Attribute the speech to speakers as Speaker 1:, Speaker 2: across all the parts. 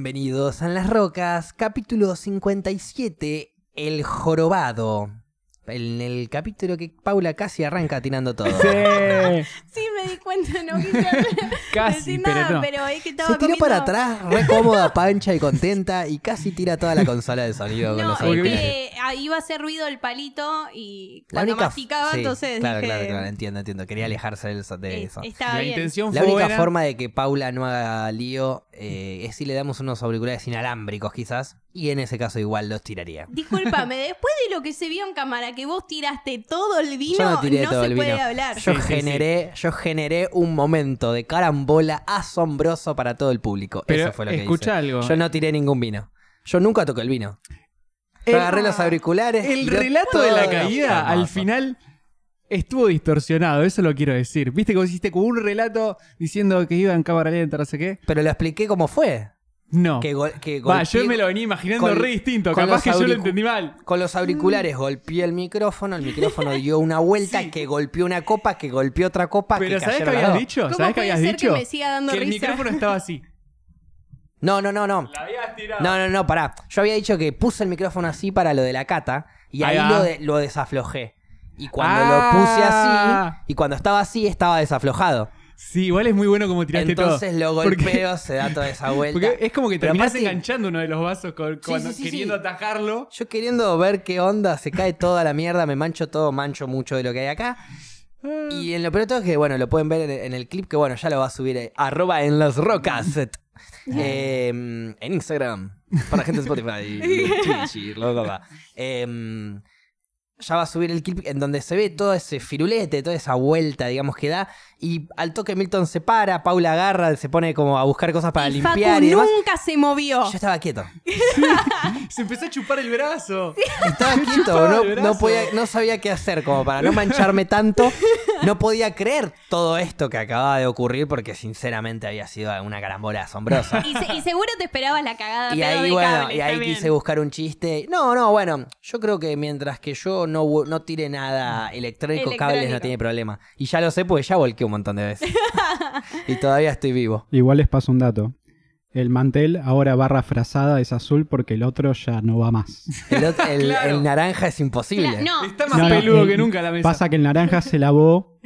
Speaker 1: Bienvenidos a Las Rocas, capítulo 57, El Jorobado. En el capítulo que Paula casi arranca tirando todo.
Speaker 2: Sí,
Speaker 3: Sí, me di cuenta, no quise hablar-
Speaker 2: casi,
Speaker 3: decir
Speaker 2: pero
Speaker 3: nada,
Speaker 2: no.
Speaker 3: pero es que estaba
Speaker 1: Se tiró
Speaker 3: comiendo-
Speaker 1: para atrás, re cómoda, pancha y contenta, y casi tira toda la consola de sonido con
Speaker 3: No,
Speaker 1: los
Speaker 3: es
Speaker 2: Porque
Speaker 1: auriculares.
Speaker 3: que ah, iba a hacer ruido el palito y cuando masticaba,
Speaker 1: sí,
Speaker 3: entonces
Speaker 1: Claro,
Speaker 3: dije,
Speaker 1: claro, claro, entiendo, entiendo. Quería alejarse del so- de
Speaker 3: eh,
Speaker 1: eso.
Speaker 3: estaba
Speaker 2: La
Speaker 3: bien.
Speaker 2: intención
Speaker 1: La
Speaker 2: fue
Speaker 1: única
Speaker 2: buena.
Speaker 1: forma de que Paula no haga lío eh, es si le damos unos auriculares inalámbricos, quizás, y en ese caso igual los tiraría.
Speaker 3: Discúlpame, después de lo que se vio en cámara, que vos tiraste todo el vino,
Speaker 1: Yo no
Speaker 3: no,
Speaker 1: tiré todo
Speaker 3: se
Speaker 1: el
Speaker 3: puede
Speaker 1: vino.
Speaker 3: hablar.
Speaker 1: Yo
Speaker 2: Sí, sí, sí.
Speaker 1: generé, yo generé un momento de carambola asombroso para todo el público.
Speaker 2: Pero
Speaker 1: Eso fue lo que
Speaker 2: escucha algo.
Speaker 1: hice. Yo no tiré ningún vino. Yo nunca toqué el vino. Yo
Speaker 2: El-
Speaker 1: agarré los auriculares.
Speaker 2: El
Speaker 1: tiró
Speaker 2: relato de la
Speaker 1: todo.
Speaker 2: caída
Speaker 1: Hermoso.
Speaker 2: al final estuvo distorsionado, eso lo quiero decir. Viste que vos hiciste como un relato diciendo que iba en cámara lenta, no sé qué.
Speaker 1: Pero lo expliqué cómo fue.
Speaker 2: No.
Speaker 1: Que gol- que
Speaker 2: Va,
Speaker 1: golpeé-
Speaker 2: yo me lo venía imaginando
Speaker 1: con-
Speaker 2: re distinto,
Speaker 1: con
Speaker 2: capaz
Speaker 1: los
Speaker 2: que yo lo
Speaker 1: auricu-
Speaker 2: entendí mal.
Speaker 1: Con los auriculares golpeé el micrófono, el micrófono dio una vuelta, que golpeó una copa, que golpeó otra copa,
Speaker 2: Pero
Speaker 1: Ah, que
Speaker 2: ¿sabés qué
Speaker 1: cayeron las
Speaker 2: habías
Speaker 1: dos.
Speaker 2: dicho?
Speaker 3: ¿Cómo
Speaker 2: ¿Sabés qué
Speaker 3: puede
Speaker 2: habías
Speaker 3: ser
Speaker 2: dicho?
Speaker 3: que me siga dando
Speaker 2: Que el
Speaker 3: risa?
Speaker 2: micrófono estaba así.
Speaker 1: No, no, no, no.
Speaker 2: La habías tirado.
Speaker 1: No, no, no, pará. Yo había dicho que puse el micrófono así para lo de la cata y ahí,
Speaker 2: Ahí va.
Speaker 1: lo, de- lo desaflojé. Y cuando
Speaker 2: Ah.
Speaker 1: lo puse así, y cuando estaba así, estaba desaflojado.
Speaker 2: Sí, igual es muy bueno como tiraste
Speaker 1: Entonces
Speaker 2: todo.
Speaker 1: lo
Speaker 2: Porque-
Speaker 1: golpeo, se da toda esa vuelta.
Speaker 2: Porque es como que
Speaker 1: Pero
Speaker 2: terminás
Speaker 1: aparte,
Speaker 2: enganchando uno de los vasos con- cuando-
Speaker 1: sí, sí,
Speaker 2: queriendo
Speaker 1: sí.
Speaker 2: atajarlo.
Speaker 1: Yo queriendo ver qué onda, se cae toda la mierda, me mancho todo, mancho mucho de lo que hay acá. Y en lo peor de todo es que, bueno, lo pueden ver en, en el clip que, bueno, ya lo va a subir eh, arroba en las rocas. eh, en Instagram. Para gente de Spotify. Twitch y lo que va. Em, ya va a subir el clip en donde se ve todo ese firulete, toda esa vuelta, digamos, que da. Y al toque Milton se para, Paula agarra, se pone como a buscar cosas para
Speaker 3: y
Speaker 1: limpiar
Speaker 3: Facu
Speaker 1: y demás.
Speaker 3: nunca se movió.
Speaker 1: Yo estaba quieto.
Speaker 2: Se empezó a chupar el brazo.
Speaker 1: Estaba
Speaker 2: Me
Speaker 1: quieto,
Speaker 2: chupaba
Speaker 1: no,
Speaker 2: el
Speaker 1: no
Speaker 2: brazo.
Speaker 1: podía, no sabía qué hacer como para no mancharme tanto. No podía creer todo esto que acababa de ocurrir porque sinceramente había sido una carambola asombrosa.
Speaker 3: Y, se- y seguro te esperabas la cagada.
Speaker 1: Y
Speaker 3: pedo
Speaker 1: ahí,
Speaker 3: de
Speaker 1: bueno,
Speaker 3: cable,
Speaker 1: y ahí
Speaker 3: también.
Speaker 1: quise buscar un chiste. No, no, bueno, yo creo que mientras que yo no, bu- no tire nada electrónico, cables no
Speaker 3: Electrónico.
Speaker 1: tiene problema. Y ya lo sé porque ya volqué un montón de veces. y todavía estoy vivo.
Speaker 4: Igual les paso un dato. El mantel ahora barra frazada es azul porque el otro ya no va más.
Speaker 1: El, ot- el-
Speaker 2: Claro.
Speaker 1: el naranja es imposible.
Speaker 3: Cla- no,
Speaker 2: Está más
Speaker 4: No, no,
Speaker 2: peludo
Speaker 1: eh,
Speaker 4: el-
Speaker 2: que nunca la mesa.
Speaker 4: Pasa que el naranja se lavó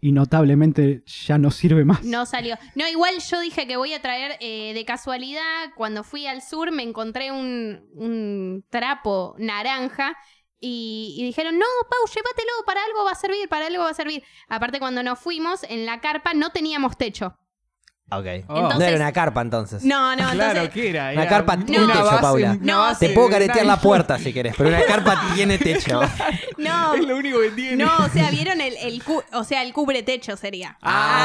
Speaker 4: y notablemente ya no sirve más.
Speaker 3: No salió. No, igual yo dije que voy a traer eh, de casualidad. Cuando fui al sur me encontré un, un trapo naranja y, y dijeron, no, Pau, llévatelo, para algo va a servir, para algo va a servir. Aparte, cuando nos fuimos en la carpa no teníamos techo.
Speaker 1: Ok.
Speaker 2: Oh.
Speaker 1: no
Speaker 3: Entonces-
Speaker 1: era una carpa entonces.
Speaker 3: No, no,
Speaker 2: Claro,
Speaker 3: entonces...
Speaker 2: ¿qué
Speaker 1: Una
Speaker 2: era? Era
Speaker 1: carpa tiene
Speaker 3: techo,
Speaker 2: base-
Speaker 1: Paula.
Speaker 2: una
Speaker 3: No,
Speaker 2: base
Speaker 1: Te puedo
Speaker 2: de
Speaker 1: caretear
Speaker 2: nylon.
Speaker 1: la puerta si querés, pero una carpa tiene techo.
Speaker 3: No,
Speaker 2: Es lo único que tiene.
Speaker 3: no, o sea, vieron el, el cu- o sea, el cubre techo sería.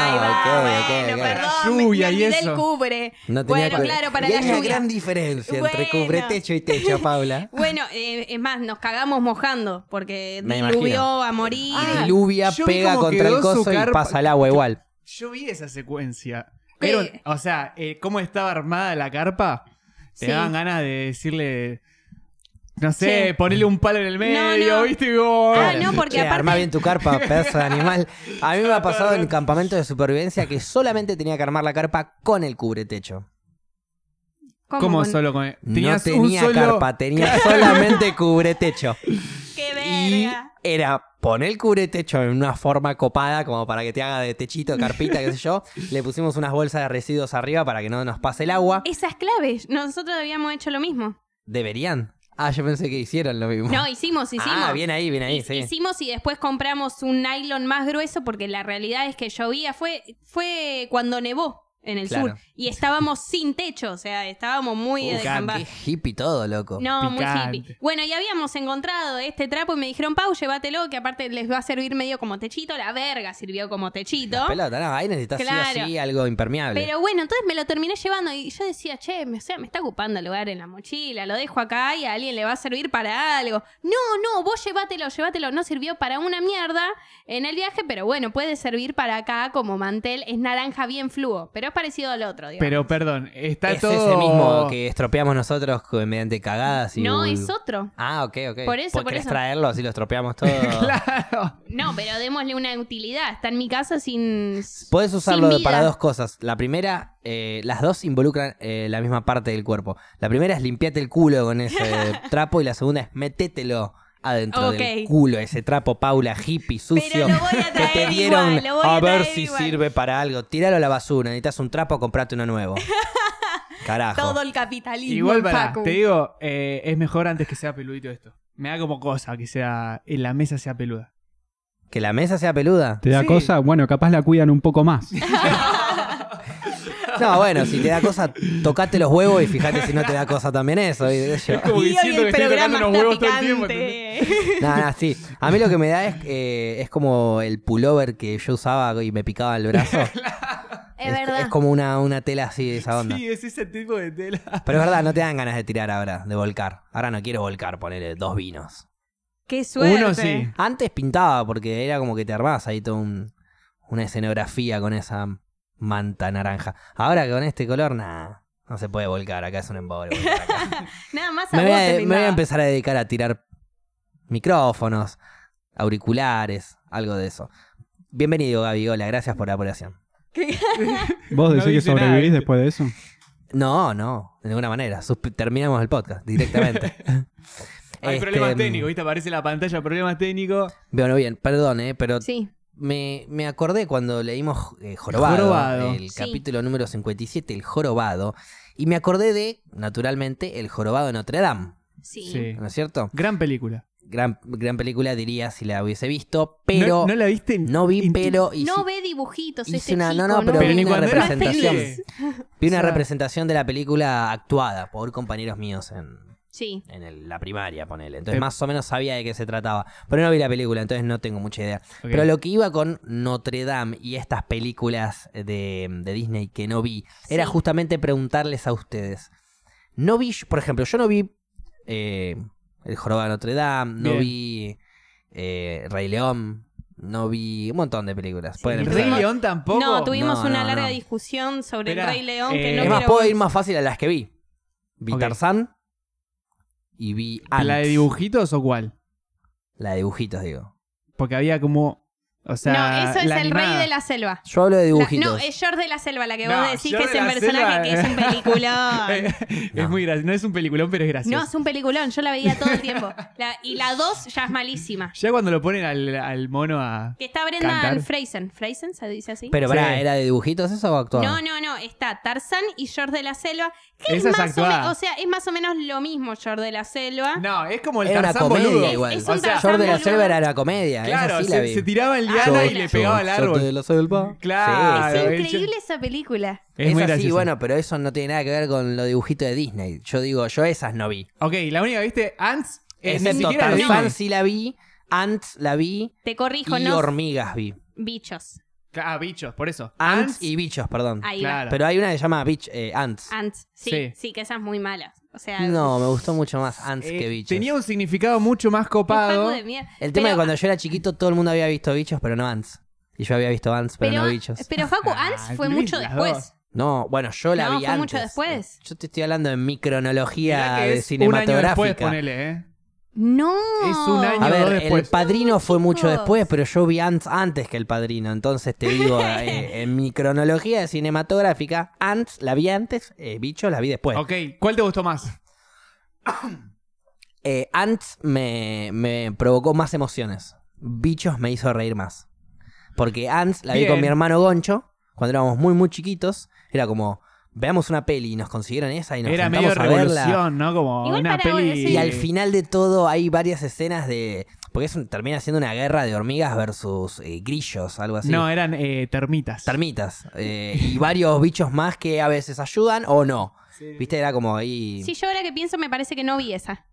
Speaker 1: Ah,
Speaker 3: Ahí
Speaker 1: ok, ok, ok.
Speaker 3: perdón, me-
Speaker 2: Lluvia
Speaker 3: me
Speaker 2: y
Speaker 3: olvidé
Speaker 2: eso.
Speaker 3: el cubre.
Speaker 1: No tenía
Speaker 3: bueno,
Speaker 1: cu-
Speaker 3: claro, para
Speaker 1: Y
Speaker 3: la
Speaker 1: hay una
Speaker 3: lluvia.
Speaker 1: gran diferencia entre
Speaker 3: Bueno.
Speaker 1: cubre techo y techo, Paula.
Speaker 3: Bueno, eh, es más, nos cagamos mojando porque
Speaker 1: Me imagino.
Speaker 3: diluvió a morir.
Speaker 2: Ah,
Speaker 1: Diluvia,
Speaker 2: yo vi
Speaker 1: pega
Speaker 2: cómo
Speaker 1: contra
Speaker 2: quedó
Speaker 1: el
Speaker 2: su
Speaker 1: coso y
Speaker 2: carpa-
Speaker 1: pasa el agua igual.
Speaker 2: Yo vi esa secuencia.
Speaker 3: ¿Qué?
Speaker 2: Era un- o sea, eh, cómo estaba armada la carpa. Te
Speaker 3: Sí.
Speaker 2: daban ganas de decirle. No sé,
Speaker 3: Che.
Speaker 2: ponerle un palo en el medio,
Speaker 3: no.
Speaker 2: ¿viste? Y vos-
Speaker 3: Ah, no, porque
Speaker 1: Che,
Speaker 3: aparte-
Speaker 1: armá bien tu carpa, pedazo de animal. A mí me ha pasado en campamentos de supervivencia que solamente tenía que armar la carpa con el cubretecho.
Speaker 3: ¿Cómo
Speaker 2: ¿Cómo
Speaker 3: con-
Speaker 2: solo con.?
Speaker 1: No
Speaker 2: Tenías un
Speaker 1: tenía
Speaker 2: solo.
Speaker 1: carpa, tenía solamente cubretecho.
Speaker 3: ¡Qué
Speaker 1: Y
Speaker 3: verga!
Speaker 1: era poner el cubretecho en una forma copada, como para que te haga de techito, carpita, qué sé yo. Le pusimos unas bolsas de residuos arriba para que no nos pase el agua.
Speaker 3: Esas claves, nosotros habíamos hecho lo mismo.
Speaker 1: Deberían. Ah, yo pensé que hicieron lo mismo.
Speaker 3: No, hicimos, hicimos.
Speaker 1: Ah, bien ahí, bien ahí, sí.
Speaker 3: Hicimos y después compramos un nylon más grueso porque la realidad es que llovía. Fue, fue cuando nevó en el
Speaker 1: Claro.
Speaker 3: sur y estábamos sin techo, o sea, estábamos muy
Speaker 2: Uh,
Speaker 3: de jambá.
Speaker 1: Qué hippie todo, loco.
Speaker 3: No,
Speaker 2: Picante.
Speaker 3: muy hippie. Bueno, y habíamos encontrado este trapo y me dijeron, Pau, llévatelo, que aparte les va a servir medio como techito. La verga sirvió como techito.
Speaker 1: Pelota, no, ahí necesitas sí o
Speaker 3: Claro.
Speaker 1: sí algo impermeable.
Speaker 3: Pero bueno, entonces me lo terminé llevando y yo decía, che, me, o sea, me está ocupando el lugar en la mochila, lo dejo acá y a alguien le va a servir para algo. No, no, vos llévatelo, llévatelo. No sirvió para una mierda en el viaje, pero bueno, puede servir para acá como mantel. Es naranja bien fluo, pero es parecido al otro, digamos.
Speaker 2: Pero perdón, está
Speaker 1: es
Speaker 2: todo.
Speaker 1: ese mismo que estropeamos nosotros co- mediante cagadas y.
Speaker 3: no,
Speaker 1: bul-
Speaker 3: es otro.
Speaker 1: Ah, ok, ok.
Speaker 3: Por eso,
Speaker 1: ¿Vos
Speaker 3: por
Speaker 1: querés
Speaker 3: eso.
Speaker 1: traerlo así lo estropeamos todo?
Speaker 2: Claro.
Speaker 3: No, pero démosle una utilidad. Está en mi casa sin.
Speaker 1: Puedes usarlo
Speaker 3: Sin vida.
Speaker 1: para dos cosas. La primera, eh, las dos involucran eh, la misma parte del cuerpo. La primera es limpiate el culo con ese trapo y la segunda es metételo adentro del
Speaker 3: Ok.
Speaker 1: culo, ese trapo Paula hippie sucio
Speaker 3: Pero lo voy a
Speaker 1: que
Speaker 3: traer
Speaker 1: te dieron
Speaker 3: igual, lo voy
Speaker 1: a,
Speaker 3: a
Speaker 1: ver
Speaker 3: traer
Speaker 1: si
Speaker 3: igual.
Speaker 1: sirve para algo. Tíralo a la basura, necesitas un trapo, comprate uno nuevo. Carajo.
Speaker 3: Todo el capitalismo.
Speaker 2: Igual
Speaker 3: en
Speaker 2: para,
Speaker 3: Facu.
Speaker 2: te digo, eh, es mejor antes que sea peludito esto. Me da como cosa que sea en la mesa sea peluda.
Speaker 1: Que la mesa sea peluda.
Speaker 4: ¿Te da
Speaker 2: Sí.
Speaker 4: cosa? Bueno, capaz la cuidan un poco más.
Speaker 1: No, bueno, si te da cosa, tocate los huevos y fíjate si no te da cosa también eso. y- y yo-
Speaker 2: como
Speaker 3: Y hoy
Speaker 2: diciendo
Speaker 3: el
Speaker 2: que estoy
Speaker 3: programa
Speaker 2: tocando unos
Speaker 3: está
Speaker 2: huevos todo el tiempo,
Speaker 3: picante.
Speaker 1: Nada, sí. A mí lo que me da es, eh, es como el pullover que yo usaba y me picaba el brazo.
Speaker 3: Es verdad.
Speaker 1: Es como una, una tela así de esa onda.
Speaker 2: Sí, es ese tipo de tela.
Speaker 1: Pero es verdad, no te dan ganas de tirar ahora, de volcar. Ahora no quiero volcar, ponerle dos vinos.
Speaker 3: Qué suerte.
Speaker 2: Uno sí.
Speaker 1: Antes pintaba porque era como que te armabas ahí toda una escenografía con esa manta naranja. Ahora con este color, nada. No se puede volcar, acá es un empobre. volcar acá.
Speaker 3: Nada más a
Speaker 1: Me voy,
Speaker 3: vos
Speaker 1: a,
Speaker 3: te
Speaker 1: me voy a
Speaker 3: pintaba.
Speaker 1: empezar a dedicar a tirar micrófonos, auriculares, algo de eso. Bienvenido, Gaby. Hola, gracias por la apuración.
Speaker 4: ¿Vos decís que
Speaker 2: dice nada,
Speaker 4: sobrevivís
Speaker 2: ¿viste?
Speaker 4: después de eso?
Speaker 1: No, no, de ninguna manera. Susp- terminamos el podcast directamente.
Speaker 2: Hay
Speaker 1: Este,
Speaker 2: problemas técnicos, ¿viste? Aparece en la pantalla, problemas técnicos.
Speaker 1: Bueno, bien, perdón, eh, pero
Speaker 3: Sí.
Speaker 1: me, me acordé cuando leímos eh, Jorobado,
Speaker 2: Jorobado.
Speaker 1: el
Speaker 3: Sí.
Speaker 1: capítulo número 57, El Jorobado, y me acordé de, naturalmente, El Jorobado de Notre Dame,
Speaker 3: Sí.
Speaker 2: Sí.
Speaker 1: ¿no es cierto?
Speaker 2: Gran película.
Speaker 1: Gran, gran película, diría, si la hubiese visto,
Speaker 2: ¿No,
Speaker 1: pero...
Speaker 2: no la viste?
Speaker 1: No vi,
Speaker 2: Inti-
Speaker 1: pero hice,
Speaker 3: No ve dibujitos
Speaker 1: hice
Speaker 3: este
Speaker 1: una, no,
Speaker 3: chico,
Speaker 1: no, pero
Speaker 2: Pero
Speaker 1: vi
Speaker 2: ni
Speaker 1: una
Speaker 2: cuando era
Speaker 1: representación.
Speaker 2: pibe.
Speaker 1: Vi una
Speaker 2: O sea-
Speaker 1: representación de la película actuada por compañeros míos en,
Speaker 3: Sí.
Speaker 1: en el- la primaria, ponele. Entonces
Speaker 2: Te-
Speaker 1: más o menos sabía de qué se trataba. Pero no vi la película, entonces no tengo mucha idea.
Speaker 2: Ok.
Speaker 1: Pero lo que iba con Notre Dame y estas películas de, de Disney que no vi, era
Speaker 3: Sí.
Speaker 1: justamente preguntarles a ustedes. No vi, por ejemplo, yo no vi eh, El Jorobado de Notre Dame, no
Speaker 2: Bien.
Speaker 1: vi eh, Rey León, no vi un montón de películas. Pueden
Speaker 3: El
Speaker 1: empezar.
Speaker 2: Rey León tampoco.
Speaker 3: No, tuvimos
Speaker 1: No,
Speaker 3: una
Speaker 1: no,
Speaker 3: larga
Speaker 1: no.
Speaker 3: discusión sobre
Speaker 2: Esperá,
Speaker 3: el Rey León que
Speaker 2: eh,
Speaker 3: no
Speaker 1: es más,
Speaker 3: quiero-
Speaker 1: puedo ir más fácil a las que vi. Vi
Speaker 2: Ok.
Speaker 1: Tarzán y vi Ants.
Speaker 2: ¿La de dibujitos o cuál?
Speaker 1: La de dibujitos, digo.
Speaker 2: Porque había como. O sea,
Speaker 3: no, eso es
Speaker 2: la
Speaker 3: el
Speaker 2: animada.
Speaker 3: Rey de la Selva.
Speaker 1: Yo hablo de
Speaker 3: La-
Speaker 1: dibujitos.
Speaker 3: no, es George de la Selva la que
Speaker 2: No,
Speaker 3: vos decís
Speaker 2: George
Speaker 3: que es
Speaker 2: de
Speaker 3: el
Speaker 2: la
Speaker 3: personaje
Speaker 2: Selva,
Speaker 3: que es un
Speaker 1: eh.
Speaker 3: peliculón.
Speaker 2: es
Speaker 1: No.
Speaker 2: muy gracioso. No es un peliculón, pero es gracioso.
Speaker 3: no, es un peliculón, yo la veía todo el tiempo. La- y la 2 ya es malísima.
Speaker 2: Ya cuando lo ponen al, al mono a.
Speaker 3: Que está Brendan
Speaker 2: Cantar.
Speaker 3: Fraser. ¿Fraser se dice así?
Speaker 1: Pero
Speaker 2: Sí.
Speaker 1: pará, ¿era de dibujitos eso o actuado?
Speaker 3: no, no, no, está Tarzán y George de la Selva. Que
Speaker 2: Esa
Speaker 3: es
Speaker 2: es
Speaker 3: más o,
Speaker 2: actuada.
Speaker 3: me- o sea, es más o menos lo mismo George de la Selva.
Speaker 2: No, es como el
Speaker 1: Era una
Speaker 2: Tarzán
Speaker 1: comedia
Speaker 2: boludo.
Speaker 1: igual.
Speaker 3: Es- es
Speaker 2: o
Speaker 3: un
Speaker 2: sea,
Speaker 3: Tarzán
Speaker 1: Short de la
Speaker 3: boludo.
Speaker 1: Selva era la comedia.
Speaker 2: claro,
Speaker 1: esa sí la
Speaker 2: se,
Speaker 1: vi.
Speaker 2: se tiraba en
Speaker 3: Ah,
Speaker 2: liana y
Speaker 3: bueno.
Speaker 2: le pegaba al árbol.
Speaker 1: de la Selva.
Speaker 2: Claro.
Speaker 3: es
Speaker 2: el-
Speaker 3: increíble esa película.
Speaker 2: Es muy
Speaker 1: Esa sí,
Speaker 2: gracioso.
Speaker 1: bueno, pero eso no tiene nada que ver con los dibujitos de Disney. Yo digo, yo esas no vi.
Speaker 2: Ok, la única, ¿viste? Ants. eh, ni
Speaker 1: Excepto
Speaker 2: siquiera lo
Speaker 1: Tarzán
Speaker 2: dice.
Speaker 1: sí la vi, Ants la vi
Speaker 3: Te corrijo,
Speaker 1: y
Speaker 3: no
Speaker 1: Hormigas vi.
Speaker 3: bichos.
Speaker 2: Ah, bichos, por eso.
Speaker 1: Ants y Bichos, perdón.
Speaker 3: Ahí
Speaker 2: Claro.
Speaker 1: Pero hay una que se llama Bitch, eh, Ants.
Speaker 3: va. Ants. Sí, sí,
Speaker 2: Sí.
Speaker 3: que esa es muy mala. O sea,
Speaker 1: No, me gustó mucho más Ants
Speaker 2: Eh,
Speaker 1: que Bichos.
Speaker 2: tenía un significado mucho más copado.
Speaker 1: El tema es que cuando yo era chiquito todo el mundo había visto Bichos, pero no Ants. Y yo había visto Ants, pero, no Bichos.
Speaker 3: Pero Facu,
Speaker 2: Ah,
Speaker 3: Ants fue
Speaker 2: Luis,
Speaker 3: mucho
Speaker 2: las
Speaker 3: después.
Speaker 2: dos.
Speaker 1: No, bueno, yo la vi
Speaker 3: No, fue
Speaker 1: antes.
Speaker 3: mucho después.
Speaker 1: Yo te estoy hablando en mi cronología
Speaker 2: Mirá que
Speaker 1: de
Speaker 2: es un año después,
Speaker 1: cinematográfica.
Speaker 2: ponele, ¿eh?
Speaker 3: No.
Speaker 2: Es un año
Speaker 1: A
Speaker 2: dos
Speaker 1: ver, el
Speaker 2: después.
Speaker 1: padrino fue mucho
Speaker 3: chicos.
Speaker 1: después, pero yo vi Ants antes que el padrino. Entonces te digo, eh, en mi cronología de cinematográfica, Ants la vi antes, eh, Bicho la vi después.
Speaker 2: Ok, ¿cuál te gustó más?
Speaker 1: Eh, Ants me, me provocó más emociones. Bichos me hizo reír más. Porque Ants la vi
Speaker 2: Bien.
Speaker 1: con mi hermano Goncho cuando éramos muy, muy chiquitos. Era como, veamos una peli y nos consiguieron esa y nos
Speaker 2: Era medio
Speaker 1: juntamos a verla.
Speaker 2: revolución, ¿no? Como
Speaker 3: Igual
Speaker 2: una
Speaker 3: para ahora,
Speaker 2: peli.
Speaker 3: sí.
Speaker 1: Y al final de todo hay varias escenas de. Porque es un- termina siendo una guerra de hormigas versus eh, grillos, algo así.
Speaker 2: No, eran eh, termitas.
Speaker 1: Termitas. eh, y varios bichos más que a veces ayudan o no. Viste, era como ahí.
Speaker 3: Sí, yo ahora que pienso me parece que no vi esa.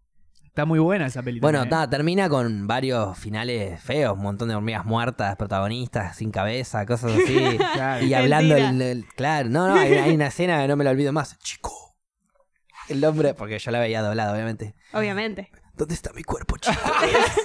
Speaker 2: Está muy buena esa peli.
Speaker 1: bueno,
Speaker 2: también, ¿eh?
Speaker 1: nada, termina con varios finales feos, un montón de hormigas muertas, protagonistas, sin cabeza, cosas así.
Speaker 2: Claro.
Speaker 1: y hablando
Speaker 3: Mentira.
Speaker 1: el, el- Claro, no, no, hay, hay una escena que no me la olvido más. Chico. El hombre, porque yo la veía doblada, obviamente.
Speaker 3: Obviamente.
Speaker 1: ¿Dónde está mi cuerpo, chico?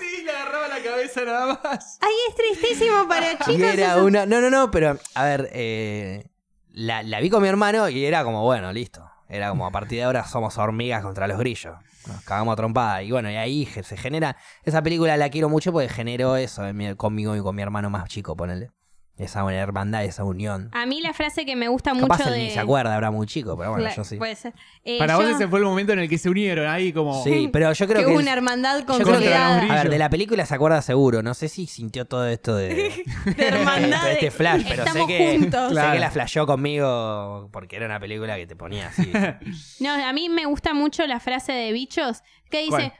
Speaker 2: sí, le agarraba la cabeza nada más.
Speaker 3: Ay, es tristísimo para
Speaker 1: Y
Speaker 3: chicos.
Speaker 1: era
Speaker 3: eso.
Speaker 1: una. No, no, no, pero a ver, eh, la, la vi con mi hermano y era como, bueno, listo. Era como, a partir de ahora somos hormigas contra los grillos. Nos cagamos a trompada. Y bueno, y ahí ge- se genera. Esa película la quiero mucho porque generó eso en mi- conmigo y con mi hermano más chico, ponele. Esa hermandad, esa unión.
Speaker 3: A mí la frase que me gusta Ah, mucho
Speaker 1: Capaz él
Speaker 3: de...
Speaker 1: ni se acuerda, habrá muy chico, pero bueno,
Speaker 3: Claro,
Speaker 1: yo sí.
Speaker 3: Puede ser. Eh,
Speaker 2: Para vos
Speaker 3: yo-
Speaker 2: ese fue el momento en el que se unieron ahí como...
Speaker 1: Sí, pero yo creo
Speaker 3: que
Speaker 1: que.
Speaker 3: hubo
Speaker 1: él-
Speaker 3: una hermandad
Speaker 1: yo creo que-
Speaker 2: consolidada.
Speaker 1: a
Speaker 3: consolidada.
Speaker 1: ver, de la película se acuerda seguro. No sé si sintió todo esto de.
Speaker 3: De hermandad.
Speaker 1: de este flash, pero
Speaker 3: Estamos
Speaker 1: sé que.
Speaker 3: juntos.
Speaker 1: Sé
Speaker 2: Claro.
Speaker 1: que la flasheó conmigo porque era una película que te ponía así.
Speaker 3: No, a mí me gusta mucho la frase de bichos que dice,
Speaker 2: ¿Cuál?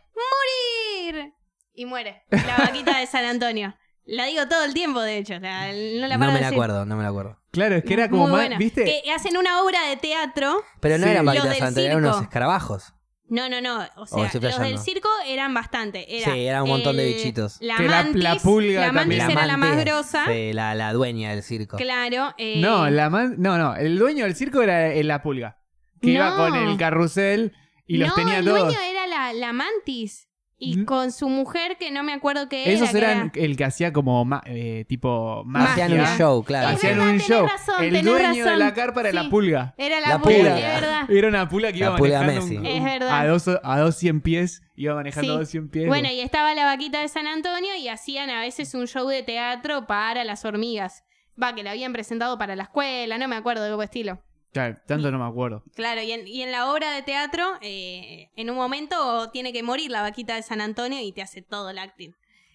Speaker 3: ¡morir! Y muere. La vaquita de San Antonio. La digo todo el tiempo, de hecho. la- no la
Speaker 1: no me
Speaker 3: paro de
Speaker 1: la
Speaker 3: decir.
Speaker 1: acuerdo, no me la acuerdo.
Speaker 2: Claro, es que era como
Speaker 3: Muy
Speaker 2: más...
Speaker 3: buena.
Speaker 2: ¿Viste?
Speaker 3: Que hacen una obra de teatro.
Speaker 1: Pero no
Speaker 2: Sí.
Speaker 1: eran
Speaker 3: Los
Speaker 1: varitas
Speaker 3: del
Speaker 1: antes, eran
Speaker 3: circo.
Speaker 1: unos escarabajos.
Speaker 3: No, no, no. O sea,
Speaker 1: Oh, estoy
Speaker 3: los del
Speaker 1: flasheando.
Speaker 3: circo eran bastante. Era eh,
Speaker 1: Sí, era un montón de bichitos.
Speaker 3: La
Speaker 2: Que la-
Speaker 3: mantis,
Speaker 2: la pulga
Speaker 3: la mantis
Speaker 2: también.
Speaker 3: era la más
Speaker 1: mantis,
Speaker 3: grosa.
Speaker 1: sí, la, la dueña del circo.
Speaker 3: Claro. eh,
Speaker 2: No, la man- no, no, el dueño del circo era eh, la pulga, que iba
Speaker 3: No.
Speaker 2: con el carrusel y los
Speaker 3: no,
Speaker 2: tenía
Speaker 3: el
Speaker 2: todos.
Speaker 3: dueño era la, la mantis. Y
Speaker 2: Mm.
Speaker 3: con su mujer, que no me acuerdo qué
Speaker 2: Esos
Speaker 3: era. que
Speaker 2: eran
Speaker 3: era-
Speaker 2: el que hacía como ma- eh, tipo magia.
Speaker 1: Hacían un show, claro.
Speaker 3: Es
Speaker 2: Hacían
Speaker 3: verdad,
Speaker 2: un
Speaker 3: tenés
Speaker 2: show.
Speaker 3: razón,
Speaker 2: el
Speaker 3: tenés
Speaker 2: dueño de
Speaker 3: razón.
Speaker 2: la carpa era
Speaker 3: Sí.
Speaker 2: la pulga.
Speaker 3: Era la,
Speaker 1: La
Speaker 3: pulga,
Speaker 1: pulga.
Speaker 3: es verdad.
Speaker 2: Era una pula que iba
Speaker 1: La pulga
Speaker 2: manejando un-
Speaker 1: Messi.
Speaker 3: Es verdad.
Speaker 2: a dos a dos cien pies, iba manejando
Speaker 3: Sí.
Speaker 2: a dos cien pies.
Speaker 3: Bueno, y estaba la vaquita de San Antonio y hacían a veces un show de teatro para las hormigas. Va, que la habían presentado para la escuela, no me acuerdo de qué estilo.
Speaker 2: Claro, tanto no me acuerdo.
Speaker 3: Claro, y en, y en la obra de teatro, eh, en un momento tiene que morir la vaquita de San Antonio y te hace todo el acting.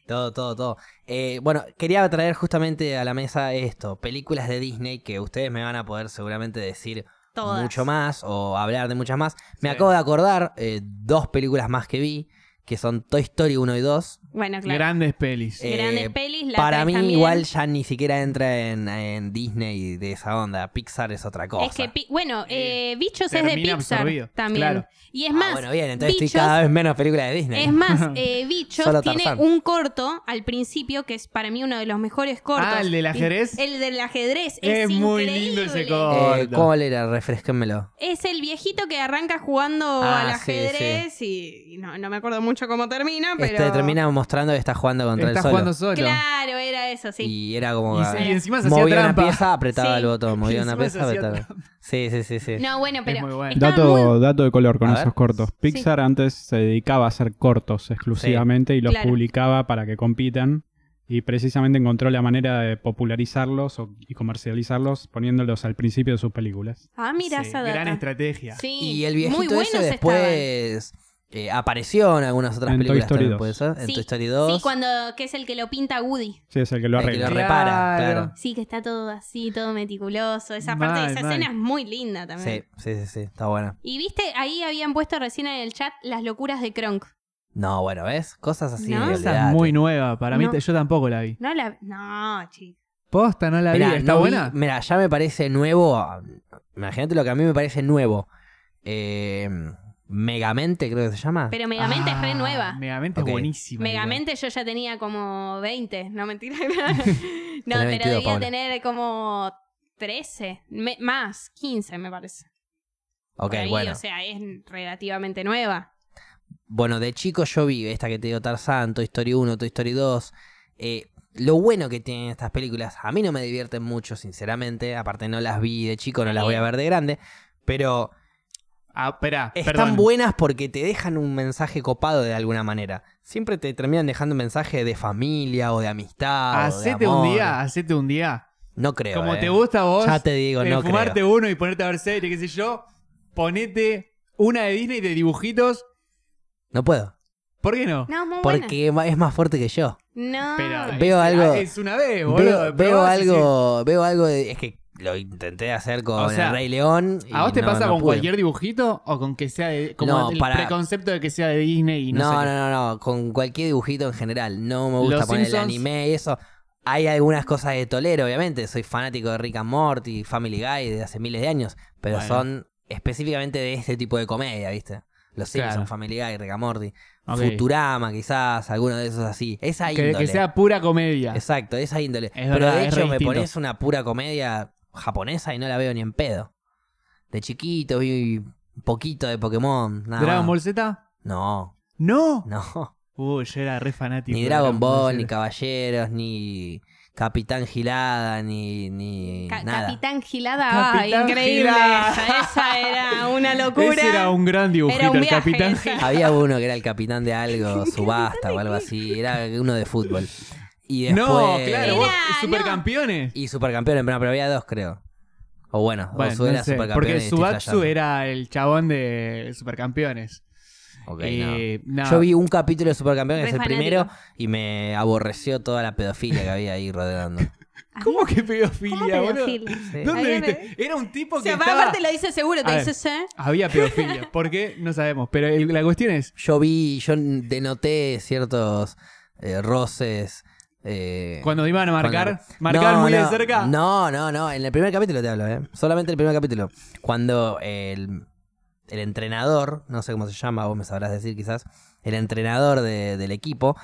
Speaker 1: Todo, todo, todo. Eh, bueno, quería traer justamente a la mesa esto, películas de Disney que ustedes me van a poder seguramente decir
Speaker 3: Todas.
Speaker 1: mucho más o hablar de muchas más. Me
Speaker 2: Sí.
Speaker 1: acabo de acordar eh, dos películas más que vi, que son Toy Story 1 y 2.
Speaker 3: Bueno, claro.
Speaker 2: Grandes pelis.
Speaker 1: Eh,
Speaker 3: Grandes pelis. La
Speaker 1: Para
Speaker 3: tres
Speaker 1: mí
Speaker 3: también.
Speaker 1: igual ya ni siquiera entra en, en Disney de esa onda. Pixar es otra cosa.
Speaker 3: Es que, pi- bueno, eh, Bichos es de
Speaker 2: Termina
Speaker 3: Pixar
Speaker 2: absorbido,
Speaker 3: también.
Speaker 2: claro.
Speaker 3: Y es
Speaker 1: Ah,
Speaker 3: más,
Speaker 1: bueno, bien, entonces
Speaker 3: Bichos-
Speaker 1: estoy cada vez menos películas de Disney.
Speaker 3: Es más, eh, Bichos
Speaker 1: Solo
Speaker 3: tiene
Speaker 1: Tarzán.
Speaker 3: un corto al principio que es para mí uno de los mejores cortos.
Speaker 2: Ah, ¿el del ajedrez?
Speaker 3: El del ajedrez.
Speaker 2: Es
Speaker 3: Es,
Speaker 2: muy lindo
Speaker 3: increíble.
Speaker 2: ese corto.
Speaker 1: Eh,
Speaker 2: gordo.
Speaker 1: ¿Cuál era? Refresquémelo.
Speaker 3: Es el viejito que arranca jugando
Speaker 1: Ah,
Speaker 3: al
Speaker 1: sí,
Speaker 3: ajedrez y y no, no me acuerdo mucho cómo termina, pero...
Speaker 1: Este termina mostrando que está jugando contra
Speaker 2: Está
Speaker 1: el solo.
Speaker 2: jugando solo.
Speaker 3: Claro, era eso, sí.
Speaker 1: Y era como.
Speaker 2: Y,
Speaker 1: ah,
Speaker 2: se- y encima se hacía
Speaker 1: movía una
Speaker 2: trampa.
Speaker 1: pieza, apretaba
Speaker 3: Sí.
Speaker 1: el botón.
Speaker 2: Y
Speaker 1: Movía una
Speaker 2: encima se
Speaker 1: pieza,
Speaker 2: hacía
Speaker 1: apretaba. Sí, sí, sí, sí.
Speaker 3: No, bueno, pero...
Speaker 2: muy bueno.
Speaker 3: estaban
Speaker 4: Dato,
Speaker 3: muy-
Speaker 4: dato de color con
Speaker 1: A
Speaker 4: esos
Speaker 1: ver.
Speaker 4: cortos. Pixar antes se dedicaba a hacer cortos exclusivamente y los
Speaker 3: Claro.
Speaker 4: publicaba para que compitan. Y precisamente encontró la manera de popularizarlos o- y comercializarlos poniéndolos al principio de sus películas.
Speaker 3: Ah, mira
Speaker 2: Sí,
Speaker 3: esa
Speaker 2: Gran
Speaker 3: data.
Speaker 2: estrategia.
Speaker 3: Sí,
Speaker 1: Y el
Speaker 3: muy
Speaker 1: viejito
Speaker 3: buenos
Speaker 1: ese
Speaker 3: estaban.
Speaker 1: después eh, apareció en algunas otras
Speaker 4: En Toy
Speaker 1: películas
Speaker 4: Story
Speaker 1: también,
Speaker 4: 2.
Speaker 1: puede ser. En
Speaker 3: Sí,
Speaker 1: Toy Story 2.
Speaker 3: Sí, cuando, que es el que lo pinta Woody.
Speaker 4: Sí, es el que lo
Speaker 1: el que lo
Speaker 4: arregla.
Speaker 1: repara,
Speaker 2: Claro.
Speaker 1: claro.
Speaker 3: Sí, que está todo así, todo meticuloso. Esa parte de
Speaker 2: Mal,
Speaker 3: esa
Speaker 2: mal.
Speaker 3: escena es muy linda también.
Speaker 1: Sí, sí, sí, sí, está bueno.
Speaker 3: Y viste, ahí habían puesto recién en el chat las locuras de Kronk.
Speaker 1: No, bueno, ¿ves? Cosas así.
Speaker 3: No.
Speaker 1: de
Speaker 2: Esa
Speaker 1: olvidate.
Speaker 2: es muy nueva, para mí
Speaker 3: No.
Speaker 2: te- yo tampoco la vi.
Speaker 3: No la. No, chico.
Speaker 2: Posta, no la vi.
Speaker 1: Mirá,
Speaker 2: ¿Está
Speaker 1: no vi-
Speaker 2: buena?
Speaker 1: mirá, ya me parece nuevo. ah, Imagínate lo que a mí me parece nuevo. Eh, Megamente, creo que se llama.
Speaker 3: Pero Megamente
Speaker 2: Ah,
Speaker 3: es re nueva.
Speaker 2: Megamente
Speaker 1: Ok.
Speaker 2: es buenísima.
Speaker 3: Megamente yo ya tenía como 20, no mentira. no, pero
Speaker 1: 22,
Speaker 3: debía
Speaker 1: Paula.
Speaker 3: tener como 13, me- más, 15 me parece.
Speaker 1: ok,
Speaker 3: Por ahí,
Speaker 1: bueno.
Speaker 3: O sea, es relativamente nueva.
Speaker 1: Bueno, de chico yo vi esta que te digo Tarzán, Toy Story 1, Toy Story 2. Eh, lo bueno que tienen estas películas, a mí no me divierten mucho, sinceramente. Aparte no las vi de chico, no las voy a ver de grande. Pero
Speaker 2: igual. Ah, espera,
Speaker 1: están
Speaker 2: perdón.
Speaker 1: buenas porque te dejan un mensaje copado de alguna manera. Siempre te terminan dejando un mensaje de familia o de amistad. o de
Speaker 2: Hacete
Speaker 1: amor.
Speaker 2: un día, hacete un día.
Speaker 1: No creo.
Speaker 2: Como
Speaker 1: eh.
Speaker 2: te gusta a vos,
Speaker 1: Ya te digo,
Speaker 2: de
Speaker 1: no
Speaker 2: fumarte
Speaker 1: creo.
Speaker 2: uno y ponerte a ver series, qué sé yo, ponete una de Disney de dibujitos.
Speaker 1: No puedo.
Speaker 2: ¿Por qué no?
Speaker 3: No, es muy buena.
Speaker 1: Porque es más fuerte que yo.
Speaker 3: No.
Speaker 2: Pero
Speaker 1: Veo
Speaker 2: es,
Speaker 1: algo-
Speaker 2: Es una vez, Eh, boludo.
Speaker 1: Veo, veo
Speaker 2: probás y
Speaker 1: algo. Veo algo. de- es que lo intenté hacer con
Speaker 2: O sea,
Speaker 1: el Rey León.
Speaker 2: sí.
Speaker 1: y
Speaker 2: ¿A vos te
Speaker 1: no-
Speaker 2: pasa
Speaker 1: no
Speaker 2: con
Speaker 1: pude.
Speaker 2: cualquier dibujito o con que sea de. como
Speaker 1: No,
Speaker 2: el
Speaker 1: para-
Speaker 2: preconcepto de que sea de Disney y no,
Speaker 1: No,
Speaker 2: sé
Speaker 1: no, no, no. Con cualquier dibujito en general. No me gusta
Speaker 2: Los
Speaker 1: poner
Speaker 2: Simpsons.
Speaker 1: el anime y eso. Hay algunas cosas de tolero, obviamente. Soy fanático de Rick and Morty, Family Guy desde hace miles de años. Pero
Speaker 2: Bueno.
Speaker 1: son específicamente de este tipo de comedia, ¿viste? Los Simpsons,
Speaker 2: Claro.
Speaker 1: Family Guy, Rick and Morty.
Speaker 2: Ok.
Speaker 1: Futurama, quizás, alguno de esos así. Esa
Speaker 2: qué. Que,
Speaker 1: índole.
Speaker 2: que sea pura comedia.
Speaker 1: Exacto, esa índole. Pero
Speaker 2: verdad,
Speaker 1: de
Speaker 2: es
Speaker 1: hecho,
Speaker 2: re
Speaker 1: me
Speaker 2: distinto.
Speaker 1: pones una pura comedia japonesa y no la veo ni en pedo. De chiquito vi un poquito de Pokémon. Nada
Speaker 2: ¿Dragon
Speaker 1: más.
Speaker 2: Ball Z?
Speaker 1: No,
Speaker 2: No.
Speaker 1: no.
Speaker 2: Uy, yo era re fanático.
Speaker 1: Ni
Speaker 2: de
Speaker 1: Dragon Ball, ni
Speaker 2: Z.
Speaker 1: Caballeros, ni Capitán Gilada ni, ni
Speaker 3: Ca-
Speaker 1: nada.
Speaker 3: Capitán Gilada, ah,
Speaker 2: Capitán
Speaker 3: increíble.
Speaker 2: Gilada.
Speaker 3: Esa, esa era una locura.
Speaker 2: Ese era un gran dibujito,
Speaker 3: Era un
Speaker 2: el
Speaker 3: viaje
Speaker 2: capitán.
Speaker 3: ese.
Speaker 1: Había uno que era el capitán de algo, subasta o algo así. Era uno de fútbol. Y después...
Speaker 2: No, claro, vos,
Speaker 3: Era,
Speaker 2: supercampeones.
Speaker 1: Y supercampeones, pero, pero había dos, creo. O bueno,
Speaker 2: Bueno,
Speaker 1: Ozu
Speaker 2: no
Speaker 1: era
Speaker 2: sé,
Speaker 1: supercampeón. y
Speaker 2: porque
Speaker 1: estoy
Speaker 2: Subatsu
Speaker 1: flasheando.
Speaker 2: era el chabón de supercampeones.
Speaker 1: Ok,
Speaker 2: Eh,
Speaker 1: no.
Speaker 2: no.
Speaker 1: Yo vi un capítulo de Supercampeones,
Speaker 3: Re
Speaker 1: que es el
Speaker 3: fanático.
Speaker 1: primero, y me aborreció toda la pedofilia que había ahí rodeando.
Speaker 2: ¿Cómo que pedofilia,
Speaker 3: Ah. ¿Cómo
Speaker 2: boludo?
Speaker 3: pedofilia?
Speaker 1: Sí.
Speaker 2: ¿Dónde
Speaker 3: Había
Speaker 2: viste? Era un tipo
Speaker 3: O
Speaker 2: que
Speaker 3: sea,
Speaker 2: estaba...
Speaker 3: aparte lo dice seguro,
Speaker 2: A
Speaker 3: te
Speaker 2: ver.
Speaker 3: dice, ¿sí?
Speaker 2: Había pedofilia. ¿Por qué? No sabemos. Pero el- la cuestión es...
Speaker 1: Yo vi, yo denoté ciertos eh, roces. eh,
Speaker 2: Cuando iban a marcar,
Speaker 1: cuando-
Speaker 2: marcar
Speaker 1: No,
Speaker 2: muy de
Speaker 1: no,
Speaker 2: cerca.
Speaker 1: No, no, no. En el primer capítulo te hablo, ¿eh? Solamente el primer capítulo. Cuando el, el entrenador, no sé cómo se llama, vos me sabrás decir quizás, el entrenador de- del equipo,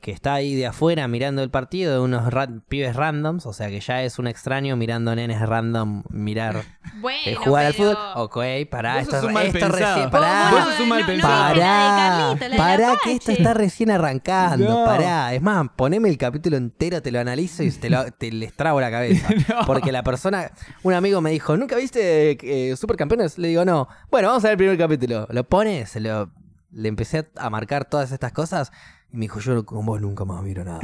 Speaker 1: que está ahí de afuera mirando el partido de unos ra- pibes randoms, o sea que ya es un extraño mirando nenes random mirar
Speaker 3: Bueno,
Speaker 1: eh, jugar
Speaker 3: pero-
Speaker 1: al fútbol. Ok, pará,
Speaker 2: Vos
Speaker 1: esto,
Speaker 2: sos un mal
Speaker 1: esto
Speaker 2: pensado.
Speaker 1: recién.
Speaker 3: Vos,
Speaker 1: Pará.
Speaker 2: Vos sos un mal
Speaker 3: no,
Speaker 2: pensado.
Speaker 3: No, viste la de
Speaker 1: Pará,
Speaker 3: Carlito, la de
Speaker 1: pará,
Speaker 3: Apache.
Speaker 1: que esto está recién arrancando.
Speaker 2: No.
Speaker 1: Pará, es más, poneme el capítulo entero, te lo analizo y te, lo, te les trabo la cabeza.
Speaker 2: No.
Speaker 1: Porque la persona, un amigo me dijo, ¿nunca viste eh, Supercampeones? Le digo, no. Bueno, vamos a ver el primer capítulo. Lo pones, se lo, le empecé a marcar todas estas cosas y me dijo, yo con vos nunca más miro nada.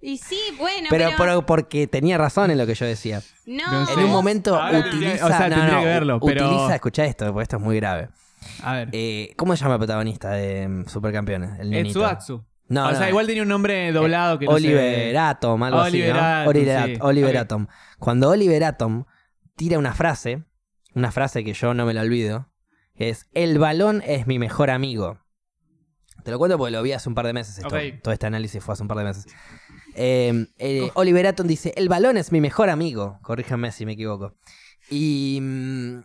Speaker 3: Y sí, bueno,
Speaker 1: pero,
Speaker 3: pero...
Speaker 1: pero porque tenía razón en lo que yo decía.
Speaker 3: no,
Speaker 1: En un momento
Speaker 2: Ahora
Speaker 1: utiliza,
Speaker 2: tendría- o sea,
Speaker 1: no,
Speaker 2: tendría
Speaker 1: no,
Speaker 2: que verlo, pero-
Speaker 1: utiliza, escucha esto, porque esto es muy grave.
Speaker 2: A ver.
Speaker 1: Eh, ¿Cómo se llama el protagonista de mm, Supercampeones? El nenito.
Speaker 2: Etsuatsu.
Speaker 1: No,
Speaker 2: o
Speaker 1: no,
Speaker 2: sea,
Speaker 1: no.
Speaker 2: Ah, igual tenía un nombre doblado que no
Speaker 1: Oliver
Speaker 2: sé.
Speaker 1: Atom, algo
Speaker 2: Oliver
Speaker 1: así, ¿no?
Speaker 2: Atom,
Speaker 1: Oliver,
Speaker 2: sí.
Speaker 1: At- Oliver Atom. Cuando Oliver Atom tira una frase, una frase que yo no me la olvido, es el balón es mi mejor amigo. Te lo cuento porque lo vi hace un par de meses. Esto,
Speaker 2: Ok.
Speaker 1: Todo este análisis fue hace un par de meses. Eh, eh, Oliver Atom dice, el balón es mi mejor amigo. Corríjame si me equivoco. Y, mm,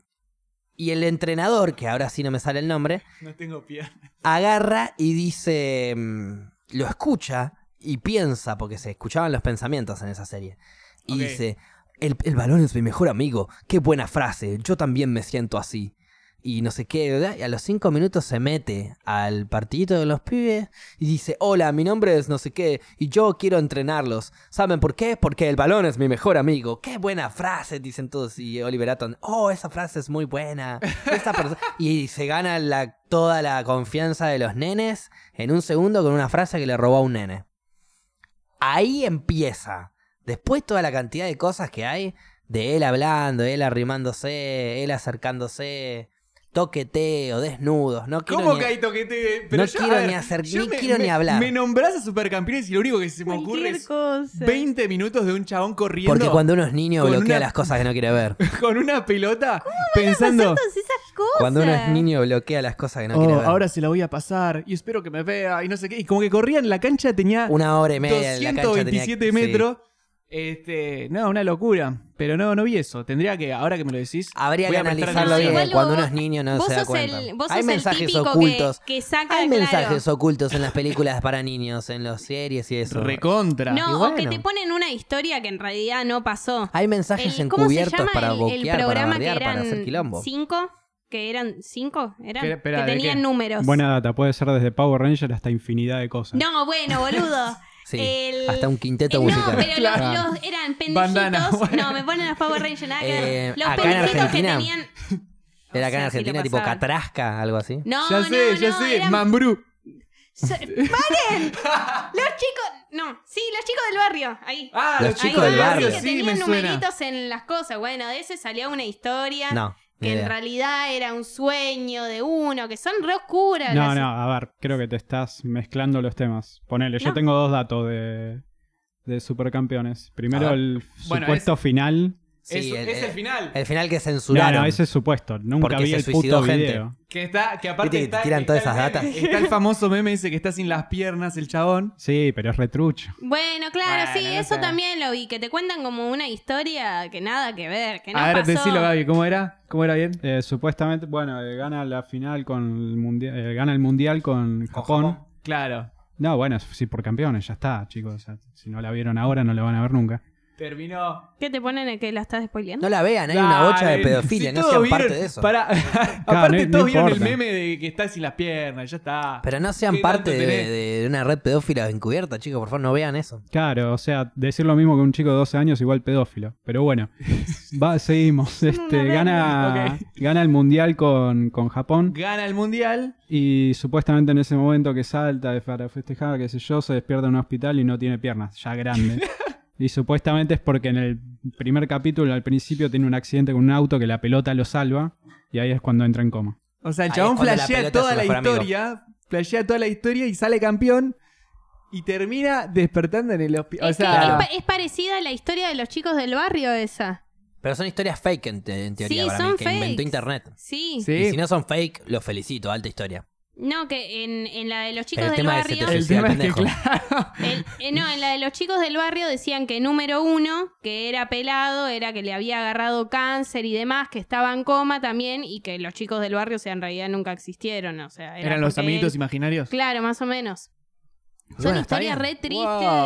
Speaker 1: y el entrenador, que ahora sí no me sale el nombre,
Speaker 2: No tengo pierna.
Speaker 1: agarra y dice, mm, lo escucha y piensa, porque se escuchaban los pensamientos en esa serie. Y
Speaker 2: Ok.
Speaker 1: dice, el, el balón es mi mejor amigo, qué buena frase, yo también me siento así. Y no sé qué, ¿verdad? y a los cinco minutos se mete al partidito de los pibes y dice, hola, mi nombre es no sé qué, y yo quiero entrenarlos. ¿Saben por qué? Porque el balón es mi mejor amigo. Qué buena frase, dicen todos. Y Oliver Atom, oh, esa frase es muy buena. Esta perso- y se gana la, toda la confianza de los nenes en un segundo con una frase que le robó a un nene. Ahí empieza. Después toda la cantidad de cosas que hay, de él hablando, él arrimándose, él acercándose, toqueteo, desnudos. No quiero
Speaker 2: ¿Cómo
Speaker 1: ni-
Speaker 2: que hay toquete?
Speaker 1: No quiero ni hacer-
Speaker 2: yo
Speaker 1: ni quiero ni hablar.
Speaker 2: Me nombras a supercampeones y lo único que se me ocurre es 20 minutos de un chabón corriendo
Speaker 1: Porque cuando uno es niño
Speaker 2: con
Speaker 1: bloquea
Speaker 2: una-
Speaker 1: las cosas que no quiere ver.
Speaker 2: con una pelota pensando.
Speaker 3: esas cosas.
Speaker 1: Cuando uno es niño bloquea las cosas que no quiere
Speaker 2: "Oh,
Speaker 1: ver.
Speaker 2: ahora se la voy a pasar y espero que me vea y no sé qué. Y como que corría en la cancha tenía
Speaker 1: una hora y media en la cancha tenía-
Speaker 2: 227
Speaker 1: sí.
Speaker 2: metros. Este, no, una locura. Pero no, no vi eso. Tendría que, ahora que me lo decís,
Speaker 1: Habría
Speaker 2: voy
Speaker 1: que
Speaker 2: a prestar
Speaker 1: analizarlo
Speaker 2: atención.
Speaker 1: bien.
Speaker 3: Igual
Speaker 1: Cuando
Speaker 3: vos-
Speaker 1: uno es niño no
Speaker 3: vos
Speaker 1: se da
Speaker 3: sos
Speaker 1: cuenta.
Speaker 3: el, vos
Speaker 1: Hay
Speaker 3: sos el
Speaker 1: mensajes
Speaker 3: típico que-
Speaker 1: ocultos.
Speaker 3: Que, saca,
Speaker 1: Hay
Speaker 3: claro.
Speaker 1: mensajes ocultos en las películas para niños, en las series y eso.
Speaker 2: Recontra.
Speaker 1: Y
Speaker 3: No, o que
Speaker 1: bueno.
Speaker 3: te ponen una historia que en realidad no pasó.
Speaker 1: Hay mensajes
Speaker 3: El- ¿Cómo se
Speaker 1: encubiertos
Speaker 3: llama
Speaker 1: para
Speaker 3: el- el,
Speaker 1: boquear, para
Speaker 3: programa
Speaker 1: bardear,
Speaker 3: que eran
Speaker 1: para hacer quilombo.
Speaker 3: cinco? Que eran cinco, eran,
Speaker 2: Espera, espera,
Speaker 3: que
Speaker 2: ¿de
Speaker 3: tenían
Speaker 2: qué?
Speaker 3: números.
Speaker 4: Buena data, puede ser desde Power Ranger hasta infinidad de cosas.
Speaker 3: No, bueno, boludo.
Speaker 1: Sí,
Speaker 3: El-
Speaker 1: hasta un quinteto
Speaker 3: Eh,
Speaker 1: musical.
Speaker 3: No, pero
Speaker 2: Claro.
Speaker 3: los, los eran pendejitos.
Speaker 2: Bandana, bueno.
Speaker 3: No, me ponen los Power Rangers, nada que
Speaker 1: Eh,
Speaker 3: ver. Los
Speaker 1: acá en
Speaker 3: pendejitos que
Speaker 1: Argentina.
Speaker 3: tenían.
Speaker 1: Era acá en
Speaker 3: O sea, sí
Speaker 1: Argentina
Speaker 3: lo
Speaker 1: tipo
Speaker 3: pasaban.
Speaker 1: Catrasca, algo así.
Speaker 3: No,
Speaker 2: ya
Speaker 3: no,
Speaker 2: sé, ya
Speaker 3: no,
Speaker 2: sé,
Speaker 3: eran-
Speaker 2: Mambrú.
Speaker 3: Se- ¡Paren! Los chicos. No, sí, los chicos del barrio. Ahí.
Speaker 2: Ah,
Speaker 1: Los
Speaker 2: los
Speaker 1: chicos
Speaker 2: chicos
Speaker 1: del
Speaker 2: del barrio,
Speaker 1: barrio.
Speaker 3: Que
Speaker 2: sí, me
Speaker 3: tenían
Speaker 2: suena.
Speaker 3: numeritos en las cosas. Bueno, de ese salía una historia.
Speaker 1: No. ni
Speaker 3: Que en
Speaker 1: idea.
Speaker 3: realidad era un sueño de uno, que son re oscuras.
Speaker 4: No,
Speaker 3: las-
Speaker 4: no, a ver, creo que te estás mezclando los temas. Ponele, yo
Speaker 3: No.
Speaker 4: tengo dos datos de, de Supercampeones.
Speaker 1: A
Speaker 4: Primero,
Speaker 1: ver.
Speaker 4: el
Speaker 2: Bueno,
Speaker 4: supuesto final.
Speaker 1: Sí,
Speaker 2: es, es el final.
Speaker 1: el final que
Speaker 4: No,
Speaker 1: censuraron.
Speaker 4: no, ese es supuesto. Nunca
Speaker 1: Porque
Speaker 4: vi
Speaker 1: se
Speaker 4: el
Speaker 1: suicidó
Speaker 4: puto
Speaker 1: gente.
Speaker 4: video.
Speaker 2: Que está, que
Speaker 1: Viste
Speaker 2: aparte
Speaker 1: que
Speaker 2: está,
Speaker 1: tiran
Speaker 2: está
Speaker 1: todas
Speaker 2: el
Speaker 1: esas
Speaker 2: meme, Está el famoso meme ese que está sin las piernas, el chabón.
Speaker 4: Sí, pero es retrucho.
Speaker 3: Bueno, claro, sí,
Speaker 2: Bueno, no
Speaker 3: eso
Speaker 2: sé.
Speaker 3: también lo vi, que te cuentan como una historia que nada que ver, que no
Speaker 2: a ver,
Speaker 3: pasó.
Speaker 2: decilo, Gaby, ¿cómo era? ¿Cómo era bien?
Speaker 4: Eh, supuestamente, bueno, eh, gana la final con el mundial, eh, gana el mundial con Japón.
Speaker 1: Japón.
Speaker 2: Claro.
Speaker 4: No, bueno, sí por campeones, ya está, chicos. O sea, si no la vieron ahora, no la van a ver nunca.
Speaker 2: Terminó.
Speaker 3: ¿Qué te ponen el que la estás spoileando?
Speaker 1: No la vean, hay una bocha de pedofilia, no sean parte de eso.
Speaker 2: Para,
Speaker 4: no-
Speaker 2: aparte,
Speaker 4: no
Speaker 2: todos vieron el
Speaker 4: importa.
Speaker 2: meme de que está sin las piernas, ya está.
Speaker 1: Pero no sean
Speaker 2: ¿Qué
Speaker 1: parte de,
Speaker 2: tanto tenés?
Speaker 1: de una red pedófila encubierta, chicos, por favor, no vean eso.
Speaker 4: Claro, o sea, decir lo mismo que un chico de 12 años igual pedófilo. Pero bueno, va, seguimos. Este,
Speaker 3: verga.
Speaker 4: gana,
Speaker 2: Ok.
Speaker 4: gana el mundial con, con Japón
Speaker 2: Gana el mundial.
Speaker 4: y supuestamente en ese momento que salta de- para festejar, qué sé yo, se despierta en un hospital y no tiene piernas, ya grande. y supuestamente es porque en el primer capítulo, al principio, tiene un accidente con un auto que la pelota lo salva y ahí es cuando entra en coma.
Speaker 2: O sea, el
Speaker 1: Ahí
Speaker 2: chabón
Speaker 1: es cuando la
Speaker 2: flashea
Speaker 1: pelota es
Speaker 2: toda
Speaker 1: su
Speaker 2: la
Speaker 1: mejor amigo.
Speaker 2: historia. Flashea toda la historia y sale campeón. Y termina despertando en el hospital. O
Speaker 3: es, que
Speaker 2: sea,
Speaker 3: es pa- es parecida a la historia de los chicos del barrio esa.
Speaker 1: Pero son historias fake en, te- en teoría,
Speaker 3: Sí,
Speaker 1: para mí,
Speaker 3: son
Speaker 1: que
Speaker 3: fakes.
Speaker 1: inventó internet.
Speaker 3: Sí.
Speaker 2: Sí.
Speaker 1: Y si no son fake, los felicito, alta historia.
Speaker 3: No, que en, en la de los chicos
Speaker 1: el
Speaker 3: del
Speaker 1: tema de
Speaker 3: barrio.
Speaker 1: 700.
Speaker 2: el tema es que,
Speaker 1: pendejo.
Speaker 2: claro.
Speaker 3: el- eh, no, en la de los chicos del barrio decían que número uno, que era pelado, era que le había agarrado cáncer y demás, que estaba en coma también, y que los chicos del barrio, o sea, en realidad nunca existieron. O sea, era
Speaker 2: Eran los
Speaker 3: porque
Speaker 2: amiguitos
Speaker 3: él-
Speaker 2: imaginarios.
Speaker 3: Claro, más o menos. Son
Speaker 1: Bueno, está
Speaker 3: historias re
Speaker 1: bien.
Speaker 3: tristes.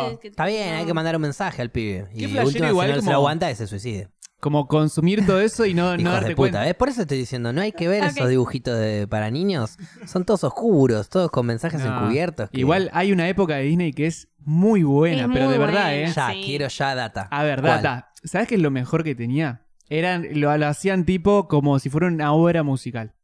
Speaker 2: Wow.
Speaker 3: que-
Speaker 1: Está bien, hay que
Speaker 3: no.
Speaker 1: mandar un mensaje al pibe.
Speaker 2: Qué
Speaker 1: Y
Speaker 2: flashero
Speaker 1: última,
Speaker 2: igual
Speaker 1: si no se
Speaker 2: como-
Speaker 1: lo aguanta, que se suicide.
Speaker 2: Como consumir todo eso y no, no
Speaker 1: Hijos
Speaker 2: darte
Speaker 1: de
Speaker 2: cuenta.
Speaker 1: puta, eh, ¿ves? Por eso estoy diciendo, no hay que ver
Speaker 3: Ok.
Speaker 1: esos dibujitos de, para niños. Son todos oscuros, todos con mensajes
Speaker 2: No.
Speaker 1: encubiertos. que-
Speaker 2: Igual hay una época de Disney que es muy buena,
Speaker 3: Es
Speaker 2: pero
Speaker 3: muy
Speaker 2: de verdad,
Speaker 3: buena.
Speaker 2: ¿eh?
Speaker 1: Ya,
Speaker 3: Sí.
Speaker 1: quiero ya data.
Speaker 2: A ver,
Speaker 1: ¿Cuál?
Speaker 2: data. ¿Sabes qué es lo mejor que tenía? Eran, lo, lo hacían tipo como si fuera una obra musical.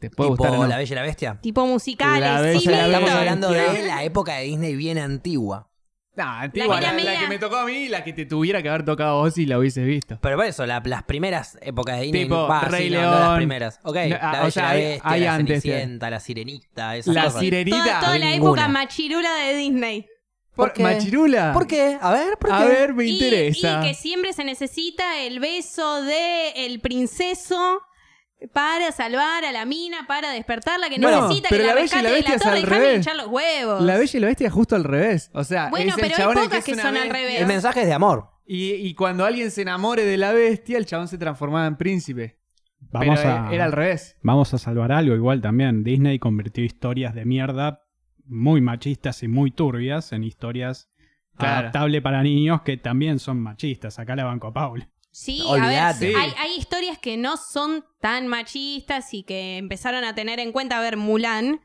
Speaker 2: Te puede
Speaker 1: Tipo
Speaker 2: gustar o no.
Speaker 1: La Bella y la Bestia.
Speaker 3: Tipo musicales,
Speaker 2: La
Speaker 3: sí,
Speaker 2: Bella
Speaker 1: O sea,
Speaker 2: la
Speaker 3: Milton.
Speaker 1: estamos
Speaker 2: Bestia.
Speaker 1: hablando de la época de Disney bien antigua.
Speaker 2: No, Ah, antigua,
Speaker 3: que
Speaker 2: la,
Speaker 3: era
Speaker 2: la
Speaker 3: media-
Speaker 2: que me tocó a mí y la que te tuviera que haber tocado a vos si la hubieses visto.
Speaker 1: Pero por eso, la- las primeras épocas de Disney.
Speaker 2: Tipo,
Speaker 1: va, sí,
Speaker 2: Rey
Speaker 1: no, no las
Speaker 2: León.
Speaker 1: primeras. Ok,
Speaker 2: No, ah,
Speaker 1: La
Speaker 2: o
Speaker 1: Bella y
Speaker 2: sea,
Speaker 1: la
Speaker 2: hay-
Speaker 1: Bestia,
Speaker 2: hay
Speaker 1: la
Speaker 2: antes,
Speaker 1: Cenicienta, la Sirenita, esas
Speaker 2: La
Speaker 1: cosas.
Speaker 2: sirenita.
Speaker 3: Toda, toda
Speaker 1: vi
Speaker 3: la
Speaker 1: ninguna.
Speaker 3: época machirula de Disney.
Speaker 1: ¿Por
Speaker 2: Por-
Speaker 1: qué?
Speaker 2: Machirula.
Speaker 1: ¿Por qué? A ver, ¿por qué?
Speaker 2: A ver, me
Speaker 3: Y-
Speaker 2: interesa.
Speaker 3: Y, que siempre se necesita el beso de el princeso para salvar a la mina, para despertarla, que no,
Speaker 2: Bueno,
Speaker 3: necesita que
Speaker 2: pero
Speaker 3: la,
Speaker 2: la Bella y
Speaker 3: rescate
Speaker 2: la
Speaker 3: de
Speaker 2: Bestia
Speaker 3: la
Speaker 2: es
Speaker 3: torre,
Speaker 2: al
Speaker 3: déjame
Speaker 2: revés.
Speaker 3: hinchar los huevos.
Speaker 2: La Bella y la Bestia es justo al revés. O sea,
Speaker 3: Bueno,
Speaker 2: es el
Speaker 3: pero hay
Speaker 2: chabón el
Speaker 3: pocas
Speaker 2: que, es
Speaker 3: que
Speaker 2: una
Speaker 3: son al
Speaker 2: bestia.
Speaker 1: El mensaje es de amor.
Speaker 2: Y, y cuando alguien se enamore de la bestia, el chabón se transformaba en príncipe.
Speaker 4: Vamos
Speaker 2: Pero e-
Speaker 4: a...
Speaker 2: era al revés.
Speaker 4: Vamos a salvar algo igual también. Disney convirtió historias de mierda muy machistas y muy turbias en historias
Speaker 2: Claro.
Speaker 4: adaptables para niños que también son machistas. Acá la banco a Paul.
Speaker 3: Sí, a ver,
Speaker 1: Olvídate.
Speaker 2: Sí.
Speaker 3: hay, hay historias que no son tan machistas y que empezaron a tener en cuenta, a ver, Mulan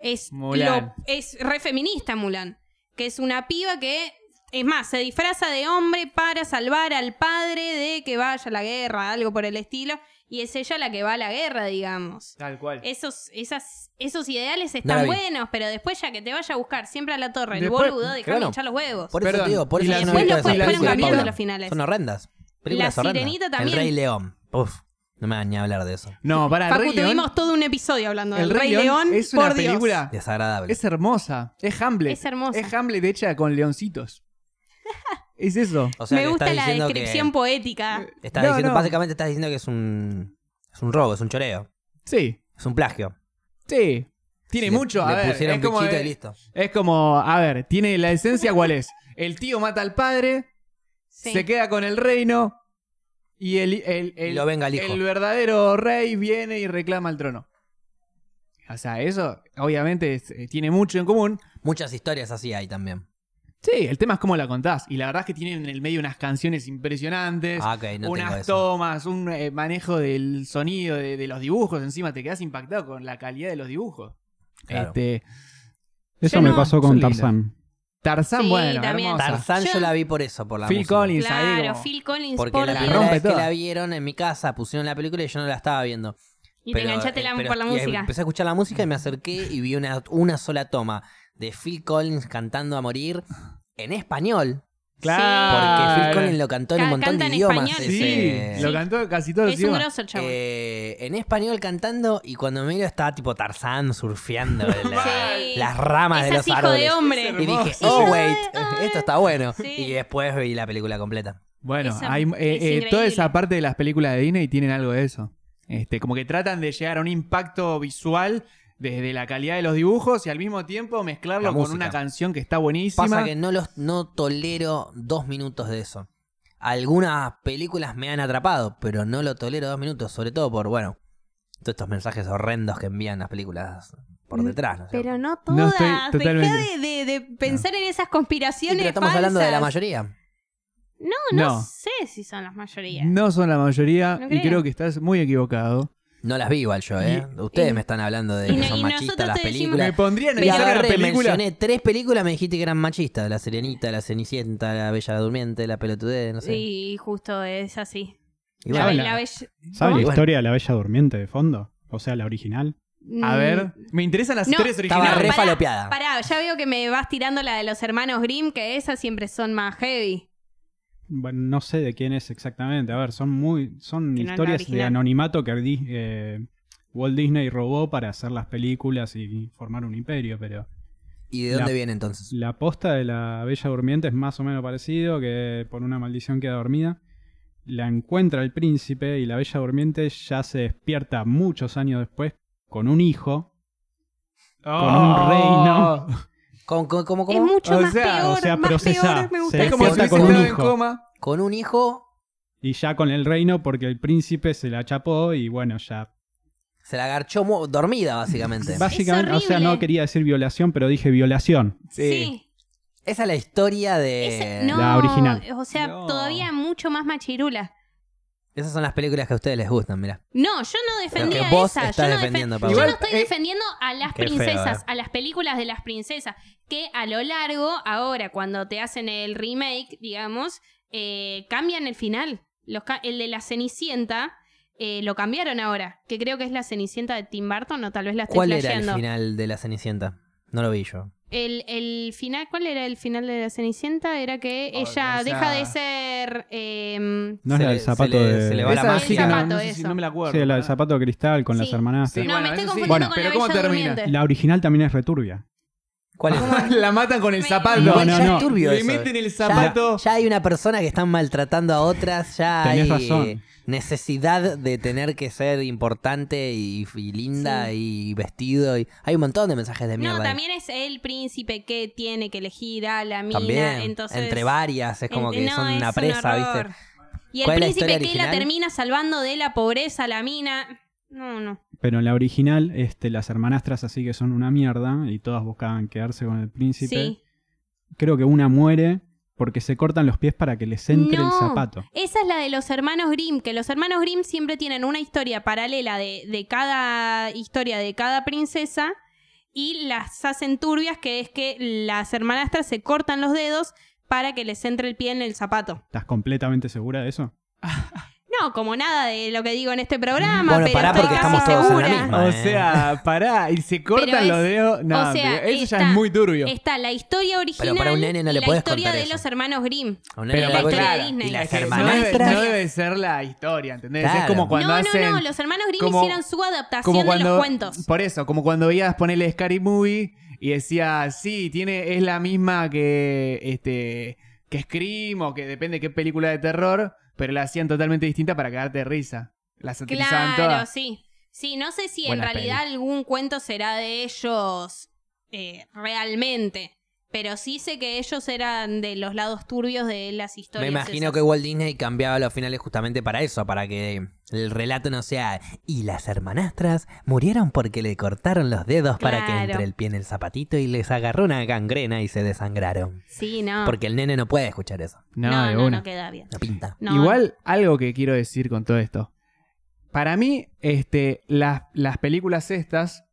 Speaker 3: es,
Speaker 2: Mulan.
Speaker 3: lo- es re feminista Mulan, que es una piba que, es más, se disfraza de hombre para salvar al padre de que vaya a la guerra, algo por el estilo, y es ella la que va a la guerra, digamos.
Speaker 2: Tal cual.
Speaker 3: Esos, esas, esos ideales
Speaker 1: la
Speaker 3: están
Speaker 1: vi.
Speaker 3: buenos, pero después ya que te vaya a buscar siempre a la torre,
Speaker 2: Después-
Speaker 3: el boludo, déjame
Speaker 1: claro.
Speaker 3: hinchar los huevos.
Speaker 1: Por eso
Speaker 2: Perdón,
Speaker 1: te digo, por
Speaker 2: y
Speaker 1: eso
Speaker 2: la
Speaker 1: yo no he
Speaker 2: Sirenita-
Speaker 1: visto esas
Speaker 2: y la
Speaker 1: películas de
Speaker 2: Sirenita-
Speaker 1: Paula.
Speaker 2: los
Speaker 3: finales.
Speaker 1: Son horrendas. Películas
Speaker 3: La
Speaker 1: horrendas.
Speaker 3: Sirenita
Speaker 1: El
Speaker 3: también.
Speaker 1: Rey León. Uf, no me van ni a hablar de eso.
Speaker 2: No, para
Speaker 3: Facu,
Speaker 2: Rey
Speaker 3: tuvimos
Speaker 2: León.
Speaker 3: todo un episodio hablando
Speaker 2: El
Speaker 3: del Rey, León.
Speaker 2: es una
Speaker 3: por Dios.
Speaker 2: película.
Speaker 1: Desagradable.
Speaker 2: Es hermosa. Es Hamlet.
Speaker 3: Es hermosa.
Speaker 2: Es Hamlet hecha con leoncitos. es eso.
Speaker 1: o sea,
Speaker 3: Me
Speaker 1: que
Speaker 3: gusta
Speaker 1: estás
Speaker 3: la
Speaker 1: diciendo
Speaker 3: descripción poética.
Speaker 1: que estás
Speaker 2: No,
Speaker 1: diciendo,
Speaker 2: no.
Speaker 1: básicamente estás diciendo que es un es un robo, es un choreo,
Speaker 2: Sí,
Speaker 1: es un plagio.
Speaker 2: sí. Tiene
Speaker 1: Le-
Speaker 2: mucho. A
Speaker 1: le
Speaker 2: ver,
Speaker 1: pusieron
Speaker 2: es como,
Speaker 1: pichito
Speaker 2: de-
Speaker 1: y listo.
Speaker 2: es como, a ver, tiene la esencia cuál es. El tío mata al padre,
Speaker 3: Sí.
Speaker 2: se queda con el reino y el, el- el-
Speaker 1: Y lo venga el hijo.
Speaker 2: verdadero rey viene y reclama el trono. O sea, eso obviamente es- eh, tiene mucho en común.
Speaker 1: Muchas historias así hay también.
Speaker 2: Sí, el tema es cómo la contás. Y la verdad es que tienen en el medio unas canciones impresionantes.
Speaker 1: Ah, ok, no tengo
Speaker 2: unas
Speaker 1: eso.
Speaker 2: tomas, un eh, manejo del sonido, de, de los dibujos. Encima te quedas impactado con la calidad de los dibujos.
Speaker 1: Claro.
Speaker 2: Este,
Speaker 4: Eso
Speaker 3: Yo
Speaker 4: me
Speaker 3: no.
Speaker 4: pasó
Speaker 2: Son
Speaker 4: con
Speaker 2: lindas.
Speaker 4: Tarzán.
Speaker 2: Tarzán,
Speaker 3: Sí,
Speaker 2: bueno,
Speaker 3: también.
Speaker 2: hermosa.
Speaker 1: Tarzán yo,
Speaker 3: yo-
Speaker 1: la vi por eso, por la
Speaker 2: Phil
Speaker 1: música.
Speaker 2: Collins. Collins ahí
Speaker 3: Claro,
Speaker 2: como-
Speaker 3: Phil Collins,
Speaker 1: Porque
Speaker 3: por
Speaker 1: la
Speaker 3: Dios.
Speaker 2: rompe
Speaker 1: primera vez que
Speaker 2: toda.
Speaker 1: la vieron en mi casa pusieron la película y yo no la estaba viendo.
Speaker 3: Y te
Speaker 1: Pero,
Speaker 3: enganchaste
Speaker 1: eh,
Speaker 3: la-
Speaker 1: pero
Speaker 3: por la
Speaker 1: y
Speaker 3: música.
Speaker 1: Empecé a escuchar la música y me acerqué y vi una, una sola toma de Phil Collins cantando a morir en español. Porque Phil Collins lo cantó en un
Speaker 3: Ca-
Speaker 1: montón
Speaker 3: canta
Speaker 1: de
Speaker 3: en
Speaker 1: idiomas.
Speaker 3: español.
Speaker 2: Ah, Sí,
Speaker 1: ese-
Speaker 2: lo cantó casi todo
Speaker 3: Es un
Speaker 2: encima.
Speaker 3: grosso, chaval.
Speaker 1: eh, en español cantando y cuando miro estaba tipo Tarzán surfeando en la-
Speaker 3: Sí.
Speaker 1: las ramas de los
Speaker 3: hijo de
Speaker 1: árboles.
Speaker 3: hombre.
Speaker 1: y dije,
Speaker 2: Hermoso.
Speaker 1: oh
Speaker 3: Hijo de
Speaker 1: wait,
Speaker 3: hombre.
Speaker 1: esto está bueno.
Speaker 3: Sí.
Speaker 1: Y después vi la película completa.
Speaker 2: Bueno,
Speaker 3: Esa-
Speaker 2: hay, eh,
Speaker 3: es
Speaker 2: eh,
Speaker 3: increíble.
Speaker 2: toda esa parte de las películas de Disney tienen algo de eso. Este, como que tratan de llegar a un impacto visual desde la calidad de los dibujos y al mismo tiempo
Speaker 1: La
Speaker 2: mezclarlo con
Speaker 1: música.
Speaker 2: una canción que está buenísima.
Speaker 1: Pasa que no los no tolero dos minutos de eso. Algunas películas me han atrapado, pero no lo tolero dos minutos, sobre todo por, bueno, todos estos mensajes horrendos que envían las películas por
Speaker 3: Mm,
Speaker 1: detrás. ¿no es cierto?
Speaker 3: Pero no todas.
Speaker 4: No, estoy
Speaker 3: Dejá
Speaker 4: totalmente-
Speaker 3: de, de- de pensar en esas conspiraciones
Speaker 1: Sí, pero estamos
Speaker 3: falsas.
Speaker 1: hablando de la mayoría.
Speaker 3: No, no,
Speaker 2: No.
Speaker 3: sé si son las mayorías.
Speaker 2: No son la mayoría
Speaker 3: No
Speaker 2: y
Speaker 3: creo.
Speaker 2: creo que estás muy equivocado.
Speaker 1: No las vi igual yo, ¿eh? Ustedes
Speaker 3: y-
Speaker 1: me están hablando de
Speaker 3: y
Speaker 1: que
Speaker 3: no-
Speaker 1: son
Speaker 3: y
Speaker 1: machistas
Speaker 3: nosotros
Speaker 1: las
Speaker 3: te decimos-
Speaker 1: películas.
Speaker 2: Me pondría a
Speaker 1: Y
Speaker 2: analizar la
Speaker 1: agarré,
Speaker 2: película.
Speaker 1: mencioné tres películas, me dijiste que eran machistas. La Sirenita, La Cenicienta, La Bella Durmiente, La Pelotudez, no sé.
Speaker 3: Y justo es así.
Speaker 1: Y
Speaker 3: La,
Speaker 1: bueno,
Speaker 4: Habla.
Speaker 3: la bella-
Speaker 4: ¿Saben
Speaker 1: ¿Cómo?
Speaker 4: la
Speaker 1: Y bueno.
Speaker 4: historia de la Bella Durmiente de fondo? O sea, la original.
Speaker 2: A
Speaker 3: Mm,
Speaker 2: ver, me interesan las
Speaker 3: No,
Speaker 2: tres
Speaker 1: estaba re
Speaker 2: originales.
Speaker 3: pará,
Speaker 1: falopeada.
Speaker 3: Pará, ya veo que me vas tirando la de los hermanos Grimm, que esas siempre son más heavy.
Speaker 4: Bueno, no sé de quién es exactamente. A ver, son muy son
Speaker 3: Que no es la
Speaker 4: historias de
Speaker 3: original.
Speaker 4: anonimato que Di- eh, Walt Disney robó para hacer las películas y formar un imperio, pero
Speaker 1: ¿Y de dónde
Speaker 4: la-
Speaker 1: viene entonces?
Speaker 4: la posta de la Bella Durmiente es más o menos parecido, que por una maldición queda dormida. La encuentra el príncipe y la Bella Durmiente ya se despierta muchos años después con un hijo,
Speaker 2: Oh.
Speaker 4: con un reino.
Speaker 1: ¿Con, con, cómo- cómo?
Speaker 3: Es mucho
Speaker 2: O
Speaker 3: más
Speaker 2: sea-
Speaker 3: peor,
Speaker 4: o sea,
Speaker 3: más
Speaker 4: procesá.
Speaker 3: peor, me
Speaker 4: Se-
Speaker 3: gusta.
Speaker 2: Es como
Speaker 4: Se
Speaker 2: si
Speaker 4: vota
Speaker 2: hubiese
Speaker 4: con un
Speaker 2: estado en
Speaker 4: hijo.
Speaker 2: coma.
Speaker 1: Con un hijo
Speaker 4: Y ya con el reino porque el príncipe se la chapó y bueno, ya.
Speaker 1: se la agarchó mu- dormida, básicamente.
Speaker 4: Básicamente, o sea,
Speaker 3: horrible.
Speaker 4: no quería decir violación, pero dije violación.
Speaker 3: Sí.
Speaker 1: Esa es la historia de...
Speaker 3: Esa- no,
Speaker 4: La original.
Speaker 3: O sea,
Speaker 2: No.
Speaker 3: todavía mucho más machirula.
Speaker 1: Esas son las películas que a ustedes les gustan, mira.
Speaker 3: No, yo no defendía
Speaker 1: que vos
Speaker 3: esa.
Speaker 1: estás
Speaker 3: yo, no defen-
Speaker 1: defendiendo,
Speaker 3: yo
Speaker 1: Pablo.
Speaker 3: no
Speaker 2: Igual,
Speaker 3: estoy
Speaker 2: eh,
Speaker 3: defendiendo a las
Speaker 1: qué feo,
Speaker 3: princesas,
Speaker 1: eh.
Speaker 3: a las películas de las princesas, que a lo largo, ahora cuando te hacen el remake, digamos, eh, cambian el final. Los ca- el de la Cenicienta eh, lo cambiaron ahora, que creo que es la Cenicienta de Tim Burton o tal vez la estoy
Speaker 1: ¿Cuál era el
Speaker 3: flasheando.
Speaker 1: final de La Cenicienta? No lo vi yo.
Speaker 3: El, el final, ¿cuál era el final de la Cenicienta? Era que
Speaker 2: Ay,
Speaker 3: ella
Speaker 2: o sea-
Speaker 3: deja de ser... em,
Speaker 1: Se
Speaker 4: No es la
Speaker 1: le-
Speaker 4: del
Speaker 1: se
Speaker 4: zapato
Speaker 1: le-
Speaker 4: de.
Speaker 1: se le va la
Speaker 2: Esa
Speaker 1: magia.
Speaker 2: sí que no,
Speaker 3: Zapato,
Speaker 2: no sé si
Speaker 3: eso.
Speaker 2: no me la acuerdo.
Speaker 4: Sí, la del zapato de cristal con las
Speaker 3: Sí.
Speaker 4: hermanastras.
Speaker 2: Sí,
Speaker 3: no,
Speaker 2: bueno,
Speaker 3: me estoy
Speaker 2: eso sí.
Speaker 3: confundiendo
Speaker 4: Bueno,
Speaker 3: con
Speaker 2: pero
Speaker 3: la
Speaker 2: ¿cómo
Speaker 3: Bella
Speaker 2: termina?
Speaker 3: Durmiente.
Speaker 4: La original también es returbia.
Speaker 1: ¿Cuál
Speaker 3: Ah.
Speaker 1: es?
Speaker 2: La matan con el
Speaker 3: Me-
Speaker 2: zapato.
Speaker 4: No,
Speaker 1: Igual
Speaker 4: no,
Speaker 1: ya es
Speaker 4: no.
Speaker 1: turbio
Speaker 2: Le
Speaker 1: eso.
Speaker 2: meten el
Speaker 1: Ya-
Speaker 2: zapato.
Speaker 1: Ya, hay una persona que están maltratando a otras, ya
Speaker 4: Tenés
Speaker 1: hay
Speaker 4: razón.
Speaker 1: necesidad de tener que ser importante y, y linda y vestido. Y... Hay un montón de mensajes de mierda.
Speaker 3: No,
Speaker 1: ahí.
Speaker 3: también es el príncipe que tiene que elegir a la mina.
Speaker 1: También,
Speaker 3: entonces,
Speaker 1: entre varias, es como
Speaker 3: ent-
Speaker 1: que
Speaker 3: Eh, no,
Speaker 1: son
Speaker 3: es
Speaker 1: una
Speaker 3: un
Speaker 1: presa,
Speaker 3: horror.
Speaker 1: ¿viste?
Speaker 3: Y el
Speaker 1: ¿Cuál es la
Speaker 3: príncipe
Speaker 1: historia
Speaker 3: que la
Speaker 1: original?
Speaker 3: termina salvando de la pobreza a la mina. No, no.
Speaker 4: Pero en la original, este, las hermanastras así que son una mierda y todas buscaban quedarse con el
Speaker 3: Sí.
Speaker 4: príncipe. Creo que una muere porque se cortan los pies para que les entre el
Speaker 3: No.
Speaker 4: zapato.
Speaker 3: Esa es la de los hermanos Grimm, que los hermanos Grimm siempre tienen una historia paralela de, de cada historia de cada princesa y las hacen turbias, que es que las hermanastras se cortan los dedos para que les entre el pie en el zapato.
Speaker 4: ¿Estás completamente segura de eso?
Speaker 3: No, como nada de lo que digo en este programa.
Speaker 1: Bueno,
Speaker 3: pero
Speaker 1: pará
Speaker 3: estoy
Speaker 1: porque
Speaker 3: casi
Speaker 1: estamos todos en la
Speaker 3: segura.
Speaker 1: misma,
Speaker 2: O
Speaker 1: eh.
Speaker 2: sea, pará, y se cortan
Speaker 3: es-
Speaker 2: los dedos. No,
Speaker 3: o sea,
Speaker 2: pero eso ya
Speaker 3: está-
Speaker 2: es muy turbio.
Speaker 3: Está la historia original
Speaker 1: Pero para un nene no
Speaker 3: y
Speaker 1: le
Speaker 3: la
Speaker 1: podés
Speaker 3: historia
Speaker 1: contar
Speaker 3: de
Speaker 1: eso.
Speaker 3: los hermanos Grimm.
Speaker 1: Una
Speaker 2: Pero
Speaker 1: era
Speaker 2: la
Speaker 1: la
Speaker 2: historia
Speaker 1: cosa-
Speaker 3: de Disney.
Speaker 1: Y
Speaker 3: Es
Speaker 1: las
Speaker 2: que no, debe,
Speaker 1: hermanastras.
Speaker 2: no debe ser la historia, ¿entendés? Es
Speaker 1: Claro.
Speaker 2: como cuando
Speaker 3: no,
Speaker 2: hacen.
Speaker 3: no, no, los hermanos Grimm
Speaker 2: como-
Speaker 3: hicieron su adaptación
Speaker 2: como
Speaker 3: de
Speaker 2: cuando
Speaker 3: los cuentos.
Speaker 2: por eso como cuando veías ponerle Scary Movie y decía sí tiene es la misma que este que Scream o que depende qué película de terror pero la hacían totalmente distinta para quedarte de risa la satirizaban
Speaker 3: Claro,
Speaker 2: todas
Speaker 3: sí. Sí, no sé si
Speaker 2: Buena
Speaker 3: en realidad algún cuento será de ellos eh, realmente. Pero sí sé que ellos eran de los lados turbios de las
Speaker 1: Me
Speaker 3: historias.
Speaker 1: imagino
Speaker 3: esas.
Speaker 1: que Walt Disney cambiaba los finales justamente para eso, para que el relato no sea. Y las hermanastras murieron porque le cortaron los dedos para que
Speaker 3: Claro.
Speaker 1: entre el pie en el zapatito y les agarró una gangrena y se desangraron.
Speaker 3: Sí, no.
Speaker 1: Porque el nene no puede escuchar eso.
Speaker 3: no, no,
Speaker 2: de
Speaker 3: no,
Speaker 2: una.
Speaker 3: queda bien.
Speaker 1: No pinta.
Speaker 3: No,
Speaker 2: Igual, algo que quiero decir con todo esto. Para mí, este, las, las películas estas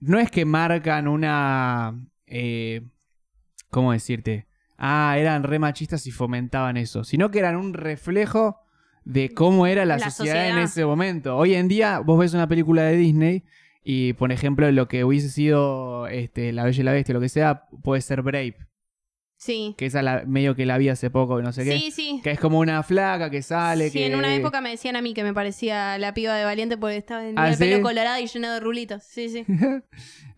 Speaker 2: no es que marcan una. eh, ¿Cómo decirte? Ah, eran re machistas y fomentaban eso. Sino que eran un reflejo de cómo era la,
Speaker 3: La
Speaker 2: sociedad, en
Speaker 3: sociedad.
Speaker 2: ese momento. Hoy en día, vos ves una película de Disney y, por ejemplo, lo que hubiese sido este, La Bella y la Bestia, lo que sea, puede ser Brave.
Speaker 3: Sí.
Speaker 2: Que esa la- medio que la vi hace poco, no sé qué.
Speaker 3: Sí, sí.
Speaker 2: Que es como una flaca que sale.
Speaker 3: Sí,
Speaker 2: que...
Speaker 3: en una época me decían a mí que me parecía la piba de Valiente porque estaba en
Speaker 2: Ah,
Speaker 3: el
Speaker 2: ¿sí?
Speaker 3: pelo colorado y lleno de rulitos. Sí, sí.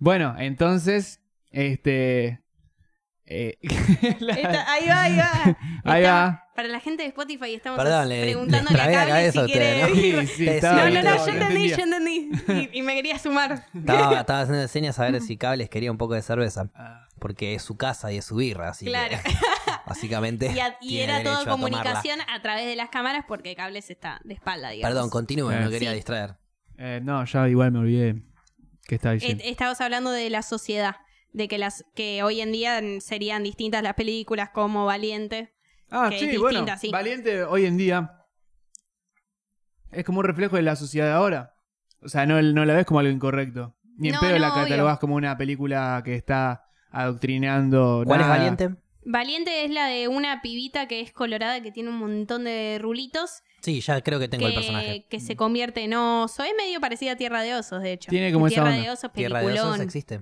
Speaker 2: Bueno, entonces. Este. eh, la-
Speaker 3: Esta- ahí va, ahí va.
Speaker 2: Ahí
Speaker 3: Estamos-
Speaker 2: va.
Speaker 3: Para la gente de Spotify estamos
Speaker 1: Perdón, le-
Speaker 3: preguntándole
Speaker 1: les trabé la
Speaker 3: a Cable
Speaker 1: cabeza a
Speaker 3: si quiere
Speaker 1: ustedes,
Speaker 3: decir-
Speaker 1: Te
Speaker 2: estaba-
Speaker 3: No, no, no,
Speaker 1: Estaba-
Speaker 3: yo
Speaker 2: no
Speaker 3: entendí,
Speaker 2: entendía.
Speaker 3: yo entendí. Y, y me quería sumar.
Speaker 1: Estaba, estaba haciendo señas a ver si Cables quería un poco de cerveza.
Speaker 2: Ah,
Speaker 1: Porque es su casa y es su birra, así que,
Speaker 3: Claro.
Speaker 1: básicamente.
Speaker 3: Y, a- y
Speaker 1: tiene
Speaker 3: era
Speaker 1: derecho
Speaker 3: todo
Speaker 1: a tomarla.
Speaker 3: comunicación a través de las cámaras porque Cables está de espalda, digamos.
Speaker 1: Perdón, continúe,
Speaker 2: Eh,
Speaker 1: no quería
Speaker 3: sí.
Speaker 1: distraer.
Speaker 2: eh, no, ya igual me olvidé. ¿Qué estaba
Speaker 3: Eh,
Speaker 2: diciendo?
Speaker 3: Estabas hablando de la sociedad, de que las que hoy en día serían distintas las películas como Valiente.
Speaker 2: Ah,
Speaker 3: que es
Speaker 2: sí,
Speaker 3: distinta,
Speaker 2: bueno,
Speaker 3: sí.
Speaker 2: valiente hoy en día es como un reflejo de la sociedad de ahora. O sea, no, no la ves como algo incorrecto. Ni en
Speaker 3: No,
Speaker 2: pedo la
Speaker 3: no,
Speaker 2: catalogás como una película que está adoctrinando.
Speaker 1: ¿Cuál es
Speaker 2: nada.
Speaker 1: valiente?
Speaker 3: Valiente es la de una pibita que es colorada, que tiene un montón de rulitos,
Speaker 1: Sí, ya creo que tengo el personaje.
Speaker 3: que, que se convierte en oso. Es medio parecida a Tierra de Osos, de hecho.
Speaker 2: Tiene como esa
Speaker 3: Tierra
Speaker 2: onda.
Speaker 3: de Osos,
Speaker 1: Tierra
Speaker 3: peliculón.
Speaker 1: de osos existe.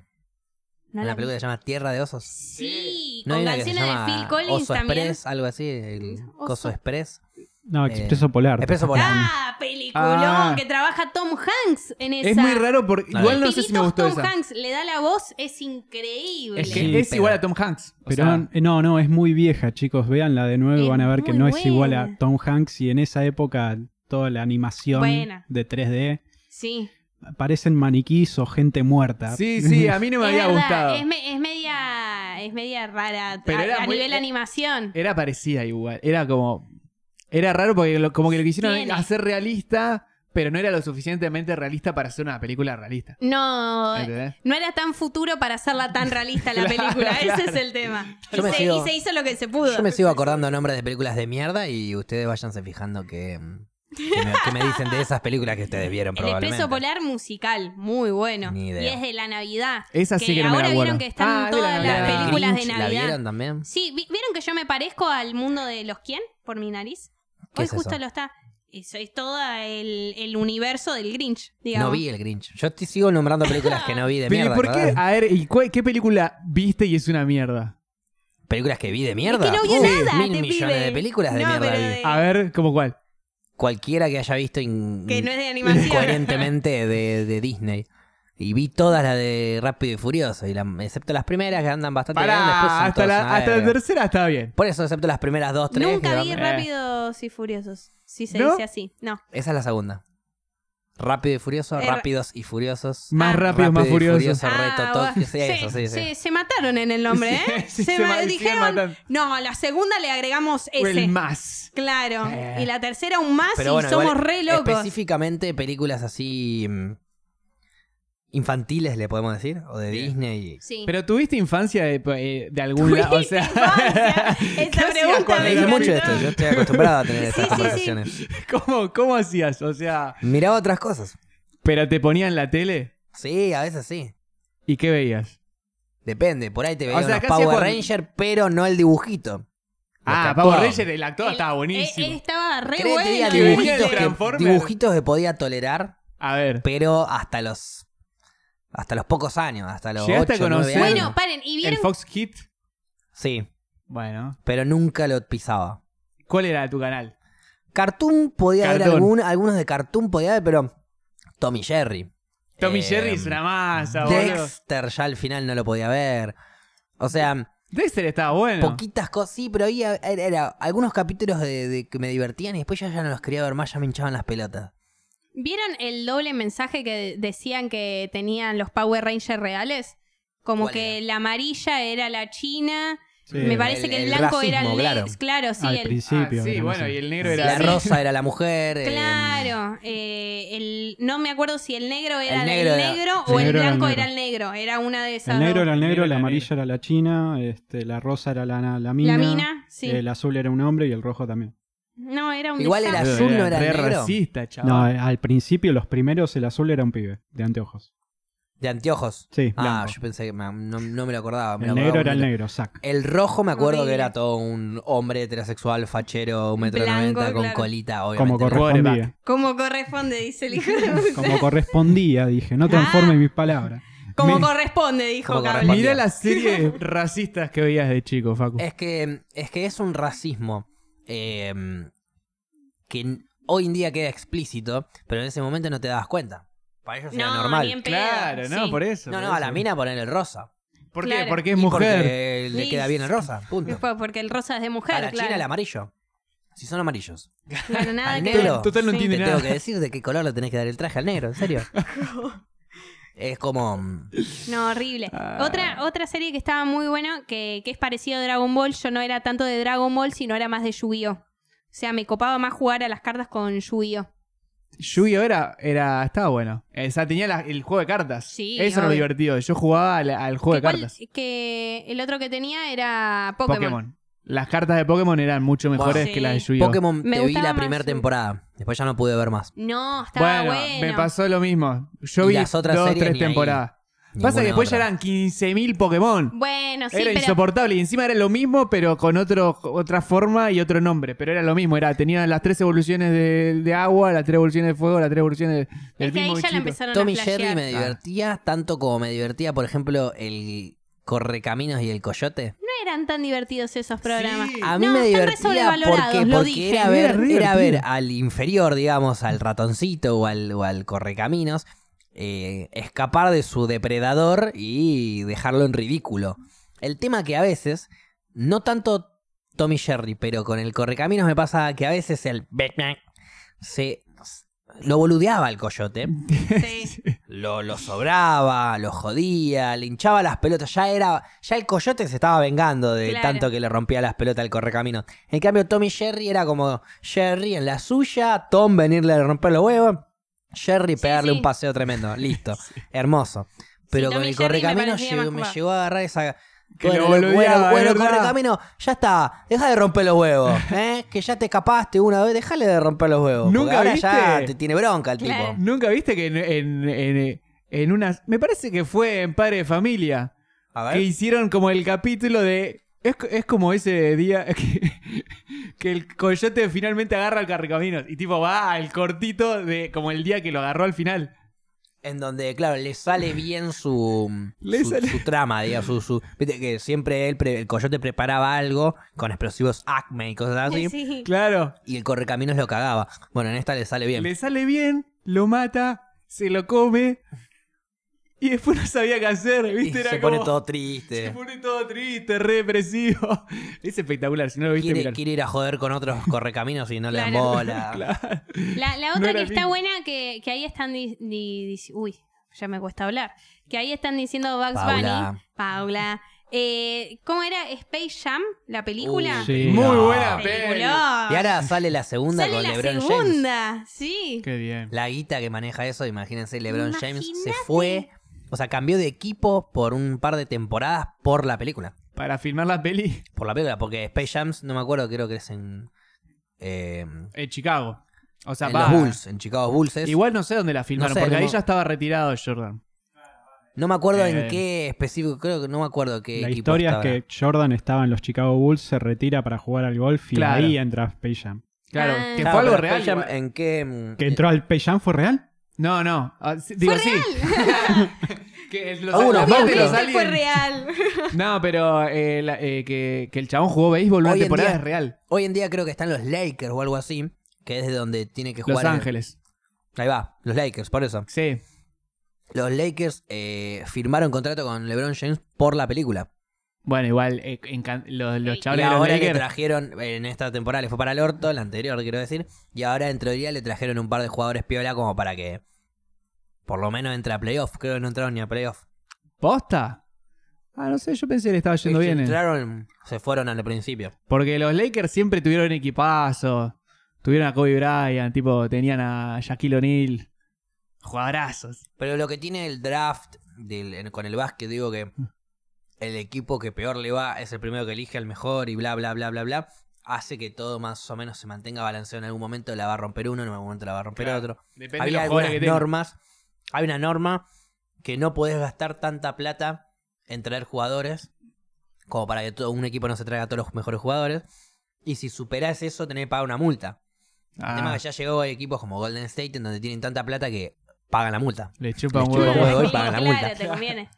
Speaker 3: No
Speaker 1: una
Speaker 3: la-
Speaker 1: película que se llama Tierra de osos.
Speaker 3: Sí,
Speaker 1: No hay
Speaker 3: con
Speaker 1: una que se
Speaker 3: canciones de
Speaker 1: llama
Speaker 3: Phil Collins
Speaker 1: Oso
Speaker 3: también. Mm,
Speaker 1: Express, algo así, el
Speaker 3: Oso.
Speaker 1: Coso Express.
Speaker 4: No,
Speaker 1: Eh,
Speaker 4: Expreso Polar.
Speaker 1: Expreso Polar.
Speaker 3: Ah, peliculón
Speaker 2: Ah.
Speaker 3: que trabaja Tom Hanks en esa.
Speaker 2: Es muy raro porque
Speaker 1: A
Speaker 2: igual
Speaker 1: ver.
Speaker 2: no sé si me
Speaker 3: Pibitos
Speaker 2: gustó
Speaker 3: Tom
Speaker 2: esa.
Speaker 3: Hanks le da la voz, es increíble.
Speaker 2: Es que
Speaker 1: Sí,
Speaker 2: es
Speaker 1: pero-
Speaker 2: igual a Tom Hanks. o
Speaker 4: Pero
Speaker 2: sea,
Speaker 4: eh, no, no, es muy vieja, chicos. Véanla de nuevo y
Speaker 3: Es
Speaker 4: van a ver que
Speaker 3: muy
Speaker 4: no es igual
Speaker 3: buena.
Speaker 4: a Tom Hanks y en esa época toda la animación
Speaker 3: Buena.
Speaker 4: de 3D
Speaker 3: Sí.
Speaker 4: parecen maniquís o gente muerta.
Speaker 2: sí, sí, a mí no me
Speaker 3: es
Speaker 2: había
Speaker 3: verdad,
Speaker 2: gustado.
Speaker 3: Es, me- es media, es media rara
Speaker 2: Pero
Speaker 3: a,
Speaker 2: era
Speaker 3: a
Speaker 2: muy- eh,
Speaker 3: nivel animación.
Speaker 2: Era parecida igual. Era como. Era raro porque lo- como que lo quisieron
Speaker 3: Tiene.
Speaker 2: hacer realista, pero no era lo suficientemente realista para hacer una película realista.
Speaker 3: No,
Speaker 2: ¿Entendés?
Speaker 3: no era tan futuro para hacerla tan realista la
Speaker 2: Claro,
Speaker 3: película.
Speaker 2: claro.
Speaker 3: Ese es el tema.
Speaker 1: Yo
Speaker 3: y,
Speaker 1: me
Speaker 3: se,
Speaker 1: sigo-
Speaker 3: y se hizo lo que se pudo.
Speaker 1: Yo me sigo acordando nombres de películas de mierda y ustedes váyanse fijando que, mm, que, me, que me dicen de esas películas que ustedes vieron
Speaker 3: El
Speaker 1: probablemente.
Speaker 3: Expreso Polar musical, muy bueno.
Speaker 1: Ni idea.
Speaker 3: Y es de la Navidad.
Speaker 2: Esa sí que no me la
Speaker 3: ahora vieron
Speaker 2: acuerdo.
Speaker 3: que están
Speaker 2: Ah, es de la
Speaker 3: todas
Speaker 2: Navidad.
Speaker 3: las
Speaker 1: del
Speaker 3: películas de
Speaker 1: Grinch,
Speaker 3: Navidad.
Speaker 1: ¿La vieron también?
Speaker 3: Sí, vi- ¿vieron que yo me parezco al mundo de los quién? Por mi nariz.
Speaker 1: ¿Qué
Speaker 3: Hoy
Speaker 1: es
Speaker 3: justo
Speaker 1: eso?
Speaker 3: lo está. Eso es todo el, el universo del Grinch, digamos.
Speaker 1: No vi el Grinch. Yo te sigo nombrando películas que no vi de
Speaker 2: Pero, ¿y
Speaker 1: mierda.
Speaker 2: por qué?
Speaker 1: ¿verdad?
Speaker 2: A ver, ¿y cuál- qué película viste y es una mierda?
Speaker 1: ¿Películas que vi de mierda?
Speaker 3: Es que no vio
Speaker 1: Sí.
Speaker 3: nada,
Speaker 1: Mil
Speaker 3: este
Speaker 1: millones
Speaker 3: pibe.
Speaker 1: de películas de
Speaker 3: No,
Speaker 1: mierda
Speaker 3: pero
Speaker 1: vi.
Speaker 3: de-
Speaker 2: A ver, ¿cómo cuál?
Speaker 1: Cualquiera que haya visto in-
Speaker 3: Que no es de animación.
Speaker 1: coherentemente de, de Disney. Y vi todas las de Rápido y Furioso, y la- excepto las primeras que andan bastante
Speaker 2: Pará,
Speaker 1: bien. Después son
Speaker 2: hasta
Speaker 1: todas
Speaker 2: la,
Speaker 1: una
Speaker 2: hasta la
Speaker 1: verga.
Speaker 2: tercera estaba bien.
Speaker 1: Por eso, excepto las primeras dos, tres.
Speaker 3: Nunca
Speaker 1: que
Speaker 3: vi
Speaker 1: van-
Speaker 3: Rápidos y Furiosos. Si se
Speaker 2: ¿No?
Speaker 3: dice así. No.
Speaker 1: Esa es la segunda. Rápido y Furioso,
Speaker 3: Eh,
Speaker 1: Rápidos y Furiosos.
Speaker 2: Más
Speaker 3: Ah.
Speaker 2: rápido, más
Speaker 1: y
Speaker 2: furioso.
Speaker 1: Reto,
Speaker 3: Ah,
Speaker 1: todo-
Speaker 3: bueno.
Speaker 1: sí, eso, sí, sí.
Speaker 3: Se, se mataron en el nombre,
Speaker 2: Sí,
Speaker 3: ¿eh?
Speaker 2: sí,
Speaker 3: se
Speaker 2: se
Speaker 3: ma-
Speaker 2: ma- siguen matando.
Speaker 3: dijeron, no, a la segunda le agregamos
Speaker 2: O el
Speaker 3: ese.
Speaker 2: más.
Speaker 3: Claro.
Speaker 2: Eh.
Speaker 3: Y la tercera un más
Speaker 1: Pero
Speaker 3: y
Speaker 1: bueno,
Speaker 3: somos
Speaker 1: igual,
Speaker 3: re locos.
Speaker 1: Específicamente películas así mm, infantiles, le podemos decir, o de
Speaker 2: Bien.
Speaker 1: Disney.
Speaker 3: Sí.
Speaker 2: Pero tuviste infancia de, eh, de algún lado. O sea,
Speaker 3: infancia?
Speaker 2: ¿qué
Speaker 3: Esa
Speaker 2: hacías
Speaker 3: pregunta
Speaker 2: cuando
Speaker 3: me
Speaker 1: Leí
Speaker 2: eras
Speaker 3: encantó.
Speaker 1: mucho de esto, yo estoy acostumbrado a tener
Speaker 3: Sí,
Speaker 1: estas
Speaker 3: sí, sí.
Speaker 1: conversaciones.
Speaker 2: ¿Cómo, ¿Cómo hacías? O sea,
Speaker 1: Miraba otras cosas.
Speaker 2: ¿pero te ponían la tele?
Speaker 1: Sí, a veces sí.
Speaker 2: ¿Y qué veías?
Speaker 1: Depende, por ahí te
Speaker 2: O
Speaker 1: veía
Speaker 2: sea,
Speaker 1: unos
Speaker 2: ¿qué hacías
Speaker 1: Power
Speaker 2: cuando-
Speaker 1: Ranger, pero no el dibujito. Los que
Speaker 2: Ah,
Speaker 1: actuaban.
Speaker 2: Power Rangers, el actor
Speaker 3: El-
Speaker 2: estaba
Speaker 3: eh,
Speaker 2: buenísimo.
Speaker 3: estaba re
Speaker 1: Creo que tenía
Speaker 2: Que venía
Speaker 3: bueno.
Speaker 2: de
Speaker 1: dibujitos que,
Speaker 2: Transformers.
Speaker 1: dibujitos que podía tolerar,
Speaker 2: A ver,
Speaker 1: pero hasta los hasta los pocos años, hasta los
Speaker 2: ¿Llegaste a
Speaker 1: 8, 9
Speaker 2: conocer-
Speaker 1: años.
Speaker 3: Bueno, paren, ¿y
Speaker 2: el
Speaker 3: vieron?
Speaker 2: Fox Hit.
Speaker 1: Sí,
Speaker 2: Bueno,
Speaker 1: pero nunca lo pisaba.
Speaker 2: ¿cuál era tu canal?
Speaker 1: Cartoon podía haber
Speaker 2: Cartoon.
Speaker 1: algún- algunos de Cartoon podía haber, pero Tommy Jerry.
Speaker 2: Tommy
Speaker 1: Eh,
Speaker 2: Jerry es una masa, boludo.
Speaker 1: Dexter ya al final no lo podía ver. O sea,
Speaker 2: Dexter estaba bueno.
Speaker 1: poquitas cosas, sí, pero ahí era, era algunos capítulos de, de que me divertían y después ya, ya no los quería ver más, ya me hinchaban las pelotas.
Speaker 3: ¿Vieron el doble mensaje que decían que tenían los Power Rangers reales? Como
Speaker 1: ¿Cuál
Speaker 3: que la amarilla era la china,
Speaker 4: Sí,
Speaker 3: me parece
Speaker 1: el-
Speaker 3: que el,
Speaker 1: el
Speaker 3: blanco era el
Speaker 1: racismo,
Speaker 3: negro.
Speaker 1: claro.
Speaker 3: Claro, sí,
Speaker 4: Al
Speaker 3: el-
Speaker 2: Ah,
Speaker 4: principio.
Speaker 2: sí,
Speaker 4: eran
Speaker 2: bueno,
Speaker 4: así.
Speaker 2: y el negro
Speaker 3: Sí,
Speaker 2: era
Speaker 1: La
Speaker 3: sí.
Speaker 1: rosa era la mujer. eh,
Speaker 3: Claro, eh, el, no me acuerdo si el negro era el
Speaker 1: El
Speaker 3: negro,
Speaker 1: negro era-
Speaker 3: o el
Speaker 4: El negro era el
Speaker 3: blanco
Speaker 4: negro.
Speaker 3: era el negro. Era una de esas.
Speaker 4: El negro
Speaker 3: dos.
Speaker 4: era el
Speaker 2: El negro
Speaker 4: negro,
Speaker 2: era
Speaker 4: la
Speaker 2: el
Speaker 4: amarilla era la china, este, la rosa era la, la mina. eh,
Speaker 3: La mina, sí.
Speaker 4: El azul era un hombre y el rojo también.
Speaker 3: No, era un
Speaker 1: Igual
Speaker 3: desastre.
Speaker 1: era azul, no era
Speaker 2: re
Speaker 1: negro.
Speaker 2: racista,
Speaker 4: No,
Speaker 2: chaval.
Speaker 4: eh, al principio, los primeros, el azul era un pibe de anteojos.
Speaker 1: de anteojos.
Speaker 4: Sí,
Speaker 1: Ah,
Speaker 4: blanco.
Speaker 1: yo pensé que me- no, no me lo acordaba. me
Speaker 4: el
Speaker 1: lo
Speaker 4: negro
Speaker 1: acordaba
Speaker 4: era el
Speaker 1: un-
Speaker 4: negro, Zack.
Speaker 1: El rojo me acuerdo
Speaker 3: Horrible.
Speaker 1: que era todo un hombre heterosexual, fachero, un metro
Speaker 3: Blanco,
Speaker 1: noventa, con
Speaker 3: claro.
Speaker 1: colita,
Speaker 4: Como
Speaker 1: obviamente.
Speaker 4: correspondía.
Speaker 3: Como corresponde, dice el hijo. de puta.
Speaker 4: Como correspondía, dije. No transforme mis palabras.
Speaker 3: Como
Speaker 4: Me-
Speaker 3: corresponde, dijo
Speaker 1: Como
Speaker 3: Cable.
Speaker 1: corresponde.
Speaker 2: Mirá las series racistas que veías de chico,
Speaker 3: Eh,
Speaker 2: Facu.
Speaker 1: Es que es, que es un racismo eh, que n- hoy en día queda explícito, pero en ese momento no te dabas cuenta. Para ellos era
Speaker 3: No, ni en
Speaker 1: normal.
Speaker 3: pedo,
Speaker 2: Claro, no,
Speaker 3: sí.
Speaker 2: por eso.
Speaker 1: No,
Speaker 2: por
Speaker 1: no, a
Speaker 2: eso.
Speaker 1: la mina poner el rosa.
Speaker 2: ¿Por qué?
Speaker 3: Claro.
Speaker 2: Porque es
Speaker 1: Y
Speaker 2: mujer.
Speaker 1: Porque le
Speaker 3: Sí.
Speaker 1: queda bien el rosa, punto.
Speaker 3: Porque el rosa es de mujer,
Speaker 1: A la
Speaker 3: claro.
Speaker 1: china el amarillo. Si son amarillos.
Speaker 3: Claro, nada
Speaker 1: al
Speaker 3: que
Speaker 1: negro.
Speaker 3: ver.
Speaker 2: Total, no
Speaker 3: Sí.
Speaker 1: Te
Speaker 2: entiende
Speaker 1: tengo
Speaker 2: nada.
Speaker 1: que decir de qué color le tenés que dar el traje al negro, en serio. es como... mm,
Speaker 3: No, horrible.
Speaker 2: Ah.
Speaker 3: Otra, otra serie que estaba muy buena, que, que es parecido a Dragon Ball, yo no era tanto de Dragon Ball, sino era más de Yu-Gi-Oh! O sea, me copaba más jugar a las cartas con Yu-Gi-Oh!
Speaker 2: Yu-Gi-Oh! era, era, estaba bueno. Eh, O sea, tenía la- el juego de cartas.
Speaker 3: Sí,
Speaker 2: Eso era lo
Speaker 3: obvio.
Speaker 2: divertido. Yo jugaba al, al juego
Speaker 3: Que
Speaker 2: de
Speaker 3: igual-
Speaker 2: cartas.
Speaker 3: Que el otro que tenía era Pokémon.
Speaker 2: Pokémon. Las cartas de Pokémon eran mucho mejores
Speaker 1: Bueno,
Speaker 3: sí.
Speaker 2: que las de Yu-Gi-Oh.
Speaker 1: Pokémon
Speaker 3: Me
Speaker 1: te vi
Speaker 3: gustaba
Speaker 1: la
Speaker 3: más
Speaker 1: primera
Speaker 3: Yu.
Speaker 1: temporada. Después ya no pude ver más.
Speaker 3: No, estaba
Speaker 2: Bueno,
Speaker 3: bueno.
Speaker 2: me pasó lo mismo. Yo
Speaker 1: Y
Speaker 2: vi
Speaker 1: las otras
Speaker 2: dos,
Speaker 1: series
Speaker 2: tres
Speaker 1: ni ahí.
Speaker 2: temporadas.
Speaker 1: Ninguna
Speaker 2: Pasa que después
Speaker 1: otra.
Speaker 2: ya eran 15.000 Pokémon.
Speaker 3: Bueno, sí,
Speaker 2: era
Speaker 3: pero
Speaker 2: insoportable y encima era lo mismo pero con otro otra forma y otro nombre pero era lo mismo era tenía las tres evoluciones de, de agua las tres evoluciones de fuego las tres evoluciones de, del
Speaker 3: es que ahí
Speaker 2: mismo
Speaker 3: ya la
Speaker 2: bichito.
Speaker 3: empezaron
Speaker 1: Tommy
Speaker 3: a flashear.
Speaker 1: Jerry me divertía tanto como me divertía, por ejemplo, el Correcaminos y el Coyote.
Speaker 3: No eran tan divertidos esos programas.
Speaker 2: Sí.
Speaker 1: A mí
Speaker 3: No,
Speaker 1: me
Speaker 3: están re
Speaker 1: divertía
Speaker 3: sobrevalorados,
Speaker 1: porque,
Speaker 3: lo
Speaker 1: porque
Speaker 3: dije.
Speaker 1: era
Speaker 2: Era
Speaker 1: ver,
Speaker 2: re
Speaker 1: era
Speaker 2: divertido.
Speaker 1: ver al inferior, digamos, al ratoncito o al, o al correcaminos, eh, escapar de su depredador y dejarlo en ridículo. El tema que a veces, no tanto Tommy Jerry, pero con el correcaminos me pasa que a veces el se lo boludeaba el coyote,
Speaker 3: Sí.
Speaker 1: lo, lo sobraba, lo jodía, le hinchaba las pelotas, ya era, ya el coyote se estaba vengando de
Speaker 3: Claro.
Speaker 1: tanto que le rompía las pelotas al correcamino. En cambio, Tommy Jerry era como Jerry en la suya, Tom venirle a romper los huevos, Jerry
Speaker 3: Sí,
Speaker 1: pegarle
Speaker 3: sí.
Speaker 1: un paseo tremendo, listo, hermoso. Pero con
Speaker 3: Tommy
Speaker 1: el
Speaker 3: Jerry me
Speaker 1: correcamino
Speaker 3: parecía
Speaker 1: llegó-
Speaker 3: más
Speaker 1: me,
Speaker 3: jugado.
Speaker 1: llegó a agarrar esa.
Speaker 2: Que
Speaker 1: bueno,
Speaker 2: lo
Speaker 1: bueno,
Speaker 2: boludeaba,
Speaker 1: bueno,
Speaker 2: ¿verdad?
Speaker 1: correcamino, ya está, deja de romper los huevos, ¿eh? que ya te escapaste una vez, déjale de romper los huevos. porque
Speaker 2: ¿Nunca
Speaker 1: ahora ya
Speaker 2: viste?
Speaker 1: te tiene bronca el
Speaker 3: Claro.
Speaker 1: tipo.
Speaker 2: nunca viste que en, en, en- en unas me parece que fue en Padre de Familia
Speaker 1: A
Speaker 2: que
Speaker 1: ver.
Speaker 2: hicieron como el capítulo de es, es como ese día que, que el coyote finalmente agarra al carricaminos y tipo va al cortito de como el día que lo agarró al final
Speaker 1: En donde, claro, le sale bien su,
Speaker 2: Le
Speaker 1: su,
Speaker 2: sale-
Speaker 1: su trama, digamos. Su, su- viste que siempre él, pre- el coyote preparaba algo con explosivos acme y cosas así.
Speaker 3: Sí.
Speaker 2: claro
Speaker 1: Y el correcaminos lo cagaba. Bueno, en esta le sale bien.
Speaker 2: Le sale bien, lo mata, se lo come y después no sabía qué hacer,
Speaker 1: Y
Speaker 2: ¿viste?
Speaker 1: se
Speaker 2: Era
Speaker 1: pone
Speaker 2: como-
Speaker 1: todo
Speaker 2: se
Speaker 1: triste.
Speaker 2: pone todo triste, re depresivo. Es espectacular, si no lo viste,
Speaker 1: Quiere,
Speaker 2: mirá.
Speaker 1: quiere ir a joder con otros correcaminos y no le dan
Speaker 3: Claro.
Speaker 1: bola.
Speaker 2: Claro.
Speaker 3: La, la
Speaker 2: No
Speaker 3: otra
Speaker 2: era
Speaker 3: que
Speaker 2: el
Speaker 3: está
Speaker 2: mismo.
Speaker 3: buena, que, que ahí están di- di- dic- uy, ya me cuesta hablar. Que ahí están diciendo Bugs
Speaker 1: Paula.
Speaker 3: Bunny, Paula. eh, ¿Cómo era Space Jam, la película?
Speaker 1: Uh,
Speaker 4: Sí.
Speaker 2: Muy
Speaker 1: No.
Speaker 2: buena peli.
Speaker 3: Peliculón.
Speaker 1: Y ahora sale la segunda
Speaker 3: Ah. Sale
Speaker 1: con
Speaker 3: la
Speaker 1: LeBron James.
Speaker 3: segunda, sí.
Speaker 2: Qué bien.
Speaker 1: La guita que maneja eso, imagínense, LeBron James se
Speaker 3: Imagínate.
Speaker 1: fue. O sea, cambió de equipo por un par de temporadas por la película.
Speaker 2: Para filmar la peli
Speaker 1: por la película, porque Space Jams, no me acuerdo, creo que es en. eh,
Speaker 2: en Chicago. O sea,
Speaker 1: en
Speaker 2: va.
Speaker 1: los Bulls, en Chicago Bulls. es.
Speaker 2: Igual no sé dónde la filmaron,
Speaker 1: No sé,
Speaker 2: porque
Speaker 1: no
Speaker 2: ahí
Speaker 1: me-
Speaker 2: ya estaba retirado Jordan.
Speaker 1: no me acuerdo
Speaker 2: Eh,
Speaker 1: en qué específico, creo que no me acuerdo qué
Speaker 4: La
Speaker 1: equipo
Speaker 4: historia es
Speaker 1: estaba.
Speaker 4: que Jordan estaba en los Chicago Bulls, se retira para jugar al golf y
Speaker 2: Claro.
Speaker 4: ahí entra Space Jam.
Speaker 2: Claro,
Speaker 3: Ah.
Speaker 2: que
Speaker 1: Claro,
Speaker 2: fue algo
Speaker 1: pero
Speaker 2: real.
Speaker 1: Space Jam,
Speaker 2: igual.
Speaker 1: ¿En qué. mm,
Speaker 4: ¿Que entró al Space Jam fue real?
Speaker 2: No, no. ah, sí, digo, sí. que los,
Speaker 1: Algunos,
Speaker 2: aparte
Speaker 1: obviamente
Speaker 2: los
Speaker 3: Obviamente fue
Speaker 2: aliens-
Speaker 3: real.
Speaker 2: No, pero eh, la- eh, que, que el chabón jugó béisbol una
Speaker 1: Hoy en
Speaker 2: temporada
Speaker 1: día-
Speaker 2: es real.
Speaker 1: Hoy en día creo que están los Lakers o algo así, que es de donde tiene que jugar.
Speaker 2: Los
Speaker 1: el-
Speaker 2: Ángeles.
Speaker 1: Ahí va, los Lakers, por eso.
Speaker 2: Sí.
Speaker 1: Los Lakers eh, firmaron contrato con LeBron James por la película.
Speaker 2: Bueno, igual eh, en can- los, los
Speaker 3: Y
Speaker 1: y
Speaker 2: chavales de los
Speaker 1: ahora le
Speaker 2: Lakers.
Speaker 1: trajeron, en esta temporada le fue para el orto, la anterior quiero decir, y ahora en teoría le trajeron un par de jugadores piola como para que por lo menos entre a playoff, creo que no entraron ni a playoff.
Speaker 2: ¿Posta? Ah, no sé, yo pensé que le estaba yendo
Speaker 1: Sí,
Speaker 2: bien. eh.
Speaker 1: entraron, se fueron al principio.
Speaker 2: Porque los Lakers siempre tuvieron equipazo. Tuvieron a Kobe Bryant, tipo, tenían a Shaquille O'Neal. Jugadorazos.
Speaker 1: Pero lo que tiene el draft del- en- con el básquet, digo que el equipo que peor le va es el primero que elige al mejor y bla, bla, bla, bla, bla. Hace que todo más o menos se mantenga balanceado. En algún momento la va a romper uno, en algún momento la va a romper
Speaker 2: Claro.
Speaker 1: otro.
Speaker 2: Depende
Speaker 1: Había
Speaker 2: de los jugadores
Speaker 1: algunas
Speaker 2: que tengan.
Speaker 1: normas. Hay una norma que no podés gastar tanta plata en traer jugadores como para que todo un equipo no se traiga a todos los mejores jugadores. Y si superás eso, tenés que pagar una multa.
Speaker 2: Ah,
Speaker 1: El tema es que ya llegó a equipos como Golden State en donde tienen tanta plata que pagan la multa.
Speaker 2: Le chupa un
Speaker 1: Le chupa
Speaker 2: huevo.
Speaker 1: un huevo. y paga la multa.
Speaker 3: Claro, te conviene.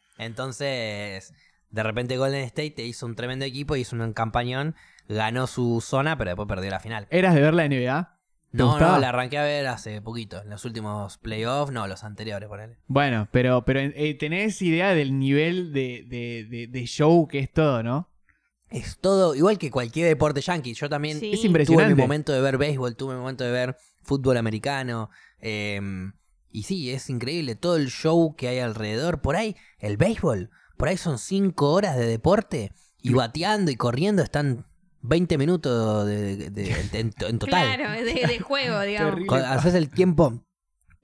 Speaker 1: Entonces, de repente Golden State te hizo un tremendo equipo, hizo un campañón, ganó su zona, pero después perdió la final.
Speaker 2: ¿Eras de ver la NBA? ¿Te
Speaker 1: No,
Speaker 2: gustaba?
Speaker 1: no, la arranqué a ver hace poquito, en los últimos playoffs, no, los anteriores, ponele.
Speaker 2: Bueno, pero, pero eh, tenés idea del nivel de, de- de- de show que es todo, ¿no?
Speaker 1: Es todo, igual que cualquier deporte yankee. Yo también
Speaker 3: Sí.
Speaker 2: Es
Speaker 1: tuve mi
Speaker 2: impresionante.
Speaker 1: momento de ver béisbol, tuve mi momento de ver fútbol americano. eh, y sí, es increíble todo el show que hay alrededor. Por ahí, el béisbol, por ahí son cinco horas de deporte y bateando y corriendo están 20 minutos de, de- de- en, en total.
Speaker 3: Claro, de, de juego, digamos.
Speaker 2: Terrible.
Speaker 1: Co- Haces el tiempo,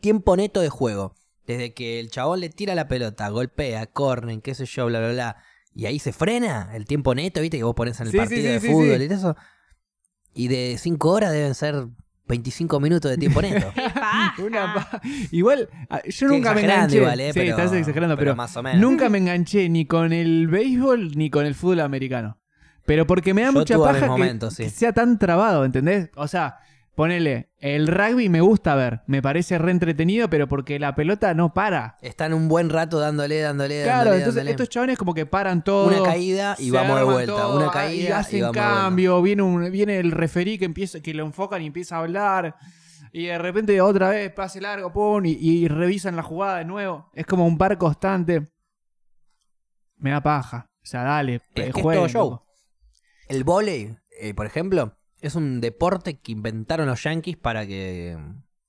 Speaker 1: tiempo neto de juego. Desde que el chabón le tira la pelota, golpea, corren, qué sé yo, bla, bla, bla. y ahí se frena el tiempo neto, viste, que vos pones en el
Speaker 2: Sí, sí,
Speaker 1: partido
Speaker 2: sí,
Speaker 1: de
Speaker 2: sí,
Speaker 1: fútbol
Speaker 2: sí.
Speaker 1: y todo eso. Y de 5 horas deben ser 25 minutos de tiempo neto.
Speaker 3: ¡Qué paja!
Speaker 2: Una pa- Igual, ah, yo
Speaker 1: Estoy
Speaker 2: nunca me
Speaker 1: exagerando
Speaker 2: enganché.
Speaker 1: igual, eh,
Speaker 2: sí,
Speaker 1: pero-
Speaker 2: estás exagerando, pero,
Speaker 1: más o menos.
Speaker 2: nunca me enganché ni con el béisbol ni con el fútbol americano. Pero porque me da
Speaker 1: Yo
Speaker 2: mucha
Speaker 1: tuve mis
Speaker 2: paja que,
Speaker 1: momentos, sí.
Speaker 2: que sea tan trabado, ¿entendés? O sea, ponele, el rugby me gusta ver, me parece re entretenido, pero porque la pelota no para.
Speaker 1: Están un buen rato dándole, dándole,
Speaker 2: Claro,
Speaker 1: dándole,
Speaker 2: entonces
Speaker 1: dándole.
Speaker 2: estos chavales como que paran todo.
Speaker 1: Una caída y
Speaker 2: se
Speaker 1: vamos de
Speaker 2: arman
Speaker 1: vuelta.
Speaker 2: todo,
Speaker 1: una
Speaker 2: ah,
Speaker 1: caída
Speaker 2: y hacen
Speaker 1: vamos de vuelta.
Speaker 2: cambio, viene, un, viene el referí que empieza, que lo enfocan y empieza a hablar. Y de repente otra vez pase largo, pum, y, y revisan la jugada de nuevo. Es como un par constante. Me da paja. O sea, dale,
Speaker 1: que
Speaker 2: eh,
Speaker 1: es
Speaker 2: jueguen,
Speaker 1: todo show.
Speaker 2: loco.
Speaker 1: El vóley, eh, por ejemplo, es un deporte que inventaron los yankees para que.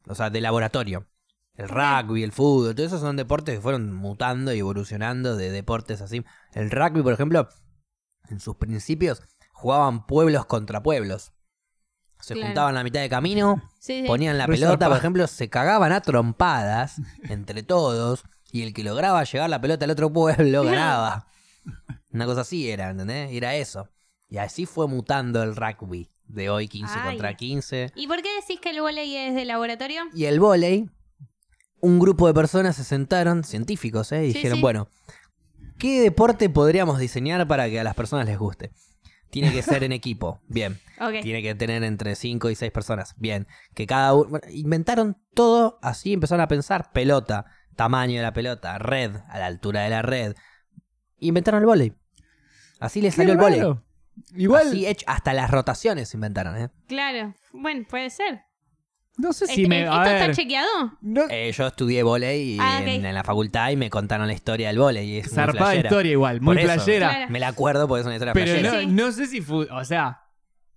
Speaker 1: O sea, de laboratorio. El rugby, el fútbol, todo eso son deportes que fueron mutando y evolucionando de deportes así. El rugby, por ejemplo, en sus principios jugaban pueblos contra pueblos. Se
Speaker 3: Claro.
Speaker 1: juntaban a mitad de camino,
Speaker 3: Sí, sí.
Speaker 1: ponían la
Speaker 2: Re
Speaker 1: pelota, por
Speaker 2: zarpado.
Speaker 1: ejemplo, se cagaban a trompadas entre todos y el que lograba llevar la pelota al otro pueblo ganaba. Una cosa así era, ¿entendés? Era eso. Y así fue mutando el rugby de hoy 15
Speaker 3: Ay.
Speaker 1: contra 15.
Speaker 3: ¿Y por qué decís que el volei es de laboratorio?
Speaker 1: Y el vóley, un grupo de personas se sentaron, científicos, ¿eh? y
Speaker 3: Sí,
Speaker 1: dijeron,
Speaker 3: sí.
Speaker 1: bueno, ¿qué deporte podríamos diseñar para que a las personas les guste? Tiene que ser en equipo. Bien.
Speaker 3: Ok.
Speaker 1: Tiene que tener entre 5 y 6 personas. Bien, que cada uno... bueno, inventaron todo así, empezaron a pensar pelota, tamaño de la pelota, red, a la altura de la red. Inventaron el vóley. Así le salió el
Speaker 2: Qué
Speaker 1: vóley.
Speaker 2: raro. Igual,
Speaker 1: Así hecho- hasta las rotaciones inventaron, ¿eh? Claro.
Speaker 3: Claro. Bueno, puede ser.
Speaker 2: no sé si
Speaker 3: Este-
Speaker 2: me.
Speaker 3: ¿Esto
Speaker 2: A
Speaker 3: está
Speaker 2: ver,
Speaker 3: chequeado?
Speaker 2: no-
Speaker 1: Eh, yo estudié vóley y
Speaker 3: Ah, ok.
Speaker 1: en, en la facultad y me contaron la historia del vóley. y es muy
Speaker 2: zarpada
Speaker 1: flashera.
Speaker 2: historia igual, muy
Speaker 1: Por eso.
Speaker 2: playera.
Speaker 3: Claro.
Speaker 1: Me la acuerdo porque es una historia
Speaker 2: Pero
Speaker 1: flashera.
Speaker 2: no,
Speaker 3: Sí.
Speaker 2: no sé si fu- O sea,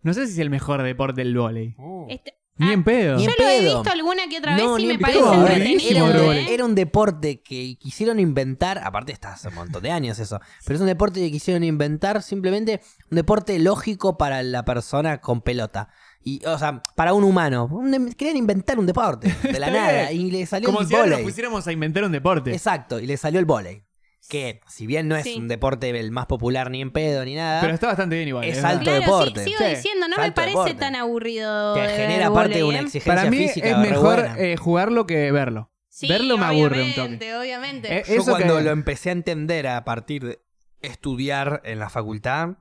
Speaker 2: no sé si es el mejor deporte el vóley.
Speaker 3: Este-
Speaker 2: Ni
Speaker 3: Ah,
Speaker 2: en pedo.
Speaker 1: ni
Speaker 3: Yo
Speaker 1: en
Speaker 3: lo he
Speaker 1: pedo.
Speaker 3: visto alguna que otra vez
Speaker 1: No,
Speaker 3: y
Speaker 1: ni
Speaker 3: me
Speaker 1: en
Speaker 3: parece
Speaker 1: pedo.
Speaker 2: Estaba
Speaker 3: entretenido.
Speaker 2: buenísimo
Speaker 1: Era,
Speaker 2: el
Speaker 1: un-
Speaker 2: vóley.
Speaker 3: ¿eh?
Speaker 1: era un deporte que quisieron inventar, aparte está hace un montón de años eso, pero es un deporte que quisieron inventar simplemente un deporte lógico para la persona con pelota. Y, o sea, para un humano. Un- querían inventar un deporte de la
Speaker 2: Está
Speaker 1: nada
Speaker 2: bien.
Speaker 1: y le salió
Speaker 2: Como
Speaker 1: el
Speaker 2: si ahora nos
Speaker 1: vóley.
Speaker 2: pusiéramos a inventar un deporte.
Speaker 1: Exacto, y le salió el vóley. Que, si bien no es
Speaker 3: Sí.
Speaker 1: un deporte el más popular ni en pedo ni nada,
Speaker 2: Pero está bastante bien igual.
Speaker 1: Es
Speaker 2: verdad.
Speaker 1: alto
Speaker 3: Claro,
Speaker 1: deporte.
Speaker 3: sí, sigo
Speaker 2: Sí.
Speaker 3: diciendo, no me
Speaker 1: Alto
Speaker 3: parece
Speaker 1: deporte.
Speaker 3: tan aburrido.
Speaker 1: que
Speaker 3: de ver
Speaker 1: genera aparte
Speaker 3: vóley,
Speaker 1: una
Speaker 3: ¿eh?
Speaker 1: exigencia
Speaker 2: Para mí
Speaker 1: física.
Speaker 2: es
Speaker 1: re
Speaker 2: mejor
Speaker 1: buena.
Speaker 2: eh, jugarlo que verlo.
Speaker 3: Sí,
Speaker 2: verlo me aburre un
Speaker 3: obviamente,
Speaker 2: toque.
Speaker 3: Obviamente,
Speaker 2: Eh,
Speaker 1: Yo
Speaker 2: eso
Speaker 1: cuando
Speaker 2: que-
Speaker 1: lo empecé a entender a partir de estudiar en la facultad,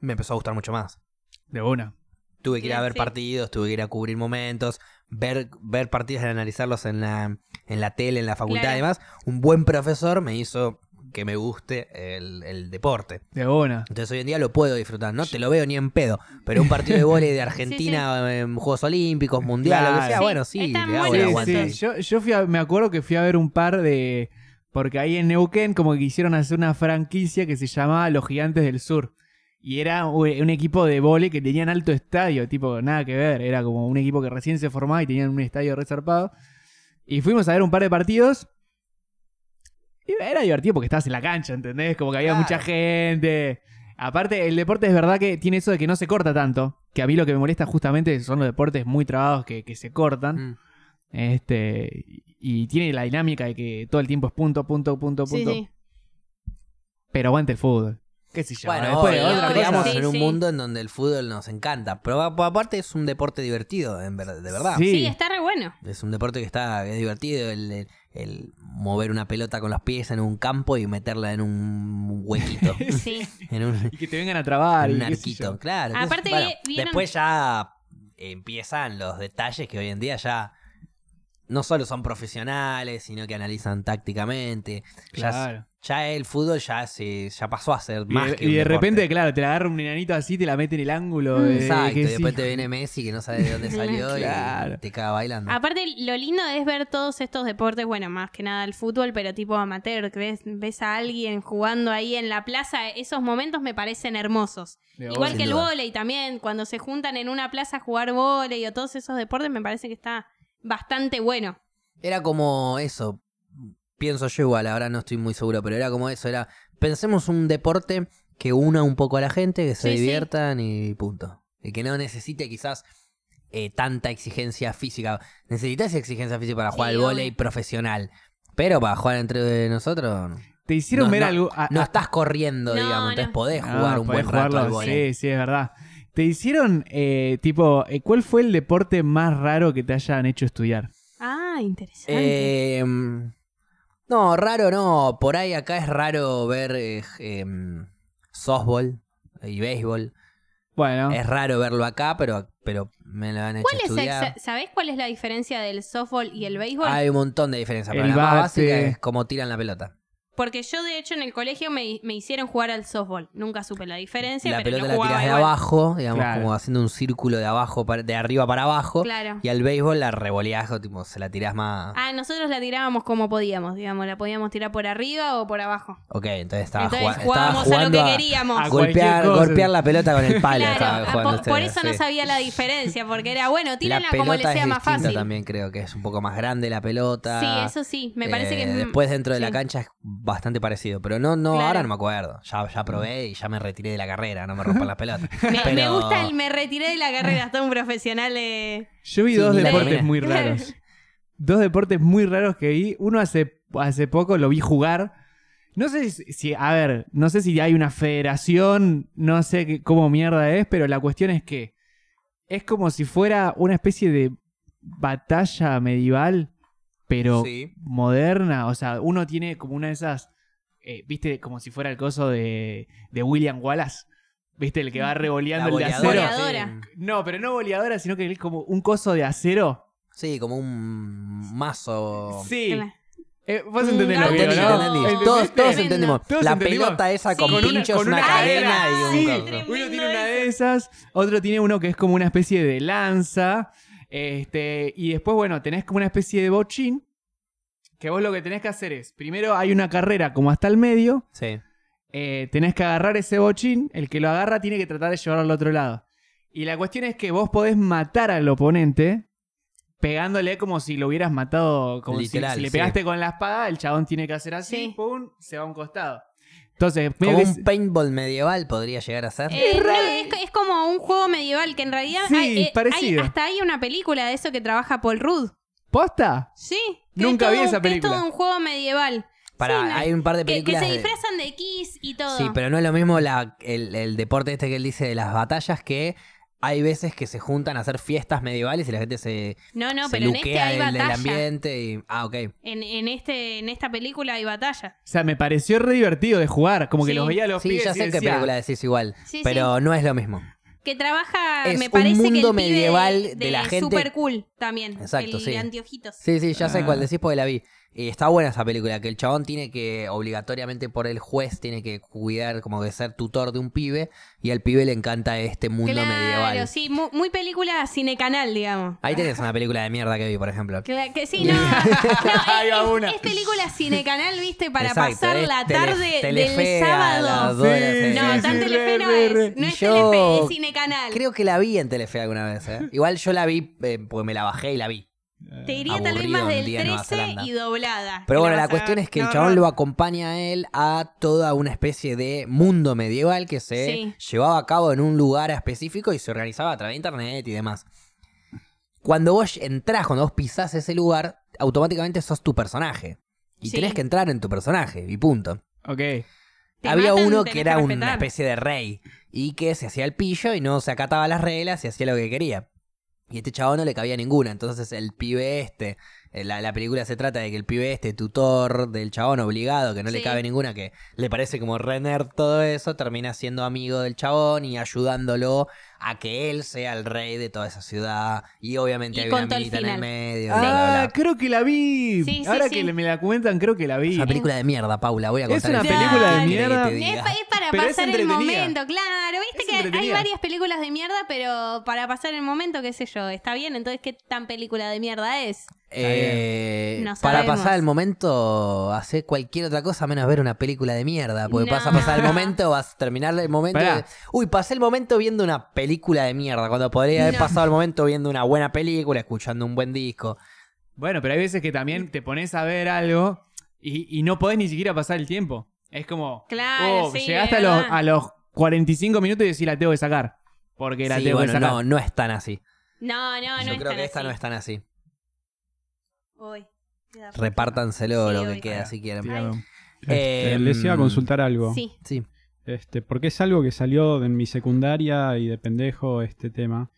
Speaker 1: me empezó a gustar mucho más.
Speaker 2: De una.
Speaker 1: Tuve que ir a
Speaker 3: Bien,
Speaker 1: ver
Speaker 3: sí.
Speaker 1: partidos, tuve que ir a cubrir momentos, ver, ver partidos y analizarlos en la, en la tele, en la facultad
Speaker 3: Claro.
Speaker 1: y demás. Un buen profesor me hizo que me guste el, el deporte.
Speaker 2: De una.
Speaker 1: Entonces hoy en día lo puedo disfrutar, no te lo veo ni en pedo, pero un partido de vóley de Argentina en Juegos Olímpicos, Mundial, lo que
Speaker 2: Claro.
Speaker 1: sea,
Speaker 3: Sí,
Speaker 1: bueno, sí,
Speaker 3: están
Speaker 1: le hago el
Speaker 3: buenos
Speaker 1: aguante.
Speaker 2: Sí,
Speaker 3: aguantar.
Speaker 2: sí. Yo, yo fui a- me acuerdo que fui a ver un par de. Porque ahí en Neuquén, como que quisieron hacer una franquicia que se llamaba Los Gigantes del Sur. Y era u- un equipo de vole que tenían alto estadio, tipo, nada que ver. Era como un equipo que recién se formaba y tenían un estadio resarpado. Y fuimos a ver un par de partidos. Y era divertido porque estabas en la cancha, ¿entendés? Como que había
Speaker 1: Claro.
Speaker 2: mucha gente. Aparte, el deporte es verdad que tiene eso de que no se corta tanto. Que a mí lo que me molesta justamente son los deportes muy trabados que, que se cortan.
Speaker 1: Mm.
Speaker 2: Este, y- y tiene la dinámica de que todo el tiempo es punto, punto, punto,
Speaker 3: Sí,
Speaker 2: punto.
Speaker 3: sí.
Speaker 2: Pero aguante el fútbol. ¿Qué sé yo?
Speaker 1: Bueno,
Speaker 2: después
Speaker 1: hoy
Speaker 3: obvio,
Speaker 2: otra
Speaker 3: obvio,
Speaker 2: cosa.
Speaker 1: estamos
Speaker 3: sí,
Speaker 1: en un
Speaker 3: sí.
Speaker 1: mundo en donde el fútbol nos encanta. Pero a- aparte es un deporte divertido, en ver- de verdad.
Speaker 2: Sí.
Speaker 3: Sí. está re bueno.
Speaker 1: Es un deporte que está es divertido. El, el- el mover una pelota con los pies en un campo y meterla en un huequito.
Speaker 3: Sí.
Speaker 1: en un,
Speaker 2: Y que te vengan a trabar.
Speaker 1: en un
Speaker 2: y Ah, qué sé
Speaker 1: arquito.
Speaker 2: yo.
Speaker 1: Claro. qué sé yo.
Speaker 3: Aparte,
Speaker 1: Bueno,
Speaker 3: vi- vieron-
Speaker 1: después ya empiezan los detalles que hoy en día ya no solo son profesionales, sino que analizan tácticamente. Ya-
Speaker 2: Claro.
Speaker 1: Ya, el fútbol ya se ya pasó a ser
Speaker 2: Y
Speaker 1: más
Speaker 2: de,
Speaker 1: que
Speaker 2: y
Speaker 1: un
Speaker 2: de
Speaker 1: deporte.
Speaker 2: repente, claro, te la agarra un enanito así, te la mete en el
Speaker 3: Mm.
Speaker 2: ángulo. de-
Speaker 1: Exacto,
Speaker 2: que
Speaker 1: y después
Speaker 2: sí.
Speaker 1: te viene Messi que no sabe de dónde salió y
Speaker 2: Claro.
Speaker 1: te caga bailando.
Speaker 3: Aparte, lo lindo es ver todos estos deportes, bueno, más que nada el fútbol, pero tipo amateur, que ves, ves a alguien jugando ahí en la plaza, esos momentos me parecen hermosos.
Speaker 2: De
Speaker 3: Igual
Speaker 1: Sin
Speaker 2: una.
Speaker 3: que el
Speaker 1: duda.
Speaker 3: vóley también, cuando se juntan en una plaza a jugar vóley o todos esos deportes, me parece que está bastante bueno.
Speaker 1: Era como eso, pienso yo igual, ahora no estoy muy seguro, pero era como eso, era pensemos un deporte que una un poco a la gente, que se
Speaker 3: Sí, sí.
Speaker 1: diviertan y punto. Y que no necesite quizás eh, tanta exigencia física. Necesitas exigencia física para jugar
Speaker 3: Sí,
Speaker 1: al
Speaker 3: obvio.
Speaker 1: vóley profesional. Pero para jugar entre nosotros, no.
Speaker 2: Te hicieron
Speaker 1: No,
Speaker 2: ver
Speaker 1: no,
Speaker 2: algo. a-
Speaker 1: No
Speaker 2: a-
Speaker 1: estás corriendo,
Speaker 3: No,
Speaker 1: digamos,
Speaker 3: no.
Speaker 1: entonces podés
Speaker 2: Ah,
Speaker 1: jugar un
Speaker 2: podés
Speaker 1: buen rato
Speaker 2: jugarlo,
Speaker 1: al vóley.
Speaker 2: Sí, sí, es verdad. Te hicieron, eh, tipo, eh, ¿cuál fue el deporte más raro que te hayan hecho estudiar?
Speaker 3: Ah, interesante.
Speaker 1: Eh, mm, no, raro no. Por ahí acá es raro ver eh, eh, mm, softball y béisbol.
Speaker 2: Bueno,
Speaker 1: Es raro verlo acá, pero, pero me lo han hecho
Speaker 3: Ah. ¿Cuál es el-
Speaker 1: estudiar.
Speaker 3: sa- ¿Sabés cuál es la diferencia del softball y el béisbol?
Speaker 1: Hay un montón de diferencias, pero
Speaker 2: El
Speaker 1: la más
Speaker 2: bate.
Speaker 1: básica es cómo tiran la pelota.
Speaker 3: Porque yo, de hecho, en el colegio me, me hicieron jugar al softball. Nunca supe la diferencia,
Speaker 1: la
Speaker 3: pero
Speaker 1: pelota
Speaker 3: no
Speaker 1: la
Speaker 3: jugaba
Speaker 1: tiras de
Speaker 3: igual.
Speaker 1: abajo, digamos,
Speaker 2: Claro.
Speaker 1: como haciendo un círculo de abajo, para- de arriba para abajo.
Speaker 3: Claro.
Speaker 1: Y al béisbol la revoleás, o tipo, se la tirás más.
Speaker 3: Ah, nosotros la tirábamos como podíamos, digamos. La podíamos tirar por arriba o por abajo.
Speaker 1: Ok, entonces estaba,
Speaker 3: Entonces
Speaker 1: jugando- estaba
Speaker 3: jugábamos a lo
Speaker 1: jugando
Speaker 3: que
Speaker 1: a,
Speaker 3: queríamos.
Speaker 2: a
Speaker 1: golpear,
Speaker 2: cualquier cosa.
Speaker 1: golpear la pelota con el palo.
Speaker 3: Claro,
Speaker 1: estaba
Speaker 3: ah,
Speaker 1: jugando
Speaker 3: por, por
Speaker 1: ustedes,
Speaker 3: eso no
Speaker 1: sí.
Speaker 3: sabía la diferencia, porque era bueno, tírenla
Speaker 1: pelota
Speaker 3: como le sea
Speaker 1: es
Speaker 3: más
Speaker 1: distinta
Speaker 3: fácil.
Speaker 1: también creo que es un poco más grande la pelota.
Speaker 3: Sí, eso sí, me parece
Speaker 1: Eh,
Speaker 3: que es m-
Speaker 1: después dentro de la
Speaker 3: sí.
Speaker 1: cancha es bastante parecido, pero no no
Speaker 3: Claro.
Speaker 1: ahora no me acuerdo. Ya ya probé y ya me retiré de la carrera, no me rompan las pelotas.
Speaker 3: me,
Speaker 1: Pero-
Speaker 3: me gusta el me retiré de la carrera, todo un profesional eh,
Speaker 2: yo vi
Speaker 1: sí,
Speaker 2: dos
Speaker 1: ni la
Speaker 2: deportes
Speaker 1: terminé.
Speaker 2: muy
Speaker 3: Claro.
Speaker 2: raros. Dos deportes muy raros que vi. Uno hace, hace poco lo vi jugar. No sé si, si- a ver, no sé si hay una federación, no sé qué- cómo mierda es, pero la cuestión es que es como si fuera una especie de batalla medieval, pero
Speaker 1: Sí.
Speaker 2: moderna. O sea, uno tiene como una de esas. eh, ¿Viste? Como si fuera el coso de, de William Wallace. ¿Viste? El que
Speaker 1: Mm.
Speaker 2: va revoleando el de acero.
Speaker 1: boleadora,
Speaker 3: Boleadora.
Speaker 1: sí.
Speaker 2: No, pero no boleadora, sino que es como un coso de acero.
Speaker 1: Sí, como un mazo. Ah,
Speaker 2: Sí.
Speaker 3: Claro.
Speaker 2: Eh, vos
Speaker 3: Un
Speaker 2: entendés lo
Speaker 3: gato
Speaker 2: que digo,
Speaker 1: Entendí,
Speaker 2: ¿no?
Speaker 1: entendí.
Speaker 3: ¿Entendiste?
Speaker 1: Todos, todos
Speaker 3: Tremendo.
Speaker 1: entendimos.
Speaker 2: Todos
Speaker 1: la
Speaker 2: entendimos.
Speaker 1: pelota esa
Speaker 3: Sí.
Speaker 1: con
Speaker 3: Con una-
Speaker 1: pinchos,
Speaker 2: con
Speaker 1: una,
Speaker 2: una
Speaker 1: cadena,
Speaker 3: cadena.
Speaker 1: y un
Speaker 2: Sí.
Speaker 1: coso.
Speaker 2: Uno
Speaker 3: Tremendo
Speaker 2: tiene una de
Speaker 3: eso.
Speaker 2: esas, otro tiene uno que es como una especie de lanza. Este, y después, bueno, tenés como una especie de bochín. Que vos lo que tenés que hacer es, primero hay una carrera como hasta el medio,
Speaker 1: Sí.
Speaker 2: eh, tenés que agarrar ese bochín, el que lo agarra tiene que tratar de llevarlo al otro lado. Y la cuestión es que vos podés matar al oponente pegándole como si lo hubieras matado, como si-
Speaker 1: Literal,
Speaker 2: si, le
Speaker 1: sí.
Speaker 2: pegaste con la espada, el chabón tiene que hacer así,
Speaker 3: Sí.
Speaker 2: pum, se va a un costado. Entonces, medio
Speaker 1: Como
Speaker 2: que
Speaker 1: un
Speaker 2: se-
Speaker 1: paintball medieval podría llegar a ser.
Speaker 3: eh, no, es, es como un juego medieval que en realidad
Speaker 2: Sí,
Speaker 3: hay, eh, hay-
Speaker 2: parecido.
Speaker 3: hasta hay una película de eso que trabaja Paul Rudd.
Speaker 2: ¿Posta?
Speaker 3: Sí, que es
Speaker 2: Nunca
Speaker 3: todo
Speaker 2: vi
Speaker 3: un-
Speaker 2: esa
Speaker 3: que
Speaker 2: película.
Speaker 3: Es todo un juego medieval.
Speaker 1: Pará,
Speaker 3: Sí, no-
Speaker 1: hay un par de
Speaker 3: que, que
Speaker 1: películas.
Speaker 3: se
Speaker 1: de-
Speaker 3: disfrazan de Kiss y todo.
Speaker 1: Sí, pero no es lo mismo la- el, el deporte este que él dice de las batallas que hay veces que se juntan a hacer fiestas medievales y la gente se,
Speaker 3: no, no,
Speaker 1: se
Speaker 3: pero en este
Speaker 1: luquea
Speaker 3: hay
Speaker 1: del, del
Speaker 3: batalla.
Speaker 1: ambiente y... Ah, ok.
Speaker 3: En, en este, en esta película hay batalla.
Speaker 2: O sea, me pareció re divertido de jugar, como que
Speaker 3: Sí.
Speaker 2: los veía a los
Speaker 1: Sí,
Speaker 2: pibes
Speaker 1: ya
Speaker 2: y
Speaker 1: sé qué
Speaker 2: decía,
Speaker 1: película decís igual,
Speaker 3: Sí,
Speaker 1: pero no es lo mismo.
Speaker 3: Que trabaja,
Speaker 1: Es
Speaker 3: me parece
Speaker 1: un mundo
Speaker 3: que el pibe
Speaker 1: medieval
Speaker 3: de,
Speaker 1: de la gente-
Speaker 3: Super cool también.
Speaker 1: Exacto,
Speaker 3: el
Speaker 1: sí.
Speaker 3: de anteojitos.
Speaker 1: Sí, sí, ya sé cuál
Speaker 2: Ah.
Speaker 1: decís porque la vi. Y está buena esa película, que el chabón tiene que, obligatoriamente por el juez, tiene que cuidar, como que ser tutor de un pibe, y al pibe le encanta este mundo
Speaker 3: claro,
Speaker 1: medieval.
Speaker 3: sí, mu- muy, película cinecanal, digamos.
Speaker 1: Ahí tenés una película de mierda que vi, por ejemplo.
Speaker 3: Cla- Que sí, no. no, es-
Speaker 2: Ahí va
Speaker 3: es,
Speaker 2: una.
Speaker 3: es película cinecanal, viste, para
Speaker 1: Exacto,
Speaker 3: pasar
Speaker 1: es
Speaker 3: la
Speaker 1: tele-
Speaker 3: tarde
Speaker 1: Telefe
Speaker 3: del
Speaker 1: a
Speaker 3: sábado.
Speaker 1: las dos de la
Speaker 2: Sí,
Speaker 1: tarde.
Speaker 3: No,
Speaker 2: sí,
Speaker 3: tan
Speaker 2: sí,
Speaker 3: Telefe
Speaker 2: re,
Speaker 3: no
Speaker 2: re, re.
Speaker 3: es. No es
Speaker 1: Yo-
Speaker 3: Telefe, es cinecanal.
Speaker 1: Creo que la vi en Telefe alguna vez, ¿eh? Igual yo la vi eh, porque me la bajé y la vi.
Speaker 3: Te diría
Speaker 1: Aburrido
Speaker 3: tal vez más
Speaker 1: un
Speaker 3: del
Speaker 1: día en Nueva
Speaker 3: 13
Speaker 1: Zelanda.
Speaker 3: y doblada.
Speaker 1: Pero
Speaker 3: que
Speaker 1: bueno,
Speaker 3: la
Speaker 1: la
Speaker 3: vas a
Speaker 1: cuestión
Speaker 3: ver.
Speaker 1: es que el
Speaker 3: No,
Speaker 1: chabón
Speaker 3: no.
Speaker 1: lo acompaña a él a toda una especie de mundo medieval que se
Speaker 3: Sí.
Speaker 1: llevaba a cabo en un lugar específico y se organizaba a través de internet y demás. Cuando vos entrás, cuando vos pisás ese lugar, automáticamente sos tu personaje. Y
Speaker 3: Sí.
Speaker 1: tenés que entrar en tu personaje, y punto.
Speaker 2: Ok.
Speaker 3: Te
Speaker 1: Había
Speaker 3: matan,
Speaker 1: uno
Speaker 3: tenés
Speaker 1: que era una
Speaker 3: respetar.
Speaker 1: especie de rey y que se hacía el pillo y no se acataba las reglas y hacía lo que quería. Y este chabón no le cabía ninguna. Entonces el pibe este, eh, la, la película se trata de que el pibe este, tutor del chabón obligado, que no le
Speaker 3: Sí.
Speaker 1: cabe ninguna, que le parece como re nerd todo eso, termina siendo amigo del chabón y ayudándolo a que él sea el rey de toda esa ciudad. Y obviamente
Speaker 3: Y
Speaker 1: hay una
Speaker 3: contó el
Speaker 1: milita en el
Speaker 3: final.
Speaker 1: medio. y bla, bla,
Speaker 2: Ah,
Speaker 1: bla.
Speaker 2: creo que la vi.
Speaker 3: Sí, sí,
Speaker 2: Ahora
Speaker 3: sí.
Speaker 2: que le- me la comentan, creo que la vi.
Speaker 1: Una película de mierda, Paula. Voy a
Speaker 2: Es
Speaker 1: contar
Speaker 2: una
Speaker 1: el
Speaker 3: película
Speaker 1: final.
Speaker 3: de
Speaker 1: ¿Qué querés que
Speaker 2: mierda.
Speaker 1: te
Speaker 3: Es,
Speaker 1: diga?
Speaker 3: pa- es para
Speaker 2: Pero es
Speaker 3: pasar el
Speaker 2: entretenida.
Speaker 3: momento, claro. Viste
Speaker 2: Es
Speaker 3: que hay
Speaker 2: entretenida.
Speaker 3: varias películas de mierda, pero para pasar el momento, qué sé yo, está bien. Entonces, ¿qué tan película de mierda es?
Speaker 1: Eh,
Speaker 3: No
Speaker 1: para
Speaker 3: sabemos.
Speaker 1: pasar el momento, hacer cualquier otra cosa menos ver una película de mierda. Porque
Speaker 3: No.
Speaker 1: vas a pasar el momento, vas a terminar el momento.
Speaker 2: Pará.
Speaker 1: y- Uy, pasé el momento viendo una película de mierda. Cuando podría haber
Speaker 3: No.
Speaker 1: pasado el momento viendo una buena película, escuchando un buen disco.
Speaker 2: Bueno, pero hay veces que también te pones a ver algo y, y no podés ni siquiera pasar el tiempo. Es como,
Speaker 3: Claro,
Speaker 2: oh,
Speaker 3: sí,
Speaker 2: llegaste a
Speaker 3: es
Speaker 2: los,
Speaker 3: verdad.
Speaker 2: a los 45 minutos y decís, la tengo que sacar. Porque la
Speaker 1: Sí,
Speaker 2: tengo
Speaker 1: bueno,
Speaker 2: que sacar.
Speaker 1: no, no es tan así.
Speaker 3: No, no, no.
Speaker 1: Yo
Speaker 3: es
Speaker 1: creo
Speaker 3: tan
Speaker 1: que esta
Speaker 3: así.
Speaker 1: no es tan así.
Speaker 3: Uy, queda-
Speaker 1: Repártanselo
Speaker 3: Sí,
Speaker 1: lo que
Speaker 3: obvio.
Speaker 1: queda si quieren.
Speaker 2: Tírame un-
Speaker 4: Este,
Speaker 1: Em,
Speaker 4: les iba a consultar algo.
Speaker 3: Sí.
Speaker 1: Sí.
Speaker 4: Este, porque es algo que salió de mi secundaria y de pendejo este tema.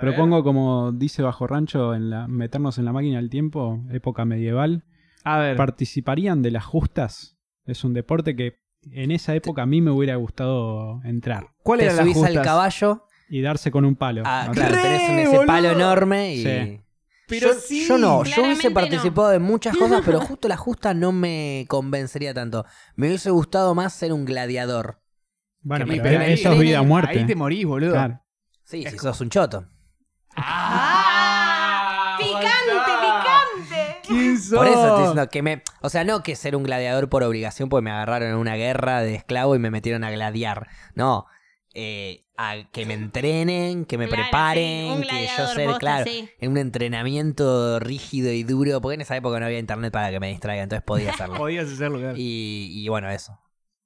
Speaker 4: Propongo, como dice Bajo Rancho, en la, meternos en la máquina del tiempo, época medieval.
Speaker 2: A ver,
Speaker 4: ¿Participarían de las justas? Es un deporte que en esa época a mí me hubiera gustado entrar
Speaker 2: ¿cuál
Speaker 1: Te
Speaker 2: era la
Speaker 1: subís al
Speaker 2: justas?
Speaker 1: caballo,
Speaker 4: y darse con un palo.
Speaker 1: ah,
Speaker 4: O sea,
Speaker 1: claro,
Speaker 2: ¡Re,
Speaker 1: tenés un- ese
Speaker 2: boludo!
Speaker 1: palo enorme y...
Speaker 4: Sí.
Speaker 2: Pero
Speaker 1: yo,
Speaker 2: sí.
Speaker 1: yo no, yo
Speaker 3: Claramente
Speaker 1: hubiese
Speaker 3: no.
Speaker 1: participado de muchas cosas, pero justo la justa no me convencería tanto. Me hubiese gustado más ser un gladiador.
Speaker 4: Bueno,
Speaker 1: que
Speaker 4: pero,
Speaker 1: me peguen.
Speaker 4: eso es vida o muerte.
Speaker 2: Ahí te morís, boludo.
Speaker 4: Claro.
Speaker 1: Sí, si sos un choto.
Speaker 3: ¡Ah! ¡Picante, picante!
Speaker 2: Ah, ¿Quién sos?
Speaker 1: Por eso estoy diciendo que me. O sea, no que ser un gladiador por obligación, porque me agarraron en una guerra de esclavo y me metieron a gladiar. No. eh, a que me entrenen, que me
Speaker 3: Claro, sí,
Speaker 1: preparen,
Speaker 3: un
Speaker 1: que yo
Speaker 3: gladiador
Speaker 1: ser,
Speaker 3: posta,
Speaker 1: claro,
Speaker 3: sí.
Speaker 1: en un entrenamiento rígido y duro, porque en esa época no había internet para que me distraiga, entonces podía hacerlo.
Speaker 2: Podías hacerlo, claro.
Speaker 1: Y, y bueno, eso.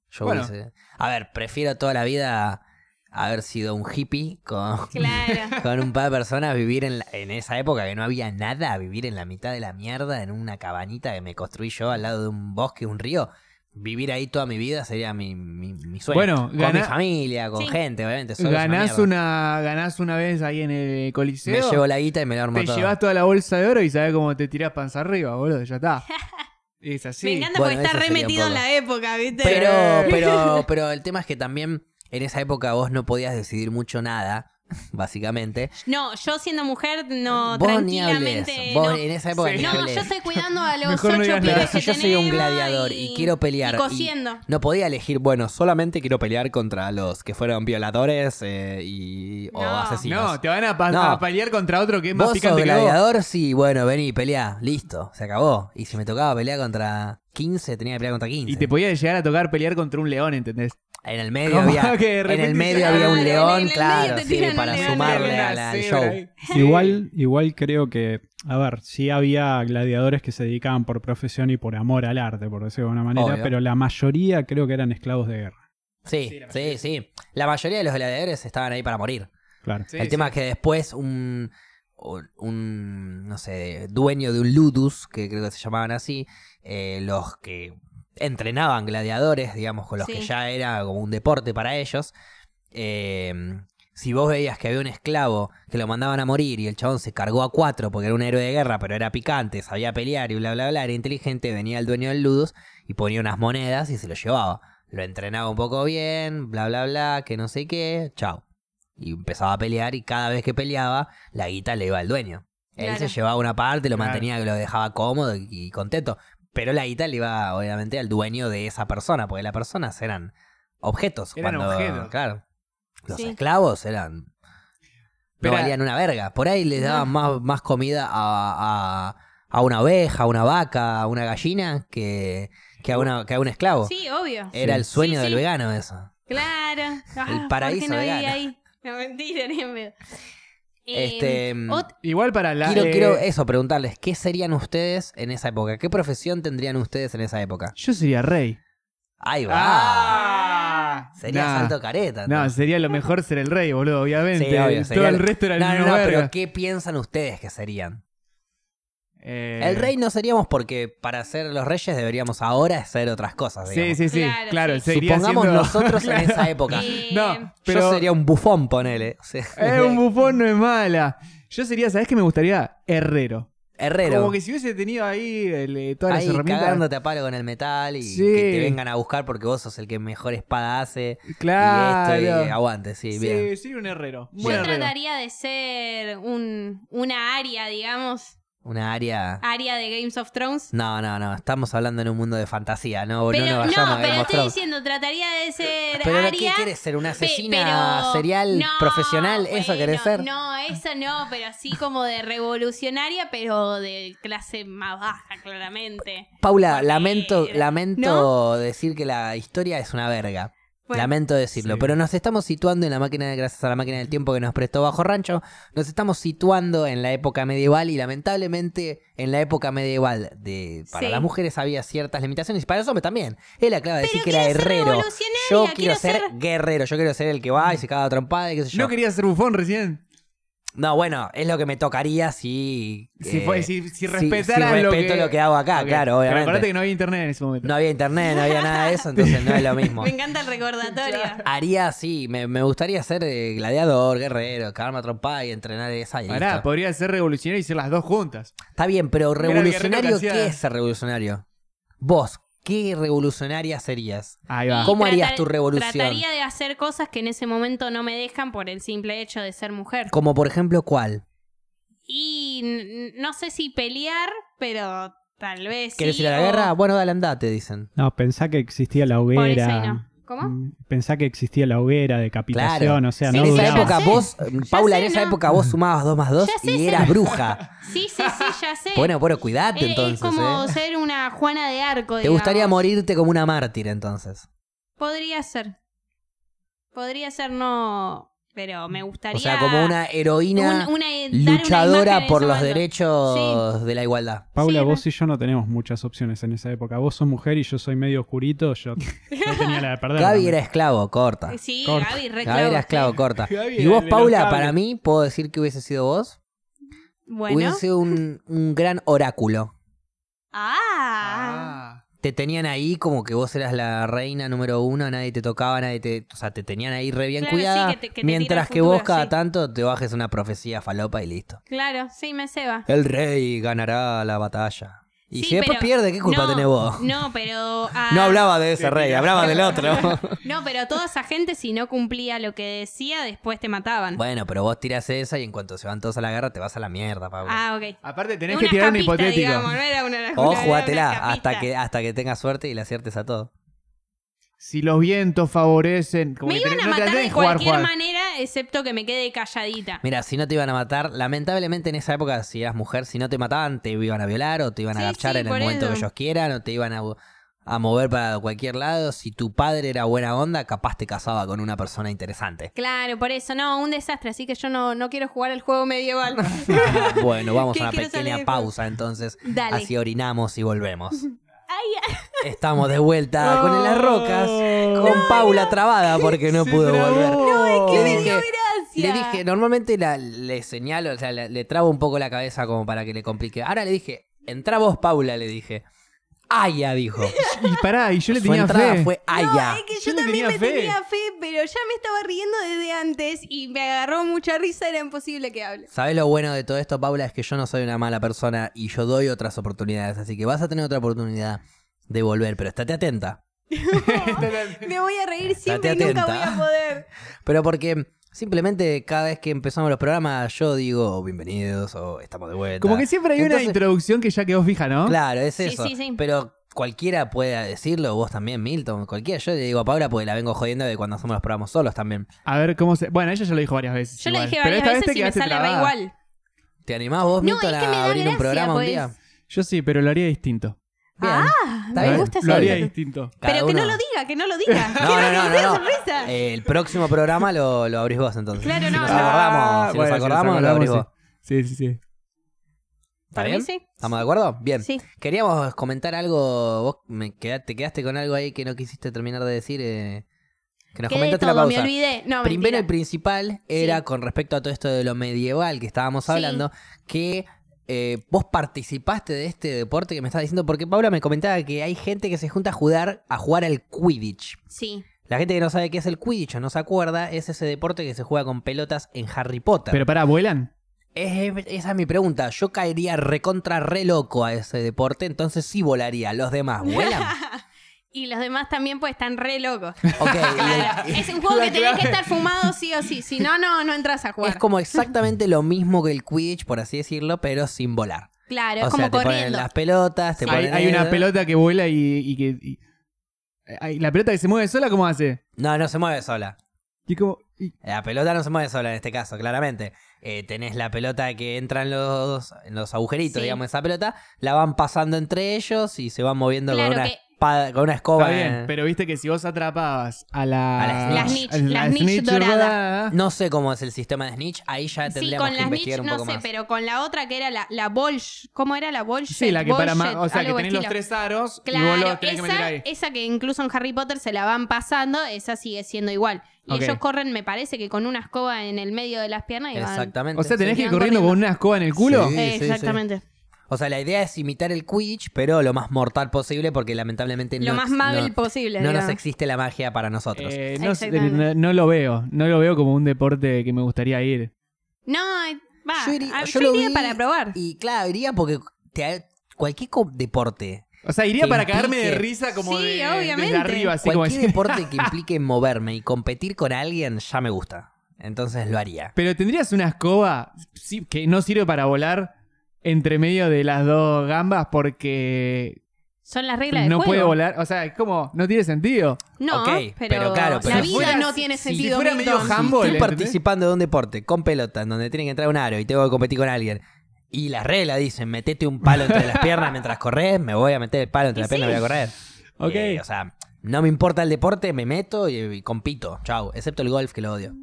Speaker 1: Yo
Speaker 2: Bueno.
Speaker 1: hubiese- A ver, prefiero toda la vida haber sido un hippie con,
Speaker 3: Claro.
Speaker 1: con un par de personas, vivir en, la- en esa época que no había nada, vivir en la mitad de la mierda, en una cabañita que me construí yo al lado de un bosque, un río. Vivir ahí toda mi vida sería mi, mi- mi sueño.
Speaker 2: Bueno,
Speaker 1: con
Speaker 2: gana-
Speaker 1: mi familia, con
Speaker 3: Sí.
Speaker 1: gente, obviamente. solo es una
Speaker 2: Ganás
Speaker 1: mierda.
Speaker 2: una, ganás una vez ahí en el coliseo.
Speaker 1: Me llevo la guita y me la armo
Speaker 2: Te
Speaker 1: todo.
Speaker 2: llevas toda la bolsa de oro y sabes cómo te tirás panza arriba, boludo. Ya está. Es así.
Speaker 3: Me encanta
Speaker 1: Bueno,
Speaker 3: porque
Speaker 1: eso
Speaker 3: está re
Speaker 1: sería un
Speaker 3: metido en
Speaker 1: poco.
Speaker 3: la época, ¿viste?
Speaker 1: Pero, pero, pero el tema es que también en esa época vos no podías decidir mucho nada, básicamente.
Speaker 3: No, yo siendo mujer, no,
Speaker 1: vos ni hables.
Speaker 3: Oh, tranquilamente.
Speaker 1: Vos
Speaker 3: no.
Speaker 1: en esa época
Speaker 2: Sí.
Speaker 1: ni
Speaker 3: No,
Speaker 1: hables.
Speaker 3: yo estoy cuidando a los
Speaker 2: Mejor no
Speaker 3: ocho
Speaker 2: digas nada.
Speaker 3: pibes
Speaker 1: Si
Speaker 3: que
Speaker 1: yo soy un
Speaker 3: tenemos
Speaker 1: gladiador y, quiero pelear.
Speaker 3: Y
Speaker 1: y
Speaker 3: cosiendo.
Speaker 1: no podía elegir, bueno, solamente quiero pelear contra los que fueron violadores eh, y, o
Speaker 3: No.
Speaker 1: asesinos.
Speaker 2: no, te van a, pa-
Speaker 1: No.
Speaker 2: a pelear contra otro que es más
Speaker 1: Vos sos
Speaker 2: picante que vos.
Speaker 1: gladiador, sí, bueno, vení, peleá, listo, se acabó. Y si me tocaba pelear contra 15, tenía que pelear contra 15.
Speaker 2: Y te podía llegar a tocar pelear contra un león, ¿entendés?
Speaker 1: En el medio
Speaker 2: Como
Speaker 1: había,
Speaker 2: que de
Speaker 1: en
Speaker 2: repente
Speaker 1: el medio
Speaker 2: llegaron
Speaker 1: había
Speaker 3: y
Speaker 1: un
Speaker 3: en el
Speaker 1: león,
Speaker 3: medio
Speaker 1: claro,
Speaker 3: te
Speaker 1: sí,
Speaker 3: tiran un
Speaker 1: para
Speaker 3: león.
Speaker 1: sumarle
Speaker 2: Una
Speaker 1: a la- al
Speaker 2: cebra
Speaker 1: show.
Speaker 2: ahí.
Speaker 4: Igual, igual creo que, a ver, sí había gladiadores que se dedicaban por profesión y por amor al arte, por decirlo de una manera,
Speaker 1: Obvio.
Speaker 4: pero la mayoría creo que eran esclavos de guerra.
Speaker 1: Sí, sí, sí. La mayoría de los gladiadores estaban ahí para morir.
Speaker 4: Claro.
Speaker 2: Sí,
Speaker 1: el
Speaker 2: sí.
Speaker 1: tema es que después un, un- un, no sé, dueño de un ludus, que creo que se llamaban así, eh, los que entrenaban gladiadores, digamos, con los que
Speaker 3: Sí.
Speaker 1: ya era como un deporte para ellos, eh, si vos veías que había un esclavo que lo mandaban a morir y el chabón se cargó a cuatro porque era un héroe de guerra, pero era picante, sabía pelear y bla, bla, bla, era inteligente, venía el dueño del ludus y ponía unas monedas y se lo llevaba. Lo entrenaba un poco bien, bla, bla, bla, que no sé qué, chao. Y empezaba a pelear y cada vez que peleaba, la guita le iba al dueño. Él
Speaker 3: Claro.
Speaker 1: se llevaba una parte, lo
Speaker 2: Claro.
Speaker 1: mantenía, que lo dejaba cómodo y- y contento. Pero la guita le iba, obviamente, al dueño de esa persona, porque las personas eran objetos.
Speaker 2: Eran
Speaker 1: cuando-
Speaker 2: objetos.
Speaker 1: Claro. Los
Speaker 3: Sí.
Speaker 1: esclavos eran no
Speaker 2: Pero-
Speaker 1: valían una verga. Por ahí les daban más, más comida a, a- a una oveja, a una vaca, a una gallina que, que, a, una, que a un esclavo.
Speaker 3: Sí, obvio.
Speaker 1: Era el sueño
Speaker 3: Sí, sí.
Speaker 1: del vegano eso.
Speaker 3: Claro. Ah, ¿por qué
Speaker 1: paraíso
Speaker 3: no viví
Speaker 1: vegano.
Speaker 3: ahí? No, mentira, ni en pedo. Eh,
Speaker 1: Este, mm,
Speaker 3: ot-
Speaker 2: Igual para la.
Speaker 1: quiero,
Speaker 2: eh,
Speaker 1: quiero eso, preguntarles, ¿qué serían ustedes en esa época? ¿Qué profesión tendrían ustedes en esa época?
Speaker 2: Yo sería rey.
Speaker 1: Ahí va.
Speaker 2: Ah,
Speaker 1: Sería
Speaker 2: Nah.
Speaker 1: salto careta.
Speaker 2: No,
Speaker 1: entonces.
Speaker 2: sería lo mejor ser el rey, boludo, obviamente.
Speaker 1: Sí, obvio,
Speaker 2: Todo
Speaker 1: sería
Speaker 2: el
Speaker 1: lo-
Speaker 2: resto era el
Speaker 1: no,
Speaker 2: mismo
Speaker 1: no, no,
Speaker 2: verga.
Speaker 1: pero ¿qué piensan ustedes que serían?
Speaker 2: Eh.
Speaker 1: El rey no seríamos porque para ser los reyes deberíamos ahora ser otras cosas.
Speaker 2: Sí,
Speaker 1: digamos.
Speaker 2: sí, sí. Claro,
Speaker 3: Claro, sí.
Speaker 2: seguiría
Speaker 1: Supongamos
Speaker 2: siendo-
Speaker 1: nosotros en esa época.
Speaker 3: eh,
Speaker 2: No, pero.
Speaker 1: Yo sería un bufón, ponele. O sea,
Speaker 2: Eh, un bufón no es mala. Yo sería, ¿sabés qué me gustaría? Herrero.
Speaker 1: herrero.
Speaker 2: Como que si hubiese tenido ahí el, eh, todas
Speaker 1: Ahí
Speaker 2: las herramientas.
Speaker 1: cagándote a palo con el metal y
Speaker 2: Sí.
Speaker 1: que te vengan a buscar porque vos sos el que mejor espada hace.
Speaker 2: Claro.
Speaker 1: Y esto y aguante, sí,
Speaker 2: sí,
Speaker 1: bien.
Speaker 2: sería un herrero. Un
Speaker 3: Yo
Speaker 2: buen herrero.
Speaker 3: trataría de ser un, una área, digamos,
Speaker 1: Una área.
Speaker 3: área de Games of Thrones.
Speaker 1: No, no, no. Estamos hablando en un mundo de fantasía, ¿no?
Speaker 3: Pero
Speaker 1: no
Speaker 3: no,
Speaker 1: nos vayamos a
Speaker 3: pero
Speaker 1: Game of
Speaker 3: estoy
Speaker 1: Thrones.
Speaker 3: diciendo, trataría de ser
Speaker 1: Pero ¿qué
Speaker 3: área.
Speaker 1: quieres ser? ¿Una
Speaker 3: Pe-
Speaker 1: asesina
Speaker 3: pero-
Speaker 1: serial
Speaker 3: No,
Speaker 1: profesional? ¿Eso
Speaker 3: bueno,
Speaker 1: querés ser?
Speaker 3: No, eso no, pero así como de revolucionaria, pero de clase más baja, claramente.
Speaker 1: Paula,
Speaker 3: Porque-
Speaker 1: lamento, lamento decir que la historia es una verga.
Speaker 3: Bueno.
Speaker 1: Lamento decirlo,
Speaker 4: Sí.
Speaker 1: pero nos estamos situando en la máquina, de- gracias a la máquina del tiempo que nos prestó Bajo Rancho, nos estamos situando en la época medieval y lamentablemente en la época medieval de para
Speaker 3: Sí.
Speaker 1: las mujeres había ciertas limitaciones y para los hombres también. Él acaba de decir que era
Speaker 3: quiero ser
Speaker 1: herrero.
Speaker 3: revolucionaria,
Speaker 1: Yo quiero
Speaker 3: quiero
Speaker 1: ser
Speaker 3: ser-
Speaker 1: guerrero, yo quiero ser el que va y se caga a trompada y qué sé yo.
Speaker 2: No quería ser bufón recién.
Speaker 1: No, bueno, es lo que me tocaría si.
Speaker 2: Si,
Speaker 1: eh,
Speaker 2: fue- si, si
Speaker 1: si- si
Speaker 2: respetaran lo
Speaker 1: respeto
Speaker 2: que...
Speaker 1: lo que hago acá,
Speaker 2: Ok.
Speaker 1: claro,
Speaker 2: Pero
Speaker 1: obviamente.
Speaker 2: acordate que no había internet en ese momento.
Speaker 1: No había internet, no había nada de eso, entonces no es lo mismo.
Speaker 3: Me encanta el recordatorio.
Speaker 1: Haría así, me, me gustaría ser eh, gladiador, guerrero, cagarme a trompada y entrenar esa y
Speaker 2: Pará,
Speaker 1: listo.
Speaker 2: podría ser revolucionario y ser las dos juntas.
Speaker 1: Está bien, pero
Speaker 2: Mira el guerrero que
Speaker 1: revolucionario,
Speaker 2: hacía-
Speaker 1: ¿qué es ser revolucionario? Vos, ¿qué revolucionaria serías?
Speaker 2: Ahí va.
Speaker 1: ¿Cómo
Speaker 3: Y
Speaker 1: harías tu revolución?
Speaker 3: Ah. Trataría de hacer cosas que en ese momento no me dejan por el simple hecho de ser mujer.
Speaker 1: Como por ejemplo, ¿cuál?
Speaker 3: Y n- no sé si pelear, pero tal vez.
Speaker 1: ¿Quieres
Speaker 3: sí,
Speaker 1: ir a la
Speaker 3: o-
Speaker 1: guerra? Bueno, dale, andate, dicen.
Speaker 4: No, pensá que existía la
Speaker 3: Por eso ahí
Speaker 4: hoguera.
Speaker 3: no. ¿Cómo?
Speaker 4: Mm, Pensá que existía la hoguera, decapitación,
Speaker 1: Claro.
Speaker 4: o sea,
Speaker 3: Sí,
Speaker 4: no
Speaker 1: en esa
Speaker 4: duraba.
Speaker 1: época
Speaker 3: sé.
Speaker 1: vos, Paula,
Speaker 3: sé,
Speaker 1: en esa
Speaker 3: no.
Speaker 1: época vos sumabas 2 más 2
Speaker 3: Ya sé,
Speaker 1: y
Speaker 3: sé.
Speaker 1: eras bruja.
Speaker 3: Sí, sí, sí, ya sé.
Speaker 1: Bueno, bueno,
Speaker 3: Eh,
Speaker 1: cuidate
Speaker 3: es,
Speaker 1: entonces.
Speaker 3: como
Speaker 1: ¿eh?
Speaker 3: ser una Juana de Arco.
Speaker 1: Te gustaría
Speaker 3: digamos.
Speaker 1: morirte como una mártir entonces.
Speaker 3: Podría ser. Podría ser, no. Pero me gustaría.
Speaker 1: O sea, como una heroína
Speaker 3: un- una- dar una imagen
Speaker 1: luchadora
Speaker 3: en
Speaker 1: por
Speaker 3: ese
Speaker 1: los
Speaker 3: momento.
Speaker 1: derechos de la igualdad.
Speaker 3: Sí,
Speaker 4: Paula,
Speaker 3: eh,
Speaker 4: vos y yo no tenemos muchas opciones en esa época. Vos sos mujer y yo soy medio oscurito, yo, yo tenía la de perder.
Speaker 1: Gaby
Speaker 4: también.
Speaker 1: era esclavo, corta.
Speaker 3: Sí,
Speaker 4: Corta.
Speaker 3: Gaby, re
Speaker 1: Gaby era
Speaker 3: clavo.
Speaker 1: esclavo, corta.
Speaker 2: Gaby
Speaker 1: Y vos,
Speaker 2: era
Speaker 1: Paula,
Speaker 2: inenojable.
Speaker 1: para mí, puedo decir que hubiese sido vos.
Speaker 3: Bueno.
Speaker 1: Hubiese sido un, un gran oráculo.
Speaker 3: Ah.
Speaker 2: Ah.
Speaker 1: Te tenían ahí como que vos eras la reina número uno, nadie te tocaba, nadie te. O sea, te tenían ahí re bien
Speaker 3: Claro,
Speaker 1: cuidada.
Speaker 3: sí, que te- que te tira
Speaker 1: mientras
Speaker 3: el
Speaker 1: que vos
Speaker 3: futuro,
Speaker 1: cada
Speaker 3: sí.
Speaker 1: tanto te bajes una profecía falopa y listo.
Speaker 3: Claro, sí, me ceba.
Speaker 1: El rey ganará la batalla. Y
Speaker 3: Sí,
Speaker 1: si después
Speaker 3: pero-
Speaker 1: pierde, ¿qué culpa
Speaker 3: no,
Speaker 1: tenés vos?
Speaker 3: No, pero. ah,
Speaker 1: No hablaba de ese rey, hablaba del otro.
Speaker 3: No, pero toda esa gente, si no cumplía lo que decía, después te mataban.
Speaker 1: bueno, pero vos tirás esa y en cuanto se van todos a la guerra te vas a la mierda, Paula.
Speaker 3: Ah, ok.
Speaker 2: Aparte tenés
Speaker 3: Una
Speaker 2: que tirar un
Speaker 3: capita,
Speaker 2: hipotético.
Speaker 3: digamos, no era una- una-
Speaker 1: o
Speaker 3: una
Speaker 1: jugátela
Speaker 3: capita.
Speaker 1: Oh, hasta que, hasta que tengas suerte y la aciertes a todo.
Speaker 2: Si los vientos favorecen... Como
Speaker 3: Me
Speaker 2: que
Speaker 3: iban
Speaker 2: tenés-
Speaker 3: a
Speaker 2: no te
Speaker 3: matar
Speaker 2: tenés
Speaker 3: de
Speaker 2: que jugar,
Speaker 3: cualquier
Speaker 2: jugar.
Speaker 3: manera, excepto que me quede calladita.
Speaker 1: Mira, si no te iban a matar, lamentablemente en esa época, si eras mujer, si no te mataban, te iban a violar o te iban a
Speaker 3: Sí,
Speaker 1: agachar
Speaker 3: sí,
Speaker 1: en el
Speaker 3: por
Speaker 1: momento que
Speaker 3: eso.
Speaker 1: ellos quieran o te iban a, a mover para cualquier lado. Si tu padre era buena onda, capaz te casaba con una persona interesante.
Speaker 3: Claro, por eso, no, un desastre, así que yo no, no quiero jugar al juego medieval.
Speaker 1: bueno, vamos
Speaker 3: ¿Qué
Speaker 1: a una
Speaker 3: quiero salir
Speaker 1: pequeña
Speaker 3: de-
Speaker 1: pausa entonces.
Speaker 3: Dale.
Speaker 1: Así orinamos y volvemos.
Speaker 3: Ay, ay,
Speaker 1: Estamos de vuelta Ah, con En las rocas, con
Speaker 2: No,
Speaker 1: Paula trabada porque no
Speaker 2: Se
Speaker 1: pudo
Speaker 2: trabó.
Speaker 1: volver.
Speaker 2: No,
Speaker 1: Le
Speaker 3: me
Speaker 1: dije,
Speaker 3: dio gracia.
Speaker 1: le dije, normalmente la- le señalo, o sea, le, le trabo un poco la cabeza como para que le complique. Ahora le dije, entra vos, Paula, le dije. Aya, dijo.
Speaker 2: Y pará, y yo le
Speaker 1: Su
Speaker 2: tenía
Speaker 1: entrada
Speaker 2: fe.
Speaker 1: fue Aya.
Speaker 3: Es que
Speaker 2: Yo
Speaker 3: yo,
Speaker 2: le
Speaker 3: también
Speaker 2: tenía
Speaker 3: me
Speaker 2: fe.
Speaker 3: tenía fe, pero ya me estaba riendo desde antes y me agarró mucha risa, era imposible que hable.
Speaker 1: ¿Sabes lo bueno de todo esto, Paula? Es que yo no soy una mala persona y yo doy otras oportunidades. Así que vas a tener otra oportunidad de volver, pero estate atenta.
Speaker 3: Me voy a reír
Speaker 1: Estate
Speaker 3: siempre y nunca voy
Speaker 1: atenta.
Speaker 3: a poder.
Speaker 1: Pero porque simplemente cada vez que empezamos los programas, yo digo "Oh, bienvenidos o estamos de vuelta.
Speaker 2: Como que siempre hay una
Speaker 1: Entonces,
Speaker 2: introducción que ya quedó fija, ¿no?
Speaker 1: Claro, es
Speaker 3: Sí,
Speaker 1: eso.
Speaker 3: sí, sí.
Speaker 1: Pero cualquiera puede decirlo, vos también, Milton, cualquiera. Yo le digo a Paula porque la vengo jodiendo de cuando hacemos los programas solos también.
Speaker 2: A ver cómo se... Bueno, ella ya lo dijo varias veces.
Speaker 3: Yo
Speaker 2: igual.
Speaker 3: le dije
Speaker 2: Pero
Speaker 3: varias
Speaker 2: esta vez
Speaker 3: veces
Speaker 2: te
Speaker 3: y me
Speaker 2: quedaste
Speaker 3: sale re
Speaker 2: trabada.
Speaker 3: igual.
Speaker 1: ¿Te animás vos,
Speaker 3: No,
Speaker 1: Milton,
Speaker 3: es que me
Speaker 1: a
Speaker 3: da
Speaker 1: abrir un
Speaker 3: gracia,
Speaker 1: programa un
Speaker 3: pues.
Speaker 1: día?
Speaker 2: Yo sí, pero lo haría distinto.
Speaker 1: Bien. Está
Speaker 3: Ah, me
Speaker 1: bien.
Speaker 3: gusta esa
Speaker 2: Lo haría
Speaker 3: idea.
Speaker 2: distinto.
Speaker 1: Cada
Speaker 3: Pero que no
Speaker 1: uno-
Speaker 3: lo diga, que no lo diga.
Speaker 1: No,
Speaker 3: Quiero
Speaker 1: no, no,
Speaker 3: que
Speaker 1: no,
Speaker 3: sea
Speaker 1: no.
Speaker 3: sorpresa.
Speaker 1: Eh, el próximo programa lo, lo abrís vos entonces.
Speaker 3: Claro,
Speaker 1: Si
Speaker 3: no,
Speaker 1: nos
Speaker 3: no.
Speaker 1: acordamos, si
Speaker 2: bueno,
Speaker 1: nos acordamos, lo abrís vos.
Speaker 2: sí. sí, sí, sí.
Speaker 1: ¿Está
Speaker 3: Para mí
Speaker 1: bien?
Speaker 3: sí.
Speaker 1: ¿Estamos de acuerdo? Bien.
Speaker 3: Sí.
Speaker 1: Queríamos comentar algo. Vos me quedaste, te quedaste con algo ahí que no quisiste terminar de decir. eh, que nos
Speaker 3: Quedé
Speaker 1: comentaste en
Speaker 3: todo,
Speaker 1: la
Speaker 3: me
Speaker 1: pausa.
Speaker 3: olvidé. No,
Speaker 1: Primero y
Speaker 3: mentira.
Speaker 1: principal era con respecto a todo esto de lo medieval que estábamos
Speaker 3: Sí.
Speaker 1: hablando, que eh, vos participaste de este deporte que me estás diciendo, porque Paula me comentaba que hay gente que se junta a jugar, a jugar al Quidditch.
Speaker 3: Sí.
Speaker 1: La gente que no sabe qué es el Quidditch o no se acuerda, es ese deporte que se juega con pelotas en Harry Potter.
Speaker 2: Pero pará, ¿vuelan?
Speaker 1: Es- es- esa es mi pregunta. Yo caería recontra re loco a ese deporte, entonces sí volaría. Los demás vuelan.
Speaker 3: Y los demás también pues están re locos.
Speaker 1: Ok, y el-
Speaker 3: Claro. Es un juego que tenés que estar fumado sí o sí. Si no, no, no entras a jugar.
Speaker 1: es como exactamente lo mismo que el Quidditch, por así decirlo, pero sin volar.
Speaker 3: claro,
Speaker 1: O
Speaker 3: es como
Speaker 1: sea, te ponen
Speaker 3: corriendo.
Speaker 1: las pelotas, te
Speaker 2: Hay,
Speaker 1: ponen ¿eh?
Speaker 2: hay una
Speaker 1: eso.
Speaker 2: pelota que vuela y, y que... y- hay- ¿La pelota que se mueve sola cómo hace?
Speaker 1: No, no se mueve sola.
Speaker 2: Y como... y-
Speaker 1: La pelota no se mueve sola en este caso, claramente. Eh, tenés la pelota que entra en los, en los agujeritos,
Speaker 3: Sí.
Speaker 1: digamos, esa pelota, la van pasando entre ellos y se van moviendo
Speaker 3: Claro,
Speaker 1: con una
Speaker 3: que
Speaker 1: espada, con una escoba.
Speaker 2: Está bien,
Speaker 1: eh.
Speaker 2: pero viste que si vos atrapabas a la...
Speaker 1: A las
Speaker 3: Las snitch. snitch, las snitch doradas.
Speaker 2: dorada,
Speaker 1: No sé cómo es el sistema de Snitch, ahí ya
Speaker 3: Sí,
Speaker 1: tendríamos
Speaker 3: con
Speaker 1: que
Speaker 3: las Mitch
Speaker 1: investigar un
Speaker 3: no
Speaker 1: poco
Speaker 3: sé,
Speaker 1: más.
Speaker 3: pero con la otra que era la, la Bolsh. ¿Cómo era la Bolsh?
Speaker 2: Sí, la que para más... O sea, que
Speaker 3: algo
Speaker 2: tenés los
Speaker 3: estilo.
Speaker 2: tres aros y vos
Speaker 3: Claro,
Speaker 2: los tenés que meter
Speaker 3: esa,
Speaker 2: ahí.
Speaker 3: esa que incluso en Harry Potter se la van pasando, esa sigue siendo igual. Y
Speaker 2: Ok.
Speaker 3: ellos corren, me parece que con una escoba en el medio de las piernas y van.
Speaker 1: Exactamente.
Speaker 2: O sea, tenés que ir
Speaker 3: Seguían
Speaker 2: corriendo con
Speaker 3: corriendo.
Speaker 2: una escoba en el culo.
Speaker 1: Sí.
Speaker 3: Eh, exactamente.
Speaker 1: O sea, la idea es imitar el Quidditch, pero lo más mortal posible, porque lamentablemente
Speaker 3: Lo
Speaker 1: no,
Speaker 3: más
Speaker 1: ex-
Speaker 3: Mabel
Speaker 1: no-
Speaker 3: posible.
Speaker 1: no nos
Speaker 3: digamos.
Speaker 1: existe la magia para nosotros.
Speaker 2: Eh, no, sé, no-
Speaker 3: Exactamente.
Speaker 2: no lo veo. No lo veo como un deporte que me gustaría ir.
Speaker 3: No, eh, va.
Speaker 1: Yo iría-
Speaker 3: Ah,
Speaker 1: yo
Speaker 3: Yo,
Speaker 1: lo
Speaker 3: iría
Speaker 1: vi
Speaker 3: para probar.
Speaker 1: Y claro, iría porque te- cualquier co- deporte,
Speaker 2: O sea, iría
Speaker 1: Que
Speaker 2: para cagarme de
Speaker 1: implique.
Speaker 2: risa como
Speaker 3: Sí,
Speaker 2: de- de,
Speaker 3: obviamente.
Speaker 2: desde arriba, así como
Speaker 1: cualquier
Speaker 2: así.
Speaker 1: deporte que implique moverme y competir con alguien, ya me gusta. Entonces lo haría.
Speaker 2: Pero tendrías una escoba sí, que no sirve para volar entre medio de las dos gambas porque
Speaker 3: Son las reglas de
Speaker 2: no
Speaker 3: juego.
Speaker 2: puede volar. O sea, es como, no tiene sentido.
Speaker 3: No,
Speaker 1: Ok,
Speaker 3: pero,
Speaker 1: pero claro, pero
Speaker 3: la
Speaker 1: si
Speaker 3: vida
Speaker 2: fuera-
Speaker 3: no tiene
Speaker 2: si
Speaker 3: sentido.
Speaker 2: fuera medio
Speaker 3: Milton.
Speaker 2: jam- handball,
Speaker 1: estoy
Speaker 2: ¿entendés?
Speaker 1: participando de un deporte con pelota en donde tienen que entrar un aro y tengo que competir con alguien. Y la regla dicen, metete un palo entre las piernas mientras corres, me voy a meter el palo entre
Speaker 3: Y
Speaker 1: las piernas
Speaker 3: sí.
Speaker 1: y voy a correr.
Speaker 2: Ok.
Speaker 1: Eh, o sea, no me importa el deporte, me meto y, y compito. Chau, excepto el golf que lo odio.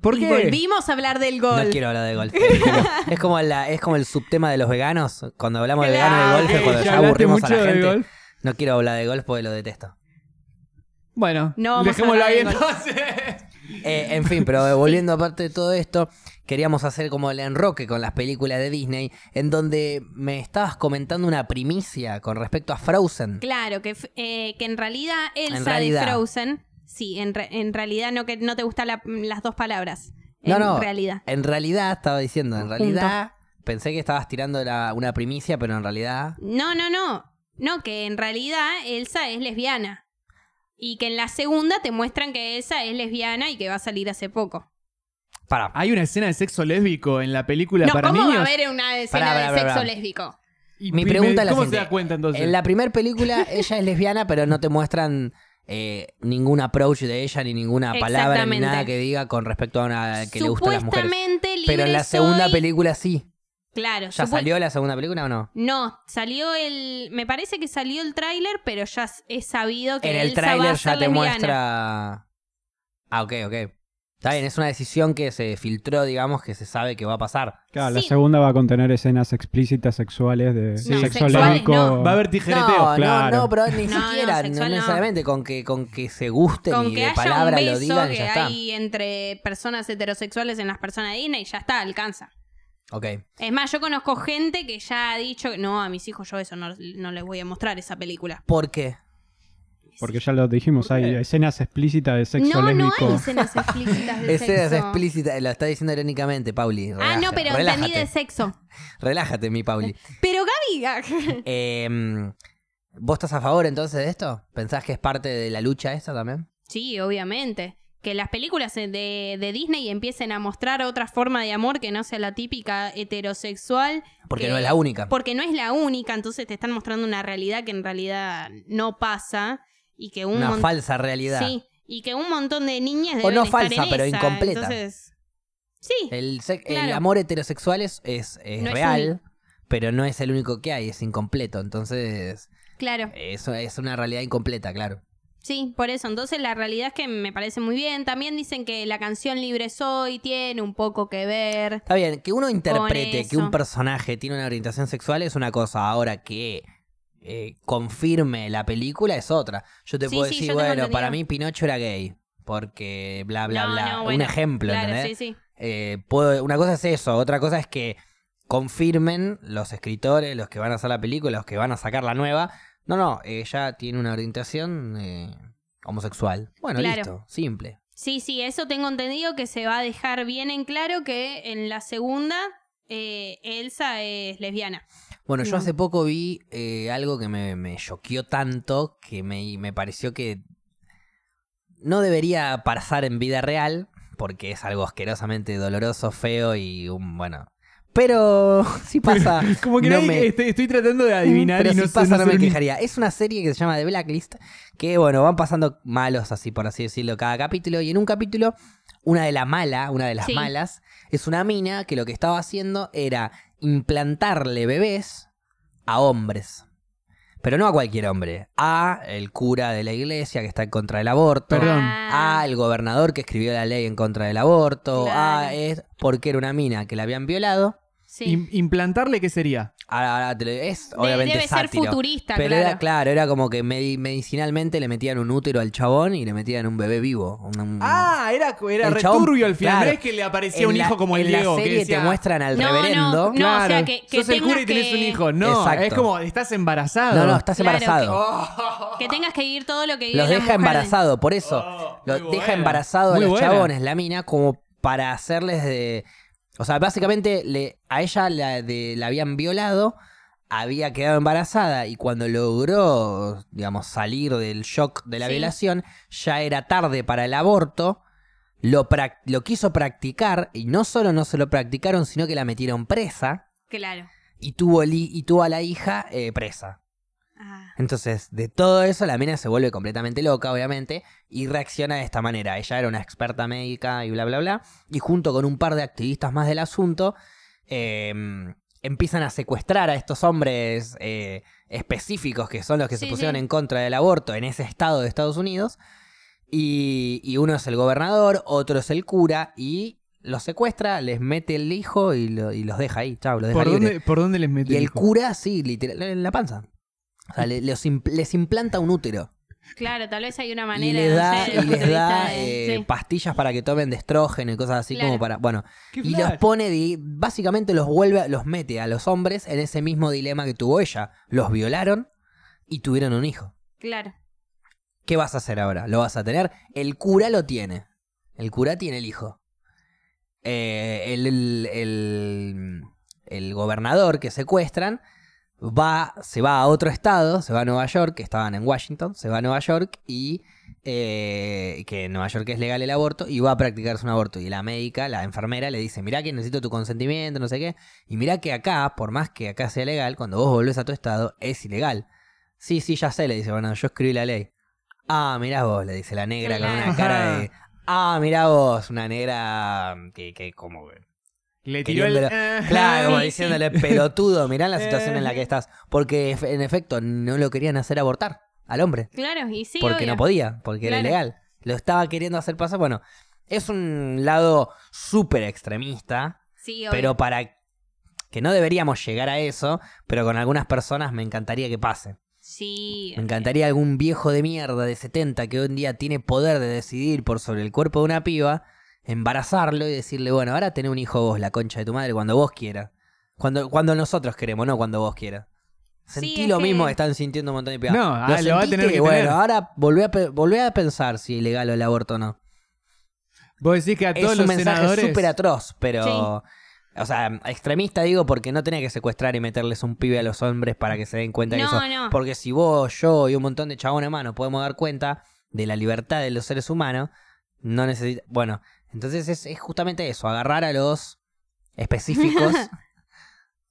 Speaker 2: ¿Por
Speaker 3: Y
Speaker 2: qué?
Speaker 3: volvimos a hablar del gol.
Speaker 1: No quiero hablar de golf. Es como, es como la- es como el subtema de los veganos. Cuando hablamos de veganos y golf es cuando
Speaker 2: Ya
Speaker 1: ya
Speaker 2: hablaste
Speaker 1: aburrimos a
Speaker 2: mucho
Speaker 1: la
Speaker 2: de
Speaker 1: gente.
Speaker 2: golf.
Speaker 1: No quiero hablar de golf porque lo detesto.
Speaker 2: Bueno,
Speaker 3: No vamos a
Speaker 2: dejémoslo
Speaker 3: hablar
Speaker 2: ahí
Speaker 3: de golf.
Speaker 2: entonces.
Speaker 1: Eh, en fin, pero eh, volviendo aparte de todo esto, queríamos hacer como el enroque con las películas de Disney, en donde me estabas comentando una primicia con respecto a Frozen.
Speaker 3: Claro, que, f- eh, que en realidad Elsa
Speaker 1: En realidad.
Speaker 3: de Frozen. Sí, en, re- en realidad no, que, no te gustan la- las dos palabras.
Speaker 1: No,
Speaker 3: en
Speaker 1: no.
Speaker 3: realidad.
Speaker 1: En realidad, estaba diciendo, en realidad, pensé que estabas tirando la- una primicia, pero en realidad.
Speaker 3: No, no, no. No, que en realidad Elsa es lesbiana. Y que en la segunda te muestran que Elsa es lesbiana y que va a salir hace poco.
Speaker 1: Para.
Speaker 2: Hay una escena de sexo lésbico en la película
Speaker 3: No,
Speaker 2: para
Speaker 3: ¿cómo va a
Speaker 2: niños.
Speaker 3: haber una escena
Speaker 1: Pará, pará,
Speaker 3: de
Speaker 1: pará,
Speaker 3: sexo
Speaker 1: pará.
Speaker 3: lésbico?
Speaker 2: Y
Speaker 1: Mi
Speaker 2: me-
Speaker 1: pregunta es la
Speaker 2: ¿Cómo se
Speaker 1: siguiente.
Speaker 2: da cuenta entonces?
Speaker 1: En la primera película, ella es lesbiana, pero no te muestran eh, ningún approach de ella, ni ninguna palabra, ni
Speaker 3: Exactamente.
Speaker 1: nada que diga con respecto a una que le gustan las mujeres.
Speaker 3: Supuestamente libre
Speaker 1: Pero en la segunda
Speaker 3: soy-
Speaker 1: película sí.
Speaker 3: Claro,
Speaker 1: ¿Ya
Speaker 3: supu-
Speaker 1: salió la segunda película o no?
Speaker 3: No, salió el. Me parece que salió el tráiler, pero ya s- he sabido que
Speaker 1: en el
Speaker 3: Elsa va
Speaker 1: tráiler
Speaker 3: a ser
Speaker 1: ya te
Speaker 3: lesbiana.
Speaker 1: muestra. Ah, ok, ok. Está bien, es una decisión que se filtró, digamos, que se sabe que va a pasar.
Speaker 4: Claro, la
Speaker 3: Sí.
Speaker 4: segunda va a contener escenas explícitas sexuales de
Speaker 3: Sí.
Speaker 4: sexo
Speaker 3: sexuales
Speaker 4: lésbico.
Speaker 3: no.
Speaker 2: Va a haber tijereteo.
Speaker 1: no,
Speaker 4: claro.
Speaker 1: no, no, pero ni
Speaker 3: No, no,
Speaker 1: siquiera, no,
Speaker 3: sexual no.
Speaker 1: necesariamente con que con que se gusten
Speaker 3: Con
Speaker 1: y
Speaker 3: que
Speaker 1: de
Speaker 3: haya
Speaker 1: palabra
Speaker 3: un beso
Speaker 1: lo digan,
Speaker 3: que
Speaker 1: ya está.
Speaker 3: hay entre personas heterosexuales en las personas de Disney, ya está, alcanza.
Speaker 1: Ok.
Speaker 3: Es más, yo conozco gente que ya ha dicho, no, a mis hijos yo eso no, no les voy a mostrar esa película.
Speaker 1: ¿Por qué?
Speaker 4: Porque ya lo dijimos, hay
Speaker 1: Eh.
Speaker 4: escenas explícitas de sexo
Speaker 3: no,
Speaker 4: lésbico.
Speaker 3: no hay escenas explícitas de sexo.
Speaker 1: Ese es explícita, lo está diciendo irónicamente, Pauli.
Speaker 3: Ah, no,
Speaker 1: relájate,
Speaker 3: pero
Speaker 1: relájate,
Speaker 3: entendí de sexo.
Speaker 1: Relájate, mi Pauli.
Speaker 3: Pero Gaby,
Speaker 1: Eh, ¿Vos estás a favor entonces de esto? ¿Pensás que es parte de la lucha esta también?
Speaker 3: sí, obviamente. Que las películas de, de Disney empiecen a mostrar otra forma de amor que no sea la típica heterosexual.
Speaker 1: Porque
Speaker 3: que-
Speaker 1: no es la única.
Speaker 3: Porque no es la única, entonces te están mostrando una realidad que en realidad no pasa y que un
Speaker 1: Una
Speaker 3: mon-
Speaker 1: falsa realidad.
Speaker 3: Sí, y que un montón de niñas
Speaker 1: O
Speaker 3: deben
Speaker 1: no
Speaker 3: estar
Speaker 1: falsa,
Speaker 3: en
Speaker 1: pero
Speaker 3: esa,
Speaker 1: incompleta.
Speaker 3: Entonces, sí,
Speaker 1: El, sex- el
Speaker 3: Claro.
Speaker 1: amor heterosexual es, es- es
Speaker 3: No es
Speaker 1: real,
Speaker 3: único.
Speaker 1: pero no es el único que hay, es incompleto. Entonces,
Speaker 3: claro.
Speaker 1: eso es una realidad incompleta, claro.
Speaker 3: Sí, por eso. Entonces la realidad es que me parece muy bien. También dicen que la canción Libre Soy tiene un poco que ver.
Speaker 1: Está bien, que uno interprete que
Speaker 3: eso.
Speaker 1: un personaje tiene una orientación sexual es una cosa, ahora que eh, confirme la película es otra. Yo te
Speaker 3: Sí,
Speaker 1: puedo
Speaker 3: sí,
Speaker 1: decir,
Speaker 3: yo tengo
Speaker 1: bueno,
Speaker 3: entendido.
Speaker 1: para mí Pinocho era gay, porque bla, bla,
Speaker 3: No,
Speaker 1: bla.
Speaker 3: no,
Speaker 1: Un
Speaker 3: bueno,
Speaker 1: ejemplo,
Speaker 3: claro,
Speaker 1: ¿entendés?
Speaker 3: sí, sí.
Speaker 1: Eh, puedo- una cosa es eso, otra cosa es que confirmen los escritores, los que van a hacer la película, los que van a sacar la nueva. No, no, ella tiene una orientación eh, homosexual. Bueno,
Speaker 3: Claro.
Speaker 1: listo, simple.
Speaker 3: Sí, sí, eso tengo entendido que se va a dejar bien en claro que en la segunda eh, Elsa es lesbiana.
Speaker 1: Bueno, yo
Speaker 3: No.
Speaker 1: hace poco vi eh, algo que me me choqueó tanto que me, me pareció que no debería pasar en vida real, porque es algo asquerosamente doloroso, feo y un, bueno. Pero si pasa.
Speaker 2: Como que
Speaker 1: no
Speaker 2: nadie-
Speaker 1: me-
Speaker 2: este- estoy tratando de adivinar
Speaker 1: Mm, Pero
Speaker 2: y no
Speaker 1: si
Speaker 2: sé-
Speaker 1: pasa
Speaker 2: no
Speaker 1: no,
Speaker 2: sé
Speaker 1: me
Speaker 2: el mío.
Speaker 1: quejaría. Es una serie que se llama The Blacklist, que bueno, van pasando malos, así por así decirlo, cada capítulo. Y en un capítulo, una de las malas, una de las
Speaker 3: Sí.
Speaker 1: malas, es una mina que lo que estaba haciendo era implantarle bebés a hombres. Pero no a cualquier hombre. A el cura de la iglesia que está en contra del aborto.
Speaker 2: Perdón.
Speaker 1: A
Speaker 3: Ah,
Speaker 1: el gobernador que escribió la ley en contra del aborto.
Speaker 3: Claro.
Speaker 1: A es porque era una mina que la habían violado.
Speaker 3: sí.
Speaker 2: Im- ¿Implantarle qué sería?
Speaker 1: Ahora, ahora te lo- es
Speaker 3: De-
Speaker 1: obviamente
Speaker 3: debe
Speaker 1: sátiro.
Speaker 3: ser futurista,
Speaker 1: Pero
Speaker 3: claro.
Speaker 1: era claro, era como que medi- medicinalmente le metían un útero al chabón y le metían un bebé vivo. un- un-
Speaker 2: Ah, era, era
Speaker 1: Mm. El
Speaker 2: re
Speaker 1: chabón,
Speaker 2: turbio al final.
Speaker 1: claro.
Speaker 2: No es que le aparecía
Speaker 1: En
Speaker 2: un
Speaker 1: la-
Speaker 2: hijo como el
Speaker 1: en la
Speaker 2: Leo.
Speaker 1: serie
Speaker 2: que decía,
Speaker 1: te muestran al
Speaker 3: No, no,
Speaker 1: reverendo.
Speaker 3: No, o sea, que- que
Speaker 2: sos el cura y
Speaker 3: tengas
Speaker 2: tenés
Speaker 3: que-
Speaker 2: un hijo. No,
Speaker 1: Exacto.
Speaker 2: es como, estás embarazado.
Speaker 1: No, no, estás
Speaker 3: Claro,
Speaker 1: embarazado.
Speaker 3: Que tengas que ir todo lo que diga
Speaker 1: Los
Speaker 3: la
Speaker 1: deja
Speaker 3: mujer.
Speaker 1: embarazado, por eso.
Speaker 2: Oh,
Speaker 1: los
Speaker 2: muy
Speaker 1: deja
Speaker 2: buena.
Speaker 1: embarazado
Speaker 2: Muy
Speaker 1: a los
Speaker 2: buena.
Speaker 1: chabones, la mina, como para hacerles de. O sea, básicamente le, a ella la, de, la habían violado, había quedado embarazada y cuando logró, digamos, salir del shock de la
Speaker 3: Sí.
Speaker 1: violación, ya era tarde para el aborto. Lo, prac- lo quiso practicar y no solo no se lo practicaron, sino que la metieron presa
Speaker 3: Claro.
Speaker 1: y tuvo, li- y tuvo a la hija eh, presa.
Speaker 3: Ah.
Speaker 1: Entonces, de todo eso, la mina se vuelve completamente loca, obviamente, y reacciona de esta manera. Ella era una experta médica y bla, bla, bla. Y junto con un par de activistas más del asunto, eh, empiezan a secuestrar a estos hombres eh, específicos que son los que
Speaker 3: Sí,
Speaker 1: se pusieron
Speaker 3: sí.
Speaker 1: en contra del aborto en ese estado de Estados Unidos. Y, y uno es el gobernador, otro es el cura, y los secuestra, les mete el hijo y, lo- y los deja ahí. Chao, los deja
Speaker 2: ¿Por,
Speaker 1: libre.
Speaker 2: dónde, ¿Por dónde les metí?
Speaker 1: Y el cura, sí, literal, en la panza. O sea, le- los impl- les implanta un útero.
Speaker 3: Claro, tal vez hay una
Speaker 1: Y
Speaker 3: manera
Speaker 1: les da,
Speaker 3: de
Speaker 1: y les da eh,
Speaker 3: de, sí.
Speaker 1: pastillas para que tomen de estrógeno y cosas así
Speaker 3: Claro.
Speaker 1: como para. Bueno,
Speaker 2: ¿Qué
Speaker 1: y
Speaker 2: flash?
Speaker 1: los pone, di- básicamente los vuelve, los mete a los hombres en ese mismo dilema que tuvo ella. Los violaron y tuvieron un hijo.
Speaker 3: Claro.
Speaker 1: ¿Qué vas a hacer ahora? ¿Lo vas a tener? El cura lo tiene. El cura tiene el hijo. Eh, el, el- el- el gobernador que secuestran va, se va a otro estado, se va a Nueva York, que estaban en Washington, se va a Nueva York y eh, que en Nueva York es legal el aborto y va a practicarse un aborto. Y la médica, la enfermera, le dice, mirá que necesito tu consentimiento, no sé qué. Y mirá que acá, por más que acá sea legal, cuando vos volvés a tu estado, es ilegal. Sí, sí, ya sé, le dice, bueno, yo escribí la ley. Ah, mirá vos, le dice la negra con una cara de... Ah, mirá vos, una negra que, que como... que-
Speaker 2: Le tiró el...
Speaker 1: Claro, como
Speaker 3: Sí, sí.
Speaker 1: diciéndole, pelotudo, mirá la situación en la
Speaker 2: Eh.
Speaker 1: que estás. Porque ef- en efecto no lo querían hacer abortar al hombre.
Speaker 3: Claro, y sí,
Speaker 1: porque
Speaker 3: obvio.
Speaker 1: no podía, porque era
Speaker 3: Claro.
Speaker 1: ilegal. Lo estaba queriendo hacer pasar. Bueno, es un lado súper extremista,
Speaker 3: Sí, obvio.
Speaker 1: pero para que no deberíamos llegar a eso, pero con algunas personas me encantaría que pase.
Speaker 3: Sí.
Speaker 1: Me encantaría algún viejo de mierda de 70 que hoy en día tiene poder de decidir por sobre el cuerpo de una piba, embarazarlo y decirle, bueno, ahora tenés un hijo vos, la concha de tu madre, cuando vos quieras. Cuando, cuando nosotros queremos, no cuando vos quieras. Sentí
Speaker 3: Sí, es
Speaker 1: lo
Speaker 3: que-
Speaker 1: mismo que están sintiendo un montón de pibas.
Speaker 2: No, ah, lo va a
Speaker 1: sentiste?
Speaker 2: tener que
Speaker 1: Bueno,
Speaker 2: tener.
Speaker 1: ahora volvé a, pe- volvé a pensar si es legal o el aborto o no.
Speaker 2: Vos decís que a
Speaker 1: Es
Speaker 2: todos
Speaker 1: un
Speaker 2: los
Speaker 1: mensaje
Speaker 2: senadores...
Speaker 1: súper atroz, pero... O sea, extremista digo porque no tenés que secuestrar y meterles un pibe a los hombres para que se den cuenta de
Speaker 3: No,
Speaker 1: eso.
Speaker 3: no.
Speaker 1: Porque si vos, yo y un montón de chabones más nos podemos dar cuenta de la libertad de los seres humanos, no necesita. Bueno, entonces es, es justamente eso, agarrar a los específicos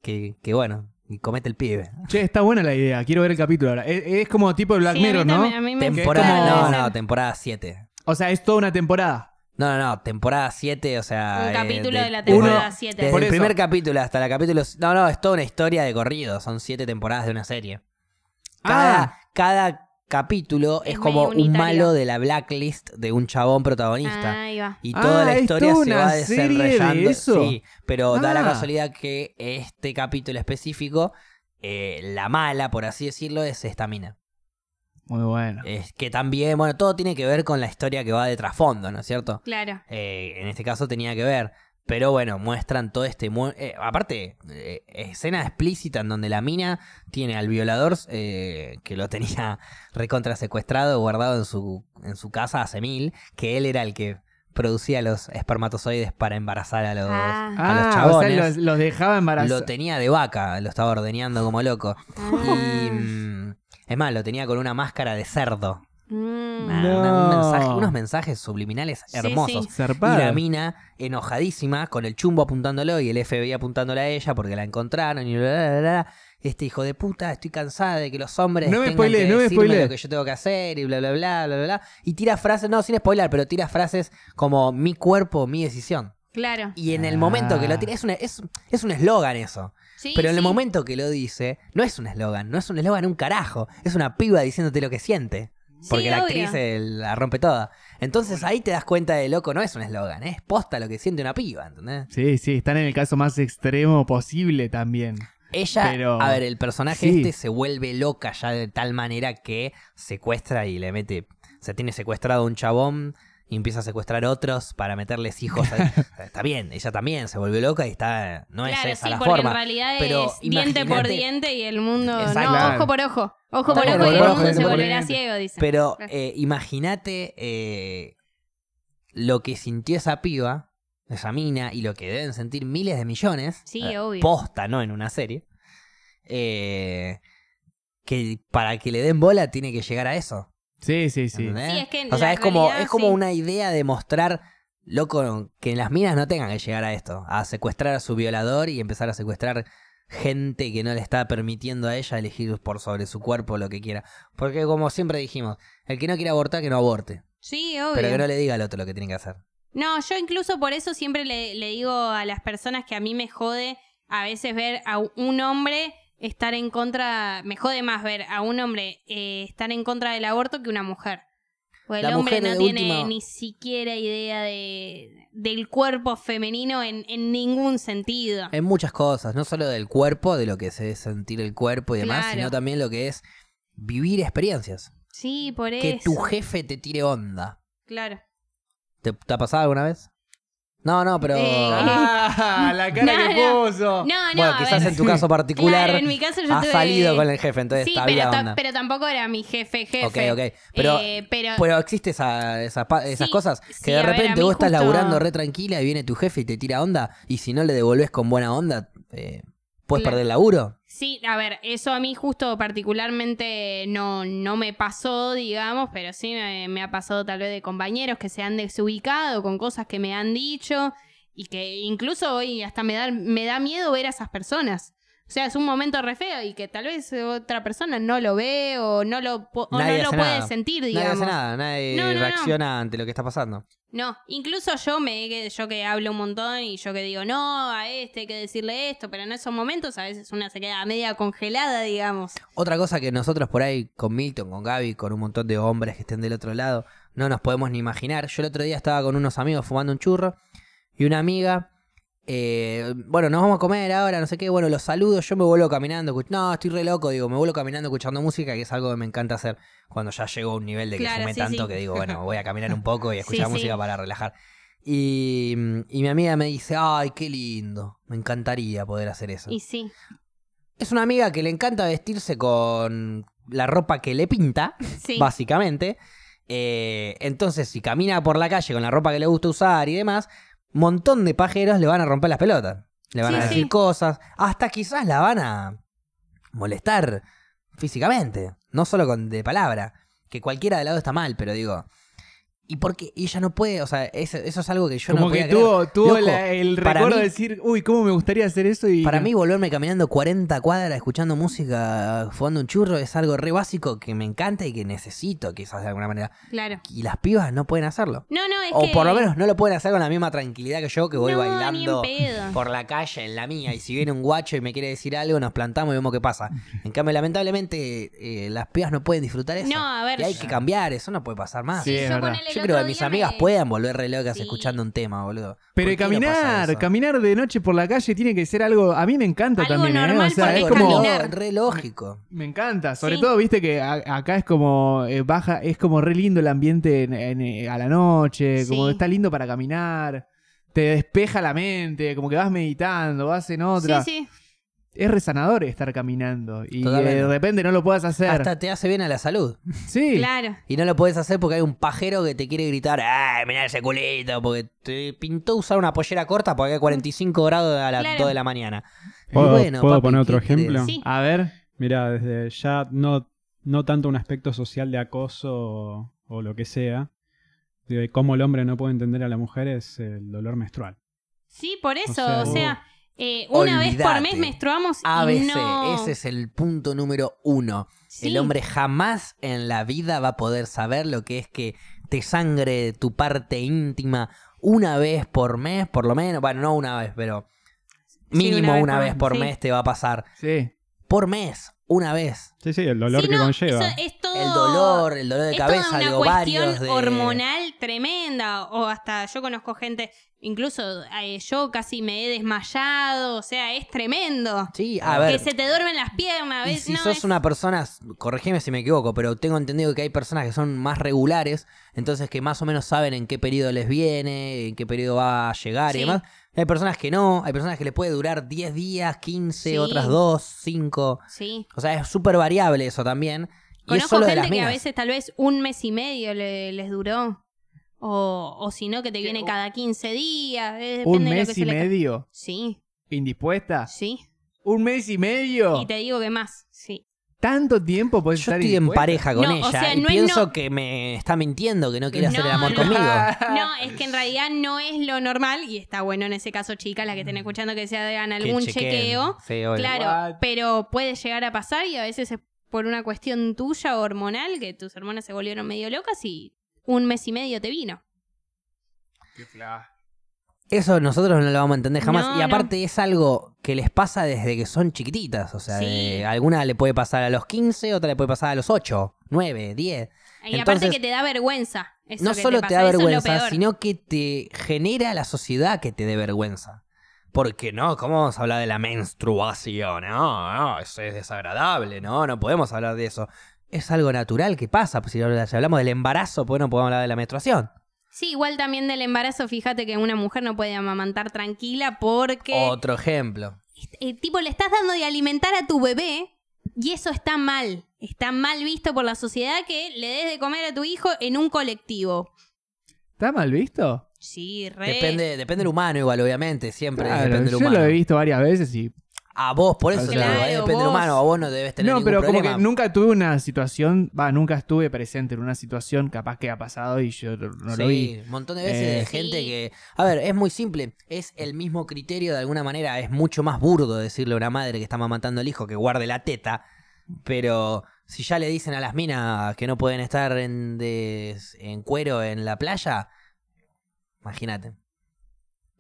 Speaker 1: que, que, bueno, y comete el pibe.
Speaker 2: Che, está buena la idea. Quiero ver el capítulo ahora. Es, es como tipo el Black
Speaker 3: Sí, a mí
Speaker 2: Mirror, ¿no?
Speaker 3: también- a mí me-
Speaker 1: Temporada,
Speaker 2: Claro,
Speaker 1: no,
Speaker 2: debe
Speaker 1: no, temporada 7.
Speaker 2: O sea, es toda una temporada.
Speaker 1: No, no, no, temporada 7, o sea.
Speaker 3: Un
Speaker 1: eh,
Speaker 3: capítulo de la
Speaker 1: desde-
Speaker 3: temporada
Speaker 2: uno-
Speaker 3: 7.
Speaker 1: Desde
Speaker 2: Por
Speaker 1: el
Speaker 2: eso.
Speaker 1: primer capítulo hasta la capítulo. No, no, es toda una historia de corrido. Son siete temporadas de una serie. Cada,
Speaker 2: Ah.
Speaker 1: cada capítulo es,
Speaker 3: Es
Speaker 1: como
Speaker 3: medio
Speaker 1: un
Speaker 3: unitario.
Speaker 1: malo de la blacklist de un chabón protagonista.
Speaker 3: Ahí va.
Speaker 1: Y toda
Speaker 2: Ah,
Speaker 1: la
Speaker 2: ¿es
Speaker 1: historia
Speaker 2: toda
Speaker 1: se
Speaker 2: una
Speaker 1: va
Speaker 2: serie de
Speaker 1: desenrollando.
Speaker 2: eso?
Speaker 1: Sí, pero da la
Speaker 2: Ah.
Speaker 1: casualidad que este capítulo específico, eh, la mala, por así decirlo, es esta mina.
Speaker 2: Muy bueno.
Speaker 1: Es que también, bueno, todo tiene que ver con la historia que va de trasfondo, ¿no es cierto?
Speaker 3: Claro.
Speaker 1: Eh, en este caso tenía que ver. Pero bueno, muestran todo este... mu- eh, aparte, eh, escena explícita en donde la mina tiene al violador eh, que lo tenía recontra secuestrado, guardado en su, en su casa hace mil, que él era el que producía los espermatozoides para embarazar a los...
Speaker 3: Ah,
Speaker 1: a los
Speaker 2: o sea,
Speaker 1: chabones.
Speaker 2: los, los dejaba
Speaker 1: Lo
Speaker 2: embarazados.
Speaker 1: tenía de vaca, lo estaba ordeñando como loco. Y...
Speaker 3: ah.
Speaker 1: mm, es más, lo tenía con una máscara de cerdo.
Speaker 3: Mm.
Speaker 1: Nah, una- un
Speaker 2: No.
Speaker 1: mensaje- unos mensajes subliminales
Speaker 3: Sí,
Speaker 1: hermosos.
Speaker 3: sí.
Speaker 1: Y
Speaker 2: Zarpado.
Speaker 1: la mina, enojadísima, con el chumbo apuntándolo y el FBI apuntándole a ella porque la encontraron y bla, bla, bla, bla. Este hijo de puta, estoy cansada de que los hombres
Speaker 2: No me
Speaker 1: tengan
Speaker 2: spoilees,
Speaker 1: que
Speaker 2: no me
Speaker 1: decirme
Speaker 2: spoilees.
Speaker 1: lo que yo tengo que hacer y bla, bla, bla, bla, bla, bla. Y tira frases, no, sin spoiler, pero tira frases como mi cuerpo, mi decisión.
Speaker 3: Claro.
Speaker 1: Y en el momento que
Speaker 2: Ah.
Speaker 1: lo tira, es, una- es, es un eslogan eso.
Speaker 3: Sí,
Speaker 1: Pero en
Speaker 3: sí.
Speaker 1: el momento que lo dice, no es un eslogan, no es un eslogan un carajo. Es una piba diciéndote lo que siente.
Speaker 3: Sí,
Speaker 1: Porque la
Speaker 3: obvio.
Speaker 1: actriz eh, la rompe toda. Entonces ahí te das cuenta de loco, no es un eslogan, es posta lo que siente una piba, ¿entendés?
Speaker 2: Sí, sí, están en el caso más extremo posible también.
Speaker 1: Ella,
Speaker 2: Pero-
Speaker 1: a ver, el personaje
Speaker 2: sí.
Speaker 1: este se vuelve loca ya de tal manera que secuestra y le mete. Se tiene secuestrado un chabón y empieza a secuestrar otros para meterles hijos. a- está bien, ella también se volvió loca y está. No
Speaker 3: claro,
Speaker 1: es esa
Speaker 3: sí,
Speaker 1: la
Speaker 3: porque
Speaker 1: forma.
Speaker 3: en realidad
Speaker 1: Pero
Speaker 3: es diente por
Speaker 1: imagínate-
Speaker 3: diente y el mundo.
Speaker 1: Exacto.
Speaker 3: No,
Speaker 2: Claro.
Speaker 3: ojo por ojo. Ojo
Speaker 1: Está
Speaker 3: por
Speaker 1: bien,
Speaker 3: ojo y el
Speaker 1: ojo por
Speaker 3: mundo
Speaker 1: ojo,
Speaker 3: se
Speaker 1: por
Speaker 3: volverá
Speaker 2: diente.
Speaker 3: ciego, dice.
Speaker 1: Pero
Speaker 3: Claro.
Speaker 1: eh, imagínate eh, lo que sintió esa piba, esa mina, y lo que deben sentir miles de millones.
Speaker 3: Sí,
Speaker 1: eh,
Speaker 3: obvio.
Speaker 1: Posta, ¿no? En una serie. eh, que para que le den bola tiene que llegar a eso.
Speaker 2: Sí, sí, sí.
Speaker 1: ¿entendés?
Speaker 3: Sí, es que en
Speaker 1: o sea,
Speaker 3: la
Speaker 1: es como,
Speaker 3: realidad,
Speaker 1: es como
Speaker 3: sí.
Speaker 1: una idea de mostrar, loco, que las minas no tengan que llegar a esto, a secuestrar a su violador y empezar a secuestrar gente que no le está permitiendo a ella elegir por sobre su cuerpo lo que quiera. Porque como siempre dijimos, el que no quiere abortar, que no aborte,
Speaker 3: Sí, obvio.
Speaker 1: pero que no le diga al otro lo que tiene que hacer.
Speaker 3: No, yo incluso por eso siempre le, le digo a las personas que a mí me jode a veces ver a un hombre estar en contra, me jode más ver a un hombre eh, estar en contra del aborto que una mujer. Porque el
Speaker 1: La
Speaker 3: hombre
Speaker 1: mujer
Speaker 3: no
Speaker 1: de
Speaker 3: tiene
Speaker 1: última-
Speaker 3: ni siquiera idea de, del cuerpo femenino en, en ningún sentido.
Speaker 1: En muchas cosas, no solo del cuerpo, de lo que es sentir el cuerpo y demás,
Speaker 3: Claro.
Speaker 1: sino también lo que es vivir experiencias.
Speaker 3: Sí, por
Speaker 1: Que
Speaker 3: eso.
Speaker 1: tu jefe te tire onda.
Speaker 3: Claro.
Speaker 1: ¿Te, te ha pasado alguna vez? No, no, pero...
Speaker 3: Eh,
Speaker 2: ¡Ah! La cara
Speaker 3: No,
Speaker 2: que
Speaker 3: no.
Speaker 2: puso.
Speaker 3: No, no,
Speaker 1: Bueno,
Speaker 3: a
Speaker 1: quizás
Speaker 3: ver.
Speaker 1: en tu caso particular
Speaker 3: Claro, en mi caso yo
Speaker 1: ha
Speaker 3: tuve-
Speaker 1: salido con el jefe, entonces
Speaker 3: Sí,
Speaker 1: está
Speaker 3: pero,
Speaker 1: bien
Speaker 3: ta-
Speaker 1: onda.
Speaker 3: pero tampoco era mi jefe, jefe.
Speaker 1: ok, ok. Pero,
Speaker 3: Eh, pero,
Speaker 1: pero existe esa, esa pa- esas
Speaker 3: Sí,
Speaker 1: cosas que
Speaker 3: sí, a
Speaker 1: de
Speaker 3: ver, a
Speaker 1: repente
Speaker 3: mí
Speaker 1: vos estás
Speaker 3: justo-
Speaker 1: laburando re tranquila y viene tu jefe y te tira onda y si no le devolvés con buena onda, eh, puedes
Speaker 3: Claro.
Speaker 1: perder el laburo.
Speaker 3: Sí, a ver, eso a mí justo particularmente no, no me pasó, digamos, pero sí me, me ha pasado tal vez de compañeros que se han desubicado con cosas que me han dicho y que incluso hoy hasta me da, me da miedo ver a esas personas. O sea, es un momento re feo y que tal vez otra persona no lo ve o no lo, po- o
Speaker 1: Nadie
Speaker 3: no lo
Speaker 1: hace
Speaker 3: puede
Speaker 1: nada.
Speaker 3: sentir,
Speaker 1: Nadie
Speaker 3: digamos.
Speaker 1: hace nada, nadie
Speaker 3: No, no, no.
Speaker 1: reacciona ante lo que está pasando.
Speaker 3: No, incluso yo me que- yo que hablo un montón y yo que digo, no, a este hay que decirle esto, pero en esos momentos a veces una se queda media congelada, digamos.
Speaker 1: Otra cosa que nosotros por ahí, con Milton, con Gaby, con un montón de hombres que estén del otro lado, no nos podemos ni imaginar. Yo el otro día estaba con unos amigos fumando un churro y una amiga. eh, bueno, nos vamos a comer ahora, no sé qué. Bueno, los saludo. Yo me vuelvo caminando. escuch- No, estoy re loco, digo, me vuelvo caminando escuchando música, que es algo que me encanta hacer. Cuando ya llego a un nivel de que
Speaker 3: Claro,
Speaker 1: fumé
Speaker 3: sí,
Speaker 1: tanto
Speaker 3: sí.
Speaker 1: que digo, bueno, voy a caminar un poco y escuchar
Speaker 3: Sí, sí.
Speaker 1: música para relajar. Y, y mi amiga me dice, ay, qué lindo, me encantaría poder hacer eso.
Speaker 3: Y sí.
Speaker 1: Es una amiga que le encanta vestirse con la ropa que le pinta,
Speaker 3: Sí.
Speaker 1: básicamente. Eh, entonces, si camina por la calle con la ropa que le gusta usar y demás, montón de pajeros le van a romper las pelotas. Le van
Speaker 3: Sí,
Speaker 1: a decir
Speaker 3: sí.
Speaker 1: cosas. Hasta quizás la van a molestar físicamente, no solo con de palabra. Que cualquiera de lado está mal, pero digo. Y porque ella no puede, o sea, eso, eso es algo que yo
Speaker 2: Como
Speaker 1: no
Speaker 2: que
Speaker 1: podía creer.
Speaker 2: tuvo, tuvo
Speaker 1: Loco,
Speaker 2: la- el
Speaker 1: para
Speaker 2: recuerdo
Speaker 1: mí-
Speaker 2: de decir, uy, ¿cómo me gustaría hacer eso? Y
Speaker 1: Para mí volverme caminando 40 cuadras escuchando música, fumando un churro, es algo re básico que me encanta y que necesito quizás de alguna manera.
Speaker 3: Claro.
Speaker 1: Y las pibas no pueden hacerlo.
Speaker 3: No, no, es
Speaker 1: o
Speaker 3: que...
Speaker 1: por lo menos no lo pueden hacer con la misma tranquilidad que yo que voy
Speaker 3: No, ni en
Speaker 1: bailando
Speaker 3: pedo.
Speaker 1: por la calle en la mía. Y si viene un guacho y me quiere decir algo, nos plantamos y vemos qué pasa. En cambio, lamentablemente, eh, las pibas no pueden disfrutar eso.
Speaker 3: No, a ver,
Speaker 1: y hay
Speaker 3: yo-
Speaker 1: que cambiar, eso no puede pasar más.
Speaker 2: Sí, es
Speaker 3: yo
Speaker 2: verdad.
Speaker 3: ponele el
Speaker 1: Yo
Speaker 3: otro
Speaker 1: creo que mis
Speaker 3: día
Speaker 1: amigas
Speaker 3: me-
Speaker 1: pueden volver re locas
Speaker 3: Sí.
Speaker 1: escuchando un tema, boludo.
Speaker 2: Pero
Speaker 1: ¿Por
Speaker 2: y
Speaker 1: qué no pasa
Speaker 2: caminar,
Speaker 1: eso?
Speaker 2: caminar de noche por la calle tiene que ser algo. A mí me encanta
Speaker 3: Algo
Speaker 2: también, ¿eh?
Speaker 3: normal
Speaker 2: O sea,
Speaker 3: porque
Speaker 2: es
Speaker 1: Algo
Speaker 3: es
Speaker 2: como.
Speaker 3: caminar.
Speaker 1: re- re lógico.
Speaker 2: Me encanta, sobre
Speaker 3: Sí.
Speaker 2: todo viste que a- acá es como eh, baja, es como re lindo el ambiente en- en, eh, a la noche, como
Speaker 3: Sí.
Speaker 2: está lindo para caminar, te despeja la mente, como que vas meditando, vas en otra.
Speaker 3: Sí, sí.
Speaker 2: Es resanador estar caminando y eh,
Speaker 1: Totalmente.
Speaker 2: de repente no lo puedas hacer.
Speaker 1: Hasta te hace bien a la salud.
Speaker 2: Sí,
Speaker 3: Claro.
Speaker 1: Y no lo puedes hacer porque hay un pajero que te quiere gritar, ¡ay, mirá ese culito! Porque te pintó usar una pollera corta porque hay 45 grados a las
Speaker 3: Claro.
Speaker 1: 2 de la mañana. Y
Speaker 4: ¿Puedo- puedo
Speaker 1: papi,
Speaker 4: poner
Speaker 1: ¿qué
Speaker 4: otro
Speaker 1: querés?
Speaker 4: ejemplo?
Speaker 3: Sí.
Speaker 2: a ver,
Speaker 4: Mira, desde ya no, no tanto un aspecto social de acoso o, o lo que sea, de cómo el hombre no puede entender a la mujer es el dolor menstrual.
Speaker 3: Sí, por eso, o sea,
Speaker 4: sea,
Speaker 2: uh,
Speaker 3: eh, una vez por
Speaker 1: olvidate.
Speaker 3: mes menstruamos y
Speaker 1: ABC,
Speaker 3: no...
Speaker 1: ese es el punto número uno.
Speaker 3: Sí.
Speaker 1: El hombre jamás en la vida va a poder saber lo que es que te sangre tu parte íntima una vez por mes, por lo menos. Bueno, no una vez, pero mínimo una, vez, por
Speaker 3: sí.
Speaker 1: mes te va a pasar.
Speaker 2: Sí.
Speaker 1: por mes, una vez.
Speaker 4: Sí, sí, el dolor
Speaker 3: Sí,
Speaker 4: que
Speaker 3: no,
Speaker 4: conlleva.
Speaker 3: eso es todo-
Speaker 1: El dolor, el dolor de
Speaker 3: Oh, es
Speaker 1: cabeza,
Speaker 3: toda una
Speaker 1: digo, varios
Speaker 3: cuestión
Speaker 1: de...
Speaker 3: hormonal tremenda. O hasta yo conozco gente, incluso eh, yo casi me he desmayado. O sea, es tremendo.
Speaker 1: Sí, a
Speaker 3: que
Speaker 1: ver.
Speaker 3: se te duermen las piernas.
Speaker 1: Y
Speaker 3: ¿ves?
Speaker 1: si
Speaker 3: No,
Speaker 1: sos
Speaker 3: es-
Speaker 1: una persona, corregime si me equivoco, pero tengo entendido que hay personas que son más regulares, entonces que más o menos saben en qué periodo les viene, en qué periodo va a llegar y
Speaker 3: Sí.
Speaker 1: demás. Hay personas que no, hay personas que les puede durar 10 días, 15,
Speaker 3: Sí.
Speaker 1: otras 2, 5.
Speaker 3: Sí.
Speaker 1: O sea, es súper variable eso también. Y es
Speaker 3: Conozco
Speaker 1: solo de las
Speaker 3: gente que a
Speaker 1: minas.
Speaker 3: veces tal vez un mes y medio le- les duró. O, o si no, que te viene cada 15 días. eh,
Speaker 2: Un
Speaker 3: depende de lo que
Speaker 2: mes
Speaker 3: se
Speaker 2: y
Speaker 3: le ca-
Speaker 2: medio.
Speaker 3: Sí,
Speaker 2: ¿Indispuesta?
Speaker 3: sí.
Speaker 2: ¿Un mes y medio?
Speaker 3: Y te digo que más. Sí.
Speaker 2: ¿Tanto tiempo puedes
Speaker 1: Yo
Speaker 2: estar
Speaker 1: estoy en
Speaker 2: indispuesta?
Speaker 1: pareja con
Speaker 3: No, o
Speaker 1: ella
Speaker 3: sea,
Speaker 1: y
Speaker 3: no es
Speaker 1: pienso
Speaker 3: no-
Speaker 1: que me está mintiendo, que no quiere hacer el
Speaker 3: No,
Speaker 1: amor
Speaker 3: no.
Speaker 1: conmigo.
Speaker 3: No, es que en realidad no es lo normal. Y está bueno en ese caso, chicas, las que estén escuchando que se
Speaker 1: Mm.
Speaker 3: hagan
Speaker 1: Que
Speaker 3: algún
Speaker 1: chequeen.
Speaker 3: chequeo.
Speaker 1: Sí, obvio.
Speaker 3: Claro,
Speaker 2: What?
Speaker 3: pero puede llegar a pasar y a veces es por una cuestión tuya hormonal que tus hormonas se volvieron medio locas y un mes y medio te vino.
Speaker 1: Eso nosotros no lo vamos a entender jamás.
Speaker 3: No,
Speaker 1: y
Speaker 3: no.
Speaker 1: aparte es algo que les pasa desde que son chiquititas. O sea,
Speaker 3: Sí.
Speaker 1: de- alguna le puede pasar a los 15, otra le puede pasar a los 8, 9, 10.
Speaker 3: Y
Speaker 1: Entonces,
Speaker 3: aparte que te da vergüenza. eso
Speaker 1: no
Speaker 3: que
Speaker 1: solo te,
Speaker 3: pasa,
Speaker 1: da
Speaker 3: eso es lo
Speaker 1: vergüenza,
Speaker 3: peor.
Speaker 1: sino que te genera la sociedad que te dé vergüenza. Porque no, ¿cómo vamos a hablar de la menstruación? No, no, eso es desagradable, no, no podemos hablar de eso. Es algo natural que pasa. pues, Si hablamos del embarazo, pues no podemos hablar de la menstruación.
Speaker 3: Sí, igual también del embarazo, fíjate que una mujer no puede amamantar tranquila porque
Speaker 1: Otro ejemplo.
Speaker 3: eh, tipo le estás dando de alimentar a tu bebé y eso está mal. Está mal visto por la sociedad que le des de comer a tu hijo en un colectivo.
Speaker 2: ¿Está mal visto?
Speaker 3: Sí, re.
Speaker 1: Depende, depende del humano igual, obviamente, siempre
Speaker 2: Claro,
Speaker 1: depende del
Speaker 2: yo
Speaker 1: humano.
Speaker 2: lo he visto varias veces y...
Speaker 1: A vos, por eso
Speaker 2: Claro,
Speaker 1: te digo, ahí depende del
Speaker 3: vos.
Speaker 1: humano, a vos no debes tener
Speaker 2: No,
Speaker 1: ningún
Speaker 2: pero
Speaker 1: problema.
Speaker 2: como que nunca tuve una situación... Va, nunca estuve presente en una situación capaz que ha pasado y yo no lo vi.
Speaker 1: Sí, un montón de veces
Speaker 2: Eh,
Speaker 1: de
Speaker 3: Sí.
Speaker 1: gente que... A ver, es muy simple, es el mismo criterio de alguna manera, es mucho más burdo decirle a una madre que está matando al hijo que guarde la teta, pero si ya le dicen a las minas que no pueden estar en, de- en cuero en la playa, imagínate.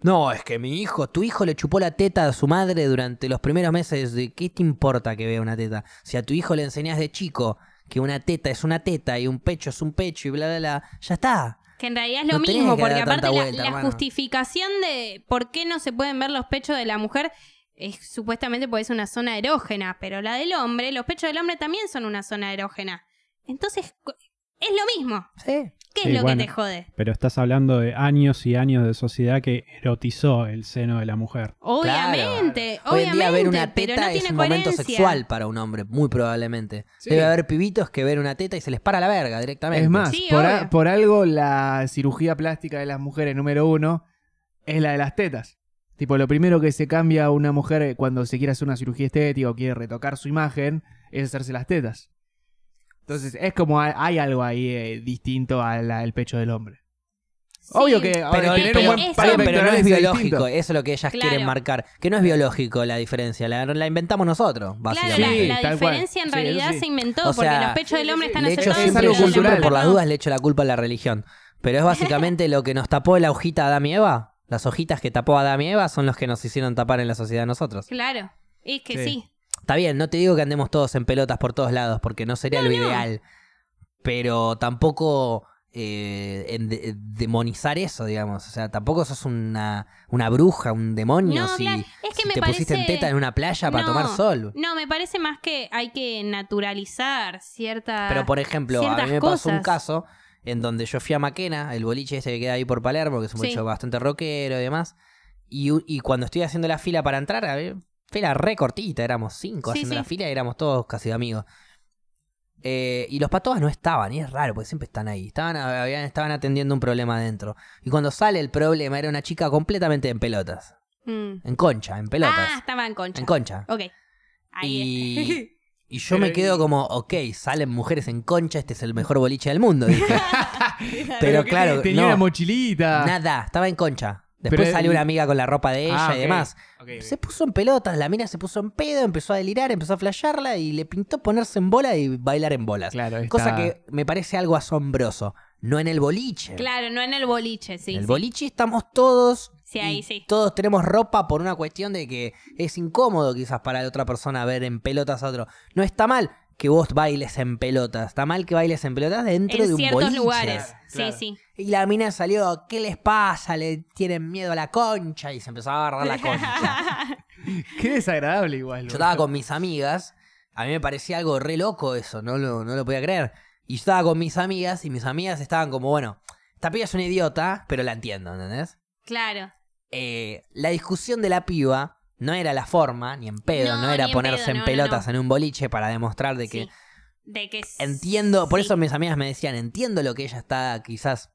Speaker 1: No, es que mi hijo, tu hijo le chupó la teta a su madre durante los primeros meses. ¿De qué te importa que vea una teta? Si a tu hijo le enseñás de chico que una teta es una teta y un pecho es un pecho y bla, bla, bla, ya está.
Speaker 3: Que en realidad es lo
Speaker 1: No tenés
Speaker 3: mismo,
Speaker 1: que dar
Speaker 3: porque
Speaker 1: tanta
Speaker 3: aparte la,
Speaker 1: vuelta,
Speaker 3: la
Speaker 1: hermano.
Speaker 3: justificación de por qué no se pueden ver los pechos de la mujer es supuestamente porque es una zona erógena, pero la del hombre, los pechos del hombre también son una zona erógena. Entonces, cu- es lo mismo.
Speaker 1: Sí.
Speaker 3: ¿Qué
Speaker 4: Sí,
Speaker 3: es lo
Speaker 4: bueno.
Speaker 3: que te jode?
Speaker 4: Pero estás hablando de años y años de sociedad que erotizó el seno de la mujer.
Speaker 3: Obviamente,
Speaker 1: Hoy en
Speaker 3: obviamente,
Speaker 1: día ver una
Speaker 3: pero
Speaker 1: teta
Speaker 3: no
Speaker 1: es
Speaker 3: tiene
Speaker 1: un
Speaker 3: coherencia.
Speaker 1: momento sexual para un hombre, muy probablemente.
Speaker 2: Sí.
Speaker 1: Debe haber pibitos que ven una teta y se les para la verga directamente.
Speaker 2: Es más,
Speaker 3: Sí,
Speaker 2: por, a-
Speaker 3: obvio.
Speaker 2: por algo la cirugía plástica de las mujeres número uno es la de las tetas. Tipo, lo primero que se cambia a una mujer eh, cuando se quiere hacer una cirugía estética o quiere retocar su imagen es hacerse las tetas. Entonces, es como hay, hay algo ahí eh, distinto al, al pecho del hombre.
Speaker 3: Sí.
Speaker 2: Obvio que a ver,
Speaker 1: Pero,
Speaker 2: tener
Speaker 1: pero-
Speaker 2: un buen
Speaker 3: eso-
Speaker 2: palo
Speaker 1: pero- pero no
Speaker 2: pectoral
Speaker 1: es
Speaker 2: es
Speaker 1: biológico,
Speaker 2: distinto.
Speaker 1: eso es lo que ellas
Speaker 3: Claro.
Speaker 1: quieren marcar. Que no es biológico la diferencia, la, la inventamos nosotros,
Speaker 3: Claro,
Speaker 1: básicamente.
Speaker 3: la-
Speaker 2: Sí,
Speaker 3: la,
Speaker 2: tal cual.
Speaker 3: diferencia
Speaker 2: Sí,
Speaker 3: en
Speaker 2: eso
Speaker 3: realidad
Speaker 2: sí.
Speaker 3: se inventó
Speaker 1: O sea,
Speaker 3: porque los pechos del hombre están
Speaker 1: Le echo
Speaker 3: aceptados.
Speaker 2: Es
Speaker 1: siempre,
Speaker 2: algo
Speaker 1: yo siempre
Speaker 2: cultural.
Speaker 1: por las dudas le echo la culpa a la religión. Pero es básicamente lo que nos tapó la hojita Adam y Eva. Las hojitas que tapó Adam y Eva son los que nos hicieron tapar en la sociedad a nosotros.
Speaker 3: Claro, es que
Speaker 2: Sí.
Speaker 3: sí.
Speaker 1: Está bien, no te digo que andemos todos en pelotas por todos lados, porque no sería lo ideal. Pero tampoco eh, en- de- demonizar eso, digamos. O sea, tampoco sos una, una bruja, un demonio,
Speaker 3: No,
Speaker 1: si,
Speaker 3: claro, es que
Speaker 1: si
Speaker 3: me
Speaker 1: te pusiste en
Speaker 3: parece-
Speaker 1: teta en una playa para
Speaker 3: No,
Speaker 1: tomar sol.
Speaker 3: No, me parece más que hay que naturalizar cierta...
Speaker 1: Pero por ejemplo, a
Speaker 3: ciertas
Speaker 1: mí me pasó un
Speaker 3: cosas.
Speaker 1: caso en donde yo fui a Maquena, el boliche ese que queda ahí por Palermo, que es un
Speaker 3: Sí.
Speaker 1: boliche bastante rockero y demás. Y, u- y cuando estoy haciendo la fila para entrar, a ver, fila re cortita, éramos cinco
Speaker 3: Sí,
Speaker 1: haciendo
Speaker 3: sí.
Speaker 1: la fila y éramos todos casi amigos. Eh, y los patos no estaban, y es raro, porque siempre están ahí. Estaban, habían- estaban atendiendo un problema adentro. Y cuando sale el problema, era una chica completamente en pelotas.
Speaker 3: Mm.
Speaker 1: En concha, en pelotas.
Speaker 3: Ah, estaba en concha.
Speaker 1: en concha.
Speaker 3: Ok. Ahí
Speaker 1: Y-
Speaker 3: está.
Speaker 1: Y yo me
Speaker 2: Pero-
Speaker 1: quedo como, ok, salen mujeres en concha, este es el mejor boliche del mundo. dije. pero
Speaker 2: ¿qué
Speaker 1: claro,
Speaker 2: tenés? tenía
Speaker 1: no.
Speaker 2: una mochilita.
Speaker 1: Nada, estaba en concha. Después
Speaker 2: Pero-
Speaker 1: salió una amiga con la ropa de ella
Speaker 2: Ah,
Speaker 1: y
Speaker 2: ok.
Speaker 1: demás.
Speaker 2: Ok,
Speaker 1: Se puso en pelotas, la mina se puso en pedo, empezó a delirar, empezó a flashearla y le pintó ponerse en bola y bailar en bolas.
Speaker 2: Claro, está-
Speaker 1: Cosa que me parece algo asombroso. no en el boliche.
Speaker 3: Claro, no en el boliche, sí.
Speaker 1: en el
Speaker 3: sí.
Speaker 1: boliche estamos todos.
Speaker 3: Sí, ahí
Speaker 1: y
Speaker 3: sí.
Speaker 1: Todos tenemos ropa por una cuestión de que es incómodo quizás para la otra persona ver en pelotas a otro. No está mal que vos bailes en pelotas, está mal que bailes en pelotas dentro de
Speaker 3: en
Speaker 1: un
Speaker 3: ciertos
Speaker 1: boliche.
Speaker 3: lugares.
Speaker 2: Claro.
Speaker 3: Sí, sí.
Speaker 1: Y la mina salió, ¿qué les pasa? Le tienen miedo a la concha y se empezó a agarrar la concha.
Speaker 2: Qué desagradable igual.
Speaker 1: Yo
Speaker 2: boludo.
Speaker 1: estaba con mis amigas, a mí me parecía algo re loco eso, no lo, no lo podía creer. Y yo estaba con mis amigas y mis amigas estaban como, bueno, esta piba es una idiota, pero la entiendo, ¿entendés?
Speaker 3: Claro.
Speaker 1: Eh, la discusión de la piba no era la forma, ni en pedo,
Speaker 3: No,
Speaker 1: no, era
Speaker 3: ni en
Speaker 1: ponerse
Speaker 3: pedo,
Speaker 1: en
Speaker 3: no, no,
Speaker 1: pelotas
Speaker 3: no.
Speaker 1: en un boliche para demostrar de que
Speaker 3: sí. De que s-
Speaker 1: entiendo, por
Speaker 3: sí.
Speaker 1: eso mis amigas me decían, entiendo lo que ella está quizás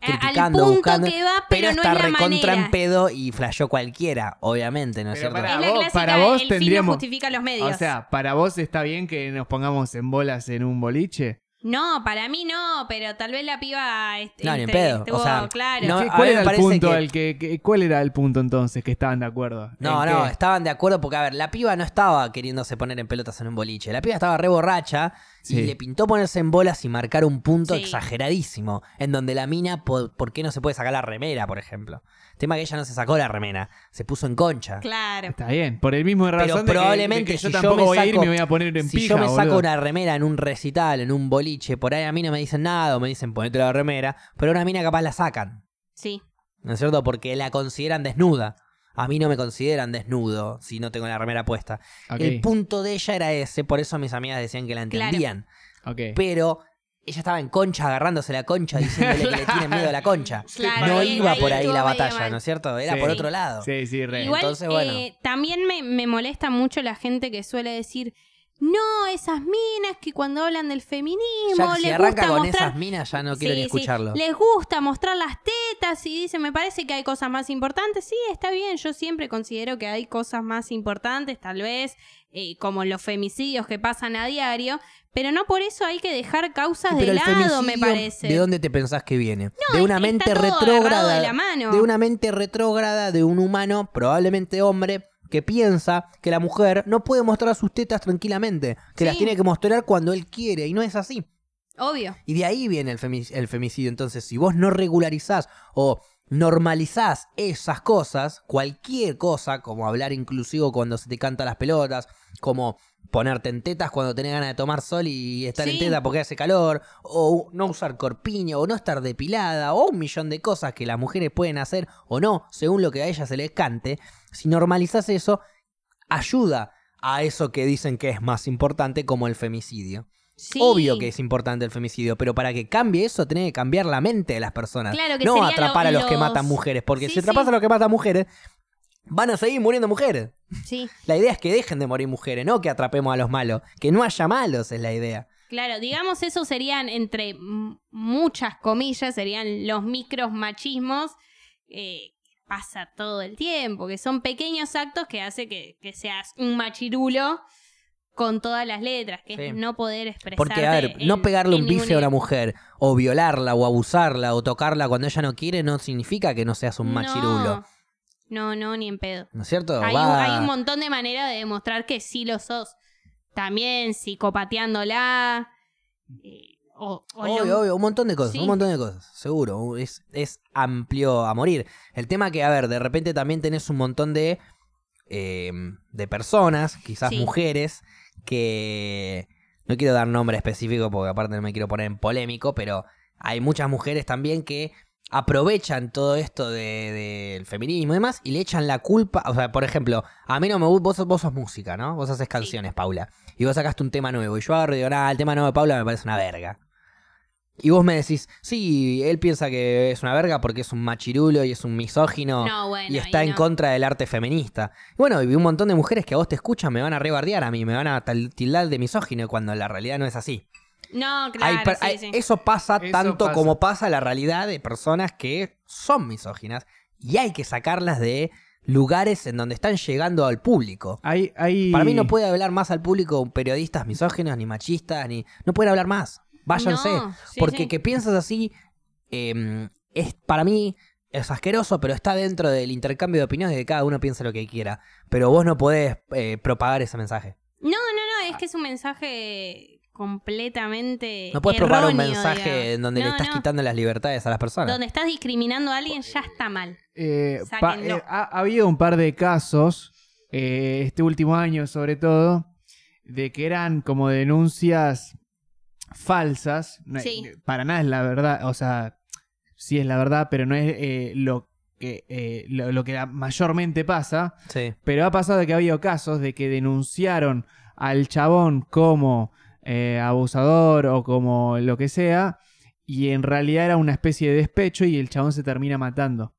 Speaker 3: A- Eh, al
Speaker 1: criticando,
Speaker 3: punto
Speaker 1: buscando,
Speaker 3: que va,
Speaker 1: pero
Speaker 3: pero,
Speaker 1: está
Speaker 3: no es la
Speaker 1: recontra en
Speaker 3: manera.
Speaker 1: pedo y flasheó cualquiera, obviamente, ¿no es
Speaker 2: Pero
Speaker 1: cierto?
Speaker 2: pará. Para
Speaker 3: Es la
Speaker 2: vos-
Speaker 3: clásica,
Speaker 2: para vos
Speaker 3: el fin no
Speaker 2: tendríamos-
Speaker 3: justifica los medios.
Speaker 2: O sea, para vos está bien que nos pongamos en bolas en un boliche.
Speaker 3: no, para mí no, pero tal vez la piba este,
Speaker 1: No, ni en
Speaker 3: este,
Speaker 1: pedo, o
Speaker 3: estuvo-
Speaker 1: sea,
Speaker 3: claro.
Speaker 1: no-
Speaker 2: ¿Qué-
Speaker 1: a mí
Speaker 2: ¿Cuál
Speaker 1: me
Speaker 2: era el
Speaker 1: parece
Speaker 2: punto
Speaker 1: que-
Speaker 2: al que, que- cuál era el punto entonces que estaban de acuerdo?
Speaker 1: No,
Speaker 2: ¿En
Speaker 1: no,
Speaker 2: qué?
Speaker 1: estaban de acuerdo porque, a ver, la piba no estaba queriéndose poner en pelotas en un boliche. La piba estaba re borracha y
Speaker 2: Sí.
Speaker 1: le pintó ponerse en bolas y marcar un punto
Speaker 3: Sí.
Speaker 1: exageradísimo. En donde la mina, po- por, qué no se puede sacar la remera, por ejemplo? Tema que ella no se sacó la remera, se puso en concha.
Speaker 3: Claro.
Speaker 2: Está bien, por el mismo razón de que- de que
Speaker 1: probablemente
Speaker 2: yo
Speaker 1: si yo
Speaker 2: tampoco
Speaker 1: me
Speaker 2: voy a ir
Speaker 1: saco-
Speaker 2: me voy a poner en
Speaker 1: si
Speaker 2: pija,
Speaker 1: yo me saco
Speaker 2: boludo.
Speaker 1: una remera en un recital, en un boliche, por ahí a mí no me dicen nada o me dicen ponete la remera, pero a una mina capaz la sacan.
Speaker 3: Sí.
Speaker 1: ¿No es cierto? Porque la consideran desnuda. A mí no me consideran desnudo si no tengo la remera puesta.
Speaker 2: Ok,
Speaker 1: El punto de ella era ese, por eso mis amigas decían que la
Speaker 3: Claro.
Speaker 1: entendían.
Speaker 2: ok.
Speaker 1: Pero ella estaba en concha agarrándose la concha diciéndole que le tiene miedo a la concha.
Speaker 3: Claro,
Speaker 1: No
Speaker 3: y
Speaker 1: iba por ahí
Speaker 3: estuvo
Speaker 1: la
Speaker 3: medio
Speaker 1: batalla,
Speaker 3: mal.
Speaker 1: ¿no es cierto? Era
Speaker 2: Sí.
Speaker 1: por otro lado.
Speaker 2: Sí, sí, re.
Speaker 3: Igual
Speaker 1: Entonces, bueno.
Speaker 3: eh, también me, me molesta mucho la gente que suele decir, no, esas minas que cuando hablan del feminismo
Speaker 1: Ya, si
Speaker 3: les
Speaker 1: arranca
Speaker 3: gusta
Speaker 1: con
Speaker 3: mostrar...
Speaker 1: esas minas, ya no quiero
Speaker 3: Sí,
Speaker 1: ni
Speaker 3: sí,
Speaker 1: escucharlo.
Speaker 3: Les gusta mostrar las tetas y dicen, me parece que hay cosas más importantes. Sí, está bien, yo siempre considero que hay cosas más importantes, tal vez, eh, como los femicidios que pasan a diario, pero no por eso hay que dejar causas
Speaker 1: Sí,
Speaker 3: de
Speaker 1: pero el
Speaker 3: lado, me
Speaker 1: femicidio,
Speaker 3: parece.
Speaker 1: ¿De dónde te pensás que viene? de una
Speaker 3: Está
Speaker 1: mente
Speaker 3: todo agarrado
Speaker 1: retrógrada.
Speaker 3: De la mano.
Speaker 1: de una mente retrógrada de un humano, probablemente hombre, que piensa que la mujer no puede mostrar sus tetas tranquilamente, que
Speaker 3: Sí.
Speaker 1: las tiene que mostrar cuando él quiere, y no es así.
Speaker 3: Obvio.
Speaker 1: Y de ahí viene el, femi- el femicidio. Entonces, si vos no regularizás o normalizás esas cosas, cualquier cosa, como hablar inclusivo cuando se te canta las pelotas, como ponerte en tetas cuando tenés ganas de tomar sol y estar en
Speaker 3: Sí.
Speaker 1: tetas porque hace calor, o no usar corpiño, o no estar depilada, o un millón de cosas que las mujeres pueden hacer o no, según lo que a ellas se les cante, si normalizás eso, ayuda a eso que dicen que es más importante como el femicidio.
Speaker 3: Sí.
Speaker 1: Obvio que es importante el femicidio, pero para que cambie eso tiene que cambiar la mente de las personas.
Speaker 3: Claro que
Speaker 1: no
Speaker 3: sería
Speaker 1: atrapar a
Speaker 3: lo-
Speaker 1: los que
Speaker 3: los-
Speaker 1: matan mujeres, porque
Speaker 3: Sí,
Speaker 1: si atrapas
Speaker 3: sí.
Speaker 1: a los que matan mujeres, van a seguir muriendo mujeres.
Speaker 3: Sí,
Speaker 1: La idea es que dejen de morir mujeres, no que atrapemos a los malos, que no haya malos es la idea.
Speaker 3: claro. Digamos, eso serían, entre m- muchas comillas, serían los micros machismos eh, que pasa todo el tiempo, que son pequeños actos que hace que, que seas un machirulo con todas las letras, que
Speaker 1: Sí.
Speaker 3: es no poder expresarte.
Speaker 1: Porque, a ver,
Speaker 3: en-
Speaker 1: no pegarle
Speaker 3: en
Speaker 1: un
Speaker 3: ningún
Speaker 1: bife a una
Speaker 3: nivel.
Speaker 1: mujer, o violarla, o abusarla, o tocarla cuando ella no quiere, no significa que no seas un
Speaker 3: No.
Speaker 1: machirulo.
Speaker 3: No, no, ni en pedo.
Speaker 1: ¿No es cierto?
Speaker 3: Hay, un,
Speaker 1: Va-
Speaker 3: hay un montón de maneras de demostrar que sí lo sos. También psicopateándola. eh, o, o lo-
Speaker 1: obvio, obvio, un montón de cosas,
Speaker 3: Sí.
Speaker 1: un montón de cosas, seguro. Es, es amplio a morir. El tema que, a ver, de repente también tenés un montón de, eh, de personas, quizás
Speaker 3: Sí.
Speaker 1: mujeres, que no quiero dar nombre específico porque aparte no me quiero poner en polémico, pero hay muchas mujeres también que aprovechan todo esto del de, del feminismo y demás y le echan la culpa, o sea, por ejemplo, a mí no me gusta, vos, sos- vos sos música, ¿no? Vos haces canciones, Paula, y vos sacaste un tema nuevo y yo agarro y digo, nada, el tema nuevo de Paula me parece una verga. Y vos me decís, sí, él piensa que es una verga porque es un machirulo y es un misógino
Speaker 3: No, bueno,
Speaker 1: y está
Speaker 3: ahí
Speaker 1: en
Speaker 3: no.
Speaker 1: contra del arte feminista. Bueno, y un montón de mujeres que a vos te escuchan me van a rebardear a mí, me van a tal- tildar de misógino cuando la realidad no es así.
Speaker 3: No, claro,
Speaker 1: Hay per-
Speaker 3: sí,
Speaker 1: hay-
Speaker 3: sí.
Speaker 1: Eso pasa
Speaker 2: Eso
Speaker 1: tanto
Speaker 2: pasa.
Speaker 1: como pasa la realidad de personas que son misóginas y hay que sacarlas de lugares en donde están llegando al público.
Speaker 2: Hay, hay...
Speaker 1: Para mí no puede hablar más al público periodistas misóginos, ni machistas, ni... No pueden hablar más. Váyanse.
Speaker 3: No, sí,
Speaker 1: porque
Speaker 3: sí.
Speaker 1: que piensas así, eh, es para mí es asqueroso, pero está dentro del intercambio de opiniones de que cada uno piensa lo que quiera. Pero vos no podés eh, propagar ese mensaje.
Speaker 3: No, no, no, es que es un mensaje completamente.
Speaker 1: No puedes propagar un
Speaker 3: Eh, erróneo,
Speaker 1: mensaje
Speaker 3: digamos.
Speaker 1: en donde le
Speaker 3: No,
Speaker 1: estás
Speaker 3: no.
Speaker 1: quitando las libertades a las personas.
Speaker 3: Donde estás discriminando a alguien ya está mal.
Speaker 2: Eh,
Speaker 3: Sáquenlo.
Speaker 2: pa- eh, ha, ha habido un par de casos, eh, este último año sobre todo, de que eran como denuncias falsas. No-
Speaker 3: Sí.
Speaker 2: Para nada es la verdad, o sea, sí es la verdad, pero no es eh, lo que eh, lo, lo que mayormente pasa.
Speaker 1: Sí.
Speaker 2: Pero ha pasado que ha habido casos de que denunciaron al chabón como eh, abusador o como lo que sea, y en realidad era una especie de despecho y el chabón se termina matando.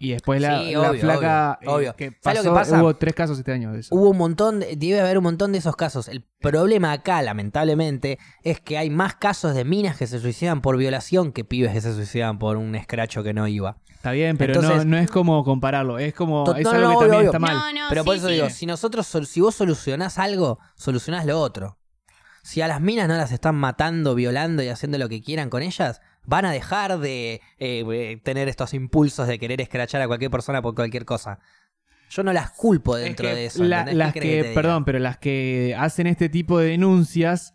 Speaker 2: Y después la,
Speaker 1: Sí,
Speaker 2: la
Speaker 1: obvio,
Speaker 2: flaca eh,
Speaker 1: obvio, obvio.
Speaker 2: que
Speaker 1: ¿Sabes
Speaker 2: pasó,
Speaker 1: lo que pasa? Uh,
Speaker 2: hubo tres casos este año de eso.
Speaker 1: Hubo un montón, de- debe haber un montón de esos casos. El problema acá, lamentablemente, es que hay más casos de minas que se suicidan por violación que pibes que se suicidan por un escracho que no iba.
Speaker 2: Está bien, pero
Speaker 1: Entonces-
Speaker 2: no, no es como compararlo, es como
Speaker 1: To-
Speaker 2: es
Speaker 1: no,
Speaker 2: algo
Speaker 1: no,
Speaker 2: que
Speaker 1: obvio,
Speaker 2: también
Speaker 1: obvio.
Speaker 2: está mal.
Speaker 3: No, no,
Speaker 1: Pero por
Speaker 3: sí,
Speaker 1: eso
Speaker 3: sí.
Speaker 1: digo, si nosotros, sol- si vos solucionás algo, solucionás lo otro. Si a las minas no las están matando, violando y haciendo lo que quieran con ellas, van a dejar de eh, eh, tener estos impulsos de querer escrachar a cualquier persona por cualquier cosa. Yo no las culpo
Speaker 2: Es
Speaker 1: dentro
Speaker 2: que
Speaker 1: de eso.
Speaker 2: la-
Speaker 1: ¿entendés? ¿Qué
Speaker 2: las
Speaker 1: querés
Speaker 2: que,
Speaker 1: te diga?
Speaker 2: perdón, pero las que hacen este tipo de denuncias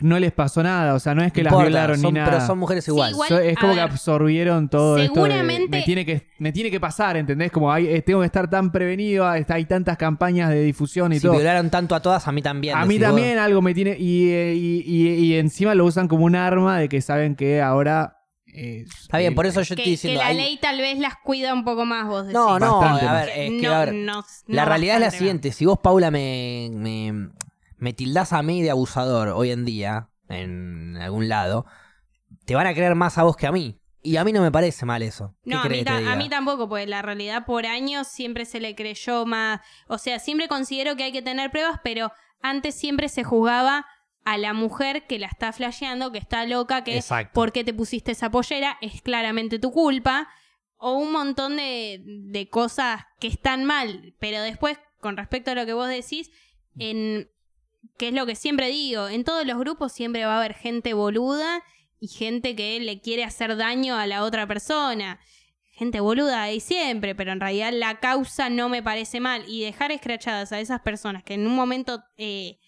Speaker 2: no les pasó nada, o sea, no es que
Speaker 1: No
Speaker 2: las
Speaker 1: importa,
Speaker 2: violaron
Speaker 1: son-
Speaker 2: ni nada.
Speaker 1: Pero son mujeres
Speaker 3: Sí,
Speaker 1: igual.
Speaker 3: igual.
Speaker 2: So- es
Speaker 3: a
Speaker 2: como que
Speaker 3: ver,
Speaker 2: absorbieron todo esto de-
Speaker 3: seguramente-
Speaker 2: me tiene que me tiene que pasar ¿entendés? como hay, eh, tengo que estar tan prevenido hay, hay tantas campañas de difusión y
Speaker 1: Si
Speaker 2: todo
Speaker 1: violaron tanto a todas, a mí también.
Speaker 2: a mí
Speaker 1: decís vos.
Speaker 2: también algo me tiene y, eh, y, y- y encima lo usan como un arma de que saben que ahora eh,
Speaker 1: Está bien,
Speaker 2: eh,
Speaker 1: por eso yo
Speaker 3: que,
Speaker 1: estoy diciendo.
Speaker 3: que la
Speaker 1: hay-
Speaker 3: ley tal vez las cuida un poco más vos decís.
Speaker 1: No, no,
Speaker 2: Bastante
Speaker 1: a
Speaker 2: más.
Speaker 1: ver, es que,
Speaker 3: No,
Speaker 1: a ver,
Speaker 3: no,
Speaker 1: la
Speaker 3: no
Speaker 1: realidad es la
Speaker 3: bastante más.
Speaker 1: siguiente. Si vos, Paula, me, me, me tildás a mí de abusador hoy en día, en algún lado, te van a creer más a vos que a mí. Y a mí no me parece mal eso. ¿Qué
Speaker 3: No, a
Speaker 1: crees que
Speaker 3: mí,
Speaker 1: te
Speaker 3: ta- a
Speaker 1: diga?
Speaker 3: mí tampoco, porque la realidad por años siempre se le creyó más. O sea, siempre considero que hay que tener pruebas, pero antes siempre se juzgaba a la mujer que la está flasheando, que está loca, que
Speaker 1: Exacto.
Speaker 3: por qué te pusiste esa pollera es claramente tu culpa. O un montón de, de cosas que están mal. Pero después, con respecto a lo que vos decís, en que es lo que siempre digo, en todos los grupos siempre va a haber gente boluda y gente que le quiere hacer daño a la otra persona. Gente boluda hay siempre, pero en realidad la causa no me parece mal. Y dejar escrachadas a esas personas que en un momento eh,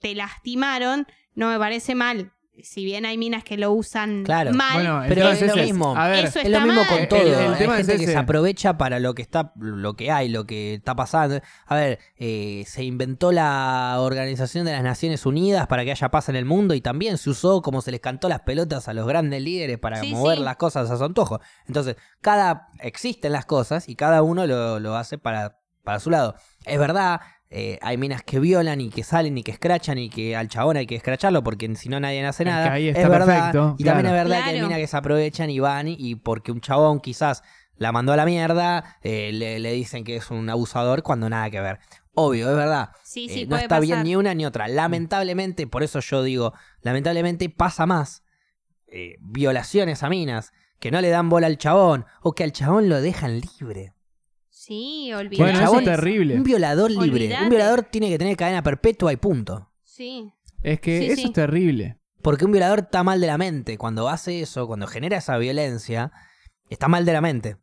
Speaker 3: te lastimaron, no me parece mal. Si bien hay minas que lo usan
Speaker 1: Claro.
Speaker 3: mal,
Speaker 2: bueno
Speaker 1: Pero
Speaker 2: entonces,
Speaker 1: es lo mismo.
Speaker 2: a ver
Speaker 3: Eso
Speaker 1: es lo
Speaker 3: está
Speaker 1: mismo
Speaker 3: mal.
Speaker 1: con todo.
Speaker 2: El- el
Speaker 1: Hay
Speaker 2: tema es
Speaker 1: gente que
Speaker 2: ese.
Speaker 1: se aprovecha para lo que está, lo que hay, lo que está pasando. A ver, eh, se inventó la Organización de las Naciones Unidas para que haya paz en el mundo y también se usó como se les cantó las pelotas a los grandes líderes para
Speaker 3: Sí,
Speaker 1: mover
Speaker 3: sí.
Speaker 1: las cosas a su antojo. Entonces, cada existen las cosas y cada uno lo, lo hace para, para su lado. Es verdad. eh, hay minas que violan y que salen y que escrachan y que al chabón hay que escracharlo porque si no nadie hace
Speaker 2: Es que
Speaker 1: nada.
Speaker 2: ahí está
Speaker 1: es verdad.
Speaker 2: perfecto,
Speaker 1: y también
Speaker 2: claro.
Speaker 1: es verdad que hay
Speaker 3: Claro.
Speaker 1: minas que se aprovechan y van y, y porque un chabón quizás la mandó a la mierda, eh, le, le dicen que es un abusador cuando nada que ver. Obvio, es verdad.
Speaker 3: sí,
Speaker 1: Eh,
Speaker 3: sí,
Speaker 1: no
Speaker 3: puede
Speaker 1: está
Speaker 3: pasar.
Speaker 1: bien ni una ni otra. Lamentablemente, por eso yo digo, lamentablemente pasa más eh, violaciones a minas que no le dan bola al chabón o que al chabón lo dejan libre.
Speaker 3: Sí, olvidate.
Speaker 2: bueno eso
Speaker 1: chabón-
Speaker 2: es terrible
Speaker 1: Un violador libre.
Speaker 3: Olvidate.
Speaker 1: Un violador tiene que tener cadena perpetua y punto.
Speaker 3: Sí.
Speaker 2: es que
Speaker 3: Sí,
Speaker 2: eso
Speaker 3: sí.
Speaker 2: es terrible
Speaker 1: Porque un violador está mal de la mente. Cuando hace eso, cuando genera esa violencia, está mal de la mente.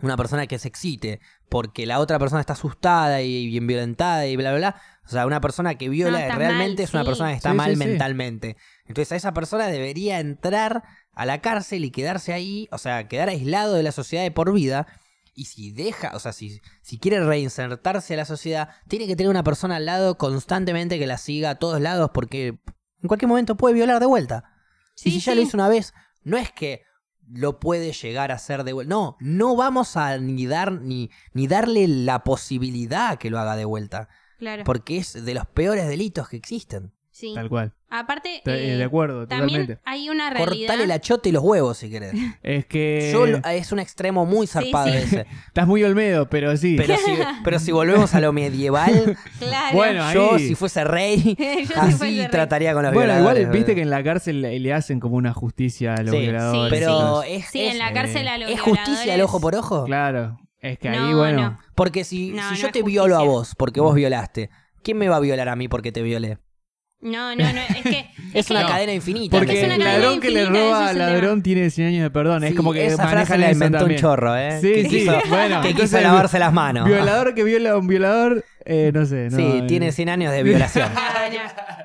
Speaker 1: Una persona que se excite porque la otra persona está asustada y bien violentada y bla, bla, bla. O sea, una persona que
Speaker 3: No,
Speaker 1: viola
Speaker 3: está
Speaker 1: realmente
Speaker 3: mal,
Speaker 1: es una
Speaker 3: sí.
Speaker 1: persona que está
Speaker 2: Sí, sí,
Speaker 1: mal
Speaker 2: sí.
Speaker 1: mentalmente. Entonces a esa persona debería entrar a la cárcel y quedarse ahí, o sea, quedar aislado de la sociedad de por vida. Y si deja, o sea, si, si quiere reinsertarse a la sociedad, tiene que tener una persona al lado constantemente que la siga a todos lados porque en cualquier momento puede violar de vuelta.
Speaker 3: Sí,
Speaker 1: y si ya
Speaker 3: sí.
Speaker 1: lo hizo una vez, no es que lo puede llegar a hacer de vuelta. No, no vamos a ni dar ni, ni darle la posibilidad a que lo haga de vuelta.
Speaker 3: Claro.
Speaker 1: Porque es de los peores delitos que existen.
Speaker 3: Sí.
Speaker 2: tal cual
Speaker 3: Aparte,
Speaker 2: Te- eh,
Speaker 3: eh,
Speaker 2: de acuerdo
Speaker 3: también
Speaker 2: totalmente
Speaker 3: hay una realidad.
Speaker 1: Cortale la chota y los huevos si querés.
Speaker 2: es que
Speaker 1: Yo lo- es un extremo muy zarpado
Speaker 3: sí.
Speaker 1: ese.
Speaker 2: estás muy olmedo pero sí
Speaker 1: Pero si, pero si volvemos a lo medieval,
Speaker 3: Claro.
Speaker 2: Bueno,
Speaker 1: yo
Speaker 2: ahí-
Speaker 1: si fuese rey,
Speaker 3: Yo si
Speaker 1: así
Speaker 3: fuese rey.
Speaker 1: trataría con los
Speaker 2: bueno
Speaker 1: violadores.
Speaker 2: igual viste que en la cárcel le, le hacen como una justicia a los
Speaker 1: Sí,
Speaker 2: violadores
Speaker 3: sí,
Speaker 1: Pero
Speaker 2: entonces,
Speaker 1: es,
Speaker 3: Sí,
Speaker 1: es-
Speaker 3: en la cárcel a los
Speaker 1: ¿es justicia el
Speaker 3: violadores-
Speaker 1: ojo por ojo.
Speaker 2: claro es eh, que ahí
Speaker 3: No,
Speaker 2: bueno
Speaker 3: no.
Speaker 1: Porque si,
Speaker 3: No,
Speaker 1: si
Speaker 3: no
Speaker 1: yo
Speaker 3: es
Speaker 1: te violo a
Speaker 3: justicia.
Speaker 1: vos porque vos violaste, ¿quién me va a violar a mí porque te violé?
Speaker 3: No, no, no. Es que.
Speaker 1: Es una
Speaker 3: que-
Speaker 1: cadena infinita.
Speaker 3: Es
Speaker 2: Porque
Speaker 3: una
Speaker 2: el
Speaker 1: ¿entendés?
Speaker 3: cadena
Speaker 2: ladrón que le
Speaker 3: infinita,
Speaker 2: roba
Speaker 3: eso
Speaker 2: al
Speaker 3: es el
Speaker 2: ladrón
Speaker 3: tema.
Speaker 2: tiene 100 años de perdón. es
Speaker 1: Sí,
Speaker 2: como que
Speaker 1: esa frase
Speaker 2: manejan
Speaker 1: la
Speaker 2: eso
Speaker 1: inventó
Speaker 2: también.
Speaker 1: un chorro, ¿eh?
Speaker 2: Sí,
Speaker 1: que
Speaker 2: sí,
Speaker 1: quiso,
Speaker 2: bueno,
Speaker 1: que quiso
Speaker 2: entonces-
Speaker 1: lavarse las manos.
Speaker 2: Violador que viola a un violador, eh, no sé. no,
Speaker 1: sí,
Speaker 2: eh,
Speaker 1: tiene 100 años de violación.
Speaker 3: Ah,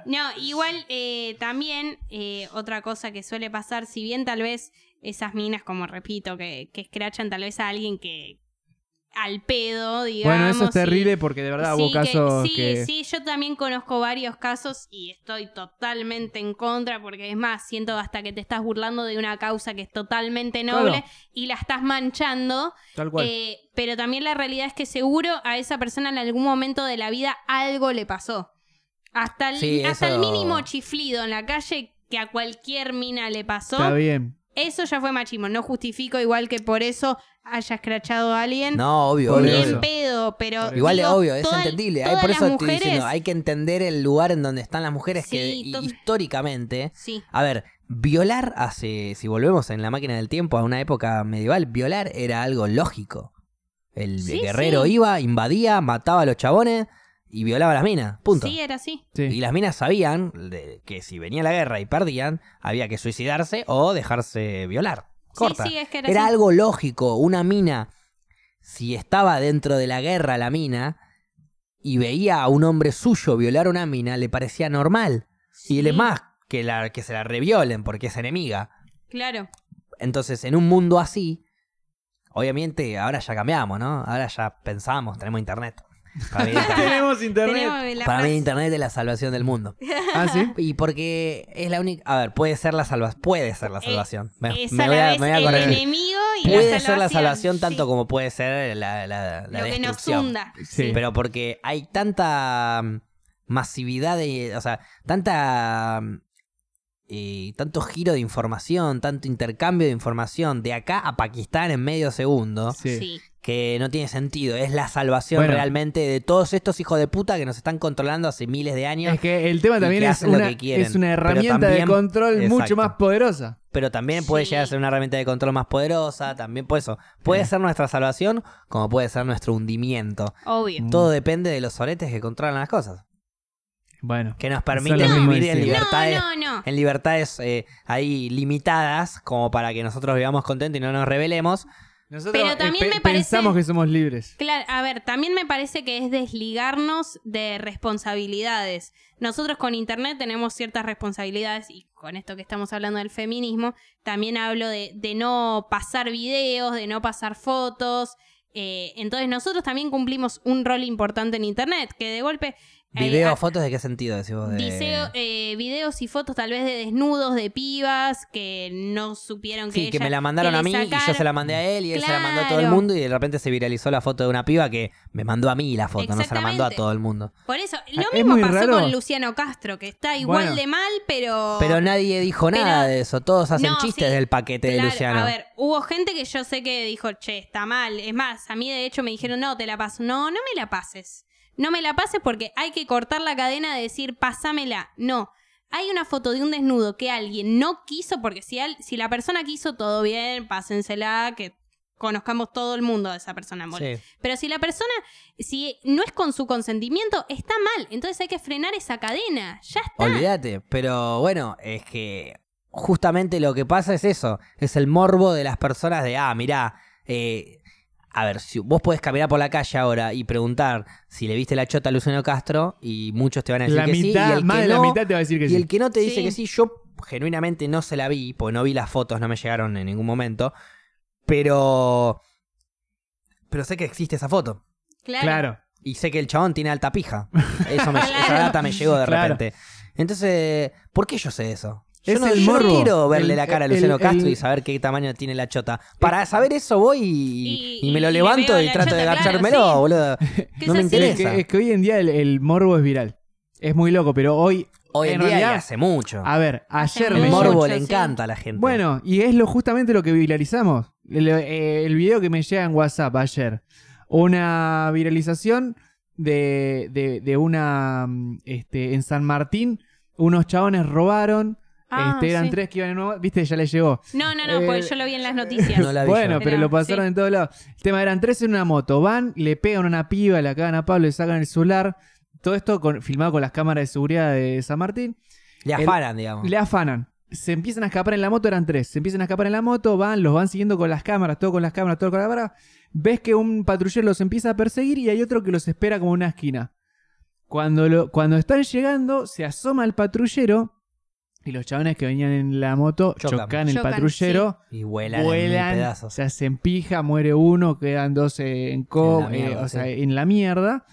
Speaker 3: No, No, igual eh, también eh, otra cosa que suele pasar, si bien tal vez esas minas, como repito, que, que escrachan tal vez a alguien que al pedo, digamos.
Speaker 2: Bueno, eso es
Speaker 3: y-
Speaker 2: terrible porque de verdad hubo
Speaker 3: Sí, que-
Speaker 2: casos
Speaker 3: sí,
Speaker 2: que...
Speaker 3: sí, yo también conozco varios casos y estoy totalmente en contra porque es más, siento hasta que te estás burlando de una causa que es totalmente noble
Speaker 2: Claro.
Speaker 3: y la estás manchando.
Speaker 2: Tal cual.
Speaker 3: Eh, pero también la realidad es que seguro a esa persona en algún momento de la vida algo le pasó. Hasta el,
Speaker 1: Sí,
Speaker 3: hasta
Speaker 1: eso-
Speaker 3: el mínimo chiflido en la calle que a cualquier mina le pasó,
Speaker 2: Está bien.
Speaker 3: eso ya fue machismo. No justifico igual que por eso haya escrachado a alguien.
Speaker 1: No, obvio,
Speaker 2: Por
Speaker 3: ni
Speaker 1: obvio.
Speaker 2: eso.
Speaker 1: obvio.
Speaker 3: en pedo, pero.
Speaker 1: Igual
Speaker 3: digo,
Speaker 1: es obvio, es
Speaker 3: toda-
Speaker 1: entendible. Ay,
Speaker 3: todas
Speaker 1: por eso
Speaker 3: las
Speaker 1: estoy diciendo,
Speaker 3: mujeres-
Speaker 1: hay que entender el lugar en donde están las mujeres que
Speaker 3: Sí, to-
Speaker 1: históricamente.
Speaker 3: Sí.
Speaker 1: A ver, violar hace, si volvemos en la máquina del tiempo a una época medieval, violar era algo lógico. El
Speaker 3: Sí,
Speaker 1: guerrero
Speaker 3: sí.
Speaker 1: iba, invadía, mataba a los chabones y violaba a las minas. Punto.
Speaker 3: Sí, era así.
Speaker 2: Sí.
Speaker 1: Y las minas sabían de- que si venía la guerra y perdían, había que suicidarse o dejarse violar. Corta.
Speaker 3: Sí, sí, es que era,
Speaker 1: Era
Speaker 3: así.
Speaker 1: algo lógico. Una mina, si estaba dentro de la guerra la mina y veía a un hombre suyo violar a una mina, le parecía normal. Y
Speaker 3: Sí,
Speaker 1: es más, que, la, que se la reviolen porque es enemiga.
Speaker 3: Claro.
Speaker 1: Entonces, en un mundo así, obviamente ahora ya cambiamos, ¿no? Ahora ya pensamos, tenemos internet. Para mí, internet-
Speaker 2: Tenemos internet.
Speaker 3: Tenemos la
Speaker 1: para mí
Speaker 3: frase-
Speaker 1: internet es la salvación del mundo.
Speaker 2: Ah, sí.
Speaker 1: Y porque es la única. A ver, puede ser la salvación. Puede ser la
Speaker 3: Eh,
Speaker 1: salvación. Me,
Speaker 3: es
Speaker 1: me
Speaker 3: a
Speaker 1: voy
Speaker 3: la
Speaker 1: a,
Speaker 3: vez
Speaker 1: me voy a corregir.
Speaker 3: el enemigo y
Speaker 1: Puede
Speaker 3: la
Speaker 1: ser la salvación tanto
Speaker 3: sí.
Speaker 1: como puede ser la, la, la
Speaker 3: lo que nos
Speaker 1: destrucción.
Speaker 3: hunda.
Speaker 2: Sí.
Speaker 1: Pero porque hay tanta mm, masividad de. O sea, tanta. mm, eh, tanto giro de información, tanto intercambio de información de acá a Pakistán en medio segundo,
Speaker 2: Sí.
Speaker 3: Sí.
Speaker 1: que no tiene sentido. Es la salvación
Speaker 2: Bueno.
Speaker 1: realmente de todos estos hijos de puta que nos están controlando hace miles de años.
Speaker 2: Es que el tema
Speaker 1: Y
Speaker 2: también
Speaker 1: que
Speaker 2: es
Speaker 1: hacen lo
Speaker 2: una,
Speaker 1: que quieren.
Speaker 2: es una
Speaker 1: Pero
Speaker 2: herramienta
Speaker 1: también-
Speaker 2: de control mucho
Speaker 1: Exacto.
Speaker 2: más poderosa.
Speaker 1: pero también puede
Speaker 3: Sí.
Speaker 1: llegar a ser una herramienta de control más poderosa, también por eso. Puede ser nuestra salvación como puede ser nuestro hundimiento.
Speaker 3: Obvio.
Speaker 2: Mm.
Speaker 1: Todo depende de los oretes que controlan las cosas,
Speaker 2: Bueno.
Speaker 1: que nos
Speaker 2: Eso
Speaker 1: permiten
Speaker 2: es lo mismo
Speaker 1: vivir en
Speaker 2: decir.
Speaker 1: libertades,
Speaker 3: No, no, no.
Speaker 1: en libertades eh, ahí limitadas, como para que nosotros vivamos contentos y no nos rebelemos.
Speaker 2: Nosotros
Speaker 3: Pero también
Speaker 2: eh, pe-
Speaker 3: me parece-
Speaker 2: pensamos que somos libres.
Speaker 3: Claro, a ver, también me parece que es desligarnos de responsabilidades. Nosotros con Internet tenemos ciertas responsabilidades y con esto que estamos hablando del feminismo, también hablo de, de no pasar videos, de no pasar fotos. eh, entonces nosotros también cumplimos un rol importante en Internet, que de golpe... eh,
Speaker 1: Video,
Speaker 3: a-
Speaker 1: fotos, ¿de qué sentido decís vos? De-
Speaker 3: Diceo- eh, videos y fotos tal vez de desnudos de pibas que no supieron que
Speaker 1: Sí, que
Speaker 3: ella-
Speaker 1: me la mandaron
Speaker 3: le
Speaker 1: a mí y yo
Speaker 3: sacaron-
Speaker 1: se la mandé a él y él se la mandó a todo el
Speaker 3: Claro.
Speaker 1: mundo y de repente se viralizó la foto de una piba que me mandó a mí la foto, no se la mandó a
Speaker 3: Exactamente.
Speaker 1: todo el mundo.
Speaker 3: Por eso, lo
Speaker 1: Ah,
Speaker 2: es
Speaker 3: mismo
Speaker 2: muy
Speaker 3: pasó
Speaker 2: raro.
Speaker 3: con Luciano Castro, que está igual
Speaker 2: Bueno.
Speaker 3: de mal, pero...
Speaker 1: Pero nadie dijo nada
Speaker 3: Pero-
Speaker 1: de eso, todos hacen
Speaker 3: No,
Speaker 1: chistes
Speaker 3: sí,
Speaker 1: del paquete
Speaker 3: Claro,
Speaker 1: de Luciano.
Speaker 3: A ver, hubo gente que yo sé que dijo, che, está mal. Es más, a mí de hecho me dijeron, no, te la paso. No, no me la pases. No me la pases porque hay que cortar la cadena de decir, pásamela. No. Hay una foto de un desnudo que alguien no quiso, porque si, al- si la persona quiso, todo bien, pásensela, que conozcamos todo el mundo de esa persona. amor.
Speaker 1: Sí.
Speaker 3: Pero si la persona, si no es con su consentimiento, está mal. Entonces hay que frenar esa cadena. Ya
Speaker 2: Ah.
Speaker 3: está.
Speaker 1: Olvídate, pero bueno, es que justamente lo que pasa es eso, es el morbo de las personas de, ah, mirá, eh, a ver, si vos podés caminar por la calle ahora y preguntar si le viste la chota a Luciano Castro y muchos te van a decir
Speaker 2: La
Speaker 1: que sí, y
Speaker 2: mitad,
Speaker 1: el
Speaker 2: más
Speaker 1: que
Speaker 2: de
Speaker 1: no,
Speaker 2: la mitad te va a decir que
Speaker 1: y
Speaker 2: sí.
Speaker 1: el que no te dice
Speaker 3: Sí.
Speaker 1: que sí, yo genuinamente no se la vi, porque no vi las fotos, no me llegaron en ningún momento, pero... Pero sé que existe esa foto.
Speaker 2: Claro.
Speaker 1: Y sé que el chabón tiene alta pija. Eso me, Esa data me llegó de
Speaker 2: Claro.
Speaker 1: repente. Entonces, ¿por qué yo sé eso? Yo
Speaker 2: Es
Speaker 1: no,
Speaker 2: el
Speaker 1: yo no
Speaker 2: morbo.
Speaker 1: quiero verle
Speaker 2: El-
Speaker 1: la cara a
Speaker 2: el-
Speaker 1: Luciano
Speaker 2: el-
Speaker 1: Castro y saber qué tamaño tiene la chota. Para saber eso voy y,
Speaker 3: Y-
Speaker 1: y me
Speaker 3: y
Speaker 1: lo
Speaker 3: le
Speaker 1: levanto
Speaker 3: veo
Speaker 1: y
Speaker 3: la
Speaker 1: trato de
Speaker 3: chota, claro,
Speaker 1: agachármelo,
Speaker 3: sí.
Speaker 1: boludo.
Speaker 3: Que
Speaker 1: No
Speaker 3: es
Speaker 1: me
Speaker 3: así.
Speaker 2: Pero es,
Speaker 1: interesa.
Speaker 2: que, es que hoy en día el, el morbo es viral. Es muy loco, pero hoy.
Speaker 1: Hoy en,
Speaker 2: en
Speaker 1: día
Speaker 2: realidad-
Speaker 1: y hace mucho.
Speaker 2: A ver, ayer
Speaker 1: Ah. El
Speaker 2: me
Speaker 3: mucho,
Speaker 1: morbo le
Speaker 3: sí.
Speaker 1: encanta a la gente.
Speaker 2: Bueno, y es lo justamente lo que viralizamos. El, eh, el video que me llega en WhatsApp ayer. Una viralización de, de- de una. mm, Este, en San Martín, unos chabones robaron.
Speaker 3: Ah,
Speaker 2: este, eran
Speaker 3: sí.
Speaker 2: tres que iban en una. Viste, ya les llegó.
Speaker 3: No, no, no, porque
Speaker 2: Eh,
Speaker 3: yo lo vi en las noticias.
Speaker 1: no la vi
Speaker 2: Bueno,
Speaker 1: yo.
Speaker 2: pero
Speaker 3: Pero,
Speaker 2: lo pasaron
Speaker 3: sí.
Speaker 2: en todos lados. El tema eran tres en una moto. Van, le pegan a una piba, la cagan a Pablo, le sacan el celular. todo esto con- filmado con las cámaras de seguridad de San Martín.
Speaker 1: Le
Speaker 2: El-
Speaker 1: afanan, digamos.
Speaker 2: Le afanan. Se empiezan a escapar en la moto, eran tres. Se empiezan a escapar en la moto, van, los van siguiendo con las cámaras, todo con las cámaras, todo con las cámaras. Ves que un patrullero los empieza a perseguir y hay otro que los espera como en una esquina. Cuando, lo- cuando están llegando, se asoma el patrullero y los chavales que venían en la moto
Speaker 1: Chocan.
Speaker 2: chocan, el
Speaker 3: Chocan,
Speaker 2: patrullero,
Speaker 1: Y vuelan, en mil
Speaker 2: vuelan,
Speaker 1: pedazos.
Speaker 2: se hacen pija, muere uno, quedan dos eh, en co,
Speaker 1: En la mierda,
Speaker 2: eh, o sea,
Speaker 1: sí.
Speaker 2: en la mierda.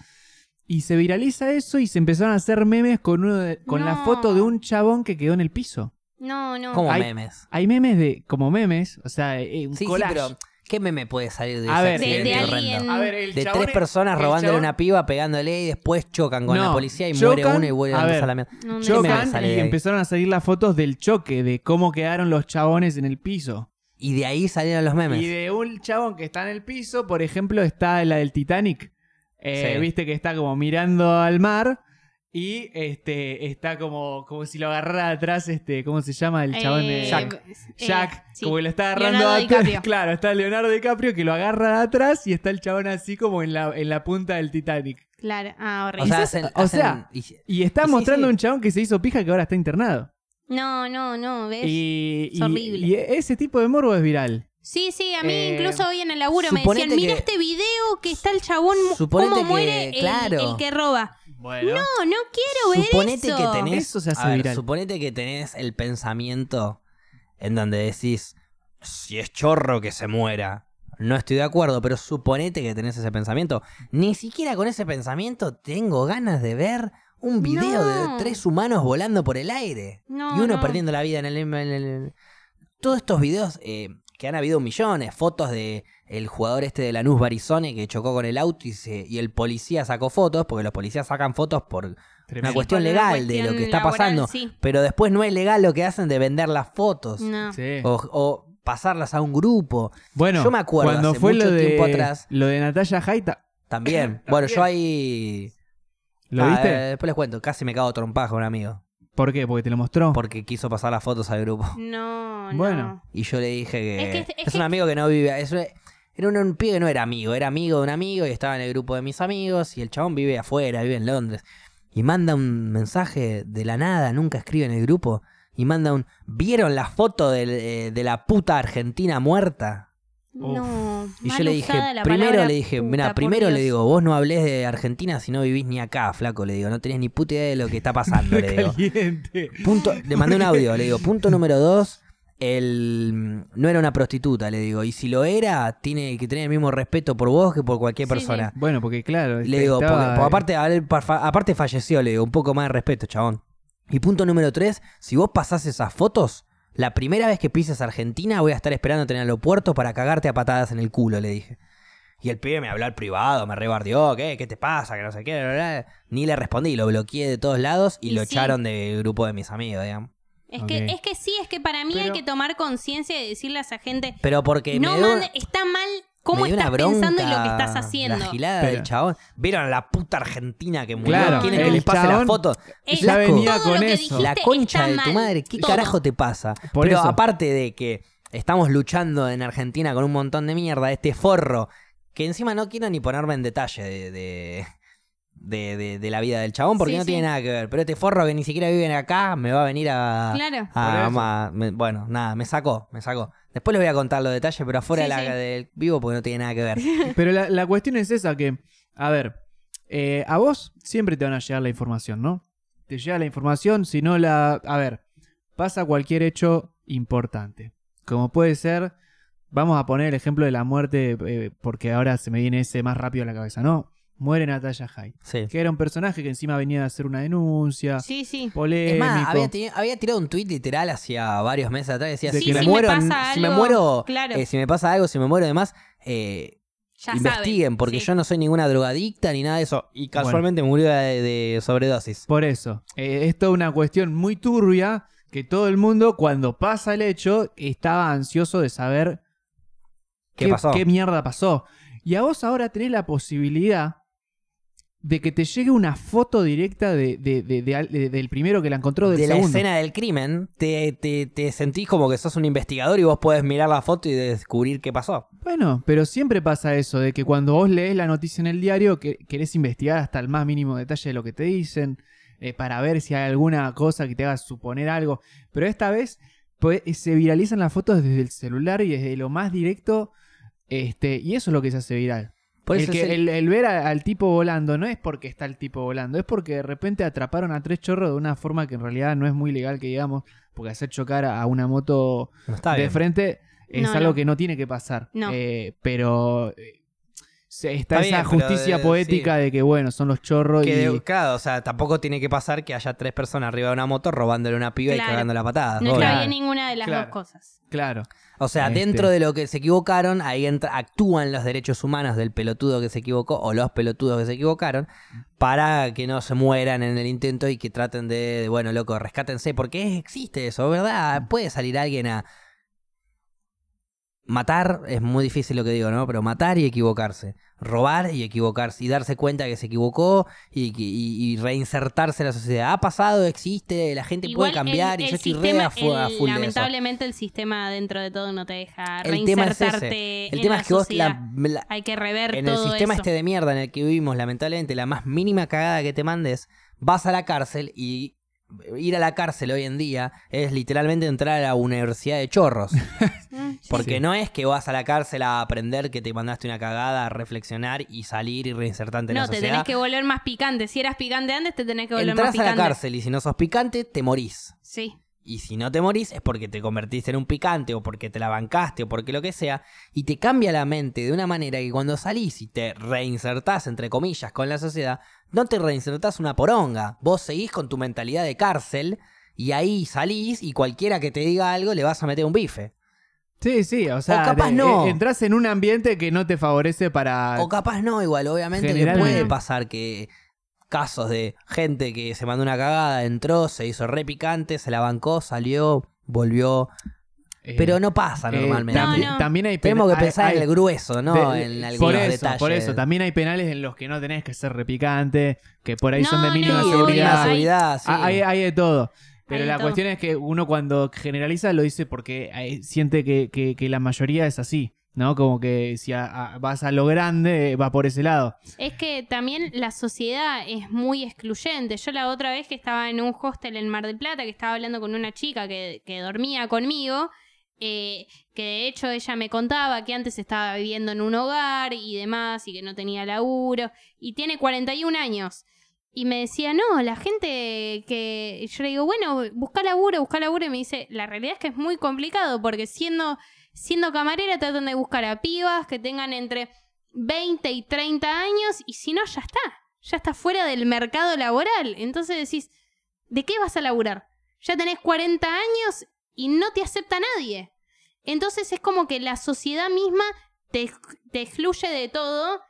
Speaker 2: Y se viraliza eso y se empezaron a hacer memes con uno de- con la
Speaker 3: No.
Speaker 2: foto de un chabón que quedó en el piso.
Speaker 3: No, no.
Speaker 1: Como
Speaker 2: Hay-
Speaker 1: memes.
Speaker 2: Hay memes de como memes, o sea, eh, un
Speaker 1: Sí, sí,
Speaker 2: collage.
Speaker 1: pero ¿qué meme puede salir de
Speaker 2: A
Speaker 1: ese
Speaker 2: ver,
Speaker 1: accidente
Speaker 2: De- de
Speaker 1: horrendo?
Speaker 3: alguien.
Speaker 2: A ver, el
Speaker 1: De
Speaker 2: chabón
Speaker 1: tres
Speaker 2: es-
Speaker 1: personas
Speaker 2: el
Speaker 1: robándole a
Speaker 2: chabón-
Speaker 1: una piba, pegándole y después chocan con la
Speaker 2: No,
Speaker 1: policía y muere
Speaker 2: chocan,
Speaker 1: uno y vuelven
Speaker 2: a
Speaker 1: a
Speaker 2: ver,
Speaker 1: pasar la mierda.
Speaker 3: No, no.
Speaker 1: meme
Speaker 2: Chocan
Speaker 1: sale de
Speaker 2: y
Speaker 1: ahí?
Speaker 2: empezaron a salir las fotos del choque, de cómo quedaron los chabones en el piso.
Speaker 1: Y de ahí salieron los memes.
Speaker 2: Y de un chabón que está en el piso, por ejemplo, está la del Titanic. Eh,
Speaker 1: Sí.
Speaker 2: Viste que está como mirando al mar y este está como, como si lo agarrara atrás, este, ¿cómo se llama? El chabón de
Speaker 3: Eh,
Speaker 1: Jack.
Speaker 3: eh,
Speaker 2: Jack,
Speaker 3: sí.
Speaker 2: como que lo está agarrando
Speaker 3: Leonardo
Speaker 2: atrás.
Speaker 3: DiCaprio.
Speaker 2: Claro, está Leonardo DiCaprio que lo agarra de atrás y está el chabón así como en la, en la punta del Titanic.
Speaker 3: Claro, ah,
Speaker 1: o
Speaker 3: horrible.
Speaker 1: sea,
Speaker 2: Esas-
Speaker 1: hacen,
Speaker 2: o sea,
Speaker 1: hacen- y-
Speaker 2: Y está
Speaker 1: Sí,
Speaker 2: mostrando
Speaker 1: sí.
Speaker 2: un chabón que se hizo pija que ahora está internado.
Speaker 3: No, no, no, ¿ves?
Speaker 2: Y,
Speaker 3: es
Speaker 2: y-
Speaker 3: horrible.
Speaker 2: y ese tipo de morbo es viral.
Speaker 3: Sí, sí, a mí
Speaker 2: Eh,
Speaker 3: incluso hoy en el laburo me
Speaker 1: suponete
Speaker 3: decían, mira
Speaker 1: que-
Speaker 3: este video que está el chabón, mu-
Speaker 1: Suponete
Speaker 3: cómo
Speaker 1: que-
Speaker 3: muere el-
Speaker 1: claro.
Speaker 3: el, que roba.
Speaker 2: Bueno.
Speaker 3: No, no quiero ver
Speaker 1: Suponete
Speaker 3: eso.
Speaker 1: que tenés.
Speaker 2: Eso se hace
Speaker 1: a ver,
Speaker 2: viral.
Speaker 1: Suponete que tenés el pensamiento en donde decís: si es chorro que se muera. No estoy de acuerdo, pero suponete que tenés ese pensamiento. Ni siquiera con ese pensamiento tengo ganas de ver un video
Speaker 3: No.
Speaker 1: de tres humanos volando por el aire.
Speaker 3: No,
Speaker 1: y uno
Speaker 3: no.
Speaker 1: perdiendo la vida en el, en el- Todos estos videos eh, que han habido millones, fotos de el jugador este de Lanús Barizone que chocó con el auto y, se- y el policía sacó fotos, porque los policías sacan fotos por una
Speaker 2: Tremendo.
Speaker 1: cuestión
Speaker 3: por una
Speaker 1: legal de
Speaker 3: cuestión
Speaker 1: lo que está
Speaker 3: laboral,
Speaker 1: pasando,
Speaker 3: sí.
Speaker 1: pero después no es legal lo que hacen de vender las fotos
Speaker 3: No.
Speaker 2: Sí.
Speaker 1: o, o pasarlas a un grupo.
Speaker 2: Bueno,
Speaker 1: Oh, yo me acuerdo
Speaker 2: cuando
Speaker 1: hace
Speaker 2: fue
Speaker 1: mucho
Speaker 2: lo de,
Speaker 1: tiempo atrás.
Speaker 2: Lo de Natalia Jaita.
Speaker 1: También. Bueno, yo ahí...
Speaker 2: ¿Lo
Speaker 1: Ah,
Speaker 2: viste?
Speaker 1: eh, después les cuento, casi me cago trompaje con un amigo,
Speaker 2: ¿Por qué? Porque te lo mostró.
Speaker 1: porque quiso pasar las fotos al grupo.
Speaker 3: No, no.
Speaker 2: Bueno.
Speaker 1: Y yo le dije que
Speaker 3: Es
Speaker 1: es,
Speaker 3: que este- es
Speaker 1: un
Speaker 3: que-
Speaker 1: amigo que no vive. es un- era un, un pibe que no era amigo, era amigo de un amigo y estaba en el grupo de mis amigos. Y el chabón vive afuera, vive en Londres. Y manda un mensaje de la nada, nunca escribe en el grupo. Y manda un. ¿Vieron la foto del, eh, de la puta Argentina muerta?
Speaker 3: No.
Speaker 1: Y
Speaker 3: mal
Speaker 1: yo le dije,
Speaker 3: usada la
Speaker 1: primero
Speaker 3: palabra
Speaker 1: le dije,
Speaker 3: puta,
Speaker 1: mira,
Speaker 3: por
Speaker 1: primero le
Speaker 3: Dios".
Speaker 1: digo, vos no hablés de Argentina si no vivís ni acá, flaco, le digo, no tenés ni puta idea de lo que está pasando, le digo.
Speaker 2: Caliente.
Speaker 1: Punto, le mandé un audio, le digo, punto número dos, el mm, no era una prostituta, le digo, y si lo era, tiene que tener el mismo respeto por vos que por cualquier
Speaker 3: Sí,
Speaker 1: persona.
Speaker 2: Bueno, porque claro.
Speaker 1: Le
Speaker 2: este,
Speaker 1: digo, porque-
Speaker 2: estaba-
Speaker 1: porque aparte, a ver, pa- fa- aparte falleció, le digo, un poco más de respeto, chabón. Y punto número tres, si vos pasás esas fotos, la primera vez que pises Argentina voy a estar esperándote en el aeropuerto para cagarte a patadas en el culo, le dije. Y el pibe me habló al privado, me rebardeó, ¿qué? ¿Qué te pasa? Que no sé qué, bla, bla, bla. Ni le respondí, lo bloqueé de todos lados y,
Speaker 3: Y
Speaker 1: lo
Speaker 3: sí.
Speaker 1: echaron del grupo de mis amigos, digamos.
Speaker 3: Es,
Speaker 2: Ok.
Speaker 3: que, es que sí, es que para mí hay
Speaker 2: Pero-
Speaker 3: que tomar conciencia y decirle a esa gente,
Speaker 1: Pero porque
Speaker 3: no,
Speaker 1: me dio,
Speaker 3: mande- está mal cómo
Speaker 1: me dio
Speaker 3: estás
Speaker 1: una bronca
Speaker 3: pensando y lo que estás haciendo.
Speaker 1: La gilada
Speaker 2: Pero-
Speaker 1: del chabón. Vieron a la puta Argentina que murió.
Speaker 3: Claro,
Speaker 1: ¿Quieren que
Speaker 3: el
Speaker 1: les pase la
Speaker 2: chabón-
Speaker 1: foto?
Speaker 3: Es-
Speaker 2: Ya
Speaker 1: Flaco,
Speaker 2: venía
Speaker 3: todo lo
Speaker 2: con
Speaker 3: que
Speaker 2: eso.
Speaker 3: dijiste
Speaker 1: La concha
Speaker 3: está
Speaker 1: de tu
Speaker 3: mal.
Speaker 1: madre, ¿qué
Speaker 3: Todo.
Speaker 1: carajo te pasa?
Speaker 2: Por
Speaker 1: Pero
Speaker 2: eso.
Speaker 1: aparte de que estamos luchando en Argentina con un montón de mierda, este forro, que encima no quiero ni ponerme en detalle de, de, de- de- de la vida del chabón, porque
Speaker 3: Sí,
Speaker 1: no
Speaker 3: sí.
Speaker 1: tiene nada que ver. Pero este forro que ni siquiera vive acá, me va a venir a...
Speaker 3: Claro.
Speaker 1: a-
Speaker 2: Por eso.
Speaker 1: a- me- bueno, nada, me sacó, me sacó. Después les voy a contar los detalles, pero afuera
Speaker 3: Sí,
Speaker 1: de la-
Speaker 3: sí.
Speaker 1: del vivo porque no tiene nada que ver.
Speaker 2: Pero la, la cuestión es esa que, a ver, eh, a vos siempre te van a llegar la información, ¿no? Te llega la información, si no la... A ver, pasa cualquier hecho importante. Como puede ser, vamos a poner el ejemplo de la muerte, eh, porque ahora se me viene ese más rápido a la cabeza, ¿no? Muere Natalia Hyde,
Speaker 1: Sí.
Speaker 2: que era un personaje que encima venía de hacer una denuncia,
Speaker 3: Sí, sí.
Speaker 2: polémico.
Speaker 1: Es más, había, teni- había tirado un tuit literal hacia varios meses atrás. Decía,
Speaker 2: De
Speaker 1: si,
Speaker 2: que
Speaker 1: me
Speaker 2: si me
Speaker 1: muero,
Speaker 3: pasa
Speaker 1: si me
Speaker 3: algo,
Speaker 1: muero,
Speaker 3: claro.
Speaker 1: eh, si me pasa algo, si me muero y demás, eh,
Speaker 3: Ya
Speaker 1: investiguen,
Speaker 3: saben,
Speaker 1: porque
Speaker 3: sí.
Speaker 1: yo no soy ninguna drogadicta ni nada de eso. Y casualmente murió de, de sobredosis.
Speaker 2: Por eso, eh, es toda una cuestión muy turbia que todo el mundo cuando pasa el hecho estaba ansioso de saber
Speaker 1: ¿Qué pasó?
Speaker 2: mierda pasó. Y a vos ahora tenés la posibilidad de que te llegue una foto directa de, de- de- de al- de- del primero que la encontró del
Speaker 1: de la
Speaker 2: segundo.
Speaker 1: escena del crimen, te, te- te sentís como que sos un investigador y vos podés mirar la foto y descubrir qué pasó.
Speaker 2: Bueno, pero siempre pasa eso, de que cuando vos lees la noticia en el diario, que querés investigar hasta el más mínimo detalle de lo que te dicen, eh, para ver si hay alguna cosa que te haga suponer algo. Pero esta vez pues, se viralizan las fotos desde el celular y desde lo más directo, este, y eso es lo que se hace viral.
Speaker 1: Por
Speaker 2: el,
Speaker 1: eso
Speaker 2: que-
Speaker 1: Pues es el-
Speaker 2: el- el ver a- al tipo volando no es porque está el tipo volando, es porque de repente atraparon a tres chorros de una forma que en realidad no es muy legal que digamos, porque hacer chocar a a una moto
Speaker 1: no está
Speaker 2: de
Speaker 1: bien.
Speaker 2: frente es
Speaker 3: No,
Speaker 2: algo
Speaker 3: no.
Speaker 2: que no tiene que pasar.
Speaker 3: No.
Speaker 2: Eh, pero eh, se- está,
Speaker 1: Está
Speaker 2: esa
Speaker 1: bien, pero,
Speaker 2: justicia
Speaker 1: eh,
Speaker 2: poética de que, bueno, son los chorros
Speaker 1: Que de-
Speaker 2: y...
Speaker 1: claro, o sea, tampoco tiene que pasar que haya tres personas arriba de una moto robándole una piba y
Speaker 3: Claro.
Speaker 1: cagando las patadas.
Speaker 3: No
Speaker 1: obvio.
Speaker 3: está
Speaker 2: Claro,
Speaker 3: bien ninguna de las
Speaker 2: claro.
Speaker 3: dos cosas.
Speaker 2: Claro.
Speaker 1: O sea,
Speaker 2: Este.
Speaker 1: dentro de lo que se equivocaron, ahí entra- actúan los derechos humanos del pelotudo que se equivocó o los pelotudos que se equivocaron para que no se mueran en el intento y que traten de, de, bueno, loco, rescátense, porque es- existe eso, ¿verdad? Puede salir alguien a matar, es muy difícil lo que digo, ¿no? Pero matar y equivocarse, robar y equivocarse y darse cuenta que se equivocó y, que- y- y reinsertarse en la sociedad. Ha pasado, existe, la gente
Speaker 3: Igual
Speaker 1: puede cambiar
Speaker 3: el-
Speaker 1: y
Speaker 3: el
Speaker 1: yo estoy re
Speaker 3: sistema-
Speaker 1: a, fu- a
Speaker 3: el-
Speaker 1: full de eso.
Speaker 3: Lamentablemente el sistema dentro de todo no te deja
Speaker 1: El tema es ese.
Speaker 3: reinsertarte
Speaker 1: El
Speaker 3: en
Speaker 1: tema
Speaker 3: la
Speaker 1: es que vos
Speaker 3: sociedad.
Speaker 1: la- la-
Speaker 3: Hay que rever
Speaker 1: en el
Speaker 3: todo
Speaker 1: sistema
Speaker 3: eso.
Speaker 1: este de mierda en el que vivimos, lamentablemente, la más mínima cagada que te mandes, vas a la cárcel y ir a la cárcel hoy en día es literalmente entrar a la universidad de chorros.
Speaker 3: Mm, sí.
Speaker 1: este- Porque no es que vas a la cárcel a aprender que te mandaste una cagada, a reflexionar y salir y reinsertarte en
Speaker 3: No,
Speaker 1: la
Speaker 3: te
Speaker 1: sociedad.
Speaker 3: tenés que volver más picante. Si eras picante antes, te tenés que volver más
Speaker 1: Entrás a
Speaker 3: picante.
Speaker 1: la cárcel y si no sos picante, te morís.
Speaker 3: Sí.
Speaker 1: Y si no te morís es porque te convertiste en un picante o porque te la bancaste o porque lo que sea. Y te cambia la mente de una manera que cuando salís y te reinsertás, entre comillas, con la sociedad, no te reinsertás una poronga. Vos seguís con tu mentalidad de cárcel y ahí salís y cualquiera que te diga algo le vas a meter un bife.
Speaker 2: Sí, sí, o sea, e
Speaker 1: O capaz no.
Speaker 2: entras en un ambiente que no te favorece para...
Speaker 1: O capaz no, igual, obviamente que
Speaker 2: Ah, Generalmente.
Speaker 1: puede pasar que casos de gente que se mandó una cagada, entró, se hizo re picante, se la bancó, salió, volvió.
Speaker 2: eh,
Speaker 1: Pero no pasa
Speaker 2: eh,
Speaker 1: normalmente.
Speaker 2: También,
Speaker 3: No, no.
Speaker 2: también hay
Speaker 1: Tenemos que
Speaker 2: hay-
Speaker 1: pensar
Speaker 2: hay-
Speaker 1: en el grueso, ¿no?
Speaker 2: de-
Speaker 1: en algunos
Speaker 2: por eso,
Speaker 1: detalles.
Speaker 2: Por eso, también hay penales en los que no tenés que ser repicante, que por ahí son de
Speaker 3: No,
Speaker 1: Sí,
Speaker 2: mínima
Speaker 1: de
Speaker 2: seguridad.
Speaker 1: mínima seguridad, sí.
Speaker 2: Ah, Hay, hay de todo. Pero
Speaker 3: Hay de
Speaker 2: la
Speaker 3: todo.
Speaker 2: cuestión es que uno cuando generaliza lo dice porque eh, siente que, que- que la mayoría es así, ¿no? Como que si a- a- vas a lo grande, eh, va por ese lado.
Speaker 3: Es que también la sociedad es muy excluyente. Yo la otra vez que estaba en un hostel en Mar del Plata, que estaba hablando con una chica que, que dormía conmigo, eh, que de hecho ella me contaba que antes estaba viviendo en un hogar y demás, y que no tenía laburo, y tiene 41 años. Y me decía, no, la gente que... y Yo le digo, bueno, busca laburo, busca laburo. Y me dice, la realidad es que es muy complicado porque siendo, siendo camarera tratan de buscar a pibas que tengan entre 20 y 30 años y si no, ya está. Ya está fuera del mercado laboral. Entonces decís, ¿de qué vas a laburar? Ya tenés 40 años y no te acepta nadie. Entonces es como que la sociedad misma te, ex- te excluye de todo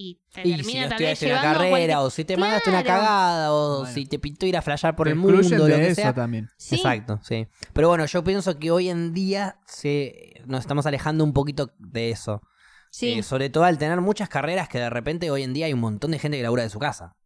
Speaker 3: y te
Speaker 1: Y si
Speaker 3: termina
Speaker 1: no
Speaker 3: también
Speaker 1: estudiaste una
Speaker 3: llevando a
Speaker 1: carrera,
Speaker 3: cualquier-
Speaker 1: o si te mandaste una
Speaker 3: Claro.
Speaker 1: cagada, o
Speaker 2: Bueno.
Speaker 1: si te pintó ir a flashear por
Speaker 2: Te
Speaker 1: el mundo,
Speaker 2: excluyen
Speaker 1: lo
Speaker 2: de
Speaker 1: que
Speaker 2: eso
Speaker 1: sea.
Speaker 2: también.
Speaker 3: Sí.
Speaker 1: Exacto, sí. Pero bueno, yo pienso que hoy en día se, nos estamos alejando un poquito de eso.
Speaker 3: Sí,
Speaker 1: Eh, sobre todo al tener muchas carreras que de repente hoy en día hay un montón de gente que labura de su casa.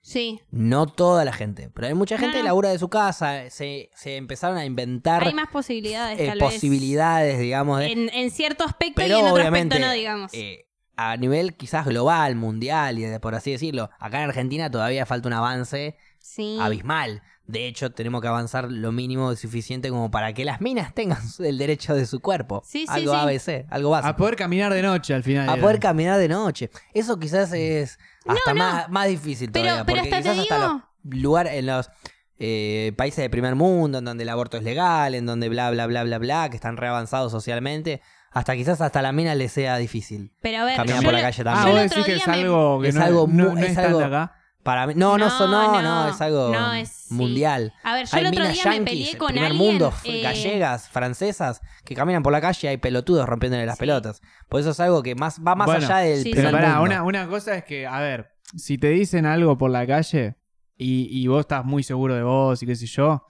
Speaker 3: sí.
Speaker 1: No toda la gente, pero hay mucha
Speaker 3: No,
Speaker 1: gente que
Speaker 3: no.
Speaker 1: labura de su casa. Se, se empezaron a inventar
Speaker 3: Ah. Hay más posibilidades,
Speaker 1: eh,
Speaker 3: tal vez.
Speaker 1: posibilidades, digamos, de,
Speaker 3: En, en cierto aspecto
Speaker 1: pero
Speaker 3: y en otro
Speaker 1: obviamente
Speaker 3: aspecto no, digamos.
Speaker 1: eh, a nivel quizás global, mundial y de- por así decirlo, acá en Argentina todavía falta un avance
Speaker 3: sí.
Speaker 1: abismal. De hecho, tenemos que avanzar lo mínimo suficiente como para que las minas tengan su- el derecho de su cuerpo.
Speaker 3: Sí, sí,
Speaker 1: algo
Speaker 3: sí.
Speaker 1: ABC, algo
Speaker 2: A
Speaker 1: básico.
Speaker 2: poder caminar de noche al final.
Speaker 1: A,
Speaker 2: era.
Speaker 1: poder caminar de noche. Eso quizás es hasta
Speaker 3: Mm. no.
Speaker 1: Más, más difícil
Speaker 3: Pero-
Speaker 1: todavía,
Speaker 3: pero
Speaker 1: porque
Speaker 3: hasta te
Speaker 1: quizás hasta
Speaker 3: digo-
Speaker 1: los lugares en los eh, países de primer mundo, en donde el aborto es legal, en donde bla, bla, bla, bla, bla, que están reavanzados socialmente, hasta quizás hasta la mina le sea difícil.
Speaker 3: Pero a ver,
Speaker 1: Caminar
Speaker 3: yo
Speaker 1: por
Speaker 3: lo-
Speaker 1: la calle
Speaker 2: Ah,
Speaker 1: también.
Speaker 3: yo
Speaker 2: vos
Speaker 3: el
Speaker 2: decís
Speaker 3: otro
Speaker 2: que es
Speaker 3: día me-
Speaker 2: algo que
Speaker 1: Es
Speaker 2: no,
Speaker 1: algo
Speaker 2: no- no
Speaker 1: mu- es
Speaker 2: es tan
Speaker 1: algo-
Speaker 2: de acá.
Speaker 1: Para mí, no, no,
Speaker 3: No,
Speaker 1: so- no, no,
Speaker 3: no.
Speaker 1: es algo
Speaker 3: No, es- sí.
Speaker 1: mundial.
Speaker 3: A ver, yo
Speaker 1: Hay
Speaker 3: el otro
Speaker 1: minas
Speaker 3: día me
Speaker 1: yanquis,
Speaker 3: peleé
Speaker 1: el
Speaker 3: con
Speaker 1: primer
Speaker 3: alguien.
Speaker 1: mundo, f-
Speaker 3: eh,
Speaker 1: gallegas, francesas, que caminan por la calle y hay pelotudos rompiéndole las pelotas. Por eso es algo que más va más
Speaker 2: Bueno,
Speaker 1: allá del
Speaker 3: sí,
Speaker 2: Pero
Speaker 1: primer
Speaker 3: sí.
Speaker 2: pará,
Speaker 1: mundo.
Speaker 2: una, una cosa es que, a ver, si te dicen algo por la calle y, y vos estás muy seguro de vos y qué sé yo,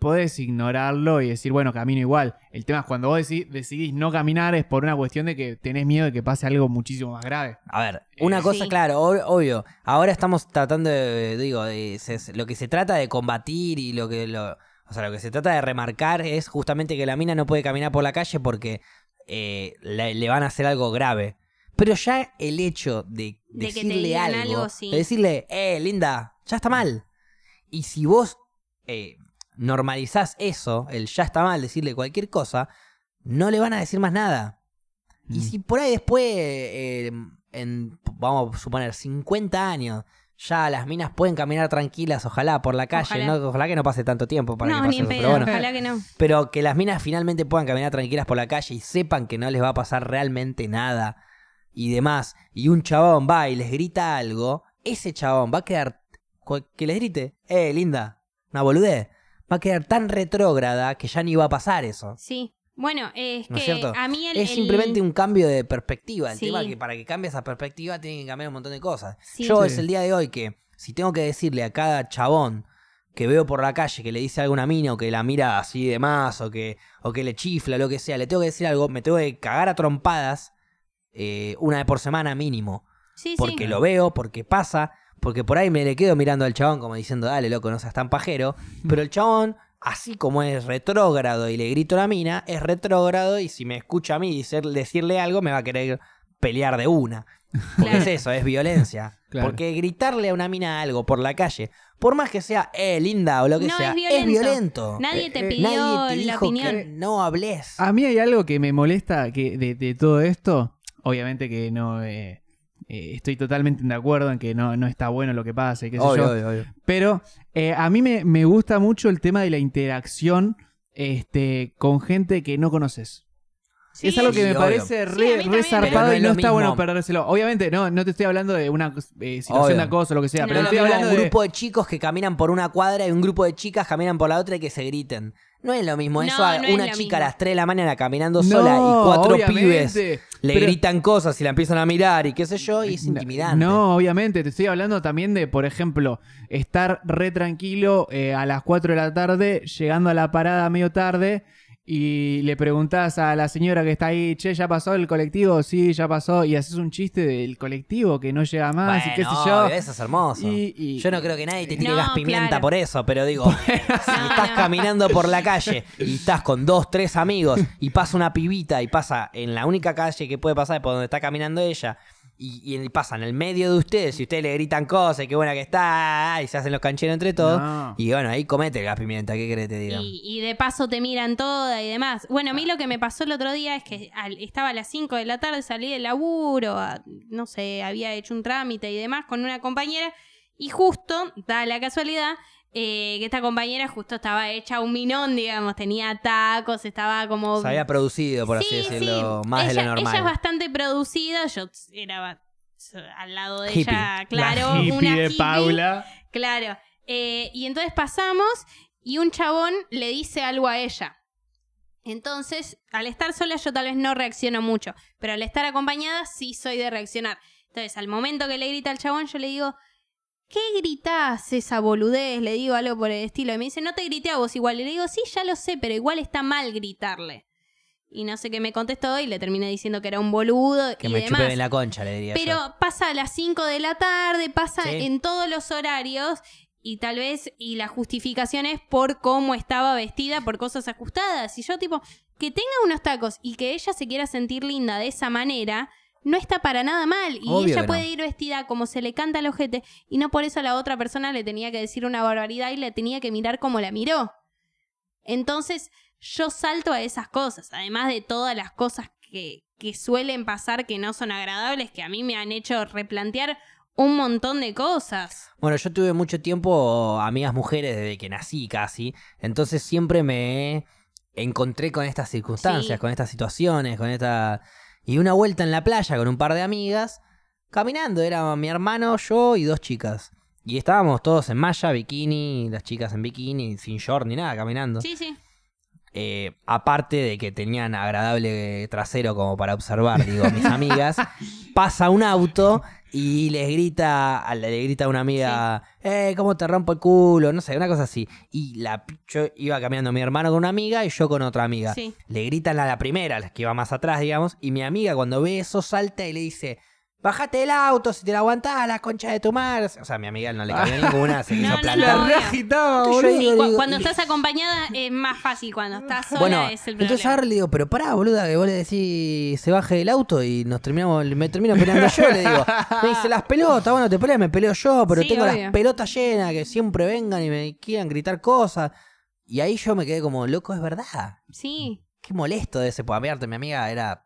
Speaker 2: podés ignorarlo y decir, bueno, camino igual. El tema es cuando vos deci- decidís no caminar es por una cuestión de que tenés miedo de que pase algo muchísimo más grave.
Speaker 1: A ver, una
Speaker 3: Eh,
Speaker 1: cosa,
Speaker 3: sí.
Speaker 1: claro, ob- obvio. Ahora estamos tratando de, digo, de- se- se- lo que se trata de combatir y lo que lo, o sea, lo que se trata de remarcar es justamente que la mina no puede caminar por la calle porque eh, le, le van a hacer algo grave. Pero ya el hecho de,
Speaker 3: De que te
Speaker 1: decirle
Speaker 3: digan
Speaker 1: algo,
Speaker 3: algo, sí.
Speaker 1: de decirle, eh, linda, ya está mal. Y si vos eh, normalizás eso, el ya está mal, decirle cualquier cosa, no le van a decir más nada. Y
Speaker 2: Mm.
Speaker 1: si por ahí después, eh, en, vamos a suponer, 50 años, ya las minas pueden caminar tranquilas, ojalá, por la calle.
Speaker 3: Ojalá.
Speaker 1: No, ojalá que no pase tanto tiempo para que
Speaker 3: no,
Speaker 1: pase
Speaker 3: ni en
Speaker 1: eso,
Speaker 3: pedo,
Speaker 1: pero bueno.
Speaker 3: ojalá que no.
Speaker 1: Pero que las minas finalmente puedan caminar tranquilas por la calle y sepan que no les va a pasar realmente nada y demás. Y un chabón va y les grita algo, ese chabón va a quedar. cu- Que les grite, eh, linda, una boludez. Va a quedar tan retrógrada que ya ni va a pasar eso.
Speaker 3: Sí. Bueno, es
Speaker 1: ¿No es
Speaker 3: que
Speaker 1: cierto?
Speaker 3: a mí el.
Speaker 1: es
Speaker 3: el-
Speaker 1: simplemente un cambio de perspectiva. El
Speaker 3: Sí.
Speaker 1: tema es que para que cambie esa perspectiva tienen que cambiar un montón de cosas.
Speaker 3: Sí.
Speaker 1: Yo
Speaker 2: Sí.
Speaker 1: es el día de hoy que si tengo que decirle a cada chabón que veo por la calle que le dice algo a una mina o que la mira así de más o que, o que le chifla, lo que sea, le tengo que decir algo, me tengo que cagar a trompadas eh, una vez por semana mínimo.
Speaker 3: Sí, sí.
Speaker 1: Porque lo veo, porque pasa, porque por ahí me le quedo mirando al chabón como diciendo, dale, loco, no seas tan pajero. Pero el chabón, así como es retrógrado y le grito a la mina, es retrógrado y si me escucha a mí dicer- decirle algo, me va a querer pelear de una. Porque
Speaker 3: Claro.
Speaker 1: es eso, es violencia.
Speaker 2: Claro.
Speaker 1: Porque gritarle a una mina algo por la calle, por más que sea, eh, linda o lo que
Speaker 3: No,
Speaker 1: sea,
Speaker 3: es
Speaker 1: es violento.
Speaker 3: violento. Nadie te
Speaker 2: Eh, eh,
Speaker 3: pidió
Speaker 1: Nadie te
Speaker 3: la
Speaker 1: dijo que
Speaker 3: opinión. Ah,
Speaker 1: no hables.
Speaker 2: A mí hay algo que me molesta que de, de todo esto. Obviamente que no. eh, eh, estoy totalmente de acuerdo en que no, no está bueno lo que pasa y qué sé yo.
Speaker 1: Obvio, obvio, obvio.
Speaker 2: Pero eh, a mí me, me gusta mucho el tema de la interacción este, con gente que no conoces.
Speaker 3: Sí.
Speaker 2: es algo que
Speaker 1: Sí,
Speaker 2: me
Speaker 1: obvio.
Speaker 2: parece
Speaker 3: Sí, a
Speaker 2: re,
Speaker 3: mí
Speaker 2: re
Speaker 3: también. Pero
Speaker 2: zarpado
Speaker 1: no
Speaker 2: y
Speaker 1: es
Speaker 2: no
Speaker 1: lo
Speaker 2: está bueno
Speaker 1: mismo.
Speaker 2: perdérselo. Obviamente, no, no te estoy hablando de una eh, situación
Speaker 1: Obvio.
Speaker 2: de acoso o lo que sea,
Speaker 3: No,
Speaker 2: pero
Speaker 1: Pero
Speaker 3: no,
Speaker 2: estoy
Speaker 1: no,
Speaker 2: hablando
Speaker 1: un
Speaker 2: de.
Speaker 1: grupo de chicos que caminan por una cuadra y un grupo de chicas caminan por la otra y que se griten. No es lo mismo
Speaker 3: No,
Speaker 1: eso a
Speaker 3: no es
Speaker 1: una
Speaker 3: lo
Speaker 1: chica
Speaker 3: mismo.
Speaker 1: a las 3 de la mañana caminando
Speaker 2: No,
Speaker 1: sola y cuatro
Speaker 2: obviamente,
Speaker 1: pibes le
Speaker 2: pero-
Speaker 1: gritan cosas y la empiezan a mirar y qué sé yo y es intimidante.
Speaker 2: Eh, No, obviamente, te estoy hablando también de, por ejemplo, estar re tranquilo eh, a las 4 de la tarde, llegando a la parada a medio tarde y le preguntás a la señora que está ahí, che, ¿ya pasó el colectivo? Sí, ya pasó, y haces un chiste del colectivo que no llega más y qué sé yo.
Speaker 1: Bueno, eso es hermoso.
Speaker 2: Y- y-
Speaker 1: yo no creo que nadie te tire
Speaker 3: No,
Speaker 1: gas pimienta
Speaker 3: claro.
Speaker 1: por eso, pero digo, si estás
Speaker 3: no.
Speaker 1: caminando por la calle y estás con dos, tres amigos y pasa una pibita y pasa en la única calle que puede pasar es por donde está caminando ella. Y, y pasa en el medio de ustedes y ustedes le gritan cosas, qué buena que está, y se hacen los cancheros entre todos.
Speaker 2: No.
Speaker 1: Y bueno, ahí comete el gas pimienta, ¿qué querés que te diga?
Speaker 3: Y, y de paso te miran toda y demás. Bueno, a mí lo que me pasó el otro día es que al- estaba a las 5 de la tarde, salí del laburo, a- no sé, había hecho un trámite y demás con una compañera y justo, da la casualidad, eh, que esta compañera justo estaba hecha un minón, digamos, tenía tacos, estaba como...
Speaker 1: Se había producido, por
Speaker 3: Sí,
Speaker 1: así
Speaker 3: sí.
Speaker 1: decirlo, más de
Speaker 3: Ella-
Speaker 1: lo normal.
Speaker 3: Ella es bastante producida, yo era ba- al lado de
Speaker 1: Hippie.
Speaker 3: ella,
Speaker 1: La
Speaker 3: claro,
Speaker 2: Hippie
Speaker 3: una
Speaker 2: de
Speaker 3: hippie.
Speaker 2: Paula.
Speaker 3: Claro. Eh, y entonces pasamos y un chabón le dice algo a ella. Entonces, al estar sola yo tal vez no reacciono mucho, pero al estar acompañada sí soy de reaccionar. Entonces, al momento que le grita al chabón, yo le digo, ¿qué gritás esa boludez? Le digo algo por el estilo. Y me dice, no te grité a vos igual. Y le digo, sí, ya lo sé, pero igual está mal gritarle. Y no sé qué me contestó y le terminé diciendo que era un boludo
Speaker 1: que
Speaker 3: y
Speaker 1: me
Speaker 3: demás.
Speaker 1: chupen en la concha, le diría yo.
Speaker 3: Pero pasa a las 5 de la tarde, pasa
Speaker 1: Sí.
Speaker 3: en todos los horarios y tal vez, y la justificación es por cómo estaba vestida, por cosas ajustadas. Y yo tipo, que tenga unos tacos y que ella se quiera sentir linda de esa manera, no está para nada mal. Y
Speaker 1: Obvio
Speaker 3: ella
Speaker 1: que
Speaker 3: puede
Speaker 1: no.
Speaker 3: ir vestida como se le canta al ojete y no por eso a la otra persona le tenía que decir una barbaridad y le tenía que mirar como la miró. Entonces yo salto a esas cosas, además de todas las cosas que, que suelen pasar que no son agradables, que a mí me han hecho replantear un montón de cosas.
Speaker 1: Bueno, yo tuve mucho tiempo amigas mujeres desde que nací casi, entonces siempre me encontré con estas circunstancias,
Speaker 3: Sí.
Speaker 1: con estas situaciones, con esta... Y una vuelta en la playa con un par de amigas, caminando, era mi hermano, yo y dos chicas. Y estábamos todos en malla, bikini, las chicas en bikini, sin short ni nada, caminando.
Speaker 3: Sí, sí.
Speaker 1: Eh, aparte de que tenían agradable trasero como para observar, digo, mis amigas, pasa un auto y les grita, a la- le grita a una amiga, eh, ¿cómo te rompo el culo? No sé, una cosa así. Y la, yo iba caminando mi hermano con una amiga y yo con otra amiga.
Speaker 3: Sí.
Speaker 1: Le gritan a la primera, la que iba más atrás, digamos, y mi amiga cuando ve eso salta y le dice, Bajate del auto si te la aguantás, la concha de tu madre. O sea, mi amiga no le cabía ninguna, se quiso
Speaker 3: No, no,
Speaker 1: plantar.
Speaker 2: La
Speaker 3: obvio.
Speaker 2: reagitaba,
Speaker 1: Yo
Speaker 2: boludo.
Speaker 1: digo,
Speaker 3: Sí, cu-
Speaker 1: digo,
Speaker 3: cuando
Speaker 1: y-
Speaker 3: estás acompañada es más fácil, cuando estás sola
Speaker 1: Bueno,
Speaker 3: es el problema.
Speaker 1: entonces ahora le digo, pero pará, boluda, que vos le decís se baje del auto y nos terminamos, me termino peleando yo, le digo. Me dice, las pelotas, bueno, te peleas, me peleo yo, pero
Speaker 3: Sí,
Speaker 1: tengo
Speaker 3: obvio.
Speaker 1: las pelotas llenas, que siempre vengan y me quieran gritar cosas. Y ahí yo me quedé como, loco, es verdad.
Speaker 3: Sí,
Speaker 1: Qué molesto de ese, pues aparte mi amiga era...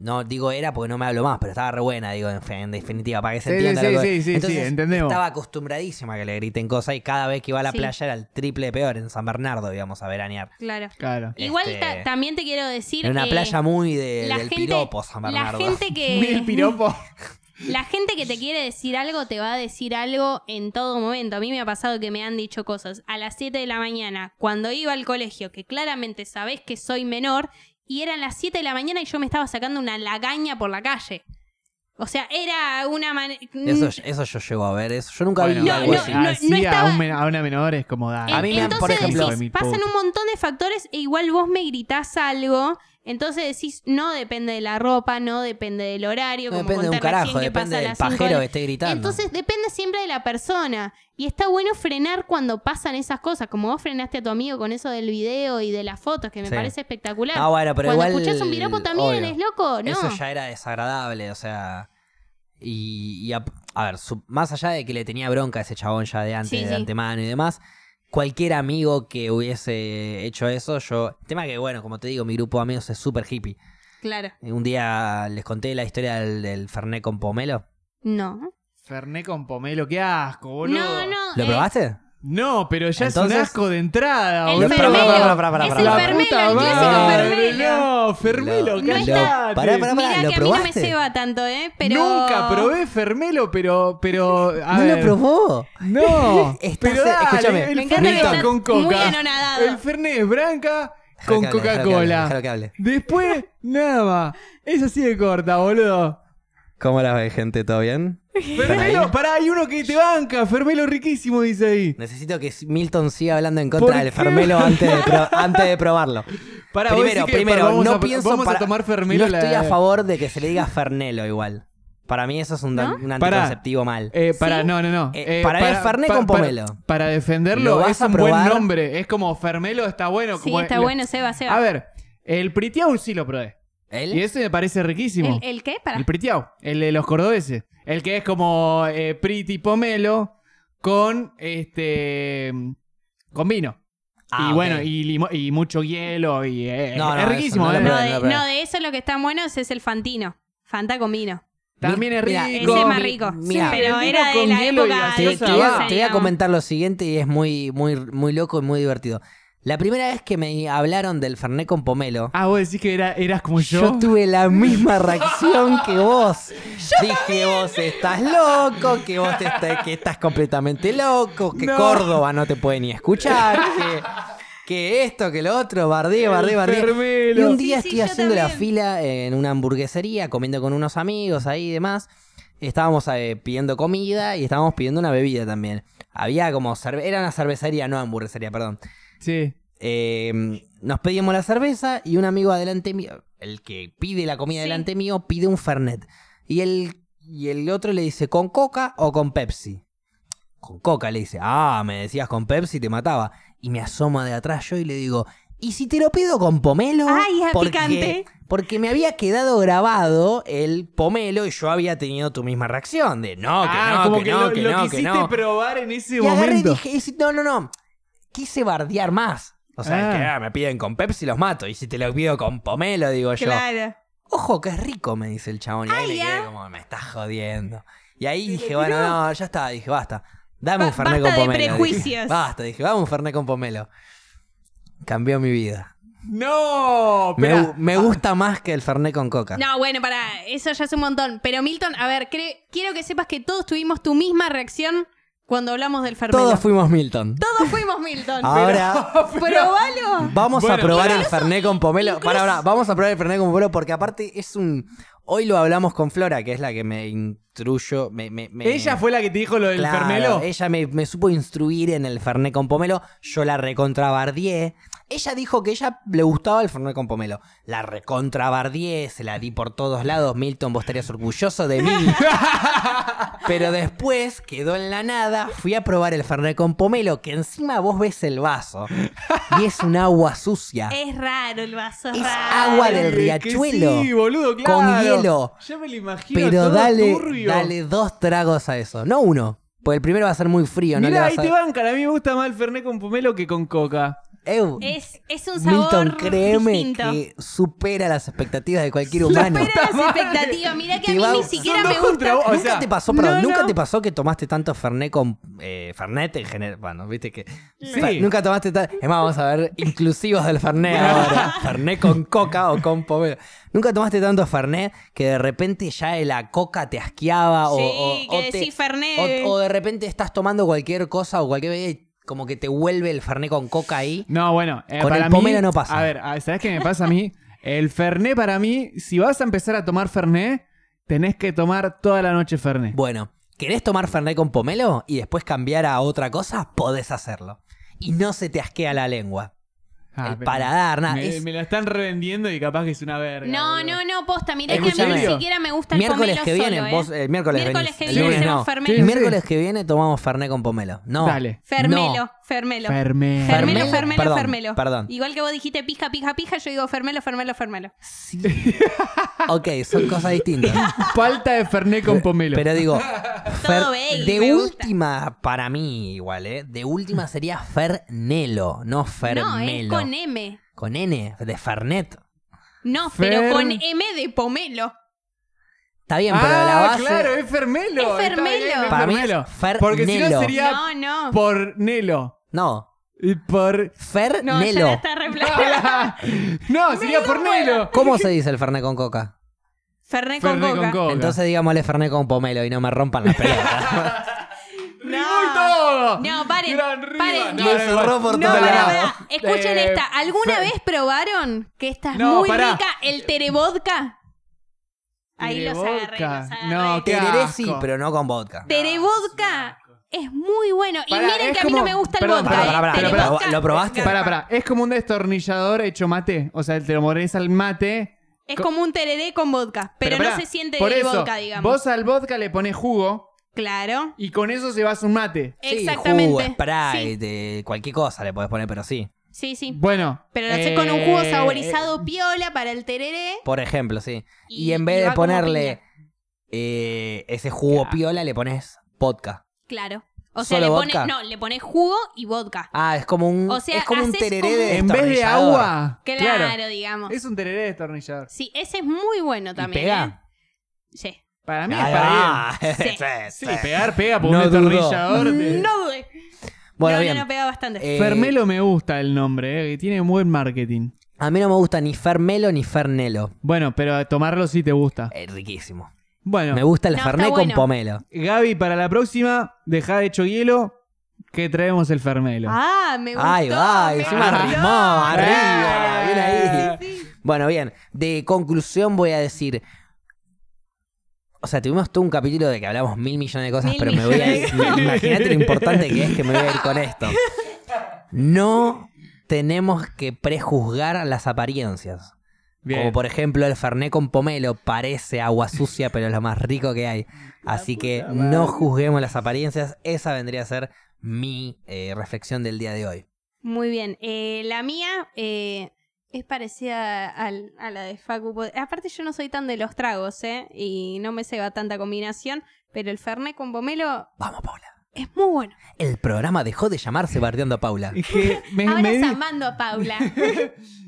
Speaker 1: No, digo era porque no me hablo más, pero estaba re buena, digo, en, fe- en definitiva, para que se
Speaker 2: Sí,
Speaker 1: entienda.
Speaker 2: sí,
Speaker 1: lo que-
Speaker 2: sí, sí, sí,
Speaker 1: Entonces,
Speaker 2: entendemos.
Speaker 1: Estaba acostumbradísima a que le griten cosas y cada vez que iba a la
Speaker 3: Sí.
Speaker 1: playa era el triple de peor en San Bernardo, íbamos a veranear.
Speaker 3: claro.
Speaker 2: Claro.
Speaker 3: Igual
Speaker 1: Este,
Speaker 3: ta- también te quiero decir
Speaker 1: En una
Speaker 3: que
Speaker 1: playa muy de-
Speaker 3: la
Speaker 1: del
Speaker 3: gente-
Speaker 1: piropo, San
Speaker 3: la
Speaker 1: Bernardo.
Speaker 3: gente
Speaker 2: El
Speaker 3: que
Speaker 2: piropo.
Speaker 3: la gente que te quiere decir algo te va a decir algo en todo momento. A mí me ha pasado que me han dicho cosas a las 7 de la mañana cuando iba al colegio, que claramente sabés que soy menor y eran las 7 de la mañana y yo me estaba sacando una lagaña por la calle. O sea, era una man-
Speaker 1: Eso, eso yo llego a ver, eso yo nunca
Speaker 2: Bueno,
Speaker 1: vi
Speaker 3: No,
Speaker 1: algo
Speaker 3: no,
Speaker 1: así.
Speaker 3: no, no
Speaker 2: así a,
Speaker 3: estaba-
Speaker 2: un men- a una menor es como da.
Speaker 3: En-
Speaker 1: A mí me han-
Speaker 3: entonces
Speaker 1: por ejemplo,
Speaker 3: decís,
Speaker 2: mil
Speaker 3: pasan
Speaker 2: puntos.
Speaker 3: un montón de factores e igual vos me gritás algo, entonces decís, no depende de la ropa, no depende del horario,
Speaker 1: No
Speaker 3: como
Speaker 1: depende de un
Speaker 3: conté recién
Speaker 1: carajo,
Speaker 3: que pasa
Speaker 1: depende
Speaker 3: a
Speaker 1: del
Speaker 3: las cinco de
Speaker 1: pajero
Speaker 3: la-
Speaker 1: que esté gritando.
Speaker 3: Entonces depende siempre de la persona. Y está bueno frenar cuando pasan esas cosas, como vos frenaste a tu amigo con eso del video y de las fotos, que me
Speaker 1: Sí.
Speaker 3: parece espectacular.
Speaker 1: Ah, bueno, pero
Speaker 3: cuando
Speaker 1: igual,
Speaker 3: escuchás un piropo también,
Speaker 1: obvio.
Speaker 3: es loco, ¿no?
Speaker 1: Eso ya era desagradable, o sea. Y, y a, a ver, su- más allá de que le tenía bronca a ese chabón ya de antes,
Speaker 3: Sí,
Speaker 1: de
Speaker 3: sí.
Speaker 1: antemano y demás, cualquier amigo que hubiese hecho eso, yo. el Tema que, bueno, como te digo, mi grupo de amigos es súper hippie.
Speaker 3: Claro.
Speaker 1: Un día les conté la historia del, del Fernet con pomelo.
Speaker 3: No.
Speaker 2: Ferné con pomelo, qué asco, boludo.
Speaker 3: No, no.
Speaker 1: ¿Lo
Speaker 3: eh,
Speaker 1: probaste?
Speaker 2: No, pero ya es
Speaker 1: Entonces-
Speaker 2: un asco de entrada,
Speaker 3: El
Speaker 2: boludo.
Speaker 1: Pará, pará,
Speaker 3: fermelo.
Speaker 1: pará, pará, pará,
Speaker 3: Es
Speaker 1: pará.
Speaker 3: el fermelo,
Speaker 2: La
Speaker 3: el
Speaker 2: puta
Speaker 3: clásico
Speaker 2: madre,
Speaker 3: fermelo.
Speaker 2: No, fermelo,
Speaker 1: Lo-
Speaker 2: callate.
Speaker 1: lo- pará, pará, pará,
Speaker 3: Mira
Speaker 1: ¿lo
Speaker 3: que a mí no me
Speaker 1: probaste?
Speaker 3: ceba tanto, ¿eh? Pero...
Speaker 2: Nunca probé fermelo, pero. pero a
Speaker 1: ¿No lo
Speaker 2: ver.
Speaker 1: probó?
Speaker 2: No,
Speaker 1: Estás-
Speaker 2: pero
Speaker 1: eh,
Speaker 2: dale,
Speaker 1: escúchame.
Speaker 2: el
Speaker 3: Me encanta que
Speaker 2: Fernet
Speaker 3: estás
Speaker 2: con coca.
Speaker 3: muy anonadado.
Speaker 2: El Fernet es branca
Speaker 1: Dejalo
Speaker 2: con
Speaker 1: que hable, dejalo que hable, dejalo
Speaker 2: Coca-Cola.
Speaker 1: que hable.
Speaker 2: Después, nada más. Es así de corta, boludo.
Speaker 1: ¿Cómo la ves, gente? ¿Todo bien? ¿Están ahí?
Speaker 2: Fermelo, pará, hay uno que te banca. Fermelo riquísimo, dice ahí.
Speaker 1: Necesito que Milton siga hablando en
Speaker 2: ¿Por
Speaker 1: contra del
Speaker 2: qué?
Speaker 1: fermelo antes de, pro- antes de probarlo.
Speaker 2: Pará, vos
Speaker 1: primero,
Speaker 2: decís que,
Speaker 1: primero,
Speaker 2: pará, vamos
Speaker 1: no
Speaker 2: a,
Speaker 1: pienso
Speaker 2: vamos
Speaker 1: para-
Speaker 2: a tomar Fermelo.
Speaker 1: No
Speaker 2: la-
Speaker 1: estoy a favor de que se le diga Fernelo igual. Para mí eso es un, dan- un
Speaker 2: Pará.
Speaker 1: anticonceptivo mal.
Speaker 2: Eh, para,
Speaker 3: ¿Sí?
Speaker 2: no, no, no.
Speaker 1: Eh, para mí es Fernet con pomelo.
Speaker 2: Para, defenderlo,
Speaker 1: ¿Lo vas
Speaker 2: es
Speaker 1: a
Speaker 2: un buen
Speaker 1: probar?
Speaker 2: nombre. Es como Fermelo está bueno.
Speaker 3: Sí,
Speaker 2: como-
Speaker 3: está
Speaker 2: lo-
Speaker 3: bueno, Seba, Seba.
Speaker 2: A ver, el Pritiau sí lo probé.
Speaker 1: ¿Él?
Speaker 2: Y ese me parece riquísimo.
Speaker 3: ¿El, el qué? Para.
Speaker 2: El pritiao, el de los cordobeses. El que es como eh, priti pomelo con este con vino.
Speaker 1: Ah,
Speaker 2: y bueno,
Speaker 1: ok.
Speaker 2: y, limo- y mucho hielo y eh,
Speaker 1: No, no,
Speaker 2: es
Speaker 1: eso no
Speaker 2: riquísimo.
Speaker 1: lo
Speaker 2: eh.
Speaker 3: No,
Speaker 1: probé.
Speaker 3: de,
Speaker 1: pero-
Speaker 3: no, de eso lo que están buenos es el Fantino. Fanta con vino.
Speaker 2: También es
Speaker 1: Mira,
Speaker 2: rico.
Speaker 3: Ese es más
Speaker 1: mi-
Speaker 3: rico.
Speaker 1: mira.
Speaker 3: pero
Speaker 2: Fermelo
Speaker 3: era de
Speaker 2: con
Speaker 3: la
Speaker 2: hielo y
Speaker 3: época
Speaker 1: Te,
Speaker 3: de
Speaker 2: gaseosa,
Speaker 1: te voy
Speaker 2: va.
Speaker 1: a, te voy a
Speaker 3: digamos.
Speaker 1: comentar lo siguiente y es muy, muy, muy loco y muy divertido. La primera vez que me hablaron del Fernet con pomelo,
Speaker 2: Ah, vos decís que era, eras como yo.
Speaker 1: yo, tuve la misma reacción que vos. Dije, vos estás loco, que vos te está- que estás completamente loco, que
Speaker 2: No.
Speaker 1: Córdoba no te puede ni escuchar, que, que esto, que lo otro, bardé, bardé, bardé.
Speaker 2: Fermelo.
Speaker 1: Y un día
Speaker 3: Sí, sí,
Speaker 1: estoy
Speaker 3: yo
Speaker 1: haciendo la
Speaker 3: también.
Speaker 1: fila en una hamburguesería, comiendo con unos amigos ahí y demás. Estábamos eh, pidiendo comida y estábamos pidiendo una bebida también. Había como cerve- era una cervecería, no hamburguesería, perdón.
Speaker 2: Sí.
Speaker 1: Eh, nos pedimos la cerveza y un amigo adelante mío, el que pide la comida
Speaker 3: Sí.
Speaker 1: adelante mío, pide un Fernet. Y el, y el otro le dice, ¿con Coca o con Pepsi? Con Coca le dice, ah, me decías con Pepsi, te mataba. Y me asoma de atrás yo y le digo, ¿y si te lo pido con pomelo?
Speaker 3: Ay, es picante.
Speaker 1: Porque me había quedado grabado el pomelo y yo había tenido tu misma reacción de, no, que
Speaker 2: ah,
Speaker 1: no,
Speaker 2: como
Speaker 1: que, no,
Speaker 2: lo,
Speaker 1: que
Speaker 2: lo
Speaker 1: no, que
Speaker 2: quisiste
Speaker 1: no
Speaker 2: probar en ese
Speaker 1: y agarré y
Speaker 2: momento.
Speaker 1: dije, y si- no, no, no. Quise bardear más. O sea,
Speaker 2: Ah.
Speaker 1: que, ah, me piden con Pepsi los mato. Y si te lo pido con pomelo, digo yo.
Speaker 3: Claro.
Speaker 1: Ojo, que es rico, me dice el chabón. Y ahí
Speaker 3: Ah,
Speaker 1: me
Speaker 3: ya.
Speaker 1: quedé como, me estás jodiendo. Y ahí dije, bueno, no, ya está. Dije, basta. Dame un
Speaker 3: Ba-
Speaker 1: Fernet
Speaker 3: basta
Speaker 1: con
Speaker 3: de
Speaker 1: pomelo. dije.
Speaker 3: prejuicios.
Speaker 1: basta, dije, dame un Fernet con pomelo. Cambió mi vida.
Speaker 2: No,
Speaker 1: Me,
Speaker 2: esperá.
Speaker 1: gu- me gusta más que el Fernet con coca.
Speaker 3: No, bueno, para, eso ya es un montón. Pero Milton, a ver, cre- quiero que sepas que todos tuvimos tu misma reacción cuando hablamos del fermento.
Speaker 1: Todos fuimos Milton.
Speaker 3: Todos fuimos Milton.
Speaker 1: Ahora...
Speaker 3: Probalo.
Speaker 1: Vamos a
Speaker 2: Bueno,
Speaker 1: probar el
Speaker 2: incluso-
Speaker 1: Fernet con pomelo. Pará, pará, vamos a probar el Fernet con pomelo porque aparte es un... Hoy lo hablamos con Flora, que es la que me instruyo. Me, me- me-
Speaker 2: Ella fue la que te dijo lo del
Speaker 1: Claro,
Speaker 2: fermelo.
Speaker 1: Ella me, me supo instruir en el Fernet con pomelo. Yo la recontrabardié. Ella dijo que ella le gustaba el Fernet con pomelo. La recontrabardié, se la di por todos lados. Milton, vos estarías orgulloso de mí. Pero después quedó en la nada. Fui a probar el Fernet con pomelo, que encima vos ves el vaso. Y es un agua sucia.
Speaker 2: Eh,
Speaker 3: Es raro el vaso.
Speaker 1: Es
Speaker 3: raro.
Speaker 1: agua del riachuelo.
Speaker 2: Sí, boludo,
Speaker 1: con
Speaker 2: claro.
Speaker 1: hielo.
Speaker 2: Ya me lo imagino.
Speaker 1: Pero
Speaker 2: todo
Speaker 1: dale,
Speaker 2: turbio.
Speaker 1: dale dos tragos a eso. No uno. Porque el primero va a ser muy frío. no le
Speaker 2: Mirá,
Speaker 1: vas
Speaker 2: ahí
Speaker 1: a-
Speaker 2: te bancan. A mí me gusta más el Fernet con pomelo que con coca.
Speaker 1: Eu,
Speaker 3: Es, es un sabor
Speaker 1: Milton, créeme
Speaker 3: distinto.
Speaker 1: que supera las expectativas de cualquier humano.
Speaker 3: Supera las
Speaker 2: madre.
Speaker 3: expectativas. Mirá que a
Speaker 1: Te
Speaker 3: mí
Speaker 1: va-
Speaker 3: ni
Speaker 1: son
Speaker 3: siquiera
Speaker 2: dos
Speaker 3: me gusta.
Speaker 2: contra vos. O
Speaker 1: ¿Nunca
Speaker 2: sea,
Speaker 1: te pasó, perdón,
Speaker 2: no,
Speaker 1: nunca
Speaker 2: no.
Speaker 1: te pasó que tomaste tanto Fernet con eh, Fernet en general? Bueno, viste que.
Speaker 2: Sí.
Speaker 1: Fer- Nunca tomaste tanto. Es más, vamos a ver inclusivos del Fernet ahora. Fernet con coca o con pomelo. Nunca tomaste tanto Fernet que de repente ya la coca te asqueaba Ah, o-
Speaker 3: Sí,
Speaker 1: o. o
Speaker 3: que
Speaker 1: te-
Speaker 3: decís Fernet.
Speaker 1: o, o de repente estás tomando cualquier cosa o cualquier bebida y como que te vuelve el Fernet con coca ahí.
Speaker 2: No, bueno, eh,
Speaker 1: Con
Speaker 2: para
Speaker 1: el
Speaker 2: mí-
Speaker 1: pomelo no pasa.
Speaker 2: A ver, a- ¿sabes qué me pasa a mí? El Fernet para mí, si vas a empezar a tomar Fernet, tenés que tomar toda la noche Fernet.
Speaker 1: Bueno, ¿querés tomar Fernet con pomelo y después cambiar a otra cosa? Podés hacerlo. Y no se te asquea la lengua.
Speaker 2: Ah,
Speaker 1: el
Speaker 2: pero-
Speaker 1: paladar, nada.
Speaker 2: Me,
Speaker 1: es-
Speaker 2: me la están revendiendo y capaz que es una verga.
Speaker 3: No,
Speaker 2: boludo.
Speaker 3: no, no, posta. Mirá que a mí
Speaker 1: Escuchame.
Speaker 3: ni siquiera me gusta el
Speaker 1: Miércoles
Speaker 3: pomelo
Speaker 1: que viene,
Speaker 3: solo, ¿eh?
Speaker 1: vos, el miércoles,
Speaker 3: Miércoles
Speaker 1: venís,
Speaker 3: que
Speaker 1: el
Speaker 3: viene
Speaker 1: lunes
Speaker 3: hacemos
Speaker 1: no.
Speaker 3: fermelo.
Speaker 1: El miércoles que viene tomamos Fernet con pomelo. No.
Speaker 2: Dale.
Speaker 3: Fermelo,
Speaker 1: No.
Speaker 3: fermelo.
Speaker 2: Fernet.
Speaker 3: Fermelo,
Speaker 1: Fermelo,
Speaker 3: fermelo,
Speaker 1: perdón,
Speaker 3: fermelo.
Speaker 1: perdón.
Speaker 3: Igual que vos dijiste pija, pija, pija, yo digo fermelo, fermelo, fermelo.
Speaker 1: Ok, son cosas distintas.
Speaker 2: Falta de Fernet con pomelo.
Speaker 1: Pero digo, Fer-
Speaker 3: bagel,
Speaker 1: de
Speaker 3: me gusta.
Speaker 1: última, para mí igual, ¿eh? De última sería Fernelo, no Fermelo.
Speaker 3: No, es E. con M.
Speaker 1: Con N, de Fernet.
Speaker 3: No,
Speaker 2: Fer-
Speaker 3: pero con M de pomelo.
Speaker 1: Está bien, pero la
Speaker 2: ah,
Speaker 1: base.
Speaker 2: claro, es Fermelo.
Speaker 3: Es
Speaker 2: está bien,
Speaker 3: Fermelo.
Speaker 2: es
Speaker 1: Para mí es
Speaker 2: Fermelo.
Speaker 1: Fernelo.
Speaker 2: Porque si no sería
Speaker 3: No, no.
Speaker 2: Pornelo.
Speaker 1: No,
Speaker 2: Y por...
Speaker 3: No, ya la
Speaker 1: Fernelo.
Speaker 3: está reemplazando.
Speaker 2: no, sería Pornelo.
Speaker 1: ¿Cómo se dice el Fernet con coca?
Speaker 3: Fernet con
Speaker 2: Fernet
Speaker 3: coca.
Speaker 1: Entonces digámosle Fernet con pomelo y no me rompan las pelotas.
Speaker 2: ¡Muy todo!
Speaker 3: No, paren,
Speaker 2: Gran Riva.
Speaker 3: paren.
Speaker 2: No,
Speaker 3: Le
Speaker 2: no, igual.
Speaker 1: cerró por
Speaker 3: No,
Speaker 1: todos
Speaker 3: pará,
Speaker 1: lados.
Speaker 3: pará. Escuchen
Speaker 2: Eh,
Speaker 3: esta. ¿Alguna
Speaker 2: Fer-
Speaker 3: vez probaron que esta es
Speaker 2: No,
Speaker 3: muy
Speaker 2: pará.
Speaker 3: rica el terevodka? Ahí los
Speaker 2: Terevodka.
Speaker 3: agarré, los agarré.
Speaker 2: No, qué
Speaker 1: Tereré sí,
Speaker 2: asco.
Speaker 1: pero no con vodka.
Speaker 3: Ah, Terevodka es muy bueno. Y
Speaker 2: Pará,
Speaker 3: miren
Speaker 2: es
Speaker 3: que a mí no
Speaker 2: como-
Speaker 3: me gusta
Speaker 2: perdón,
Speaker 3: el vodka.
Speaker 2: pará,
Speaker 3: ¿eh?
Speaker 2: pará, pará,
Speaker 3: Terevodka
Speaker 1: pará, ¿lo probaste?
Speaker 2: Pará, pará. Es como un destornillador hecho mate. O sea, el es al mate.
Speaker 3: Es como un tereré con vodka, pero, no
Speaker 2: pará,
Speaker 3: se siente
Speaker 2: por
Speaker 3: el
Speaker 2: eso,
Speaker 3: vodka, digamos.
Speaker 2: Vos al vodka le pones jugo
Speaker 3: Claro.
Speaker 2: y con eso se vas un mate.
Speaker 1: Sí,
Speaker 3: Exactamente.
Speaker 1: Jugo, Sprite, eh, cualquier cosa le podés poner, pero sí.
Speaker 3: Sí, sí, sí.
Speaker 2: Bueno.
Speaker 3: Pero lo haces con un jugo
Speaker 2: eh,
Speaker 3: saborizado piola para el tereré.
Speaker 1: Por ejemplo, sí. Y,
Speaker 3: Y-
Speaker 1: en
Speaker 3: y
Speaker 1: vez
Speaker 3: va
Speaker 1: de
Speaker 3: como
Speaker 1: ponerle eh, ese jugo piola, le pones vodka.
Speaker 3: Claro. O sea,
Speaker 1: ¿Solo
Speaker 3: le pones,
Speaker 1: vodka?
Speaker 3: no, le pones jugo y vodka.
Speaker 1: Ah, es como un,
Speaker 3: O sea,
Speaker 1: es como un
Speaker 3: haces
Speaker 1: tereré
Speaker 3: como-
Speaker 2: eh,
Speaker 1: de
Speaker 2: En vez de
Speaker 1: destornillador.
Speaker 2: agua.
Speaker 3: Claro,
Speaker 2: Claro.
Speaker 3: digamos.
Speaker 2: Es un tereré destornillador.
Speaker 3: Sí, ese es muy bueno
Speaker 1: ¿Y
Speaker 3: también.
Speaker 1: pega?
Speaker 3: ¿eh? Sí.
Speaker 2: Para mí es
Speaker 1: Ahí
Speaker 2: para
Speaker 1: va.
Speaker 2: ir.
Speaker 3: Sí.
Speaker 2: Sí,
Speaker 1: Sí, sí.
Speaker 2: pegar pega por
Speaker 1: No
Speaker 2: un
Speaker 1: dudo.
Speaker 2: destornillador. te-
Speaker 3: No dude.
Speaker 1: Bueno,
Speaker 3: no,
Speaker 1: bien.
Speaker 3: no, no, pega bastante.
Speaker 1: Eh,
Speaker 2: Fermelo me gusta el nombre, eh, que tiene buen marketing.
Speaker 1: A mí no me gusta ni Fermelo ni Fernelo.
Speaker 2: Bueno, pero tomarlo sí te gusta.
Speaker 1: Es riquísimo.
Speaker 2: Bueno,
Speaker 1: Me gusta el
Speaker 3: No, está
Speaker 1: Fernet
Speaker 3: bueno.
Speaker 1: con pomelo.
Speaker 2: Gaby, para la próxima, dejá hecho hielo que traemos el fermelo.
Speaker 3: ah, me gustó.
Speaker 1: Ay, va,
Speaker 3: me
Speaker 1: encima
Speaker 3: gustó.
Speaker 1: rimó, arriba,
Speaker 2: Ah.
Speaker 1: bien ahí.
Speaker 3: Sí, sí.
Speaker 1: Bueno, bien. De conclusión voy a decir. O sea, tuvimos todo un capítulo de que hablamos mil millones de cosas,
Speaker 3: Mil
Speaker 1: pero me voy a.
Speaker 3: millones de
Speaker 1: me- Imagínate lo importante que es que me voy a ir con esto. No tenemos que prejuzgar las apariencias.
Speaker 2: Bien.
Speaker 1: Como por ejemplo el Fernet con pomelo parece agua sucia, pero es lo más rico que hay. Así que no juzguemos las apariencias. Esa vendría a ser mi eh, reflexión del día de hoy.
Speaker 3: Muy bien. Eh, la mía eh, es parecida al- a la de Facu. Po- Aparte, yo no soy tan de los tragos, ¿eh? Y no me ceba tanta combinación. Pero el Fernet con pomelo
Speaker 1: Vamos, Paula.
Speaker 3: es muy bueno.
Speaker 1: El programa dejó de llamarse Bardeando a Paula.
Speaker 2: Es que me,
Speaker 3: Ahora
Speaker 2: me di-
Speaker 3: está amando a Paula.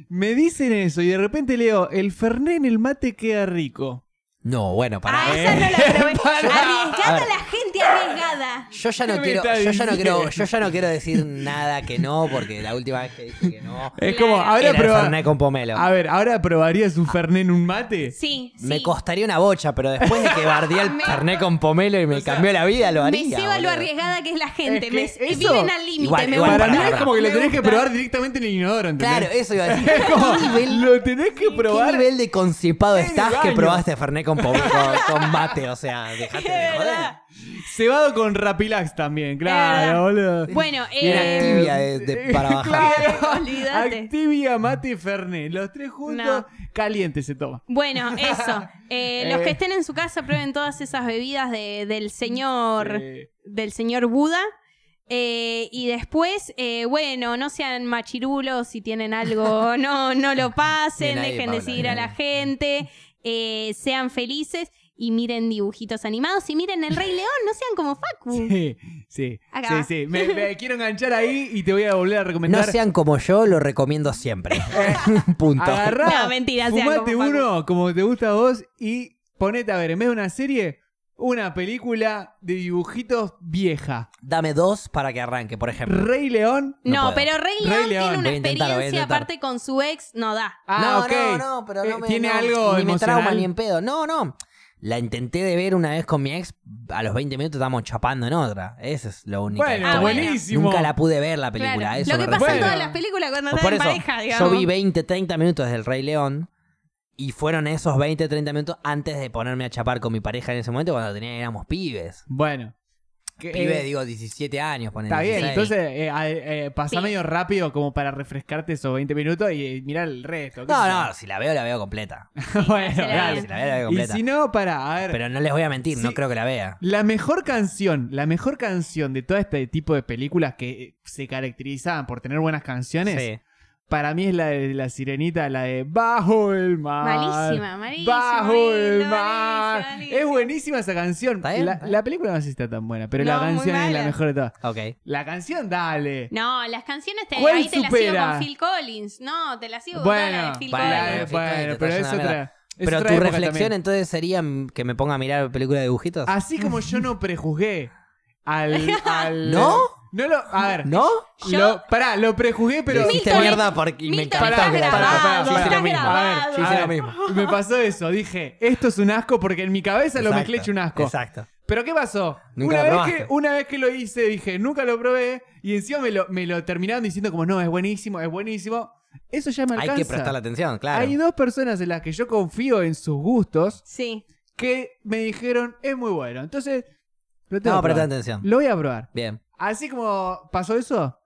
Speaker 2: me dicen eso y de repente leo, el ferné en el mate queda rico.
Speaker 1: No, bueno, para.
Speaker 3: ah,
Speaker 2: Eh,
Speaker 3: esa no la probé.
Speaker 2: Pará.
Speaker 1: A
Speaker 3: Arriesgada
Speaker 1: ver.
Speaker 3: la gente, arriesgada.
Speaker 1: Yo ya
Speaker 2: ¿Qué
Speaker 1: no
Speaker 2: me
Speaker 1: quiero,
Speaker 2: estás
Speaker 1: yo ya no quiero,
Speaker 2: diciendo?
Speaker 1: yo ya no quiero decir nada que no, porque la última vez que dije que no
Speaker 2: Es
Speaker 3: Claro.
Speaker 2: como, Eh, ahora
Speaker 1: era el
Speaker 2: proba-
Speaker 1: Fernet con pomelo.
Speaker 2: A ver, ¿ahora probarías un ferné en un mate?
Speaker 3: Sí, sí.
Speaker 1: Me costaría una bocha, pero después de que bardeé el
Speaker 3: Me-
Speaker 1: Fernet con pomelo y me cambió la vida, lo haría.
Speaker 3: me ceba lo
Speaker 1: boludo.
Speaker 3: arriesgada que es la
Speaker 2: Es
Speaker 3: gente.
Speaker 2: que
Speaker 3: Me-
Speaker 2: eso-
Speaker 3: viven al límite.
Speaker 1: Igual-
Speaker 3: Me
Speaker 1: igual
Speaker 2: Para
Speaker 3: gusta.
Speaker 2: mí
Speaker 1: pará,
Speaker 2: es
Speaker 1: pará.
Speaker 2: como que lo
Speaker 3: Me
Speaker 2: tenés que
Speaker 3: gusta.
Speaker 2: probar directamente en el inodoro, ¿entendés?
Speaker 1: Claro, eso iba a decir.
Speaker 2: Es como,
Speaker 1: ¿Qué nivel,
Speaker 2: lo tenés que
Speaker 1: qué
Speaker 2: probar.
Speaker 1: nivel de concipado
Speaker 2: en el
Speaker 1: estás que
Speaker 2: baño.
Speaker 1: probaste Fernet con, pomelo, con, con mate? O sea, dejate
Speaker 3: Es
Speaker 1: de joder.
Speaker 3: verdad.
Speaker 2: Cebado con Rapilax también, claro, boludo.
Speaker 3: Bueno,
Speaker 1: Y era
Speaker 3: eh,
Speaker 1: tibia de, de- para bajar.
Speaker 2: Claro.
Speaker 3: Olvídate.
Speaker 2: Activia, mate y Fernet. Los tres juntos, caliente se toma.
Speaker 3: Bueno, eso. Eh, los
Speaker 2: Eh.
Speaker 3: que estén en su casa prueben todas esas bebidas de- del señor
Speaker 2: Sí.
Speaker 3: del señor Buda. Eh, y después, eh, bueno, no sean machirulos si tienen algo, no, no lo pasen,
Speaker 1: Bien ahí,
Speaker 3: dejen de
Speaker 1: Paula,
Speaker 3: seguir
Speaker 1: bien
Speaker 3: a la
Speaker 1: ahí.
Speaker 3: gente, eh, sean felices y miren dibujitos animados y miren El Rey León, no sean como Facu.
Speaker 2: Sí, sí,
Speaker 3: Acá.
Speaker 2: sí, sí. Me, me quiero enganchar ahí y te voy a volver a
Speaker 1: No
Speaker 2: recomendar. Eh,
Speaker 1: sean como yo, lo recomiendo siempre. Punto.
Speaker 2: Agarrá,
Speaker 3: No, mentira, sean
Speaker 2: fumate
Speaker 3: como Facu.
Speaker 2: uno como te gusta a vos y ponete a ver, en vez de una serie, una película de dibujitos vieja.
Speaker 1: Dame dos para que arranque, por ejemplo.
Speaker 2: Rey León.
Speaker 3: No,
Speaker 1: No puedo.
Speaker 3: pero Rey
Speaker 2: Rey León,
Speaker 3: León, tiene una
Speaker 1: voy a intentar, voy a
Speaker 3: experiencia
Speaker 1: intentar.
Speaker 3: aparte con su ex, no da.
Speaker 2: Ah,
Speaker 1: no,
Speaker 2: ok.
Speaker 1: no, no, pero no
Speaker 2: Eh,
Speaker 1: me,
Speaker 2: Tiene
Speaker 1: no,
Speaker 2: algo
Speaker 1: ni me trauma
Speaker 2: emocional?
Speaker 1: ni en pedo. No, no. La intenté de ver una vez con mi ex, a los 20 minutos estábamos chapando en otra. Eso es lo único.
Speaker 2: Bueno,
Speaker 1: Ah, bueno.
Speaker 2: buenísimo.
Speaker 1: Nunca la pude ver la película.
Speaker 3: Claro.
Speaker 1: Eso
Speaker 3: Lo
Speaker 1: me
Speaker 3: que pasa en
Speaker 1: refiero.
Speaker 3: todas las películas cuando
Speaker 1: Por
Speaker 3: están en
Speaker 1: eso,
Speaker 3: pareja, digamos.
Speaker 1: yo vi 20, 30 minutos del Rey León y fueron esos 20, 30 minutos antes de ponerme a chapar con mi pareja en ese momento cuando tenía, éramos pibes.
Speaker 2: Bueno. Que,
Speaker 1: Pibes,
Speaker 2: eh,
Speaker 1: digo, 17 años, ponen
Speaker 2: Está bien,
Speaker 1: 16.
Speaker 2: entonces eh, a- eh, pasá
Speaker 3: Sí.
Speaker 2: medio rápido como para refrescarte esos 20 minutos y eh, mirá el resto. qué
Speaker 1: No,
Speaker 2: sé
Speaker 1: no, si la veo, la veo completa.
Speaker 2: yo. bueno,
Speaker 3: se la
Speaker 2: dale.
Speaker 1: Si la veo, la veo
Speaker 2: Y
Speaker 1: completa.
Speaker 2: si no, para, a ver.
Speaker 1: Pero no les voy a mentir, no
Speaker 2: Sí.
Speaker 1: creo que la vea.
Speaker 2: La mejor canción, la mejor canción de todo este tipo de películas que eh, se caracterizaban por tener buenas canciones,
Speaker 1: Sí.
Speaker 2: para mí es la de la sirenita, la de Bajo el mar.
Speaker 3: Malísima, malísima.
Speaker 2: Bajo el
Speaker 3: malísima,
Speaker 2: mar.
Speaker 3: malísima,
Speaker 2: Es buenísima esa canción.
Speaker 1: Está bien,
Speaker 2: la,
Speaker 1: está bien.
Speaker 2: la película no sé si está tan buena, pero la
Speaker 3: No, muy
Speaker 2: canción es la
Speaker 3: mala.
Speaker 2: mejor de todas.
Speaker 1: Ok.
Speaker 2: La canción, dale.
Speaker 3: No, las canciones te,
Speaker 2: ¿Cuál
Speaker 3: ahí te las sigo
Speaker 2: supera?
Speaker 3: con Phil Collins. No, te las sigo con toda la
Speaker 2: bueno,
Speaker 3: de Phil
Speaker 1: vale,
Speaker 2: vale,
Speaker 3: Collins.
Speaker 1: Phil Collins
Speaker 2: bueno,
Speaker 1: está
Speaker 2: pero es
Speaker 1: llena de
Speaker 2: otra.
Speaker 1: mierda.
Speaker 2: es
Speaker 1: Pero
Speaker 2: otra
Speaker 1: tu
Speaker 2: época
Speaker 1: reflexión
Speaker 2: también. Ah,
Speaker 1: entonces sería mm, que me ponga a mirar películas de dibujitos.
Speaker 2: Así como yo no prejuzgué al. al-
Speaker 1: ¿No?
Speaker 2: No lo. A ver.
Speaker 1: ¿No?
Speaker 3: Yo-
Speaker 2: Lo, pará, lo prejuzgué, pero.
Speaker 1: Lo hiciste
Speaker 3: Milton,
Speaker 1: mierda porque y me
Speaker 3: Milton,
Speaker 1: encantó.
Speaker 3: estás
Speaker 1: Pará, pará,
Speaker 3: grabado,
Speaker 1: yo hice
Speaker 3: estás
Speaker 1: lo mismo.
Speaker 3: grabado.
Speaker 1: Yo hice lo mismo.
Speaker 2: Me pasó eso, dije, esto es un asco porque en mi cabeza lo
Speaker 1: Exacto,
Speaker 2: mezclé hecho un asco.
Speaker 1: Exacto.
Speaker 2: Pero ¿qué pasó?
Speaker 1: Nunca
Speaker 2: una,
Speaker 1: lo
Speaker 2: vez que,
Speaker 1: probaste.
Speaker 2: una vez que lo hice, dije, nunca lo probé, y encima me lo, me lo terminaron diciendo como, no, es buenísimo, es buenísimo. Eso ya me alcanza.
Speaker 1: Hay que prestar atención, claro.
Speaker 2: Hay dos personas en las que yo confío en sus gustos
Speaker 3: Sí.
Speaker 2: que me dijeron, es muy bueno. Entonces, lo tengo
Speaker 1: No,
Speaker 2: que probar.
Speaker 1: prestar atención.
Speaker 2: Lo voy a probar.
Speaker 1: Bien.
Speaker 2: Así como pasó eso,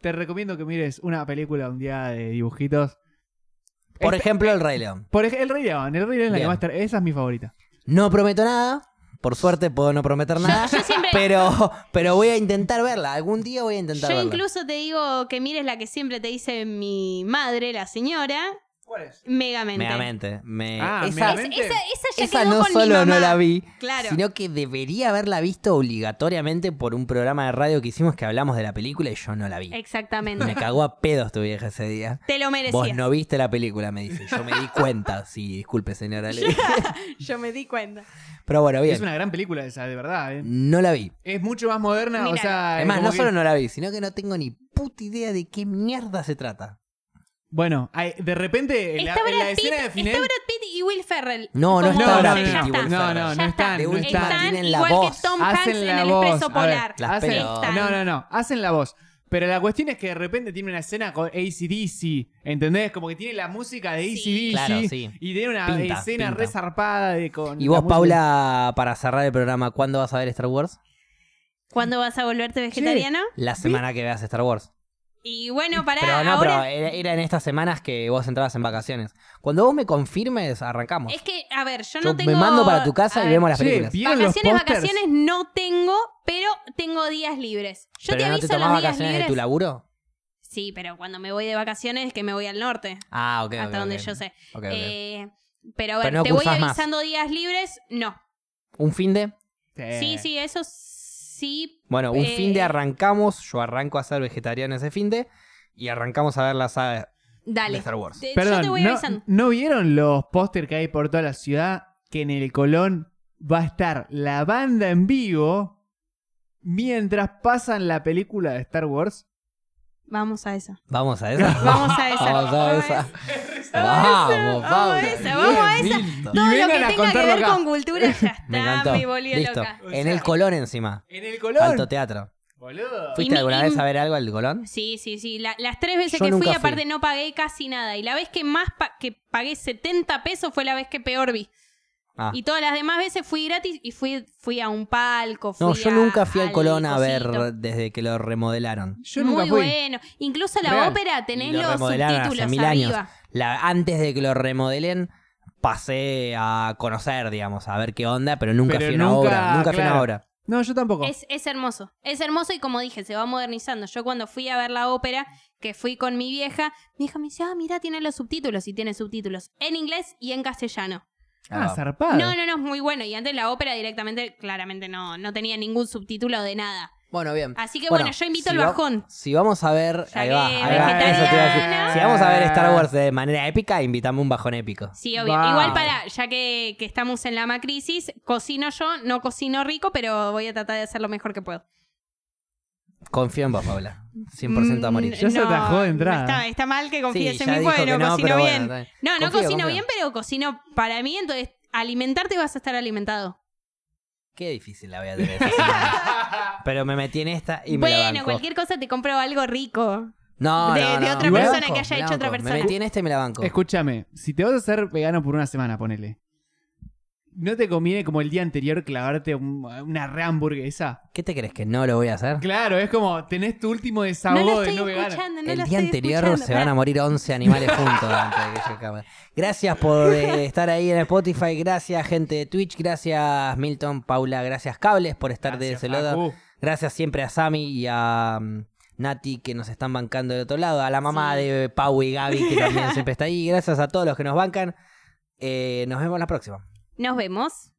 Speaker 2: te recomiendo que mires una película un día de dibujitos.
Speaker 1: Por
Speaker 2: Esta-
Speaker 1: ejemplo, el Rey León.
Speaker 2: Por ej- el Rey León, el Rey León es la que
Speaker 1: Bien.
Speaker 2: más te- Esa es mi favorita.
Speaker 1: No prometo nada. Por suerte puedo no prometer nada.
Speaker 3: Yo siempre.
Speaker 1: Pero, pero voy a intentar verla. Algún día voy a intentar
Speaker 3: yo
Speaker 1: verla.
Speaker 3: incluso te digo que mires la que siempre te dice mi madre, la señora,
Speaker 2: ¿Cuál es?
Speaker 3: Megamente.
Speaker 1: Megamente. Me...
Speaker 2: Ah,
Speaker 1: esa
Speaker 3: Es-
Speaker 2: Megamente.
Speaker 3: esa, esa ya
Speaker 1: esa
Speaker 3: quedó
Speaker 1: no
Speaker 3: con mi
Speaker 1: solo no
Speaker 3: mamá.
Speaker 1: la vi,
Speaker 3: Claro.
Speaker 1: sino que debería haberla visto obligatoriamente por un programa de radio que hicimos que hablamos de la película y yo no la vi. Me
Speaker 3: Exactamente.
Speaker 1: cagó a pedos tu vieja ese día.
Speaker 3: Te lo
Speaker 1: Vos
Speaker 3: merecías.
Speaker 1: no viste la película, me dice. Yo me di cuenta. Sí, disculpe, señora. le dije.
Speaker 3: Yo me di cuenta.
Speaker 1: Pero bueno, bien.
Speaker 2: Es una gran película esa, de verdad. ¿eh?
Speaker 1: No la vi.
Speaker 2: Es mucho más moderna, o
Speaker 3: Mirá.
Speaker 2: sea...
Speaker 1: Además,
Speaker 2: como
Speaker 1: no
Speaker 2: que-
Speaker 1: solo no la vi, sino que no tengo ni puta idea de qué mierda se trata.
Speaker 2: Bueno, hay- de repente, en la,
Speaker 3: Está
Speaker 2: en la
Speaker 3: Brad, Pitt,
Speaker 2: escena de final...
Speaker 3: está Brad Pitt y Will Ferrell.
Speaker 1: No, no
Speaker 3: Como-
Speaker 1: está
Speaker 2: No,
Speaker 1: Brad
Speaker 2: no,
Speaker 1: Pitt
Speaker 3: Ya
Speaker 1: y
Speaker 2: no,
Speaker 1: Will
Speaker 2: no,
Speaker 1: Ferrell.
Speaker 2: no, no,
Speaker 3: Ya está.
Speaker 2: están,
Speaker 1: De
Speaker 2: no
Speaker 1: última
Speaker 2: están.
Speaker 1: tienen la
Speaker 3: igual
Speaker 1: voz.
Speaker 3: que Tom Hanks
Speaker 2: Hacen
Speaker 3: en
Speaker 2: la
Speaker 3: el
Speaker 2: voz.
Speaker 3: Expreso
Speaker 2: a ver,
Speaker 3: Polar.
Speaker 1: Las
Speaker 2: hacen-
Speaker 1: pelotas.
Speaker 2: no, no, no. Hacen la voz. Pero la cuestión es que de repente tiene una escena con ACDC, ¿entendés? Como que tiene la música de ACDC.
Speaker 3: Sí.
Speaker 1: Claro, sí.
Speaker 2: Y tiene una
Speaker 1: Pinta,
Speaker 2: escena
Speaker 1: pinta.
Speaker 2: re zarpada de con.
Speaker 1: Y vos,
Speaker 2: la música.
Speaker 1: Paula, para cerrar el programa, ¿cuándo vas a ver Star Wars?
Speaker 3: ¿Cuándo vas a volverte vegetariano?
Speaker 1: La semana que veas Star Wars.
Speaker 3: Y bueno, pará,
Speaker 1: Pero no,
Speaker 3: ahora...
Speaker 1: pero era, era en estas semanas que vos entrabas en vacaciones. Cuando vos me confirmes, arrancamos.
Speaker 3: Es que, a ver, yo,
Speaker 1: eh, Yo
Speaker 3: no tengo.
Speaker 1: me mando para tu casa
Speaker 3: a
Speaker 1: y
Speaker 3: ver,
Speaker 1: vemos las
Speaker 2: Che,
Speaker 1: películas.
Speaker 2: ¿vieron los
Speaker 3: Vacaciones,
Speaker 2: pósters?
Speaker 3: vacaciones no tengo, pero tengo días libres. Yo
Speaker 1: ¿Pero
Speaker 3: te
Speaker 1: no te
Speaker 3: aviso
Speaker 1: tomás
Speaker 3: los días
Speaker 1: vacaciones
Speaker 3: libres.
Speaker 1: de tu laburo?
Speaker 3: Sí, pero cuando me voy de vacaciones es que me voy al norte,
Speaker 1: Ah, ok. ok,
Speaker 3: hasta donde
Speaker 1: ok.
Speaker 3: yo sé.
Speaker 1: Ok, ok.
Speaker 3: Eh, pero a ver,
Speaker 1: Pero no
Speaker 3: te voy
Speaker 1: cursás más.
Speaker 3: avisando días libres, no.
Speaker 1: ¿Un fin de? Eh.
Speaker 3: Sí, sí, eso sí.
Speaker 1: Bueno, un
Speaker 3: Eh.
Speaker 1: fin de arrancamos. Yo arranco a ser vegetariano ese fin de. Y arrancamos a ver la saga de
Speaker 3: Dale.
Speaker 1: Star Wars.
Speaker 3: Te- yo
Speaker 2: Perdón,
Speaker 3: te voy
Speaker 2: ¿no,
Speaker 3: avisando.
Speaker 2: ¿no vieron los póster que hay por toda la ciudad? Que en el Colón va a estar la banda en vivo mientras pasan la película de Star Wars.
Speaker 3: Vamos a esa.
Speaker 1: Vamos a esa.
Speaker 3: Vamos a esa.
Speaker 1: Vamos a esa. Vamos,
Speaker 3: Vamos a esa, vamos a esa.
Speaker 1: Listo.
Speaker 3: Todo
Speaker 2: vengan
Speaker 3: lo
Speaker 2: a
Speaker 3: que tenga que
Speaker 2: contarlo
Speaker 3: ver
Speaker 2: acá.
Speaker 3: con cultura ya está,
Speaker 1: Me
Speaker 3: me,
Speaker 1: encantó.
Speaker 3: volvió
Speaker 1: Listo.
Speaker 3: loca.
Speaker 2: O
Speaker 1: En
Speaker 2: sea,
Speaker 1: el Colón encima.
Speaker 2: En el Colón.
Speaker 1: Alto teatro.
Speaker 2: Boludo.
Speaker 1: ¿Fuiste
Speaker 3: mi-
Speaker 1: alguna
Speaker 3: y-
Speaker 1: vez a ver algo al Colón?
Speaker 3: Sí, sí, sí. La- las tres veces
Speaker 1: Yo
Speaker 3: que fui,
Speaker 1: nunca fui.
Speaker 3: aparte no pagué casi nada. Y la vez que más pa- que pagué 70 pesos fue la vez que peor vi.
Speaker 1: Ah.
Speaker 3: Y todas las demás veces fui gratis y fui, fui a un palco. Fui
Speaker 1: No, yo
Speaker 3: a-
Speaker 1: nunca fui al Colón a ver
Speaker 3: cosito.
Speaker 1: desde que lo remodelaron.
Speaker 2: Yo
Speaker 3: Muy
Speaker 2: nunca fui.
Speaker 3: bueno. Incluso la
Speaker 2: Real.
Speaker 3: ópera tenés
Speaker 1: Lo
Speaker 3: los
Speaker 1: remodelaron hace
Speaker 3: subtítulos
Speaker 1: mil años.
Speaker 3: arriba.
Speaker 1: La- antes de que lo remodelen, pasé a conocer, digamos, a ver qué onda, pero nunca
Speaker 2: Pero
Speaker 1: fui a una
Speaker 2: nunca,
Speaker 1: obra. Nunca fui a una
Speaker 2: claro.
Speaker 1: obra.
Speaker 2: No, yo tampoco.
Speaker 3: Es, es hermoso, es hermoso y como dije, se va modernizando. Yo cuando fui a ver la ópera, que fui con mi vieja, mi hija me dice, ah, mira, tiene los subtítulos y tiene subtítulos en inglés y en castellano.
Speaker 2: Ah,
Speaker 1: Ah,
Speaker 2: zarpado.
Speaker 3: No, no, no, es muy bueno. Y antes la ópera directamente, claramente no, no tenía ningún subtítulo de nada.
Speaker 1: bueno, bien.
Speaker 3: Así que bueno,
Speaker 1: Bueno,
Speaker 3: yo
Speaker 1: si
Speaker 3: invito al
Speaker 1: va-
Speaker 3: bajón.
Speaker 1: Si vamos a ver.
Speaker 3: Ya
Speaker 1: ahí
Speaker 3: que
Speaker 1: va, ahí va,
Speaker 2: vegetariana.
Speaker 1: eso te iba a decir. Si vamos a ver Star Wars de manera épica, invitame un bajón épico.
Speaker 3: Sí, obvio.
Speaker 2: Va.
Speaker 3: Igual para, ya que, que estamos en la macrisis, cocino yo, no cocino rico, pero voy a tratar de hacer lo mejor que puedo.
Speaker 1: Confío en vos, Paula. 100% a morir.
Speaker 3: Mm,
Speaker 2: Ya se atajó de
Speaker 3: no
Speaker 2: entrada.
Speaker 3: Está, está mal que
Speaker 1: Sí,
Speaker 3: confíes
Speaker 1: ya
Speaker 3: en mí
Speaker 1: dijo
Speaker 3: porque
Speaker 1: que
Speaker 3: no,
Speaker 1: no,
Speaker 3: cocino
Speaker 1: pero
Speaker 3: bien.
Speaker 1: bueno, está bien.
Speaker 3: no, no
Speaker 1: Confío,
Speaker 3: cocino
Speaker 1: confío.
Speaker 3: bien, pero cocino para mí, entonces alimentarte vas a estar alimentado.
Speaker 1: Qué difícil la voy a tener. esa semana. Pero me metí en esta y me la
Speaker 3: bueno,
Speaker 1: banco.
Speaker 3: cualquier cosa te compro algo rico.
Speaker 1: No,
Speaker 3: de-
Speaker 1: no,
Speaker 3: de
Speaker 1: no,
Speaker 3: otra
Speaker 1: me la
Speaker 3: persona
Speaker 1: banco,
Speaker 3: que haya
Speaker 1: me la
Speaker 3: hecho otra
Speaker 1: banco. Me
Speaker 3: persona.
Speaker 1: metí en esta y me la banco.
Speaker 2: Escúchame, si te vas a hacer vegano por una semana, ponele. ¿No te conviene como el día anterior clavarte un- una re hamburguesa?
Speaker 1: ¿Qué te crees que no lo voy a hacer?
Speaker 2: Claro, es como tenés tu último
Speaker 3: No
Speaker 2: desahogo
Speaker 3: lo
Speaker 2: de
Speaker 3: estoy
Speaker 2: no vegano.
Speaker 3: escuchando, no
Speaker 1: El día
Speaker 3: lo estoy
Speaker 1: anterior
Speaker 3: escuchando.
Speaker 1: se van a morir 11 animales juntos antes de que llegue cámara. Gracias por eh, estar ahí en Spotify, gracias gente de Twitch, gracias Milton, Paula, gracias Cables por estar de
Speaker 2: Gracias,
Speaker 1: ese lado.
Speaker 2: Facu.
Speaker 1: Gracias siempre a Sami y a mm, Nati que nos están bancando del otro lado, a la mamá de Pau y Gaby que también siempre está ahí. Gracias a todos los que nos bancan. Eh, nos vemos la próxima.
Speaker 3: Nos vemos.